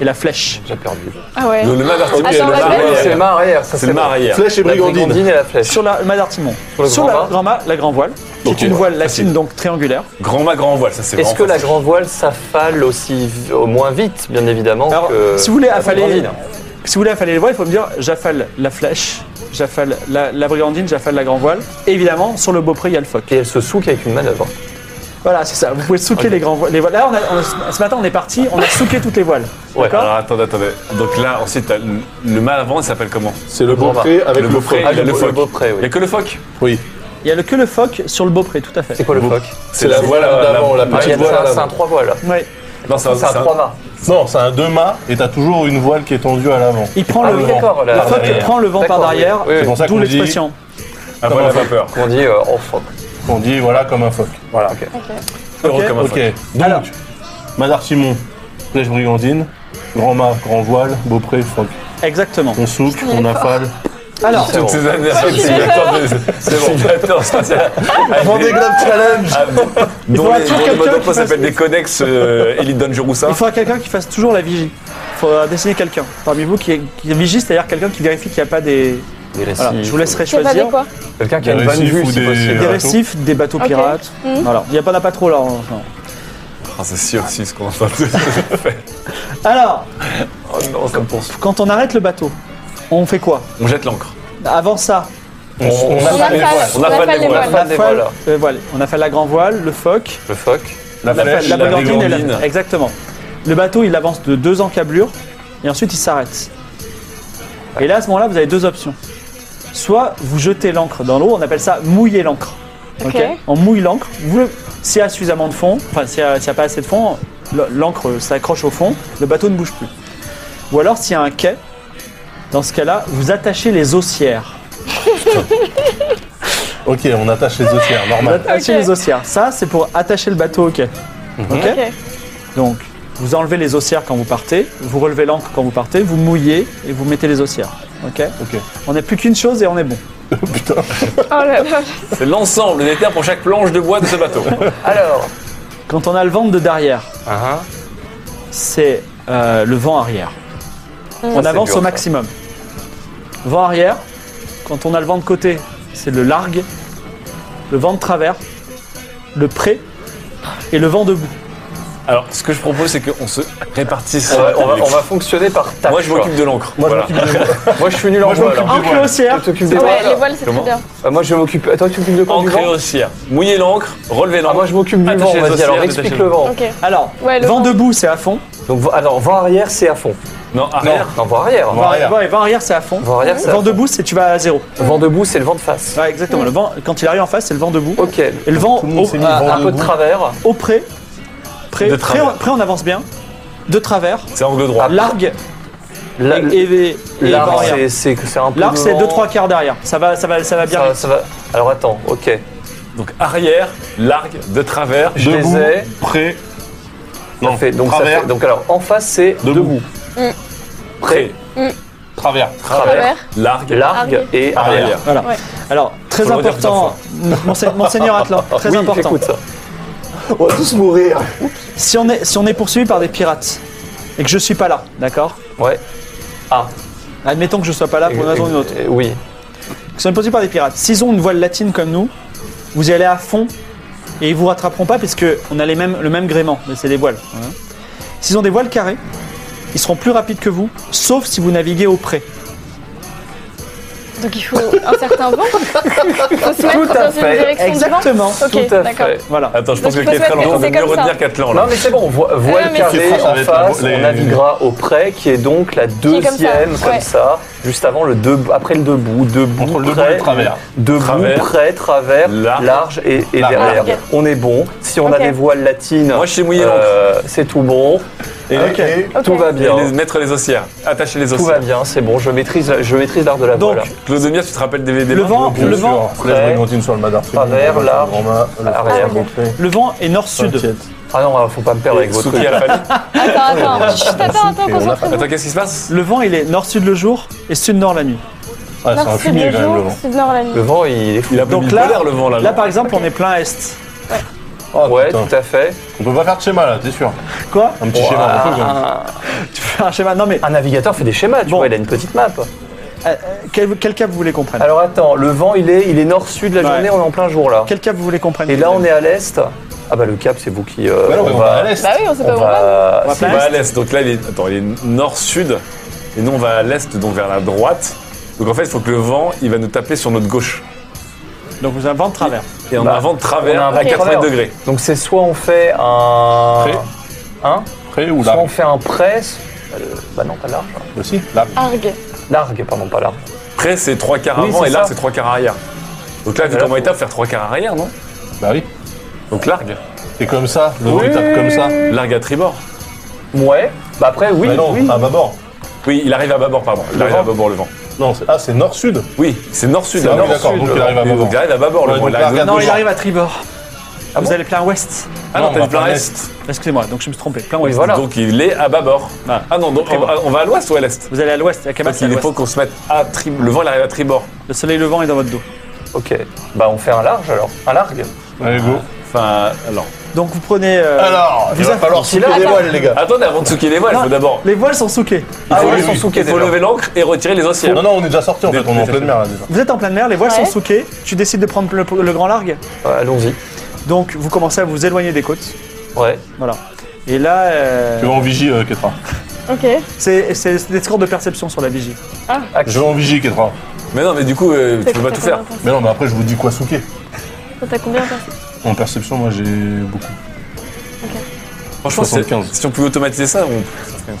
Speaker 1: et la flèche.
Speaker 6: J'ai perdu.
Speaker 4: Ah ouais.
Speaker 7: Le, le mât d'artillerie,
Speaker 4: Attends,
Speaker 7: le mât
Speaker 4: la
Speaker 6: Ah
Speaker 4: flèche,
Speaker 6: oui,
Speaker 7: arrière.
Speaker 6: c'est le mât arrière, ça
Speaker 7: C'est
Speaker 6: c'est
Speaker 7: le
Speaker 6: bon.
Speaker 7: mât arrière.
Speaker 3: Flèche et
Speaker 6: La
Speaker 3: brigandine.
Speaker 6: brigandine et la flèche.
Speaker 1: Sur la, le mât d'Artimon.
Speaker 6: le
Speaker 1: Sur
Speaker 6: grand
Speaker 1: la
Speaker 6: mât.
Speaker 1: grand mât, la grand voile, qui
Speaker 7: Ok.
Speaker 1: est une voile
Speaker 7: Facile.
Speaker 1: latine, donc triangulaire.
Speaker 7: Grand mât, grand voile, ça c'est
Speaker 6: Est-ce
Speaker 7: vraiment
Speaker 6: que la
Speaker 7: facile.
Speaker 6: grande voile s'affale aussi v- au moins vite, bien évidemment
Speaker 1: Alors,
Speaker 6: que
Speaker 1: si vous voulez
Speaker 6: la
Speaker 1: affaler,
Speaker 6: grandine
Speaker 1: si vous voulez affaler les voiles, il faut me dire j'affale la flèche, j'affale la, la brigandine, j'affale la grand voile. Et évidemment, sur le Beaupré, il y a le phoque.
Speaker 6: Et elle se souque avec une manœuvre. hein.
Speaker 1: Voilà, c'est ça. Vous pouvez souquer les grands voiles. Les voiles. Là, on a- on a- ce matin, on est parti, on a souqué toutes les voiles. D'accord
Speaker 7: Alors attendez, attendez. Donc là, ensuite, t'as le le mât avant, il s'appelle comment
Speaker 3: C'est le
Speaker 6: grand
Speaker 3: beaupré avec
Speaker 7: Le
Speaker 3: le
Speaker 7: beaupré.
Speaker 3: feu.
Speaker 7: Ah, il y a le
Speaker 6: beau-
Speaker 7: phoque.
Speaker 6: bah. beaupré,
Speaker 7: Il n'y
Speaker 6: oui.
Speaker 7: a que le phoque.
Speaker 3: Oui.
Speaker 1: Il y a le, que le phoque sur le Beaupré, tout à fait.
Speaker 6: C'est quoi le
Speaker 7: Beau-
Speaker 6: phoque
Speaker 3: C'est la voile
Speaker 7: la-
Speaker 3: d'avant, la
Speaker 6: Ah, il y
Speaker 3: petite
Speaker 6: a- C'est
Speaker 3: voile à
Speaker 6: un- c'est un
Speaker 3: l'avant.
Speaker 6: trois voiles.
Speaker 1: Ouais.
Speaker 7: Non, c'est
Speaker 6: C'est un trois mâts.
Speaker 3: Non, c'est un deux mâts et t'as toujours une voile qui est tendue à l'avant.
Speaker 1: Il prend
Speaker 6: Ah
Speaker 1: le
Speaker 6: oui,
Speaker 1: vent.
Speaker 6: d'accord.
Speaker 1: Le
Speaker 6: la-
Speaker 1: phoque
Speaker 3: derrière.
Speaker 1: prend le vent par
Speaker 6: D'accord, oui.
Speaker 1: derrière,
Speaker 6: Oui, oui.
Speaker 3: C'est pour ça
Speaker 1: d'où
Speaker 3: qu'on dit,
Speaker 1: l'expression.
Speaker 7: Un voile à vapeur.
Speaker 6: Qu'on dit euh, en phoque.
Speaker 3: qu'on dit voilà comme un phoque.
Speaker 7: Voilà. Heureux comme un
Speaker 3: Ok.
Speaker 7: phoque.
Speaker 3: Donc,
Speaker 1: Alors.
Speaker 3: Madar Simon, flèche brigandine, grand mât, grand voile, beaupré, phoque.
Speaker 1: Exactement.
Speaker 3: On souque, on affale.
Speaker 1: Alors,
Speaker 6: C'est bon.
Speaker 7: Ces années, c'est bon.
Speaker 3: Vendée Globe Challenge
Speaker 1: il
Speaker 7: Ah, Dont
Speaker 1: faudra
Speaker 7: les
Speaker 1: toujours
Speaker 7: dont les
Speaker 1: quelqu'un
Speaker 7: mots
Speaker 1: qui
Speaker 7: d'emploi
Speaker 1: fasse-
Speaker 7: s'appellent des connexes euh, Elite Don Juroussin.
Speaker 1: il faudra quelqu'un qui fasse toujours la vigie. Il faudra dessiner quelqu'un parmi vous qui, qui vigie, c'est-à-dire quelqu'un qui vérifie qu'il n'y a pas des.
Speaker 6: Des récifs.
Speaker 1: Voilà, je vous laisserai
Speaker 4: C'est pas
Speaker 1: choisir.
Speaker 4: des quoi
Speaker 6: Quelqu'un qui a
Speaker 3: Des
Speaker 6: une bonne
Speaker 3: récifs
Speaker 6: vue,
Speaker 3: ou
Speaker 6: si
Speaker 3: des-
Speaker 6: possible. Hein,
Speaker 1: Des
Speaker 3: bateaux.
Speaker 1: récifs, des bateaux
Speaker 4: Ok.
Speaker 1: pirates.
Speaker 4: Mhm.
Speaker 1: Voilà. Il n'y a pas, on n'a pas trop là. en- non.
Speaker 7: Ah, c'est si oxy ce qu'on entend.
Speaker 1: Alors,
Speaker 7: Oh non, ça me pense.
Speaker 1: quand on arrête le bateau, on fait quoi
Speaker 7: On jette l'ancre.
Speaker 1: Avant ça,
Speaker 3: On, on
Speaker 4: On
Speaker 3: affale les voiles.
Speaker 4: affale-
Speaker 7: On affale les
Speaker 4: les
Speaker 7: voiles.
Speaker 4: voiles.
Speaker 1: on
Speaker 6: Affale des
Speaker 1: affale,
Speaker 6: voiles.
Speaker 1: euh, voilà, on a fait la grand voile, le phoque,
Speaker 6: Le phoque.
Speaker 3: La flèche,
Speaker 1: la
Speaker 3: la
Speaker 1: brigandine et
Speaker 7: brigandine.
Speaker 1: la. Exactement. Le bateau, il avance de deux encablures et ensuite il s'arrête. Et là, à ce moment-là, vous avez deux options. Soit vous jetez l'ancre dans l'eau, on appelle ça mouiller l'ancre.
Speaker 4: Ok.
Speaker 1: Ok On mouille l'ancre. Vous le- S'il y a suffisamment de fond, enfin s'il n'y a, s'il y a pas assez de fond, l- l'ancre s'accroche au fond, le bateau ne bouge plus. Ou alors s'il y a un quai, dans ce cas-là, vous attachez les ossières.
Speaker 3: Ok, on attache les ossières,
Speaker 1: Vous
Speaker 3: normal.
Speaker 1: attachez
Speaker 4: Ok.
Speaker 1: Bah, les ossières. Ça, c'est pour attacher le bateau au quai.
Speaker 6: Mhm.
Speaker 1: Ok
Speaker 4: Ok.
Speaker 1: Donc, vous enlevez les ossières quand vous partez, vous relevez l'ancre quand vous partez, vous mouillez et vous mettez les ossières. Ok
Speaker 3: Ok.
Speaker 1: On n'a plus qu'une chose et on est bon.
Speaker 3: Putain.
Speaker 4: Oh là là.
Speaker 7: C'est l'ensemble des terres pour chaque planche de bois de ce bateau.
Speaker 6: Alors,
Speaker 1: Quand on a le vent de derrière,
Speaker 6: Ah,
Speaker 1: c'est euh, le vent arrière.
Speaker 4: Ah.
Speaker 1: on
Speaker 6: c'est
Speaker 1: avance
Speaker 6: dur,
Speaker 1: au
Speaker 6: ça.
Speaker 1: maximum. Vent arrière, quand on a le vent de côté, c'est le largue, le vent de travers, le pré et le vent debout.
Speaker 7: Alors, ce que je propose, c'est qu'on se répartisse.
Speaker 6: on va, on va- on va fonctionner par tâche.
Speaker 7: Moi, je
Speaker 6: quoi.
Speaker 7: m'occupe de l'encre.
Speaker 3: Moi,
Speaker 7: Voilà.
Speaker 3: je m'occupe de
Speaker 6: Moi, je suis nul en
Speaker 3: Moi, je
Speaker 6: voile.
Speaker 3: m'occupe
Speaker 6: hein.
Speaker 3: de-
Speaker 1: Encre et ossière
Speaker 6: Tu t'occupes des voiles.
Speaker 4: Ouais, les voiles, c'est très bien.
Speaker 6: Ah, Moi, je m'occupe. Toi, tu t'occupes de quoi du
Speaker 7: Ancrer
Speaker 6: vent
Speaker 7: aussi. Mouiller l'ancre, relever
Speaker 6: Ah,
Speaker 7: l'ancre.
Speaker 6: moi, je m'occupe du
Speaker 7: Attacher
Speaker 6: vent.
Speaker 7: les
Speaker 6: Vas-y, alors
Speaker 7: ossières,
Speaker 6: explique
Speaker 7: attacher
Speaker 6: le vent.
Speaker 4: Ok.
Speaker 1: Alors,
Speaker 4: Ouais, le
Speaker 1: vent
Speaker 4: vent.
Speaker 1: debout, c'est à fond.
Speaker 6: Donc, vo- alors, vent arrière, c'est à fond.
Speaker 7: Non,
Speaker 6: Non,
Speaker 7: arrière.
Speaker 6: non, vent arrière. hein.
Speaker 3: Vent arrière.
Speaker 1: Ouais, vent arrière, c'est à fond.
Speaker 6: Vent arrière, c'est à
Speaker 1: Vent
Speaker 6: fond.
Speaker 1: debout, c'est tu vas à zéro.
Speaker 6: Vent debout, c'est le vent de face.
Speaker 1: Ouais, exactement. Le vent, quand il arrive en face, c'est le vent debout.
Speaker 6: Ok.
Speaker 1: Et le vent
Speaker 3: Tout le monde
Speaker 1: au,
Speaker 3: s'est mis
Speaker 1: à-
Speaker 3: vent
Speaker 6: Un peu de
Speaker 3: debout.
Speaker 6: travers.
Speaker 1: au près. Près,
Speaker 7: De
Speaker 1: près,
Speaker 7: travers.
Speaker 1: on, près, on avance bien. De travers.
Speaker 7: C'est angle droit.
Speaker 1: Largue
Speaker 6: Ah. La-
Speaker 1: et, et, et vent
Speaker 6: L'arc,
Speaker 1: arrière.
Speaker 6: c'est- c'est c'est un peu.
Speaker 1: L'arc, c'est
Speaker 6: devant.
Speaker 1: 2-3 quarts derrière. Ça va, ça va, ça va bien.
Speaker 6: Ça, ça va. Alors, attends, ok.
Speaker 7: Donc, arrière, largue, de travers.
Speaker 6: Je
Speaker 3: Debout,
Speaker 6: les ai.
Speaker 3: près.
Speaker 6: Ça
Speaker 3: Non,
Speaker 6: fait- donc, ça
Speaker 3: travers,
Speaker 6: fait- donc, alors, en face, c'est
Speaker 3: debout.
Speaker 7: Près,
Speaker 3: Travers.
Speaker 6: travers,
Speaker 7: largue,
Speaker 6: largue et arrière.
Speaker 7: arrière.
Speaker 1: Voilà.
Speaker 4: Ouais.
Speaker 1: Alors, très
Speaker 7: Faut le redire
Speaker 1: important, Monse- monseigneur Atlan, très
Speaker 6: Oui,
Speaker 1: important.
Speaker 6: j'écoute ça.
Speaker 3: On va tous mourir.
Speaker 1: Si on, est, si on est poursuivi par des pirates et que je suis pas là, d'accord
Speaker 6: Ouais. Ah.
Speaker 1: Admettons que je sois pas là pour une raison ou une autre.
Speaker 6: Euh, Oui.
Speaker 1: Ils sont imposés par des pirates. S'ils ont une voile latine comme nous, vous y allez à fond et ils vous rattraperont pas parce que on a les mêmes, le même gréement, mais c'est des voiles. hein. S'ils ont des voiles carrées, ils seront plus rapides que vous, sauf si vous naviguez au près.
Speaker 4: Donc il faut un certain vent. Il faut se mettre dans une
Speaker 6: fait.
Speaker 4: direction
Speaker 1: Exactement.
Speaker 4: de vent.
Speaker 6: Tout à
Speaker 4: Ok, d'accord.
Speaker 6: fait.
Speaker 1: Voilà.
Speaker 3: Ah,
Speaker 7: Attends, je
Speaker 4: Donc,
Speaker 7: pense que
Speaker 4: il faut se
Speaker 7: Catlan,
Speaker 4: mettre-
Speaker 7: on va
Speaker 4: c'est
Speaker 7: mieux
Speaker 4: comme ça.
Speaker 7: retenir Catlan
Speaker 6: Non
Speaker 7: là.
Speaker 6: mais c'est bon, vo- voile
Speaker 4: Ah, mais
Speaker 6: carrée
Speaker 3: c'est- ça
Speaker 6: en
Speaker 3: va être
Speaker 6: face,
Speaker 3: la- les-
Speaker 6: on naviguera au près qui est donc la
Speaker 4: est comme ça,
Speaker 6: deuxième comme ça,
Speaker 4: ouais.
Speaker 6: juste avant le debout, après le debout, debout,
Speaker 3: Entre le
Speaker 6: près,
Speaker 3: debout et le travers.
Speaker 6: debout,
Speaker 7: Travers.
Speaker 6: près, travers,
Speaker 7: Large.
Speaker 6: large, et, et
Speaker 3: Large.
Speaker 6: derrière.
Speaker 4: Large.
Speaker 6: On est bon. Si on
Speaker 4: Ok.
Speaker 6: a des voiles latines,
Speaker 7: Moi, je sais mouiller
Speaker 6: euh, c'est tout bon.
Speaker 7: Et,
Speaker 4: Ok.
Speaker 7: et-
Speaker 4: Ok.
Speaker 6: Tout va
Speaker 7: et
Speaker 6: bien.
Speaker 7: les- mettre les ossières, attacher les
Speaker 6: Tout va
Speaker 7: ossières.
Speaker 6: bien, c'est bon, je maîtrise la- je maîtrise l'art de la
Speaker 1: Donc,
Speaker 6: voile.
Speaker 7: Claude Demia, tu te rappelles des, des
Speaker 1: Le
Speaker 7: mains
Speaker 1: vent, le vent,
Speaker 3: Là, je continue sur le Madar.
Speaker 6: Travers, large,
Speaker 4: Ah,
Speaker 6: arrière.
Speaker 3: Ah,
Speaker 1: le vent est nord-sud.
Speaker 3: T'inquiète.
Speaker 6: Ah non, ah, faut pas me perdre avec votre
Speaker 7: Suki a fallu.
Speaker 4: Attends, attends, chut, attends, attends,
Speaker 3: Ok, on a
Speaker 4: concentre-toi.
Speaker 7: Attends, qu'est-ce qui se passe
Speaker 1: Le vent, il est nord-sud le jour et sud-nord la nuit.
Speaker 3: Ah, c'est un
Speaker 4: Nord, sud
Speaker 3: fumier
Speaker 4: le
Speaker 3: quand même le
Speaker 4: jour,
Speaker 3: vent.
Speaker 4: sud, nord la nuit.
Speaker 6: Le vent, il est fou.
Speaker 7: Il a
Speaker 1: Donc
Speaker 7: mis
Speaker 1: là-
Speaker 7: le polaire, le vent là.
Speaker 1: Là, par exemple, on est plein est.
Speaker 3: Oh,
Speaker 6: Ouais,
Speaker 3: putain.
Speaker 6: tout à fait.
Speaker 3: On peut pas faire de schéma là, t'es sûr
Speaker 1: Quoi
Speaker 3: Un petit schéma, un peu comme
Speaker 6: un,
Speaker 1: Tu fais un schéma. Non, mais
Speaker 6: un navigateur fait des schémas, tu
Speaker 1: Bon.
Speaker 6: vois, il a une petite map.
Speaker 1: euh, quel, quel cap vous voulez qu'on prenne
Speaker 6: Alors attends, le vent, il est, il est nord-sud la
Speaker 1: Ouais.
Speaker 6: journée, on est en plein jour là.
Speaker 1: Quel cap vous voulez qu'on prenne
Speaker 6: Et là, on est à l'est. Ah bah le cap, c'est vous qui... euh,
Speaker 3: Bah non, mais on va à l'est.
Speaker 4: Bah oui, on sait
Speaker 6: on
Speaker 4: pas où on va.
Speaker 6: va-
Speaker 1: On va
Speaker 7: On
Speaker 1: plein
Speaker 7: va à
Speaker 1: est.
Speaker 7: l'est, donc là il est, attends, il est nord-sud, et nous on va à l'est, donc vers la droite. Donc en fait, il faut que le vent, il va nous taper sur notre gauche.
Speaker 1: Donc vous avez un vent de travers.
Speaker 7: Et on
Speaker 6: Bah,
Speaker 7: a un vent de travers
Speaker 6: on a un vent
Speaker 7: à
Speaker 6: de
Speaker 7: 80
Speaker 6: travers.
Speaker 7: degrés.
Speaker 6: Donc c'est soit on fait un...
Speaker 3: Prêt
Speaker 6: Hein
Speaker 3: Près ou
Speaker 6: Soit
Speaker 3: là
Speaker 6: on fait un press... Bah, le- Bah non, pas large.
Speaker 3: Aussi Là.
Speaker 4: Argue.
Speaker 6: Largue, pardon, pas large.
Speaker 7: Près, c'est trois quarts
Speaker 6: Oui,
Speaker 7: avant,
Speaker 6: c'est
Speaker 7: et là,
Speaker 6: ça.
Speaker 7: c'est trois quarts arrière. Donc là, vu
Speaker 6: Là,
Speaker 7: comment
Speaker 6: faut-
Speaker 7: il tape, faire trois quarts arrière, non
Speaker 3: Bah oui.
Speaker 7: Donc largue.
Speaker 3: C'est comme ça, le vent il tape comme ça.
Speaker 7: Largue à tribord.
Speaker 6: Ouais. Bah après, oui,
Speaker 3: Bah non,
Speaker 6: oui.
Speaker 3: à bâbord.
Speaker 7: Oui, il arrive à bâbord, pardon. Il
Speaker 3: Le
Speaker 7: arrive à
Speaker 3: vent.
Speaker 7: bâbord, le vent.
Speaker 3: Non, c'est- ah, c'est nord-sud
Speaker 7: Oui, c'est nord-sud.
Speaker 3: C'est-
Speaker 7: là,
Speaker 3: ah oui,
Speaker 7: nord-sud,
Speaker 3: d'accord, donc
Speaker 7: le
Speaker 3: il arrive à
Speaker 7: vent. Et
Speaker 3: bâbord.
Speaker 7: Donc il arrive à bâbord, le
Speaker 3: Ouais,
Speaker 7: vent.
Speaker 3: donc
Speaker 7: Il arrive-
Speaker 3: largue à
Speaker 1: Non,
Speaker 3: gauche.
Speaker 1: il arrive à tribord.
Speaker 6: Ah
Speaker 1: vous
Speaker 6: bon
Speaker 1: allez plein ouest.
Speaker 7: Ah
Speaker 3: Non,
Speaker 7: non,
Speaker 3: on
Speaker 7: t'as
Speaker 3: va
Speaker 7: dit plein
Speaker 3: plein
Speaker 7: est.
Speaker 1: Excusez-moi, donc je me suis trompé. Plein
Speaker 6: Oui,
Speaker 1: ouest.
Speaker 6: voilà.
Speaker 7: Donc il est à bâbord.
Speaker 1: Ah.
Speaker 7: Ah non, donc on va- on va à l'ouest ou à l'est
Speaker 1: Vous allez à l'ouest, la cabane,
Speaker 7: Donc
Speaker 1: c'est à
Speaker 7: il
Speaker 1: l'ouest.
Speaker 7: faut qu'on se mette à tribord. Le vent, il arrive à tribord.
Speaker 1: Le soleil levant est dans votre dos.
Speaker 6: Ok. Bah on fait un large alors. Un largue.
Speaker 3: Allez, go.
Speaker 7: Enfin, alors.
Speaker 1: Donc vous prenez. euh,
Speaker 3: Alors, il
Speaker 1: vous
Speaker 3: va
Speaker 1: a-
Speaker 3: falloir soulever les voiles, les gars.
Speaker 7: Attendez, avant de souquer les voiles, il
Speaker 1: Non.
Speaker 7: faut d'abord.
Speaker 1: Les voiles sont souquées.
Speaker 6: Ah
Speaker 3: faut
Speaker 6: ouais,
Speaker 3: les-
Speaker 6: ils sont souqués
Speaker 7: Il faut
Speaker 6: déjà.
Speaker 7: lever l'ancre et retirer les océans.
Speaker 3: Non, non, on est déjà sorti en fait, on est en pleine mer là déjà.
Speaker 1: Vous êtes en pleine mer, les voiles
Speaker 4: Ouais.
Speaker 1: sont souquées. Tu décides de prendre le, le grand largue.
Speaker 6: Ouais, Allons-y.
Speaker 1: Donc vous commencez à vous éloigner des côtes.
Speaker 6: Ouais.
Speaker 1: Voilà. Et là, euh,
Speaker 3: Je vais en vigie, euh, Ketra.
Speaker 4: Ok.
Speaker 1: c'est c'est- c'est des scores de perception sur la vigie.
Speaker 3: Je vais en vigie, Ketra.
Speaker 7: Mais non, mais du coup, euh, tu peux pas
Speaker 4: T'as
Speaker 7: tout faire.
Speaker 4: combien
Speaker 3: Mais non, mais après, je vous dis quoi souquer.
Speaker 4: en perception T'as combien en perception
Speaker 3: En perception, moi j'ai beaucoup.
Speaker 7: Franchement, c'est-
Speaker 3: 75.
Speaker 7: si on pouvait automatiser ça, on... ça, ferait une...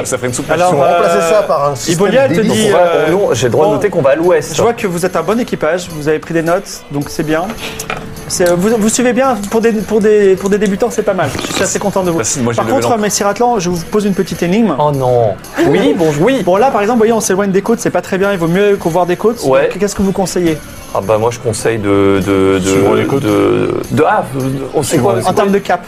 Speaker 7: soupe- ça ferait une soupe.
Speaker 1: Alors, euh,
Speaker 3: par un
Speaker 1: Ibolia, elle te
Speaker 3: d'hélice.
Speaker 1: dit,
Speaker 6: On va-
Speaker 1: euh,
Speaker 6: on- non, J'ai le droit de
Speaker 1: bon,
Speaker 6: noter qu'on va à l'ouest.
Speaker 1: Je vois que vous êtes un bon équipage, vous avez pris des notes, donc c'est bien. C'est- euh, Vous, vous suivez bien, pour des, pour des, pour des débutants, c'est pas mal. Je suis assez content de vous.
Speaker 7: Facile, moi j'ai
Speaker 1: Par
Speaker 7: levé
Speaker 1: contre,
Speaker 7: l'ancre.
Speaker 1: Messire Atlan, je vous pose une petite énigme.
Speaker 6: Oh non. Oui, bonjour. Oui.
Speaker 1: Bon, là, par exemple, vous voyez, on s'éloigne des côtes, c'est pas très bien, il vaut mieux qu'on voit des côtes.
Speaker 6: Ouais.
Speaker 1: Donc, Qu'est-ce que vous conseillez
Speaker 6: Ah bah moi je conseille de de
Speaker 3: Suivre les
Speaker 6: de
Speaker 3: côtes.
Speaker 6: de, de- ah de- on sait
Speaker 3: Suivre
Speaker 6: quoi
Speaker 3: les
Speaker 6: c'est
Speaker 1: En
Speaker 6: quoi
Speaker 1: termes de cap.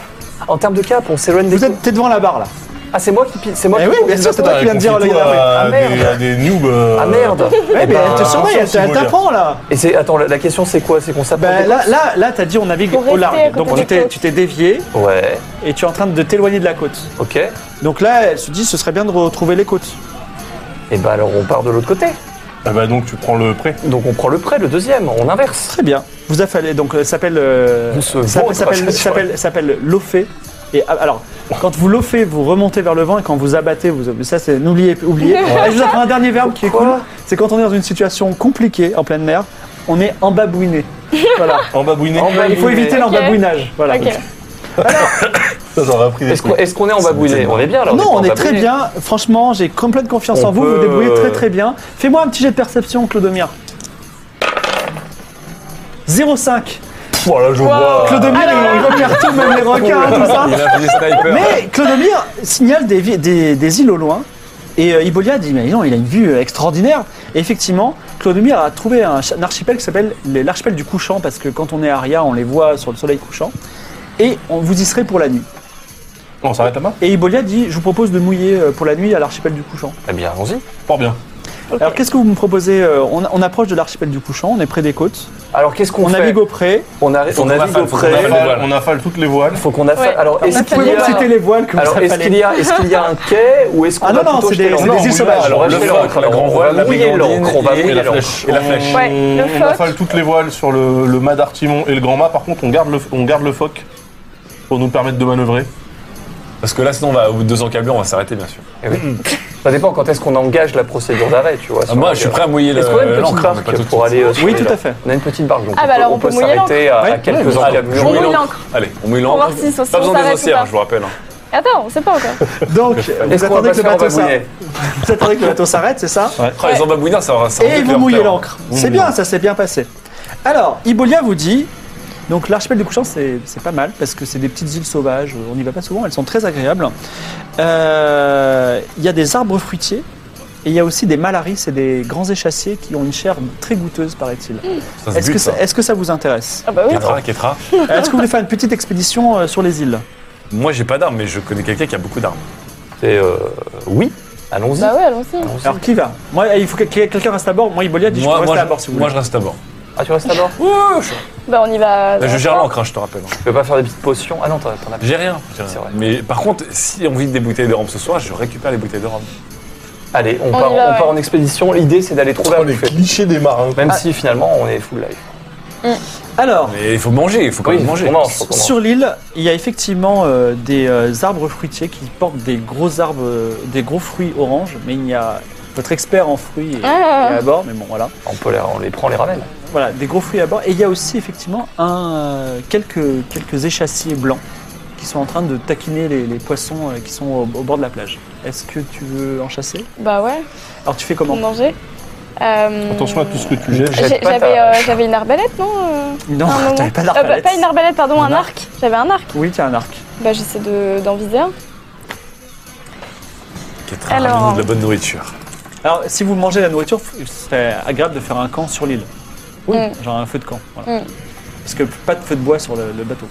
Speaker 6: en termes de cap on s'éloigne des
Speaker 1: Vous êtes t'es devant la barre, là.
Speaker 4: Eh
Speaker 6: ah c'est moi qui pile- c'est moi
Speaker 1: Eh
Speaker 6: qui
Speaker 1: oui, bien sûr, c'est toi qui viens de dire le gars. là,
Speaker 3: à
Speaker 6: Ah, merde.
Speaker 3: euh, des, à des noobs. euh,
Speaker 6: ah merde
Speaker 1: oui. Ouais,
Speaker 6: Eh
Speaker 1: mais
Speaker 6: ben,
Speaker 1: elle te surveille, elle
Speaker 3: attention,
Speaker 1: elle
Speaker 3: Simolia.
Speaker 1: t'apprend, là.
Speaker 6: et c'est attends la, la question c'est quoi c'est qu'on s'approche
Speaker 1: Ben,
Speaker 6: des
Speaker 1: là, là, là, t'as dit on navigue
Speaker 4: Bah, Faut
Speaker 1: au
Speaker 4: rester à
Speaker 1: large.
Speaker 4: côté
Speaker 1: Donc
Speaker 4: des
Speaker 1: tu t'es-
Speaker 4: côtes.
Speaker 1: tu t'es dévié
Speaker 6: côtes ouais
Speaker 1: et tu es en train de t'éloigner de la côte.
Speaker 6: ok et
Speaker 1: Donc là, elle se dit ce serait bien de retrouver les côtes.
Speaker 6: ben alors on part de l'autre côté
Speaker 3: Ah bah donc tu prends le prêt.
Speaker 6: donc on prend le prêt le deuxième on inverse
Speaker 1: Très bien. Vous affalez, donc euh, s'appelle euh,
Speaker 6: On se vante,
Speaker 1: s'appelle
Speaker 6: parce que
Speaker 1: s'appelle-
Speaker 6: c'est
Speaker 1: s'appelle s'appelle l'offé. Et ah, alors, quand vous l'offez, vous remontez vers le vent et quand vous abattez, vous ça c'est n'oubliez oubliez. Ah, je vous apprends un dernier verbe qui est cool. C'est quand on est dans une situation compliquée en pleine mer, on est embabouiné. Voilà.
Speaker 3: En babouiné.
Speaker 1: Il faut éviter l'embabouinage. Voilà.
Speaker 4: Ok.
Speaker 3: Ça, j'aurais appris des
Speaker 6: est-ce qu'on
Speaker 3: trucs.
Speaker 6: est-ce qu'on est en babouiné on est bien là
Speaker 1: Non, on est
Speaker 6: embabouiné.
Speaker 1: très bien. Franchement, j'ai complète confiance
Speaker 6: On
Speaker 1: en vous. Vous
Speaker 6: peut,
Speaker 1: vous débrouillez
Speaker 6: euh,
Speaker 1: très très bien. Fais-moi un petit jet de perception, Clodomir. 05.
Speaker 3: Voilà, je vois.
Speaker 1: Clodomir, il repère tout, même les requins, tout ça.
Speaker 7: Il a un sniper.
Speaker 1: Mais Clodomir signale des, vi- des- des îles au loin. Et euh, Ibolia dit, mais non, il a une vue euh, extraordinaire. Et effectivement, Clodomir a trouvé un, ch- un archipel qui s'appelle les- l'archipel du couchant, parce que quand on est à Aria, on les voit sur le soleil couchant. Et on vous y serez pour la nuit.
Speaker 3: On s'arrête là-bas
Speaker 1: Et Ibolia dit, je vous propose de mouiller euh, pour la nuit à l'archipel du couchant.
Speaker 6: eh bien allons-y
Speaker 3: Fort bien.
Speaker 1: Alors qu'est-ce que vous me proposez euh, on, on approche de l'archipel du couchant, on est près des côtes.
Speaker 6: alors qu'est-ce qu'on
Speaker 1: On
Speaker 6: fait
Speaker 1: navigue au près.
Speaker 6: on arrive
Speaker 7: Faut
Speaker 6: on
Speaker 7: qu'on
Speaker 6: navigue
Speaker 7: affale,
Speaker 6: au
Speaker 7: faut qu'on
Speaker 3: On
Speaker 7: Ouais.
Speaker 6: prêt
Speaker 7: affale.
Speaker 3: affale, on affale toutes les voiles.
Speaker 6: faut qu'on affale
Speaker 4: Ouais.
Speaker 6: alors
Speaker 4: On
Speaker 6: est-ce
Speaker 4: affale
Speaker 1: Vous
Speaker 6: qu'il
Speaker 1: pouvez
Speaker 6: y
Speaker 1: me citer
Speaker 6: a
Speaker 1: les voiles que vous
Speaker 6: Alors, est-ce
Speaker 1: affalez.
Speaker 6: qu'il y, a- est-ce qu'il y a un quai ou est-ce qu'on
Speaker 1: Ah
Speaker 6: va
Speaker 1: non, non,
Speaker 6: plutôt
Speaker 1: c'est
Speaker 6: jeter
Speaker 1: des,
Speaker 6: l'ancre
Speaker 1: c'est des
Speaker 3: on
Speaker 1: îles
Speaker 3: mouille
Speaker 1: sauvages.
Speaker 3: là,
Speaker 6: Alors,
Speaker 3: alors,
Speaker 6: on
Speaker 3: le
Speaker 6: fait
Speaker 3: foc,
Speaker 6: l'ancre,
Speaker 7: la grande
Speaker 6: on
Speaker 7: voile,
Speaker 6: va
Speaker 7: la
Speaker 6: mouiller
Speaker 7: brigandine
Speaker 6: l'ancre, on va
Speaker 7: et
Speaker 6: mouiller
Speaker 7: la
Speaker 6: l'ancre.
Speaker 7: flèche. Et la flèche.
Speaker 4: Ouais, le
Speaker 3: on
Speaker 4: phoque.
Speaker 3: affale toutes les voiles sur le, le mât d'Artimon et le grand mât. Par contre, on garde le, on garde le phoque pour nous permettre de manœuvrer.
Speaker 7: Parce que là, sinon, on va, au bout de deux encablures, on va s'arrêter, bien sûr.
Speaker 6: Eh oui. Ça dépend quand est-ce qu'on engage la procédure d'arrêt, tu vois. sur
Speaker 7: moi,
Speaker 6: la
Speaker 7: je suis
Speaker 6: gueule.
Speaker 7: prêt à mouiller
Speaker 6: Est-ce qu'on a une
Speaker 7: le-
Speaker 6: petite
Speaker 7: l'ancre. mais pas tout
Speaker 6: barque
Speaker 7: de
Speaker 6: pour
Speaker 7: suite.
Speaker 6: aller euh, sur
Speaker 1: Oui,
Speaker 6: les
Speaker 1: tout à
Speaker 6: lacs
Speaker 1: fait.
Speaker 6: On a une petite barque, donc
Speaker 4: Ah,
Speaker 6: on
Speaker 4: bah
Speaker 6: peut-
Speaker 4: alors,
Speaker 6: on
Speaker 4: on
Speaker 6: peut
Speaker 4: peut mouiller
Speaker 6: s'arrêter à,
Speaker 1: Ouais.
Speaker 6: à quelques
Speaker 1: Ouais,
Speaker 4: On
Speaker 6: encablures.
Speaker 4: mouille l'ancre.
Speaker 7: Allez, on mouille
Speaker 4: On va voir
Speaker 7: l'ancre.
Speaker 4: si- si on
Speaker 7: Pas besoin des
Speaker 4: s'arrête ou pas.
Speaker 7: océans, je vous rappelle. hein.
Speaker 4: Attends, on sait pas encore.
Speaker 1: Donc vous attendez
Speaker 6: Est-ce qu'on va
Speaker 1: que le
Speaker 6: passer en
Speaker 1: bateau
Speaker 6: babouinet
Speaker 1: s'arrête. Vous attendez que le bateau s'arrête, c'est ça
Speaker 7: Oh, Les embabouinards, ça va ça va
Speaker 1: Et
Speaker 7: être
Speaker 1: vous
Speaker 7: leur
Speaker 1: mouillez
Speaker 7: terre.
Speaker 1: l'ancre. C'est bien, ça s'est bien passé. Alors, Ibolia vous dit Donc l'archipel de Couchant, c'est c'est pas mal parce que c'est des petites îles sauvages. On n'y va pas souvent, elles sont très agréables. Euh, Il y a des arbres fruitiers et il y a aussi des malaris et des grands échassiers qui ont une chair très goûteuse, paraît-il.
Speaker 7: Ça se
Speaker 1: Est-ce que,
Speaker 7: bute,
Speaker 1: ça-
Speaker 7: ça.
Speaker 1: est-ce que ça vous intéresse
Speaker 4: Ah bah oui.
Speaker 7: Kétra, Kétra.
Speaker 1: Est-ce que vous voulez faire une petite expédition euh, sur les îles
Speaker 7: Moi, j'ai pas d'armes, mais je connais quelqu'un qui a beaucoup d'armes.
Speaker 6: Et euh, oui, allons-y.
Speaker 4: Bah ouais, allons-y.
Speaker 1: Alors qui va Moi, il faut que que quelqu'un reste à bord. Moi, Ibolia dit je peux rester à bord si vous
Speaker 7: moi,
Speaker 1: voulez.
Speaker 7: je reste à bord.
Speaker 6: Ah, tu restes à bord
Speaker 4: Bah on y va.
Speaker 7: Bah, je gère l'encre, hein, je te rappelle. hein.
Speaker 6: Tu peux pas faire des petites potions Ah non, t'en t'en as
Speaker 7: J'ai rien. j'ai
Speaker 6: C'est
Speaker 7: rien.
Speaker 6: vrai.
Speaker 7: Mais par contre, si on vide des bouteilles de rhum ce soir, je récupère les bouteilles de rhum.
Speaker 6: Allez, on,
Speaker 4: On
Speaker 6: part,
Speaker 4: y va,
Speaker 6: on
Speaker 4: ouais.
Speaker 6: part en expédition. L'idée, c'est d'aller trouver un
Speaker 3: Oh, les
Speaker 6: buffet.
Speaker 3: clichés des marins.
Speaker 6: Même si finalement, on est full life.
Speaker 1: Alors,
Speaker 7: Mais il faut manger, il faut quand
Speaker 6: Oui,
Speaker 7: même manger.
Speaker 6: on mange, faut qu'on mange.
Speaker 1: Sur l'île, il y a effectivement euh, des euh, arbres fruitiers qui portent des gros arbres, euh, des gros fruits oranges, mais il y a votre expert en fruits est,
Speaker 4: Ah.
Speaker 1: est à bord, mais bon voilà,
Speaker 6: On, peut les, on les prend, on les ramène.
Speaker 1: voilà, des gros fruits à bord. Et il y a aussi effectivement un, euh, quelques quelques échassiers blancs qui sont en train de taquiner les, les poissons euh, qui sont au, au bord de la plage. Est-ce que tu veux en chasser
Speaker 4: Bah ouais,
Speaker 1: Alors tu fais
Speaker 4: pour
Speaker 1: comment
Speaker 4: manger. Euh,
Speaker 3: Attention à tout ce que tu jettes.
Speaker 4: j'ai-
Speaker 6: Jette pas
Speaker 4: J'avais
Speaker 6: ta-
Speaker 4: euh, j'avais une arbalète, non euh,
Speaker 1: Non,
Speaker 4: à un moment.
Speaker 1: Oh, t'avais pas
Speaker 4: Ah bah,
Speaker 1: d'arbalète.
Speaker 4: Pas une arbalète, pardon, un arc. J'avais un arc.
Speaker 1: Oui, t'as un arc.
Speaker 4: Bah j'essaie de- d'en viser un.
Speaker 7: Kétra,
Speaker 4: Alors.
Speaker 7: ramène-nous de la bonne nourriture.
Speaker 1: Alors si vous mangez la nourriture, ce serait agréable de faire un camp sur l'île.
Speaker 4: Oui.
Speaker 1: Genre un feu de camp. Voilà.
Speaker 4: Mm.
Speaker 1: Parce que pas de feu de bois sur le, le bateau.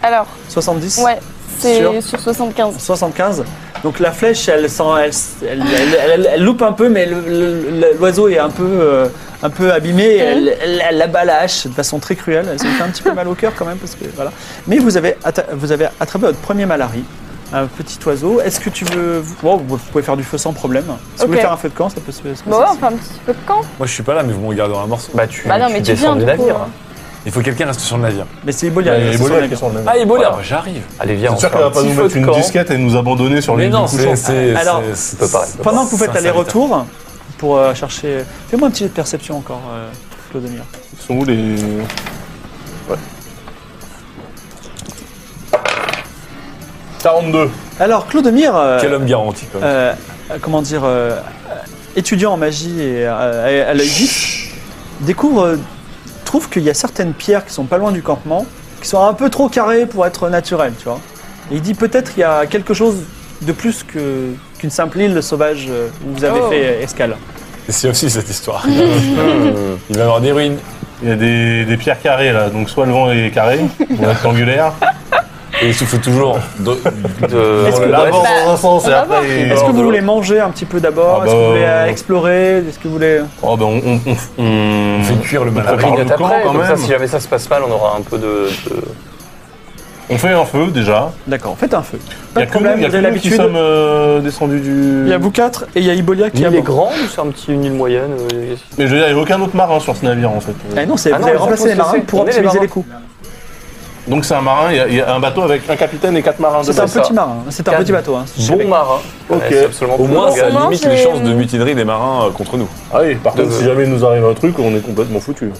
Speaker 4: Alors,
Speaker 1: 70
Speaker 4: ouais, c'est
Speaker 1: Sur
Speaker 4: sur 75.
Speaker 1: 75. Donc la flèche, elle, sent- elle, elle, elle- elle- elle loupe un peu, mais le- le- l'oiseau est un peu, euh, un peu abîmé.
Speaker 4: Mm.
Speaker 1: et Elle, elle- elle abat la hache de façon très cruelle. Ça me fait un petit peu mal au cœur quand même. Parce que, voilà. Mais vous avez, atta- vous avez attrapé votre premier malari, un petit oiseau. Est-ce que tu veux... Bon, vous pouvez faire du feu sans problème. Si vous voulez
Speaker 4: Ok.
Speaker 1: faire un feu de camp, ça peut se... ça peut
Speaker 4: Bon
Speaker 1: se-
Speaker 4: ouais, on fait un petit peu de camp.
Speaker 7: Moi, je suis pas là, mais vous me regardez dans un morceau.
Speaker 6: Bah, tu,
Speaker 4: Bah non, mais tu
Speaker 6: descends
Speaker 4: viens
Speaker 6: du
Speaker 4: du coup.
Speaker 6: navire.
Speaker 7: Il faut que quelqu'un reste sur le navire.
Speaker 1: Mais c'est Ibolia.
Speaker 3: Il y a
Speaker 1: c'est
Speaker 3: les
Speaker 1: son
Speaker 3: bolets
Speaker 1: ami.
Speaker 3: qui sont là.
Speaker 7: Ah, et Bolia,
Speaker 6: Voilà.
Speaker 7: bah, j'arrive.
Speaker 6: Allez, viens, on
Speaker 3: J'espère
Speaker 6: fait
Speaker 3: qu'elle va
Speaker 6: un
Speaker 3: pas
Speaker 6: petit
Speaker 3: nous
Speaker 6: feu
Speaker 3: mettre
Speaker 6: de
Speaker 3: une
Speaker 6: camp.
Speaker 3: disquette et nous abandonner sur
Speaker 7: Mais
Speaker 3: l'île
Speaker 7: non,
Speaker 3: du couchant.
Speaker 7: c'est. c'est-
Speaker 1: Alors,
Speaker 7: c'est-
Speaker 6: ça peut pas, ça peut
Speaker 1: Pendant que vous faites
Speaker 7: c'est un
Speaker 1: aller-retour, pour euh, chercher... Fais-moi un petit jet de perception encore, euh, Claude Amir.
Speaker 3: Ils sont où les. Ouais. 42.
Speaker 1: Alors, Claude Mire, euh,
Speaker 7: Quel homme garanti, quand même.
Speaker 1: euh, comment dire, euh, euh, étudiant en magie et euh, à à l'œil vif, découvre, euh, trouve qu'il y a certaines pierres qui sont pas loin du campement, qui sont un peu trop carrées pour être naturelles, tu vois. Et il dit peut-être il y a quelque chose de plus que qu'une simple île sauvage euh, où vous avez
Speaker 4: Oh.
Speaker 1: fait euh, escale.
Speaker 7: Et C'est aussi cette histoire. Il va y avoir des ruines.
Speaker 3: Il y a des, des pierres carrées là, donc soit le vent est carré, ou rectangulaire.
Speaker 7: Et il souffle toujours. de-
Speaker 6: De-
Speaker 1: Est-ce que-
Speaker 3: L'avant
Speaker 4: Bah,
Speaker 3: dans un sens et
Speaker 4: on va
Speaker 3: après. il-
Speaker 1: Est-ce que vous voulez manger un petit peu d'abord
Speaker 3: Ah
Speaker 1: Est-ce que vous
Speaker 3: bah,
Speaker 1: voulez euh,
Speaker 3: euh,
Speaker 1: explorer Est-ce que vous voulez
Speaker 3: Oh ben on. on, on, on-
Speaker 7: On fait cuire le
Speaker 6: On
Speaker 3: Après,
Speaker 7: malade.
Speaker 3: prépare
Speaker 6: grignote
Speaker 3: le camp,
Speaker 6: après,
Speaker 3: quand
Speaker 6: comme ça,
Speaker 3: même.
Speaker 6: si jamais ça se passe mal, on aura un peu de... de-
Speaker 3: on fait un feu déjà.
Speaker 1: D'accord, faites un feu.
Speaker 3: Il
Speaker 1: Pas
Speaker 3: y a
Speaker 1: de
Speaker 3: que nous,
Speaker 1: problème,
Speaker 3: il y a
Speaker 1: vous
Speaker 3: que
Speaker 1: avez
Speaker 3: nous qui
Speaker 1: l'habitude.
Speaker 3: sommes euh, descendus du.
Speaker 1: Il y a vous quatre et il y a Ibolia qui
Speaker 6: L'île
Speaker 1: a
Speaker 6: est grande ou c'est un petit, une île moyenne euh,
Speaker 3: Mais je veux dire, il n'y a aucun autre marin sur ce navire en fait.
Speaker 1: Ah non, c'est
Speaker 6: Ah
Speaker 1: vous
Speaker 6: non,
Speaker 1: avez
Speaker 6: ils ont
Speaker 1: remplacé
Speaker 6: tous
Speaker 1: les marins
Speaker 6: laissé.
Speaker 1: pour
Speaker 6: On est les
Speaker 1: optimiser
Speaker 6: marins.
Speaker 1: les coûts.
Speaker 3: Donc c'est un marin, il y a- il y, a un bateau avec un capitaine et quatre marins
Speaker 1: C'est
Speaker 3: dedans.
Speaker 1: un
Speaker 6: ça.
Speaker 1: petit marin, c'est un
Speaker 6: Quatre.
Speaker 1: petit bateau. hein.
Speaker 6: Bon marin.
Speaker 3: Ok.
Speaker 6: Ouais, c'est absolument
Speaker 7: Au
Speaker 6: cool.
Speaker 7: moins,
Speaker 4: Bon,
Speaker 7: ça
Speaker 4: au moins,
Speaker 7: limite les
Speaker 4: c'est-
Speaker 7: chances de mutinerie des marins euh, contre nous.
Speaker 3: Ah oui, par contre, si jamais il nous arrive un truc, on est complètement foutu.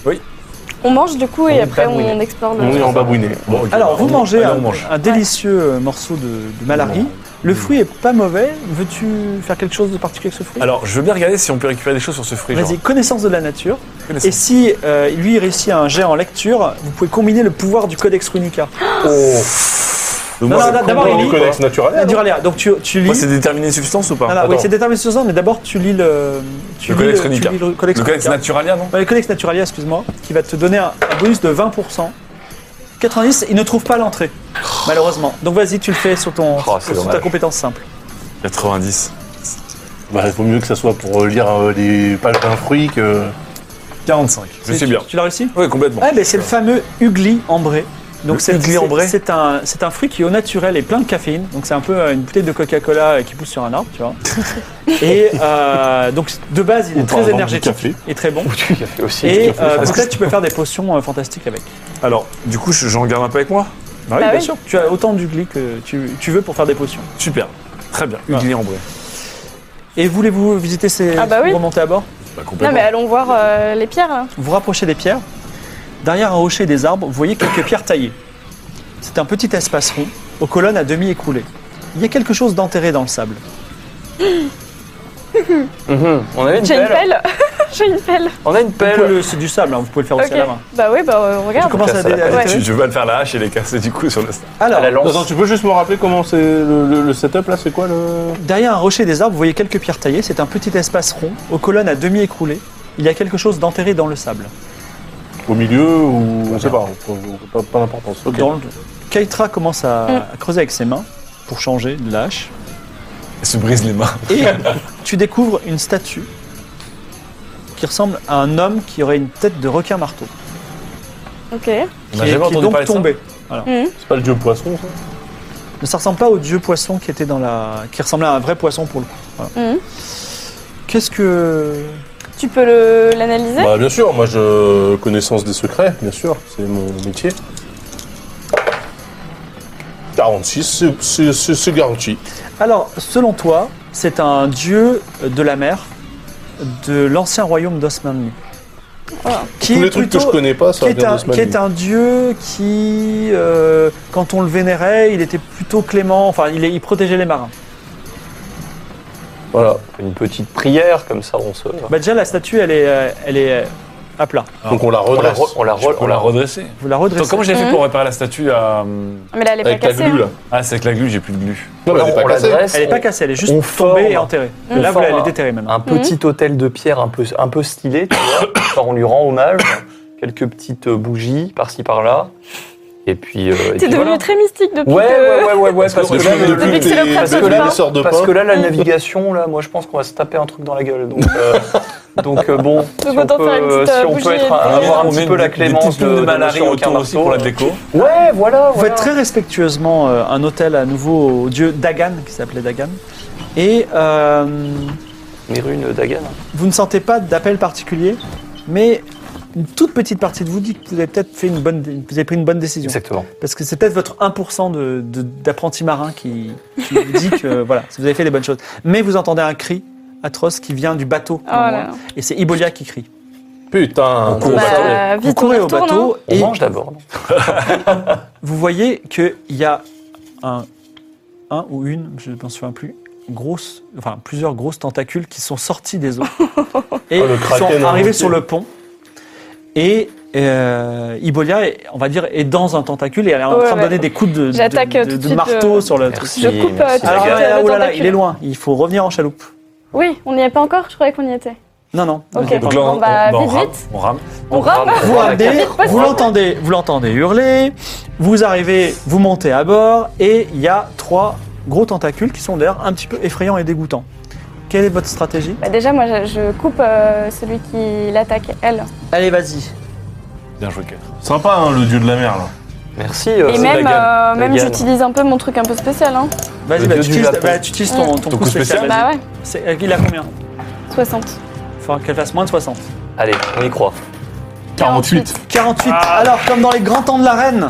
Speaker 4: On mange du coup et
Speaker 6: est
Speaker 4: après
Speaker 6: babouiné.
Speaker 4: on explore le.
Speaker 3: On est en babouiné. Bon, ok.
Speaker 1: Alors, vous
Speaker 7: on-
Speaker 1: mangez
Speaker 7: allez,
Speaker 1: un,
Speaker 7: on mange.
Speaker 1: un délicieux euh, morceau de, de malari. Le fruit est pas mauvais. Veux-tu faire quelque chose de particulier avec ce fruit
Speaker 7: Alors, je veux bien regarder si on peut récupérer des choses sur ce fruit. genre.
Speaker 1: Vas-y, connaissance de la nature.
Speaker 7: Connaissance.
Speaker 1: Et si euh, lui réussit un jet en lecture, vous pouvez combiner le pouvoir du codex runica.
Speaker 7: Oh. Donc,
Speaker 1: Non,
Speaker 7: moi,
Speaker 1: non,
Speaker 7: c'est-
Speaker 1: d'abord,
Speaker 3: Dans
Speaker 1: il
Speaker 3: le
Speaker 1: lit.
Speaker 3: codex naturel.
Speaker 6: hein,
Speaker 1: La Duralia. Euh, Donc, tu, tu
Speaker 7: Moi, c'est
Speaker 1: lis.
Speaker 7: déterminer substance ou pas
Speaker 1: Non, non, oui, c'est déterminé sur ça, mais d'abord, tu lis le. Tu
Speaker 7: Le
Speaker 1: lis
Speaker 7: codex
Speaker 1: tu
Speaker 7: runica.
Speaker 1: lis le codex
Speaker 7: Le codex
Speaker 1: runica.
Speaker 7: naturalia, non
Speaker 1: Ouais, le codex naturalia, excuse-moi, qui va te donner un, un bonus de 20%. 90, il ne trouve pas l'entrée, malheureusement. Donc vas-y, tu le fais sur, ton,
Speaker 6: Oh, c'est
Speaker 1: sur ta
Speaker 6: dommage.
Speaker 1: compétence simple.
Speaker 7: 90.
Speaker 3: Bah, il vaut mieux que ça soit pour euh, lire euh, les pages d'un euh, fruit que.
Speaker 7: 45. Je
Speaker 1: C'est-
Speaker 7: sais
Speaker 1: tu-
Speaker 7: bien.
Speaker 1: Tu l'as réussi
Speaker 7: Oui, complètement.
Speaker 1: Ouais, mais c'est le fameux hugli ambré. Donc
Speaker 7: Le
Speaker 1: c'est
Speaker 7: hugli
Speaker 1: c'est-
Speaker 7: ambré
Speaker 1: c'est un c'est un fruit qui est au naturel et plein de caféine. Donc c'est un peu euh, une bouteille de Coca-Cola euh, qui pousse sur un arbre, tu vois. et euh, donc de base, il est
Speaker 3: Ou par
Speaker 1: très
Speaker 3: exemple, du
Speaker 1: énergétique
Speaker 3: café.
Speaker 1: et très bon.
Speaker 6: Tu as fait aussi.
Speaker 1: Et
Speaker 6: tu as fait
Speaker 1: euh,
Speaker 6: ça.
Speaker 1: peut-être tu peux faire des potions euh, fantastiques avec.
Speaker 7: Alors, du coup, je- j'en garde un peu avec moi
Speaker 1: oui,
Speaker 4: Bah
Speaker 1: bien
Speaker 4: oui.
Speaker 1: sûr. Tu as autant d'hugli que tu, tu veux pour faire des potions.
Speaker 7: Super. Très bien. Ugly en vrai.
Speaker 1: Et voulez-vous visiter ces
Speaker 4: Ah bah oui.
Speaker 1: vous remontez à bord
Speaker 7: Bah,
Speaker 4: Non mais
Speaker 7: complètement.
Speaker 4: allons voir euh, les pierres là.
Speaker 1: Vous rapprochez des pierres. Derrière un rocher et des arbres, vous voyez quelques pierres taillées. C'est un petit espace rond,
Speaker 4: Eh
Speaker 1: aux colonnes à demi écoulées. Il y a quelque chose d'enterré dans le sable.
Speaker 6: Mhm. On a une
Speaker 4: J'ai une
Speaker 6: pelle.
Speaker 4: pelle. J'ai une pelle.
Speaker 6: On a une
Speaker 1: Vous pouvez
Speaker 6: pelle.
Speaker 1: le- C'est du sable, hein, vous pouvez le faire aussi
Speaker 4: Ok.
Speaker 1: à la main.
Speaker 4: Bah oui, bah euh, regarde.
Speaker 1: Commence à
Speaker 6: ça,
Speaker 1: dé- à
Speaker 4: ouais.
Speaker 1: déterrer.
Speaker 7: Tu veux pas le faire la hache et les casser du coup sur le.
Speaker 1: Alors,
Speaker 6: la lance.
Speaker 3: Attends, tu peux juste me rappeler comment c'est le, le- le setup là C'est quoi le.
Speaker 1: Derrière un rocher des arbres, vous voyez quelques pierres taillées. C'est un petit espace rond, aux colonnes à demi écroulées. Il y a quelque chose d'enterré dans le sable.
Speaker 3: Au milieu ou. On sait pas, on- on- pas, pas d'importance. Ok.
Speaker 1: Dans le- Keitra commence à,
Speaker 4: Mm.
Speaker 1: à creuser avec ses mains pour changer de lâche.
Speaker 7: Il se brise les mains.
Speaker 1: Et tu découvres une statue qui ressemble à un homme qui aurait une tête de requin-marteau.
Speaker 7: On
Speaker 4: Ok.
Speaker 1: Qui,
Speaker 7: n'a
Speaker 1: est-
Speaker 7: jamais
Speaker 1: qui est
Speaker 7: entendu
Speaker 1: donc
Speaker 7: parler de ça.
Speaker 1: tombé.
Speaker 3: C'est pas le dieu poisson ça
Speaker 1: Mais ça ressemble pas au dieu poisson qui était dans la. qui ressemblait à un vrai poisson pour le coup. Voilà.
Speaker 4: Mhm.
Speaker 1: Qu'est-ce que.
Speaker 4: Tu peux le- l'analyser
Speaker 3: Bah, bien sûr, moi je. Connaissance des secrets, bien sûr, c'est mon métier. 46, c'est- c'est- c'est c'est garanti.
Speaker 1: Alors, selon toi, c'est un dieu de la mer de l'ancien royaume d'Osmanli.
Speaker 4: Voilà.
Speaker 1: Qui
Speaker 3: Tous
Speaker 1: est
Speaker 3: les trucs que
Speaker 1: plutôt-
Speaker 3: je connais pas,
Speaker 1: qui
Speaker 3: ça
Speaker 1: est,
Speaker 3: vient
Speaker 1: un,
Speaker 3: de ce
Speaker 1: qui est un dieu qui, euh, quand on le vénérait, il était plutôt clément, enfin, il, est- il protégeait les marins.
Speaker 3: Voilà.
Speaker 6: Une petite prière, comme ça on se.
Speaker 1: Bah, déjà, la statue, elle est, euh, elle est euh, à plat.
Speaker 3: Donc on la
Speaker 6: On la,
Speaker 3: redresse.
Speaker 6: re- on la, re-
Speaker 7: On l'a redressé.
Speaker 1: Vous la
Speaker 7: Attends,
Speaker 1: redressez.
Speaker 7: comment j'ai fait
Speaker 4: Mhm.
Speaker 7: pour réparer la statue à. euh,
Speaker 4: Mais là, elle est
Speaker 3: Avec
Speaker 4: pas
Speaker 3: la
Speaker 4: cassée.
Speaker 3: glu
Speaker 4: hein.
Speaker 3: là.
Speaker 7: Ah, c'est avec la glu, j'ai plus de glu.
Speaker 3: Non, mais elle est
Speaker 6: on
Speaker 3: pas
Speaker 6: la
Speaker 3: cassée.
Speaker 6: dresse,
Speaker 1: Elle est pas
Speaker 6: on-
Speaker 1: cassée, elle est juste
Speaker 6: on
Speaker 1: tombée
Speaker 6: forme-
Speaker 1: et enterrée.
Speaker 4: on
Speaker 1: Là, voilà, elle
Speaker 6: forme
Speaker 1: est déterrée maintenant.
Speaker 4: Mhm.
Speaker 6: un petit hôtel de pierre un peu, un peu stylé, tu vois. Genre, on lui rend hommage, quelques petites euh, bougies par-ci par-là. Et puis. euh, et
Speaker 4: T'es
Speaker 6: puis
Speaker 4: devenu
Speaker 6: voilà.
Speaker 4: très euh. mystique depuis
Speaker 6: Ouais, ouais,
Speaker 4: que...
Speaker 6: ouais, ouais, ouais, parce, que, là, le-
Speaker 4: depuis que c'est le
Speaker 6: parce
Speaker 4: printemps.
Speaker 6: que là,
Speaker 3: les sorts de
Speaker 6: parce
Speaker 3: pain.
Speaker 6: que là, la navigation, là, moi, je pense qu'on va se taper un truc dans la gueule. Donc, euh, donc euh, bon, si on
Speaker 4: autant
Speaker 6: peut,
Speaker 4: faire une petite,
Speaker 6: si
Speaker 4: euh,
Speaker 6: on
Speaker 4: bougie
Speaker 6: peut être,
Speaker 4: et des-
Speaker 6: avoir un
Speaker 7: Ah, On
Speaker 6: petit
Speaker 7: met
Speaker 6: peu la
Speaker 7: des- des
Speaker 6: clémence
Speaker 7: petites plumes
Speaker 6: de, de
Speaker 7: Malari
Speaker 6: Monsieur
Speaker 7: autour aussi
Speaker 6: Requin-Marteau,
Speaker 7: pour la
Speaker 6: là.
Speaker 7: déco.
Speaker 6: Ouais, voilà,
Speaker 1: Vous
Speaker 6: voilà.
Speaker 1: faites très respectueusement euh, un hôtel à nouveau au dieu Dagan, qui s'appelait Dagan. Et euh,
Speaker 6: Mes runes d'Agan.
Speaker 1: vous ne sentez pas d'appel particulier, mais une toute petite partie de vous dit que vous avez peut-être fait une bonne, vous avez pris une bonne décision.
Speaker 6: Exactement.
Speaker 1: Parce que c'est peut-être votre 1% de- de- d'apprenti marin qui, qui vous dit que voilà, vous avez fait les bonnes choses. Mais vous entendez un cri atroce qui vient du bateau.
Speaker 4: Oh là là.
Speaker 1: Et c'est Ibolia qui crie.
Speaker 3: Putain.
Speaker 7: On court.
Speaker 4: Bah,
Speaker 1: Vous
Speaker 4: vite, on y
Speaker 1: courez au
Speaker 4: retourne,
Speaker 1: bateau
Speaker 6: On
Speaker 1: et
Speaker 6: mange d'abord. non
Speaker 1: vous voyez qu'il y a un, un ou une, je ne m'en souviens plus, grosse, enfin plusieurs grosses tentacules qui sont sorties des eaux et
Speaker 3: Oh, le
Speaker 1: qui sont
Speaker 3: kraken en
Speaker 1: arrivées
Speaker 3: entier.
Speaker 1: sur le pont. Et euh, Ibolia, est, on va dire, est dans un tentacule et elle est en
Speaker 4: Ouais,
Speaker 1: train de
Speaker 4: ouais.
Speaker 1: donner des coups de, de-
Speaker 4: J'attaque, euh,
Speaker 1: de-
Speaker 4: tout de
Speaker 1: de
Speaker 4: suite,
Speaker 1: marteau
Speaker 4: euh,
Speaker 1: sur le truc.
Speaker 6: Merci,
Speaker 4: Je coupe, euh,
Speaker 6: merci,
Speaker 4: tu
Speaker 1: Alors,
Speaker 6: les
Speaker 4: te-
Speaker 6: gars.
Speaker 4: Regarde,
Speaker 1: euh,
Speaker 4: le
Speaker 1: oh là là,
Speaker 4: tentacule.
Speaker 1: il est loin, il faut revenir en chaloupe.
Speaker 4: hein. Oui, on n'y est pas encore, je croyais qu'on y était.
Speaker 1: Non, non.
Speaker 4: Ok.
Speaker 1: vous êtes
Speaker 7: Donc
Speaker 1: en-
Speaker 7: là,
Speaker 4: Bon,
Speaker 7: on,
Speaker 4: bah,
Speaker 7: on- on
Speaker 4: vite,
Speaker 7: rame.
Speaker 4: vite.
Speaker 7: On rame.
Speaker 4: On rame
Speaker 1: Vous l'entendez,
Speaker 4: possible.
Speaker 1: vous l'entendez, vous l'entendez hurler, vous arrivez, vous montez à bord et il y a trois gros tentacules qui sont d'ailleurs un petit peu effrayants et dégoûtants. Quelle est votre stratégie
Speaker 4: Bah déjà, moi, je, je coupe euh, celui qui l'attaque, elle.
Speaker 1: Allez, vas-y.
Speaker 7: Bien joué, Kate.
Speaker 3: Sympa hein, le dieu de la mer là.
Speaker 6: Merci. euh,
Speaker 4: Et
Speaker 6: c'est
Speaker 4: même,
Speaker 6: Dagan.
Speaker 4: euh, même
Speaker 6: Dagan.
Speaker 4: j'utilise un peu mon truc un peu spécial. Hein.
Speaker 1: Vas-y,
Speaker 6: Le
Speaker 1: bah,
Speaker 6: dieu
Speaker 1: tu
Speaker 6: du
Speaker 1: utilises,
Speaker 6: Japon.
Speaker 1: bah, tu utilises ton, ton coup spécial. vas-y.
Speaker 4: Bah ouais,
Speaker 1: C'est- euh, il a combien
Speaker 4: 60.
Speaker 1: Faut qu'elle fasse moins de 60.
Speaker 6: Allez, on y croit.
Speaker 4: 48.
Speaker 1: 48. Alors, comme dans les grands temps de la reine,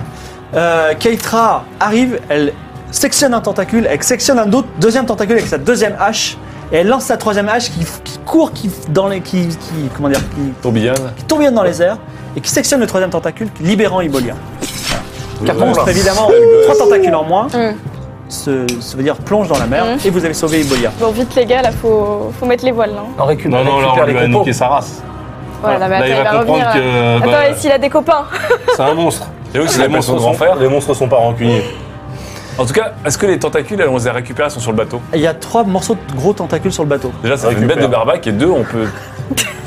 Speaker 1: euh, Keitra arrive, elle sectionne un tentacule, elle sectionne un autre, deuxième tentacule avec sa deuxième hache, et elle lance sa troisième hache qui, qui court, qui, dans les, qui, qui- comment dire, qui,
Speaker 7: Tourbillonne.
Speaker 1: qui tourbillonne dans les airs, et qui sectionne le troisième tentacule, libérant Ibolia.
Speaker 7: Oh
Speaker 1: Car
Speaker 7: Ouais.
Speaker 1: plonge évidemment trois tentacules en moins,
Speaker 4: Hum.
Speaker 1: ce, ça veut dire plonge dans la mer, et vous avez sauvé Ibolia.
Speaker 4: Bon, vite, les gars, là, faut, faut mettre les voiles. Là.
Speaker 6: On récup-
Speaker 3: Non,
Speaker 6: on
Speaker 3: non, là on
Speaker 6: récupère
Speaker 3: lui
Speaker 6: les
Speaker 3: a
Speaker 6: compos.
Speaker 3: niqué sa race.
Speaker 4: Voilà, bah,
Speaker 3: là
Speaker 4: mais
Speaker 3: il
Speaker 4: attends,
Speaker 3: va
Speaker 4: revenir.
Speaker 3: comprendre
Speaker 4: là.
Speaker 3: que
Speaker 4: Attends,
Speaker 3: bah,
Speaker 4: et s'il a des copains
Speaker 3: c'est un monstre.
Speaker 7: Et oui, c'est la monstre de grand
Speaker 3: sont,
Speaker 7: frère.
Speaker 3: les monstres sont pas rancuniers.
Speaker 7: En tout cas, est-ce que les tentacules, elles, on les a récupérées, elles sont sur le bateau
Speaker 1: Et Il y a trois morceaux de gros tentacules sur le bateau.
Speaker 7: Déjà, ça fait une
Speaker 3: Récupère.
Speaker 7: bête de barbac et deux, on peut.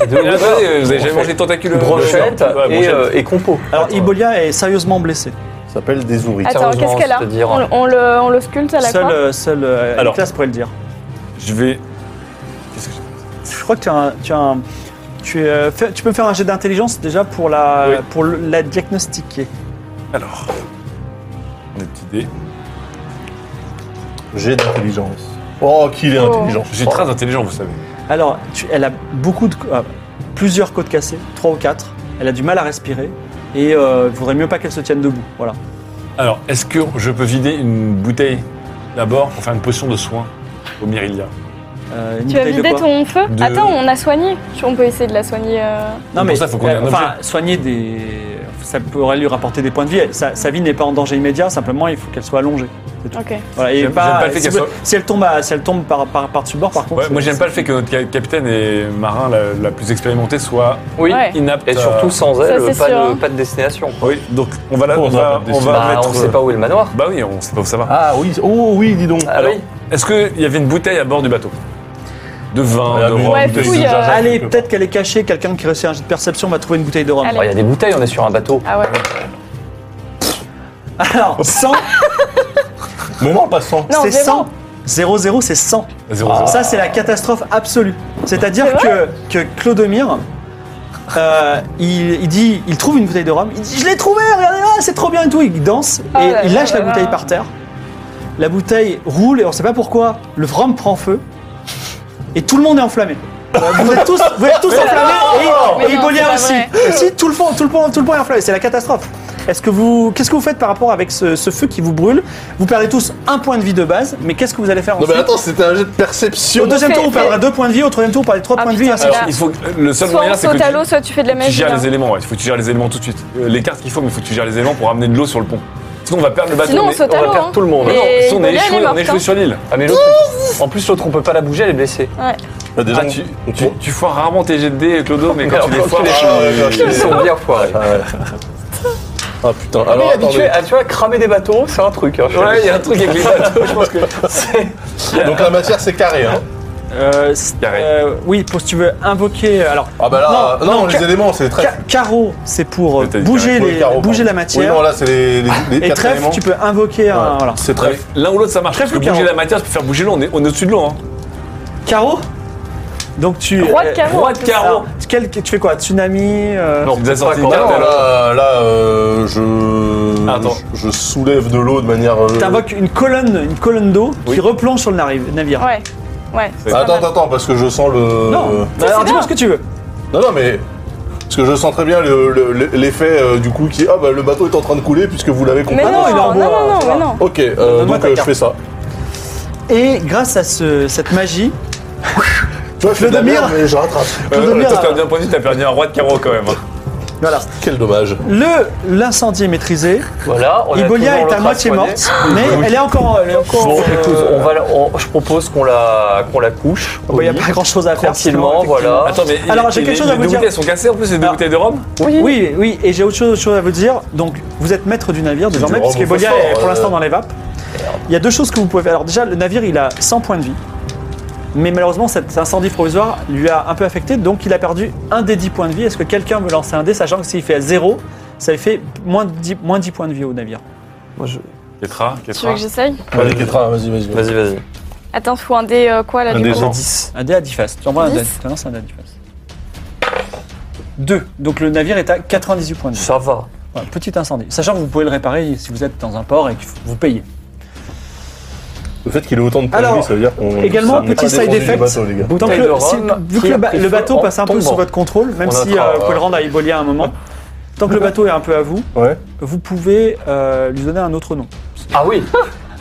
Speaker 6: Deux-
Speaker 7: Et là, attendez, vous avez jamais
Speaker 6: on
Speaker 7: mangé
Speaker 6: fait
Speaker 7: les tentacules
Speaker 6: Brochette
Speaker 7: euh, ouais,
Speaker 6: et,
Speaker 7: brochette.
Speaker 6: euh, et compos.
Speaker 1: Alors Ibolia est sérieusement blessée.
Speaker 3: Ça s'appelle des ouris.
Speaker 4: Attends,
Speaker 6: sérieusement,
Speaker 4: qu'est-ce qu'elle a
Speaker 6: c'est-à-dire-
Speaker 4: on, on le, on le sculpte à la
Speaker 1: Seule,
Speaker 4: croix
Speaker 1: euh, seule euh,
Speaker 7: Alors.
Speaker 1: Atlas pourrait le dire.
Speaker 7: Je vais.
Speaker 1: Je crois que tu as un. Tu, as un- tu, es, euh, fais- tu peux me faire un jet d'intelligence déjà pour la,
Speaker 7: Oui.
Speaker 1: pour le- la diagnostiquer.
Speaker 7: Alors. On est petit dé.
Speaker 3: J'ai d'intelligence. Oh, qu'il est
Speaker 4: Oh.
Speaker 3: intelligent.
Speaker 7: Je suis très intelligent, vous savez.
Speaker 1: Alors, tu- elle a beaucoup de. euh, plusieurs côtes cassées, trois ou quatre. Elle a du mal à respirer et euh, il vaudrait mieux pas qu'elle se tienne debout. Voilà.
Speaker 7: Alors, est-ce que je peux vider une bouteille d'abord pour faire une potion de soin au Myrilia
Speaker 1: Euh, une
Speaker 4: Tu vas
Speaker 1: bouteille de
Speaker 4: vider
Speaker 1: quoi
Speaker 4: ton feu
Speaker 7: De-
Speaker 4: Attends, on a soigné. On peut essayer de la soigner. euh,
Speaker 1: Non,
Speaker 7: Pour
Speaker 1: mais
Speaker 7: ça, faut qu'on ait un
Speaker 1: enfin, soigner des. ça pourrait lui rapporter des points de vie. Elle- sa, sa vie n'est pas en danger immédiat, simplement il faut qu'elle soit allongée.
Speaker 4: Ok.
Speaker 1: Voilà, et
Speaker 7: J'aime-
Speaker 1: pas-
Speaker 7: j'aime pas le fait
Speaker 1: si,
Speaker 7: qu'elle soit-
Speaker 1: si elle tombe, à- si elle tombe par, par, par-dessus le bord, par contre.
Speaker 7: Ouais, moi,
Speaker 1: c'est-
Speaker 7: j'aime pas le fait que notre ca- capitaine et marin la, la plus expérimentée soit
Speaker 6: Oui.
Speaker 4: Ouais.
Speaker 7: inapte. euh,
Speaker 6: Et
Speaker 7: à-
Speaker 6: surtout sans
Speaker 4: Ça,
Speaker 6: elle,
Speaker 4: c'est
Speaker 6: pas,
Speaker 4: sûr.
Speaker 6: de, pas de destination.
Speaker 7: Oui, donc on va la,
Speaker 3: Oh,
Speaker 7: on
Speaker 3: on
Speaker 7: va,
Speaker 3: va
Speaker 7: on va
Speaker 6: Bah,
Speaker 7: mettre.
Speaker 6: on sait pas où est le manoir.
Speaker 7: Bah oui, on sait pas où ça va.
Speaker 3: Ah oui, oh oui, dis donc.
Speaker 6: Ah
Speaker 3: Alors,
Speaker 6: oui.
Speaker 7: Est-ce qu'il y avait une bouteille à bord du bateau De vin,
Speaker 3: Ah,
Speaker 7: de
Speaker 3: mais-
Speaker 7: rhum,
Speaker 4: Ouais,
Speaker 7: de
Speaker 4: fouille,
Speaker 3: déjà-
Speaker 4: euh,
Speaker 1: Allez, peut-être qu'elle est cachée, quelqu'un qui réussit un jet de perception va trouver une bouteille de rhum.
Speaker 4: Allez.
Speaker 6: Bon, Il y a des bouteilles, on est sur un bateau.
Speaker 4: Ah ouais.
Speaker 7: euh,
Speaker 1: Alors, 100,
Speaker 7: Ah,
Speaker 3: Mais non, pas 100.
Speaker 4: Non,
Speaker 1: c'est
Speaker 4: zéro.
Speaker 1: 100. 0, 0, c'est 100.
Speaker 7: Zéro,
Speaker 3: Ah.
Speaker 7: zéro.
Speaker 4: Ah,
Speaker 1: Ça, c'est la catastrophe absolue. C'est-à-dire
Speaker 4: C'est
Speaker 1: que, que Clodomir, euh, il, il dit, il trouve une bouteille de rhum, il dit Je l'ai trouvée, regardez là, c'est trop bien et tout. Il danse et
Speaker 4: Ah là
Speaker 1: il
Speaker 4: là
Speaker 1: lâche
Speaker 4: là
Speaker 1: la
Speaker 4: là.
Speaker 1: bouteille par terre. La bouteille roule et on sait pas pourquoi. Le rhum prend feu et tout le monde est enflammé. Euh, Vous êtes tous, vous êtes tous enflammés
Speaker 4: Mais
Speaker 1: et, et
Speaker 4: non,
Speaker 1: Bolien aussi.
Speaker 4: c'est pas
Speaker 1: Si, tout le fond, tout le fond, tout le fond est enflammé. C'est la catastrophe. Est-ce que vous, qu'est-ce que vous faites par rapport avec ce, ce feu qui vous brûle Vous perdez tous un point de vie de base, mais qu'est-ce que vous allez faire
Speaker 3: Non,
Speaker 1: ensuite
Speaker 3: mais attends, c'était un jet de
Speaker 1: au
Speaker 3: perception.
Speaker 1: deuxième
Speaker 4: Fais-
Speaker 1: tour, vous
Speaker 4: fais-
Speaker 1: perdrez deux points de vie. Au troisième tour, vous perdez trois
Speaker 4: Ah,
Speaker 1: points de vie.
Speaker 4: putain,
Speaker 1: ainsi de
Speaker 4: mais
Speaker 1: suite.
Speaker 4: là-
Speaker 7: Il faut que- le seul
Speaker 4: Soit
Speaker 7: moyen,
Speaker 4: on
Speaker 7: c'est que
Speaker 4: saute à l'eau,
Speaker 7: tu,
Speaker 4: soit tu fais de la
Speaker 7: tu
Speaker 4: magie.
Speaker 7: gères
Speaker 4: hein.
Speaker 7: les éléments. ouais. Il faut que tu gères les éléments tout de suite. Euh, Les cartes qu'il faut, mais il faut que tu gères les éléments pour amener de l'eau sur le pont. Sinon, on va perdre le bateau.
Speaker 4: Sinon, on
Speaker 7: est-
Speaker 4: saute à
Speaker 7: va
Speaker 4: l'eau,
Speaker 7: perdre
Speaker 4: hein.
Speaker 7: tout le monde.
Speaker 4: Et
Speaker 7: Non, si on est
Speaker 4: Idolia, elle est
Speaker 7: échoué, on
Speaker 4: morte,
Speaker 7: est échoué
Speaker 4: hein.
Speaker 7: sur l'île.
Speaker 6: Ah mais l'autre, en plus l'autre on peut pas la bouger, elle est blessée.
Speaker 4: Ouais.
Speaker 3: Bah, déjà,
Speaker 7: Ah, tu,
Speaker 3: on-
Speaker 7: tu, tu foires rarement tes jets de dés, Clodo, mais quand
Speaker 6: Alors,
Speaker 7: tu les
Speaker 6: quand
Speaker 7: foires. euh,
Speaker 6: tu les
Speaker 3: Ah, ouais,
Speaker 6: foires,
Speaker 3: ouais,
Speaker 6: Ils sont bien foirés.
Speaker 3: Ah putain,
Speaker 6: Ah, mais
Speaker 3: alors attendez.
Speaker 6: habitué, à, tu vois, cramer des bateaux, c'est un truc. hein, je
Speaker 7: Ouais, il y a un
Speaker 6: t'avoue.
Speaker 7: truc avec les bateaux, je pense que.
Speaker 6: C'est-
Speaker 3: Donc la matière c'est carré hein.
Speaker 1: Euh, c'est-
Speaker 7: Carré.
Speaker 1: euh, oui, pour si tu veux invoquer. euh, Alors,
Speaker 3: Ah bah là,
Speaker 1: Non,
Speaker 3: non,
Speaker 1: non,
Speaker 3: les
Speaker 1: ca-
Speaker 3: éléments c'est très.
Speaker 1: ca- carreau, c'est pour euh,
Speaker 7: C'était
Speaker 1: bouger,
Speaker 3: pour
Speaker 1: les,
Speaker 3: les carreaux,
Speaker 1: bouger
Speaker 3: pardon.
Speaker 1: la
Speaker 3: Oui
Speaker 1: matière.
Speaker 3: non là c'est les, les, les
Speaker 1: et
Speaker 3: quatre
Speaker 1: trèfle,
Speaker 3: éléments.
Speaker 1: tu peux invoquer un.
Speaker 3: Ouais,
Speaker 1: voilà.
Speaker 3: C'est
Speaker 7: Ouais,
Speaker 3: trèfle.
Speaker 7: L'un ou l'autre, ça marche.
Speaker 1: Très
Speaker 7: Parce que
Speaker 1: flou,
Speaker 7: bouger
Speaker 1: Caro.
Speaker 7: la matière, tu peux faire bouger l'eau, on est on est au-dessus de l'eau. hein.
Speaker 1: Carreau Donc tu.
Speaker 4: Roi de
Speaker 1: euh,
Speaker 4: carreau.
Speaker 7: Eh, Roi de carreau.
Speaker 1: alors, quel- tu fais quoi Tsunami euh,
Speaker 7: Tu nous as sorti
Speaker 3: Ah
Speaker 7: une carte
Speaker 3: non,
Speaker 7: à l'eau.
Speaker 3: là, là euh, je,
Speaker 7: Ah, attends.
Speaker 3: je je soulève de l'eau de manière. euh,
Speaker 1: T'invoques une colonne, une colonne d'eau
Speaker 7: Oui.
Speaker 1: qui replonge sur le nari- navire.
Speaker 4: Ouais. Ouais.
Speaker 7: Ah,
Speaker 4: c'est pas
Speaker 3: Attends,
Speaker 4: mal.
Speaker 3: attends, attends, parce que je sens le.
Speaker 1: Non,
Speaker 4: Ça,
Speaker 1: alors
Speaker 4: c'est
Speaker 1: dis-moi
Speaker 4: bien.
Speaker 1: ce que tu veux.
Speaker 3: non, non, mais parce que je sens très bien le- le- l'effet euh, du coup qui ah bah le bateau est en train de couler puisque vous l'avez compris.
Speaker 4: Mais
Speaker 1: Ah non,
Speaker 4: non,
Speaker 1: il est en
Speaker 4: non,
Speaker 1: bois,
Speaker 4: non, non,
Speaker 1: ça va.
Speaker 4: mais non.
Speaker 3: Ok, euh,
Speaker 1: Donne-moi
Speaker 3: donc
Speaker 1: ta
Speaker 3: euh, je
Speaker 1: carte.
Speaker 3: fais ça.
Speaker 1: Et grâce à ce- cette magie,
Speaker 3: Tu vois, je fais de la
Speaker 1: Clodomir.
Speaker 3: merde, mais je rattrape.
Speaker 1: Claude
Speaker 7: Euh,
Speaker 1: Mire,
Speaker 7: Toi, t'as bien point de vue, t'as perdu un roi de carreau quand même. hein.
Speaker 1: voilà,
Speaker 3: Quel dommage.
Speaker 1: le l'incendie est maîtrisé.
Speaker 6: Voilà, Ah, on a
Speaker 1: Ibolia
Speaker 6: toujours
Speaker 1: est à
Speaker 6: l'autre
Speaker 1: moitié
Speaker 6: soigner.
Speaker 1: morte, mais elle est encore. Elle est encore
Speaker 6: Bon,
Speaker 1: euh,
Speaker 6: écoute, on va, la- on- je propose qu'on la, qu'on la couche.
Speaker 1: Il n'y Ah bah, a pas grand chose à faire.
Speaker 6: Tranquillement,
Speaker 1: sinon, effectivement.
Speaker 6: voilà.
Speaker 7: Attends, mais.
Speaker 1: Alors,
Speaker 7: et-
Speaker 1: j'ai
Speaker 7: et
Speaker 1: quelque
Speaker 7: les-
Speaker 1: chose à
Speaker 7: les
Speaker 1: vous
Speaker 7: deux
Speaker 1: dire.
Speaker 7: bouteilles sont cassées en plus, les deux
Speaker 1: Ah.
Speaker 7: bouteilles de rhum
Speaker 1: Oui, oui, et j'ai autre chose, autre chose à vous dire. Donc, vous êtes maître du navire désormais,
Speaker 3: du
Speaker 1: puisque
Speaker 3: rhum au
Speaker 1: Evolia
Speaker 3: phosphore,
Speaker 1: est pour
Speaker 3: euh.
Speaker 1: l'instant dans les vapes. Il y a deux choses que vous pouvez faire. Alors, déjà, le navire, il a 100 points de vie. Mais malheureusement, cet incendie provisoire lui a un peu affecté, donc il a perdu un des 10 points de vie. Est-ce que quelqu'un veut lancer un dé, sachant que s'il fait à 0, ça fait moins de 10, moins 10 points de vie au navire
Speaker 7: Ketra,
Speaker 4: Tu veux
Speaker 7: Ketra.
Speaker 4: que j'essaye
Speaker 3: Allez, Ketra, vas-y, vas-y. vas-y.
Speaker 6: Vas-y, vas-y.
Speaker 4: Attends, faut un dé euh, quoi là
Speaker 3: Un
Speaker 4: du
Speaker 3: dé
Speaker 4: coup
Speaker 3: cent.
Speaker 6: 10.
Speaker 1: Un dé à 10 faces. Tu envoies un dé,
Speaker 4: 10.
Speaker 1: tu lances un dé à 10 faces. 2. Donc le navire est à 98 points de vie.
Speaker 6: Ça va.
Speaker 1: Voilà, petit incendie. Sachant que vous pouvez le réparer si vous êtes dans un port et que vous payez.
Speaker 3: Le fait qu'il ait autant de points de
Speaker 1: Alors,
Speaker 3: vie, ça veut dire qu'on.
Speaker 1: également,
Speaker 3: on n'est pas
Speaker 1: petit side
Speaker 3: dépendu du
Speaker 1: effect.
Speaker 3: bateau, les gars.
Speaker 1: Donc
Speaker 6: Bouteille
Speaker 1: le-
Speaker 6: de rhum
Speaker 1: si- vu que
Speaker 6: qui
Speaker 1: le,
Speaker 6: a
Speaker 1: ba-
Speaker 6: pris
Speaker 1: le
Speaker 6: feu
Speaker 1: bateau
Speaker 6: en
Speaker 1: passe un peu
Speaker 6: tombant.
Speaker 1: sous votre contrôle, même
Speaker 6: On
Speaker 1: si euh,
Speaker 6: notera,
Speaker 1: vous pouvez
Speaker 6: euh,
Speaker 1: le rendre à Ibolia à un moment. Tant que le bateau est un peu à vous,
Speaker 3: Ouais.
Speaker 1: vous pouvez euh, lui donner un autre nom.
Speaker 6: Ah oui,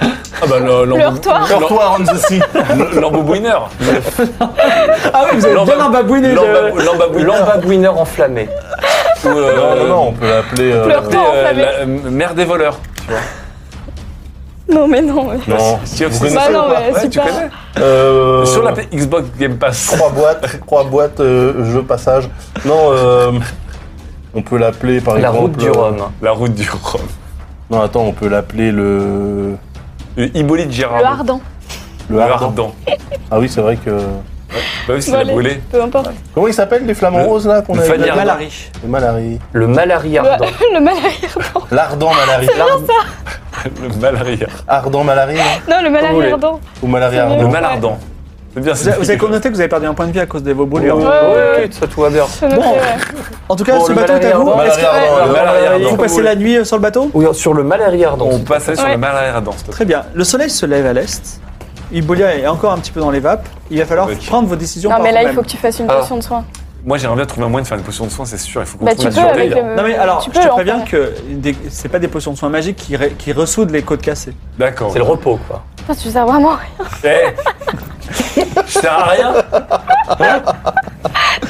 Speaker 7: Ah bah, le- l'embou-
Speaker 4: Le heurtoir.
Speaker 3: Heurtoir on the sea.
Speaker 7: le- l'embobouineur.
Speaker 1: Ah oui, vous avez
Speaker 7: L'embab-
Speaker 1: bien embabouiné.
Speaker 7: L'embab-
Speaker 1: de-
Speaker 7: L'embabouineur.
Speaker 6: l'embabouineur enflammé.
Speaker 7: Ou, euh,
Speaker 3: Non, non, non, on peut l'appeler. euh,
Speaker 4: Le heurtoir.
Speaker 7: t'es, euh,
Speaker 4: enflammé.
Speaker 7: la euh, mère des voleurs.
Speaker 4: Non, mais non. mais-
Speaker 3: Non.
Speaker 7: Si-
Speaker 3: Vous
Speaker 7: si-
Speaker 3: connaissez
Speaker 4: Bah
Speaker 3: ou
Speaker 4: non,
Speaker 3: pas
Speaker 4: mais
Speaker 7: Ouais,
Speaker 4: c'est
Speaker 7: tu
Speaker 4: pas.
Speaker 7: connais
Speaker 3: Euh,
Speaker 7: Sur la Xbox Game Pass.
Speaker 3: Trois boîtes, trois boîtes, euh, jeu passage. Non, euh, on peut l'appeler par
Speaker 6: La
Speaker 3: exemple.
Speaker 6: route du
Speaker 3: euh,
Speaker 6: Rhum.
Speaker 7: La route du Rhum.
Speaker 3: Non, attends, on peut l'appeler le.
Speaker 7: Le Euh, Hippolyte Gérard.
Speaker 4: Le ardent.
Speaker 3: Le Hardan. Ah oui, c'est vrai que.
Speaker 7: Bah oui, c'est
Speaker 4: Bon,
Speaker 7: la
Speaker 4: allez.
Speaker 7: brûlée.
Speaker 4: Peu importe.
Speaker 3: Comment ils s'appellent les flamants
Speaker 7: Le-
Speaker 3: roses là qu'on
Speaker 7: le
Speaker 3: a
Speaker 7: Fanny
Speaker 3: les-
Speaker 7: Ardent.
Speaker 1: Malari.
Speaker 3: Les Malari.
Speaker 6: Le malaria ardent.
Speaker 4: Le mal arrière.
Speaker 6: Oh,
Speaker 3: L'Ardent Malari.
Speaker 7: Le malaria.
Speaker 3: Ardent Malari hein
Speaker 4: Non, le mal
Speaker 6: Vous voulez.
Speaker 4: arrière ardent.
Speaker 3: ou Malari
Speaker 7: Le
Speaker 4: C'est
Speaker 3: Ardent
Speaker 4: mieux.
Speaker 7: malardant. C'est bien
Speaker 1: Vous
Speaker 7: c'est
Speaker 1: avez, vous avez connoté que vous avez perdu un point de vie à cause des vos brûlures.
Speaker 6: Oui,
Speaker 4: ouais, ouais.
Speaker 6: ça tout va bien.
Speaker 4: Je me
Speaker 1: Bon.
Speaker 4: fais, ouais.
Speaker 1: En tout cas,
Speaker 6: Oh. Bon,
Speaker 1: ce
Speaker 6: le hein.
Speaker 1: bateau est à
Speaker 6: malaria
Speaker 1: vous.
Speaker 6: ardent.
Speaker 1: Est-ce que-
Speaker 3: Malaria ardent.
Speaker 1: euh,
Speaker 7: Le malaria
Speaker 1: Vous
Speaker 6: hein.
Speaker 7: ardent.
Speaker 1: passez la nuit euh, sur le bateau
Speaker 6: Oui, sur le malaria ardent.
Speaker 7: On passait sur
Speaker 4: Ouais.
Speaker 7: le malaria ardent. s'il te plaît.
Speaker 1: Très bien. Le soleil se lève à l'est. Ibolia est encore un petit peu dans les vapes. Il va falloir
Speaker 7: Ok.
Speaker 1: prendre vos décisions
Speaker 4: Non,
Speaker 1: par
Speaker 4: mais là, il
Speaker 1: vous-même.
Speaker 4: faut que tu fasses une
Speaker 6: Ah.
Speaker 4: potion de soin.
Speaker 7: Moi, j'aimerais bien trouver un moyen de faire une potion de soin, c'est sûr. Il faut qu'on
Speaker 4: Bah,
Speaker 7: trouve
Speaker 4: tu
Speaker 7: la
Speaker 4: peux avec
Speaker 7: durée.
Speaker 4: le.
Speaker 1: Non mais alors,
Speaker 4: tu
Speaker 1: je
Speaker 4: peux
Speaker 1: te
Speaker 4: l'en
Speaker 1: préviens
Speaker 4: faire.
Speaker 1: que des- c'est pas des potions de soins magiques qui, ré- qui ressoudent les côtes cassées.
Speaker 7: D'accord.
Speaker 6: C'est le repos, quoi.
Speaker 4: Putain, Tu sais vraiment.
Speaker 7: Eh Je sers à rien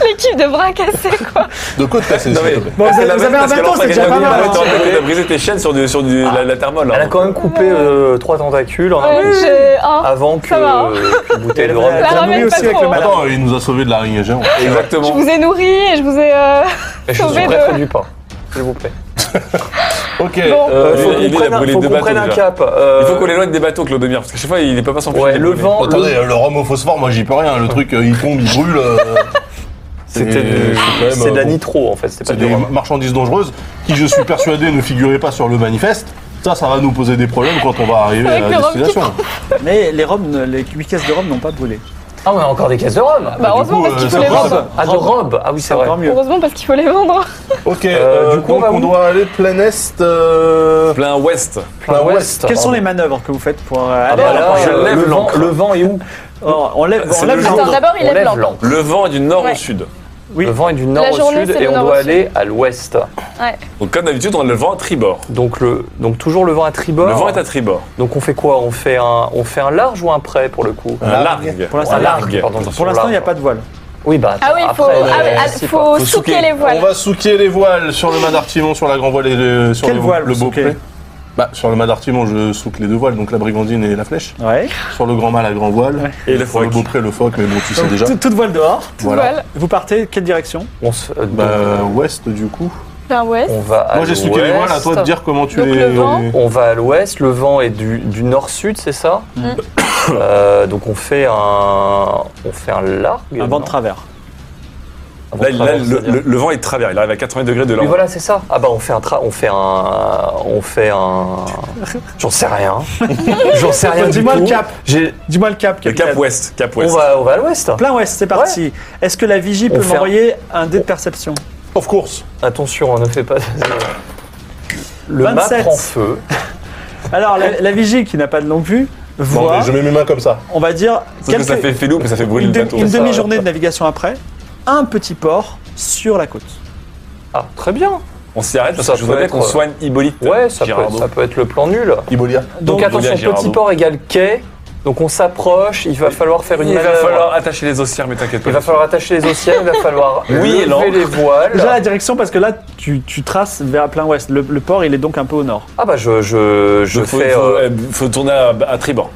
Speaker 4: L'équipe de bras cassés, quoi.
Speaker 3: De côte cassée, s'il te plaît.
Speaker 1: Bon, vous, avez- vous avez un bateau, c'est déjà pas mal. hein.
Speaker 7: Attends, t'as brisé tes chaînes sur, du, sur du, la, la thermole.
Speaker 6: Elle a quand même coupé euh, trois tentacules en un
Speaker 4: Ouais,
Speaker 6: coup,
Speaker 4: j'ai- oh,
Speaker 6: avant que
Speaker 4: ça va, hein.
Speaker 6: qu'une bouteille de rhum.
Speaker 4: la ramène pas trop. hein.
Speaker 3: Attends, il nous a sauvés de la l'araignée géante.
Speaker 4: Je
Speaker 7: Exactement.
Speaker 4: vous ai nourri et je vous ai. euh,
Speaker 6: Et Je
Speaker 4: Sauver
Speaker 6: suis prêt
Speaker 4: de-
Speaker 6: du pain, s'il vous plaît.
Speaker 3: Ok.
Speaker 4: Bon.
Speaker 6: Euh,
Speaker 7: il
Speaker 6: faut
Speaker 7: a- il
Speaker 6: qu'on
Speaker 7: a
Speaker 6: prenne, un-
Speaker 7: brûlé
Speaker 6: faut
Speaker 7: deux
Speaker 6: qu'on
Speaker 7: bateaux
Speaker 6: prenne un
Speaker 7: déjà.
Speaker 6: cap. euh,
Speaker 7: Il faut qu'on l'éloigne des bateaux, Clodomir, parce que chaque fois, il n'est pas passé en
Speaker 6: Ouais, le vent, le-
Speaker 3: Attendez, le rhum au phosphore, moi j'y peux rien. Le truc, euh, il tombe, il brûle. euh, c'est
Speaker 6: c'était du-
Speaker 3: quand même,
Speaker 6: c'est de la
Speaker 3: euh, bon.
Speaker 6: nitro en fait, c'est pas
Speaker 3: C'est
Speaker 6: du
Speaker 3: des
Speaker 6: rhum.
Speaker 3: marchandises dangereuses qui, je suis persuadé, ne figuraient pas sur le manifeste. Ça, ça va nous poser des problèmes quand on va arriver
Speaker 4: Avec
Speaker 3: à
Speaker 4: le rhum qui
Speaker 3: destination.
Speaker 4: hein.
Speaker 1: Mais les robes, ne- les 8 caisses de robes n'ont pas brûlé.
Speaker 6: Ah, on a encore des caisses de rhum.
Speaker 4: Bah,
Speaker 3: du
Speaker 4: heureusement
Speaker 3: coup,
Speaker 4: parce
Speaker 3: euh,
Speaker 4: qu'il
Speaker 3: ça
Speaker 4: faut les
Speaker 3: prend-
Speaker 4: vendre.
Speaker 6: Ah, de robe. Ah oui, c'est vrai.
Speaker 1: Encore mieux.
Speaker 4: Heureusement parce qu'il faut les vendre.
Speaker 3: Ok,
Speaker 6: Euh,
Speaker 3: euh,
Speaker 6: du coup, on
Speaker 3: donc
Speaker 6: va
Speaker 3: on,
Speaker 6: où
Speaker 3: doit aller plein est, euh,
Speaker 7: Plein ouest.
Speaker 1: Ah,
Speaker 6: Plein ouest.
Speaker 1: Quelles sont les manœuvres que vous faites pour euh,
Speaker 6: Ah
Speaker 1: aller
Speaker 6: bah
Speaker 1: à la
Speaker 6: là,
Speaker 1: prochaine
Speaker 7: je lève
Speaker 6: le vent-
Speaker 7: l'ancre.
Speaker 6: le vent est où
Speaker 1: Or, On lève,
Speaker 7: C'est
Speaker 1: on lève
Speaker 7: le
Speaker 1: la
Speaker 7: jour.
Speaker 4: Attends, d'abord, il
Speaker 6: On
Speaker 4: est
Speaker 6: lève
Speaker 4: blanc.
Speaker 6: l'ancre.
Speaker 7: Le vent est du nord
Speaker 4: Ouais.
Speaker 7: au sud.
Speaker 1: Oui.
Speaker 6: Le vent est du nord au
Speaker 4: journée,
Speaker 6: sud
Speaker 4: c'est le
Speaker 6: et on
Speaker 4: nord
Speaker 6: doit
Speaker 4: au sud.
Speaker 6: aller à l'ouest.
Speaker 7: Donc, comme d'habitude, on a le vent à tribord.
Speaker 6: Donc, le, donc toujours le vent à tribord.
Speaker 7: Le vent est à tribord.
Speaker 6: Donc on fait quoi on fait, un, on fait un large ou un prêt pour le coup
Speaker 7: Un largue.
Speaker 1: Pour l'instant,
Speaker 6: Un large,
Speaker 7: largue.
Speaker 6: pardon. je dis
Speaker 1: Pour l'instant, il
Speaker 6: large.
Speaker 1: n'y a pas de voile.
Speaker 6: Oui, bah
Speaker 4: Ah oui, il faut,
Speaker 6: après,
Speaker 4: ah,
Speaker 6: euh,
Speaker 4: ah,
Speaker 6: si,
Speaker 4: faut,
Speaker 7: faut
Speaker 4: souquer
Speaker 7: souquer.
Speaker 4: les voiles.
Speaker 3: on va souquer les voiles sur le mât d'Artimon, sur la grand voile et le, sur
Speaker 1: Quelle
Speaker 3: le,
Speaker 1: voile,
Speaker 3: le
Speaker 1: vous souquez
Speaker 3: Beaupré. Bah, sur le mât d'Artimon, je souque les deux voiles, donc la brigandine et la flèche.
Speaker 1: Ouais.
Speaker 3: Sur le grand mât, la grand voile.
Speaker 7: Et le
Speaker 3: Sur le
Speaker 7: phoque.
Speaker 3: Beaupré, le phoque, mais bon, tu sais déjà.
Speaker 1: Toute, toute voile dehors.
Speaker 3: voilà.
Speaker 4: Voiles,
Speaker 1: Vous partez quelle direction
Speaker 6: on, se- euh, donc,
Speaker 3: Bah, ouest du coup.
Speaker 4: plein ouest.
Speaker 6: on va à
Speaker 3: Moi j'ai souqué les voiles, à toi de
Speaker 6: l'ouest.
Speaker 3: dire comment tu
Speaker 4: Donc,
Speaker 3: les.
Speaker 4: le vent.
Speaker 6: On va à l'ouest, le vent est du, du nord-sud, c'est ça
Speaker 4: Mm.
Speaker 6: Euh, Donc on fait un, on fait un large.
Speaker 1: Un vent de travers.
Speaker 7: Là, là, le, le- le vent est de travers. Il arrive à 80 degrés de
Speaker 6: Mais
Speaker 7: l'angle.
Speaker 6: voilà, c'est ça. Ah bah on fait un tra, on fait un, on fait un. J'en sais rien. J'en sais rien du
Speaker 1: Dis-moi
Speaker 6: tout.
Speaker 1: le cap.
Speaker 6: J'ai-
Speaker 1: Dis-moi le cap.
Speaker 7: Le cap
Speaker 1: capitaine.
Speaker 7: ouest. Cap
Speaker 6: On
Speaker 7: ouest.
Speaker 6: va, on va à l'ouest. hein.
Speaker 1: Plein ouest, c'est parti. Est-ce que la vigie
Speaker 6: On
Speaker 1: peut
Speaker 6: fait un-
Speaker 1: m'envoyer un dé de perception
Speaker 3: Of course.
Speaker 6: Attention, on ne fait pas. Le
Speaker 1: 27.
Speaker 6: mât prend feu.
Speaker 1: Alors, la, la vigie qui n'a pas de longue vue
Speaker 3: Non,
Speaker 1: voit,
Speaker 3: mais je mets mes mains comme ça.
Speaker 1: on va dire,
Speaker 7: Sauf que ça
Speaker 1: quelques-
Speaker 7: fait félou, mais ça fait brûler
Speaker 1: une,
Speaker 7: le
Speaker 1: de-
Speaker 7: bateau.
Speaker 1: une
Speaker 6: ça,
Speaker 1: demi-journée de navigation après, un petit port sur la côte.
Speaker 6: Ah, très bien.
Speaker 7: On s'y arrête parce
Speaker 6: Ça
Speaker 7: que je voudrais
Speaker 6: peut
Speaker 7: bien
Speaker 6: être-
Speaker 7: qu'on soigne Hippolyte.
Speaker 6: Ouais, ça peut, être,
Speaker 7: Girardot.
Speaker 6: ça peut être le plan nul.
Speaker 3: Ibolia.
Speaker 6: Donc,
Speaker 1: Donc,
Speaker 6: attention,
Speaker 7: Olivia Girardot.
Speaker 6: petit port égale quai. Donc on s'approche, il va falloir faire une
Speaker 7: Il va
Speaker 6: manœuvre.
Speaker 7: falloir attacher les ossières, mais t'inquiète pas.
Speaker 6: Il va falloir attacher les ossières, il va falloir
Speaker 7: Oui, et l'ancre.
Speaker 6: lever les voiles.
Speaker 1: Déjà la direction, parce que là, tu, tu traces vers plein ouest. Le, le port, il est donc un peu au nord.
Speaker 6: Ah bah je, je, je
Speaker 7: Donc, faut,
Speaker 6: fais...
Speaker 7: faut-
Speaker 6: euh,
Speaker 7: euh, faut tourner à, à tribord.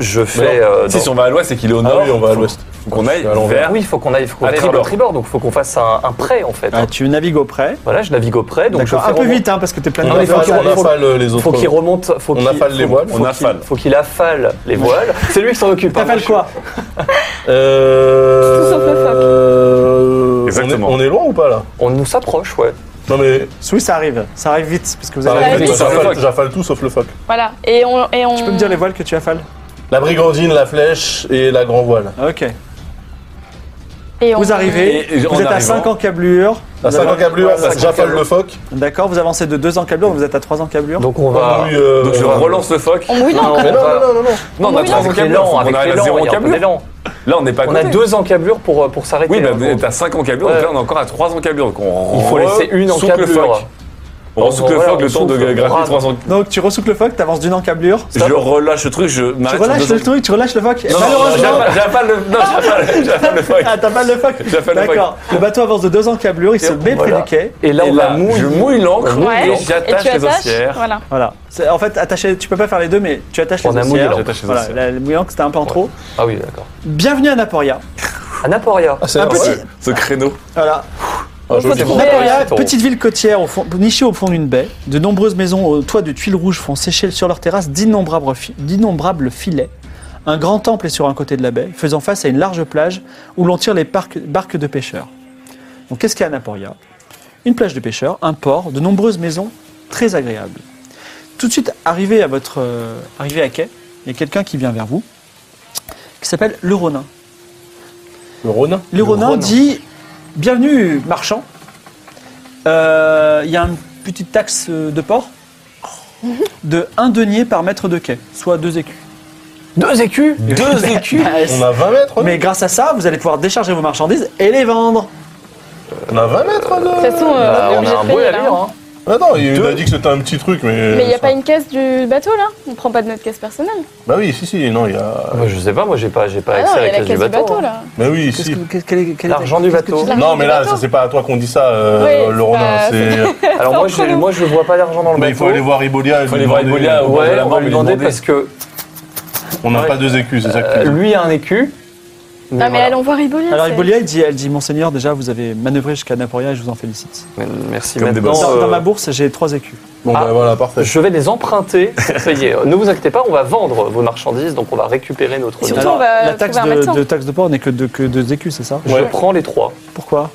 Speaker 6: je fais euh,
Speaker 7: si,
Speaker 6: dans-
Speaker 7: si on va à l'ouest, c'est qu'il est au
Speaker 3: Ah
Speaker 7: nord.
Speaker 3: oui, on va à
Speaker 7: Faut-
Speaker 3: l'ouest.
Speaker 7: Faut qu'on aille
Speaker 3: À l'envers.
Speaker 7: vers.
Speaker 6: Oui, il faut qu'on aille, faut qu'on
Speaker 7: À
Speaker 6: aille vers
Speaker 7: tribord.
Speaker 6: le tribord, donc il faut qu'on fasse un, un prêt en fait.
Speaker 1: Ah, tu navigues au près.
Speaker 6: Voilà, je navigue au prêt, donc je
Speaker 1: D'accord.
Speaker 6: fais
Speaker 1: Un peu
Speaker 6: remonter-
Speaker 1: vite, hein, parce que t'es plein
Speaker 3: On
Speaker 6: Non,
Speaker 1: de
Speaker 6: mais faut
Speaker 3: affale
Speaker 6: qu'il-
Speaker 3: on
Speaker 6: faut-
Speaker 3: affale les autres.
Speaker 6: Faut qu'il remonte, faut
Speaker 3: On
Speaker 6: qu'il-
Speaker 3: affale les
Speaker 6: faut-
Speaker 3: voiles.
Speaker 6: faut
Speaker 7: On
Speaker 6: qu'il-
Speaker 7: affale.
Speaker 6: Faut qu'il affale les voiles. C'est lui qui s'en occupe. hein,
Speaker 1: T'appelles
Speaker 6: moi,
Speaker 1: quoi
Speaker 3: Euh,
Speaker 4: Tout sauf le phoque.
Speaker 3: euh,
Speaker 7: Exactement.
Speaker 3: On est, on est loin ou pas là
Speaker 6: je- On nous approche, ouais.
Speaker 3: Non mais
Speaker 1: Oui, ça arrive. Ça arrive vite, parce que vous
Speaker 3: ça
Speaker 1: avez...
Speaker 4: arrive.
Speaker 3: arrête,
Speaker 4: oui.
Speaker 3: moi,
Speaker 7: Sauf le
Speaker 3: j'affale-
Speaker 7: phoque.
Speaker 3: j'affale tout sauf le phoque.
Speaker 4: Voilà. Et on. Et on...
Speaker 1: Tu peux me dire les voiles que tu affales
Speaker 3: La brigandine, la flèche et la grand voile.
Speaker 1: Ok.
Speaker 4: et on-
Speaker 1: Vous arrivez,
Speaker 7: Et- et en
Speaker 1: vous êtes à
Speaker 7: arrivant-
Speaker 1: 5 encablures.
Speaker 3: À
Speaker 1: Vous
Speaker 3: 5
Speaker 1: avancez-
Speaker 3: encablures,
Speaker 1: voilà, cinq
Speaker 3: j'affale
Speaker 1: encablures.
Speaker 3: le phoque.
Speaker 1: D'accord, vous avancez de 2 encablures, vous êtes à 3 encablures.
Speaker 6: Bah, Donc on va.
Speaker 3: On mouille, euh,
Speaker 7: Donc je
Speaker 3: on va-
Speaker 7: relance le phoque.
Speaker 4: On mouille
Speaker 6: Ah, Non,
Speaker 4: l'encre.
Speaker 3: Mais
Speaker 6: on
Speaker 3: non,
Speaker 6: va-
Speaker 3: non, non, non, non.
Speaker 7: Non, on a
Speaker 4: mouille
Speaker 7: trois
Speaker 6: Avec
Speaker 7: encablures.
Speaker 6: l'élan,
Speaker 7: On
Speaker 6: avec
Speaker 7: arrive à
Speaker 6: l'élan,
Speaker 7: zéro
Speaker 6: il y a un peu
Speaker 7: encablure.
Speaker 6: d'élan.
Speaker 7: Là, on n'est pas à
Speaker 6: On a
Speaker 7: côté.
Speaker 6: deux encablures pour, pour s'arrêter.
Speaker 7: Oui, bah,
Speaker 6: hein, donc.
Speaker 7: t'as 5 encablures, donc
Speaker 6: Ouais.
Speaker 7: là on est encore à 3 encablures. Donc on
Speaker 6: Il faut
Speaker 7: re-
Speaker 6: laisser une
Speaker 7: souque le
Speaker 6: encablure.
Speaker 7: phoque. On
Speaker 6: Donc,
Speaker 7: souque le
Speaker 6: voilà,
Speaker 7: phoque
Speaker 6: on
Speaker 7: le temps de
Speaker 6: souffle, on
Speaker 7: gratter
Speaker 6: rame.
Speaker 7: 3 encablures.
Speaker 1: Donc tu ressouques le phoque, t'avances d'une encablure.
Speaker 7: Je relâche le truc, je
Speaker 1: Tu
Speaker 7: m'arrête. sur
Speaker 1: relâches
Speaker 7: deux
Speaker 1: le truc, tu relâches le phoque. Et
Speaker 7: Non, non, non,
Speaker 1: malheureusement-
Speaker 7: j'affale- j'affale le. Non, j'affale- j'affale le phoque.
Speaker 1: Ah, t'as pas le phoque
Speaker 7: J'affale le phoque.
Speaker 1: D'accord. Le bateau avance de deux encablures, il se met près
Speaker 6: voilà.
Speaker 1: du quai.
Speaker 6: Et là, on
Speaker 7: Et
Speaker 6: va
Speaker 7: là,
Speaker 6: mouiller.
Speaker 7: je mouille l'encre
Speaker 4: Ouais.
Speaker 7: et
Speaker 4: Et
Speaker 7: j'attache
Speaker 4: tu
Speaker 7: les
Speaker 4: attaches.
Speaker 7: ossières.
Speaker 4: Voilà.
Speaker 1: Voilà. C'est- En fait, attaché, tu peux pas faire les deux, mais tu attaches
Speaker 6: On
Speaker 1: les
Speaker 6: a mouillé
Speaker 1: ossières.
Speaker 6: l'encre.
Speaker 7: J'attache les
Speaker 1: Voilà,
Speaker 7: ossières.
Speaker 1: la- le mouillant, c'était un peu en trop.
Speaker 6: Ah oui, d'accord.
Speaker 1: Bienvenue à Naporia.
Speaker 6: À Naporia.
Speaker 3: Ah, c'est
Speaker 1: Un
Speaker 3: vrai.
Speaker 1: petit-
Speaker 7: Ce créneau.
Speaker 1: Voilà.
Speaker 3: Ah, joli.
Speaker 4: Faut trouver-
Speaker 1: Naporia,
Speaker 6: c'est
Speaker 1: euh, petite ville côtière au fond, nichée au fond d'une baie. De nombreuses maisons aux toits de tuiles rouges font sécher sur leurs terrasses d'innombrables fi- d'innombrables filets. Un grand temple est sur un côté de la baie, faisant face à une large plage où l'on tire les parcs- barques de pêcheurs. Donc qu'est-ce qu'il y a à Naporia Une plage de pêcheurs, un port, de nombreuses maisons très agréables. Tout de suite, arrivé à votre euh, arrivé à quai, il y a quelqu'un qui vient vers vous, qui s'appelle le Ronin.
Speaker 3: Le Ronin.
Speaker 1: Le Ronin dit Bienvenue, marchand. Euh, Il y a une petite taxe euh, de port de 1 denier par mètre de quai, soit 2 écus.
Speaker 6: Deux écus
Speaker 1: Deux écus
Speaker 3: On a 20 mètres.
Speaker 1: Mais grâce à ça, vous allez pouvoir décharger vos marchandises et les vendre.
Speaker 3: On a 20 mètres.
Speaker 4: De toute façon, euh,
Speaker 6: Bah,
Speaker 4: on est
Speaker 6: On
Speaker 4: obligé
Speaker 6: a un
Speaker 4: de
Speaker 6: bruit
Speaker 4: payer
Speaker 6: à
Speaker 4: là.
Speaker 6: lire. hein.
Speaker 3: Ah non, il nous a dit que c'était un petit truc, mais.
Speaker 4: Mais il n'y a pas une caisse du bateau là On prend pas de notre caisse personnelle.
Speaker 3: Bah oui, si, si, non, il y a.
Speaker 6: Ah, Moi, je sais pas, moi j'ai pas, j'ai pas
Speaker 4: Ah non,
Speaker 6: accès
Speaker 4: il y
Speaker 6: à
Speaker 4: a
Speaker 6: Bah, la
Speaker 4: la
Speaker 6: caisse du bateau. hein.
Speaker 4: là.
Speaker 3: Bah oui,
Speaker 1: Qu'est-ce
Speaker 3: si.
Speaker 1: que- qu'est- quel est- quel est-
Speaker 6: L'argent du
Speaker 1: qu'est-ce que
Speaker 6: bateau.
Speaker 1: tu-
Speaker 3: Non, mais là,
Speaker 4: bateau.
Speaker 3: ça, c'est pas à toi qu'on dit ça, euh,
Speaker 4: Oui,
Speaker 3: le Ronin.
Speaker 4: bah,
Speaker 3: C'est.
Speaker 6: Alors moi, j'ai- moi je vois pas d'argent dans le
Speaker 3: Mais
Speaker 6: bateau.
Speaker 3: il faut aller voir Ibolia. Il
Speaker 7: faut aller voir Ibolia,
Speaker 6: Ouais,
Speaker 7: au bord de la
Speaker 6: on
Speaker 7: mort,
Speaker 6: va lui
Speaker 7: lui
Speaker 6: demander
Speaker 7: demander.
Speaker 6: parce que
Speaker 3: On n'a
Speaker 6: Ouais.
Speaker 3: pas deux écus, c'est ça que
Speaker 6: euh,
Speaker 3: tu dis.
Speaker 6: lui a un écu.
Speaker 4: Non, mais
Speaker 6: voilà.
Speaker 4: allons voir Ibolia.
Speaker 1: Alors
Speaker 4: c'est-
Speaker 1: Ibolia, elle dit, elle dit, Monseigneur, déjà vous avez manœuvré jusqu'à Naporia et je vous en félicite.
Speaker 6: Mais Merci.
Speaker 7: Comme des
Speaker 6: Maintenant,
Speaker 1: Dans,
Speaker 6: euh,
Speaker 1: dans ma bourse, j'ai trois écus.
Speaker 3: Bon,
Speaker 6: Ah.
Speaker 3: bah voilà, parfait.
Speaker 6: je vais les emprunter pour payer. ne vous inquiétez pas, on va vendre vos marchandises, donc on va récupérer notre.
Speaker 4: Et surtout,
Speaker 6: bien.
Speaker 4: on va
Speaker 1: la taxe
Speaker 4: trouver un
Speaker 1: de,
Speaker 4: médecin.
Speaker 1: de taxe de port n'est que de- que deux écus, c'est ça
Speaker 6: Je prends les trois
Speaker 1: Pourquoi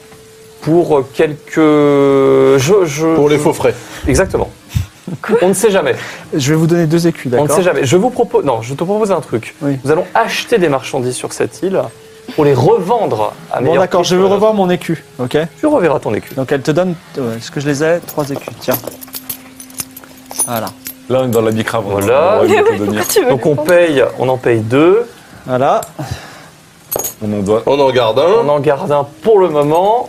Speaker 6: pour quelques. Je, je-
Speaker 3: Pour les
Speaker 6: je-
Speaker 3: faux frais.
Speaker 6: Exactement. on ne sait jamais.
Speaker 1: Je vais vous donner deux écus,
Speaker 6: On ne
Speaker 1: d'accord
Speaker 6: sait jamais. Je vous propose. Non, je te propose un truc.
Speaker 1: Oui.
Speaker 6: Nous allons acheter des marchandises sur cette île pour les revendre à
Speaker 1: Bon
Speaker 6: meilleur
Speaker 1: d'accord,
Speaker 6: prix
Speaker 1: je veux
Speaker 6: sur la-
Speaker 1: revoir mon écu, ok
Speaker 6: Tu reverras ton écu.
Speaker 1: Donc elle te donne, ouais, est-ce que je les ai Trois écus, tiens. Voilà.
Speaker 7: Là, on est dans la bicrave.
Speaker 6: Voilà.
Speaker 7: On,
Speaker 4: Mais
Speaker 7: doit lui
Speaker 4: oui, pourquoi
Speaker 7: donner.
Speaker 4: tu veux
Speaker 6: Donc
Speaker 4: le
Speaker 6: on
Speaker 4: prendre
Speaker 6: paye, on en paye deux.
Speaker 1: Voilà.
Speaker 7: on en doit.
Speaker 3: On en garde
Speaker 1: Hein
Speaker 3: un.
Speaker 6: On en garde un pour le moment.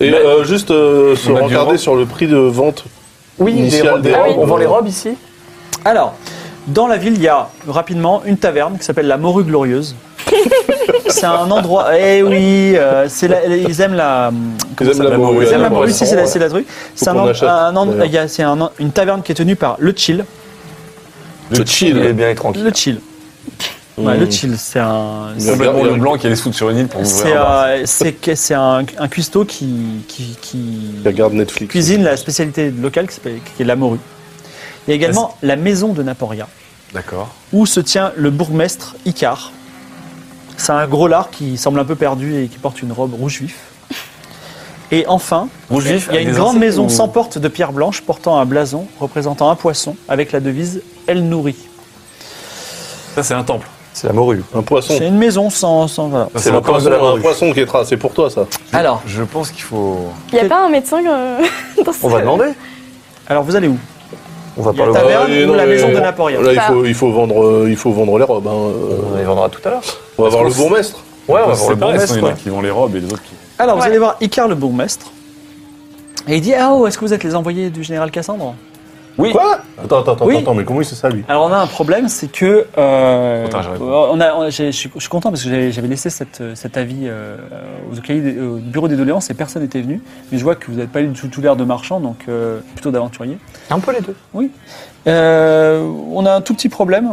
Speaker 3: Et euh, juste euh, se
Speaker 7: On a du
Speaker 3: regarder
Speaker 7: vent.
Speaker 3: sur le prix de vente.
Speaker 6: Oui, les
Speaker 3: Initial
Speaker 6: robes.
Speaker 3: des
Speaker 6: Ah oui,
Speaker 3: robes.
Speaker 6: on vend les robes ici.
Speaker 1: Alors, dans la ville, il y a rapidement une taverne qui s'appelle la Morue Glorieuse. c'est un endroit. Eh oui, euh, c'est la- ils aiment la.
Speaker 3: Ils aiment la morue.
Speaker 1: Ils aiment la morue,
Speaker 3: Ouais,
Speaker 1: si, c'est la, c'est la truc. C'est un,
Speaker 3: qu'on
Speaker 1: en-
Speaker 3: achète,
Speaker 1: un en-
Speaker 3: d'ailleurs.
Speaker 1: il y a- c'est un en- une taverne qui est tenue par le Chill.
Speaker 7: Le
Speaker 6: Il est
Speaker 7: chill.
Speaker 6: Eh bien et tranquille.
Speaker 1: Le Chill. Ouais,
Speaker 3: Hmm.
Speaker 1: le Chill, c'est un.
Speaker 3: Il y a bien-
Speaker 7: Complètement
Speaker 3: il y a-
Speaker 7: le blanc qui allait se foutre sur une île pour
Speaker 1: C'est
Speaker 7: ouvrir un bar.
Speaker 1: euh, c'est que- c'est un, un cuistot qui, qui, qui
Speaker 3: Il regarde Netflix.
Speaker 1: cuisine la spécialité locale qui, s'appelle- qui est la morue. Il y a également la maison de Naporia.
Speaker 7: D'accord.
Speaker 1: où se tient le bourgmestre Icar. C'est un gros lard qui semble un peu perdu et qui porte une robe rouge vif. Et enfin,
Speaker 7: Rouge vif.
Speaker 1: il y a
Speaker 7: avec
Speaker 1: une
Speaker 7: des
Speaker 1: grande
Speaker 7: insectes
Speaker 1: maison
Speaker 7: ou-
Speaker 1: sans porte de pierre blanche portant un blason représentant un poisson avec la devise Elle nourrit.
Speaker 7: Ça, c'est un temple.
Speaker 6: C'est la morue.
Speaker 3: Un poisson.
Speaker 1: C'est une maison sans. sans- voilà.
Speaker 7: Ça,
Speaker 6: C'est le
Speaker 7: un temple.
Speaker 6: poisson. de la
Speaker 3: Un
Speaker 6: morue.
Speaker 3: poisson qui est tra- c'est pour toi ça.
Speaker 1: Alors,
Speaker 7: Je pense qu'il faut.
Speaker 4: Il n'y a pas un médecin euh, dans ce.
Speaker 6: On va demander.
Speaker 1: alors vous allez où
Speaker 6: On va
Speaker 1: Il y
Speaker 6: pas
Speaker 1: a
Speaker 6: le
Speaker 1: ta
Speaker 6: vendre.
Speaker 1: taverne
Speaker 3: Euh,
Speaker 1: ou
Speaker 3: non,
Speaker 1: la
Speaker 3: mais-
Speaker 1: maison de Naporia
Speaker 3: Là, il
Speaker 4: Ça.
Speaker 3: faut, il faut vendre, euh, il faut vendre les robes. hein, euh,
Speaker 6: On les vendra tout à l'heure.
Speaker 3: On va voir
Speaker 7: qu'on
Speaker 3: le bourgmestre.
Speaker 6: Ouais, on va
Speaker 7: C'est
Speaker 6: voir le
Speaker 7: pareil, sinon, Il y
Speaker 6: bourgmestre.
Speaker 7: en a
Speaker 6: ouais.
Speaker 7: qui vendent les robes et les autres qui.
Speaker 1: Alors vous
Speaker 4: Ouais.
Speaker 1: allez voir Icar le bourgmestre. Et il dit Ah oh, est-ce que vous êtes les envoyés du général Cassandre
Speaker 3: Quoi Attends, attends, attends,
Speaker 1: Oui.
Speaker 3: attends, mais comment il sait ça lui
Speaker 1: Alors on a un problème, c'est que euh,
Speaker 7: Attends, j'arrive.
Speaker 1: on a, on a- j'ai- je suis je suis content parce que j'ai- j'avais laissé cette- cet avis euh, aux cahiers- au bureau des doléances et personne n'était venu. Mais je vois que vous n'avez pas eu du tout, tout l'air de marchand, donc euh, plutôt d'aventurier.
Speaker 6: Un peu les deux.
Speaker 1: Euh, on a un tout petit problème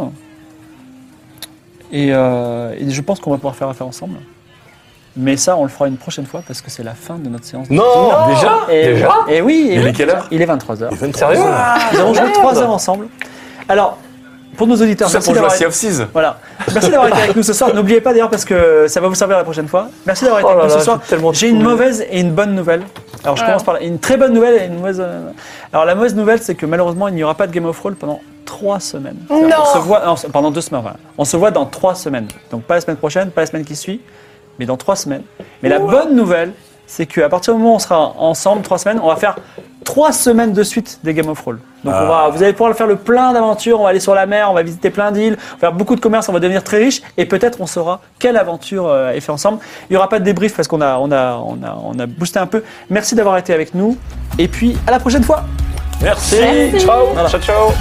Speaker 1: et, euh, et je pense qu'on va pouvoir faire affaire ensemble. Mais ça, on le fera une prochaine fois parce que c'est la fin de notre séance.
Speaker 3: Non
Speaker 7: Déjà
Speaker 1: et,
Speaker 6: déjà
Speaker 1: et oui, et
Speaker 7: Il est
Speaker 1: oui,
Speaker 7: quelle heure
Speaker 1: Il est 23h.
Speaker 6: Sérieux Ah,
Speaker 1: Nous avons joué 3 heures ensemble. Alors, pour nos auditeurs,
Speaker 7: Ça
Speaker 1: merci
Speaker 7: pour jouer à
Speaker 1: d'avoir été-
Speaker 7: Sea of Seas.
Speaker 1: Voilà. Merci d'avoir été avec nous ce soir. N'oubliez pas d'ailleurs parce que ça va vous servir la prochaine fois. Merci d'avoir été
Speaker 6: Oh
Speaker 1: avec
Speaker 6: là
Speaker 1: nous
Speaker 6: là,
Speaker 1: ce soir.
Speaker 6: j'ai tellement
Speaker 1: J'ai une
Speaker 6: trouvé.
Speaker 1: mauvaise et une bonne nouvelle. Alors je
Speaker 4: Voilà.
Speaker 1: commence par la- une très bonne nouvelle et une mauvaise. euh, Alors la mauvaise nouvelle, c'est que malheureusement, il n'y aura pas de Game of Roll pendant trois semaines. C'est-à-dire, On se voit non, pendant deux semaines. Voilà. On se voit dans trois semaines. Donc pas la semaine prochaine, pas la semaine qui suit, mais dans trois semaines. Mais la bonne nouvelle, c'est qu'à partir du moment où on sera ensemble trois semaines, on va faire trois semaines de suite des Game of Roll. Donc on va, vous allez pouvoir faire le plein d'aventures. On va aller sur la mer, on va visiter plein d'îles, on va faire beaucoup de commerce, on va devenir très riche et peut-être on saura quelle aventure euh, est faite ensemble. Il y aura pas de débrief parce qu'on a, on a, on a, on a boosté un peu. Merci d'avoir été avec nous et puis à la prochaine fois.
Speaker 7: Merci.
Speaker 4: Merci.
Speaker 1: Voilà.
Speaker 6: Ciao, ciao.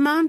Speaker 9: Mom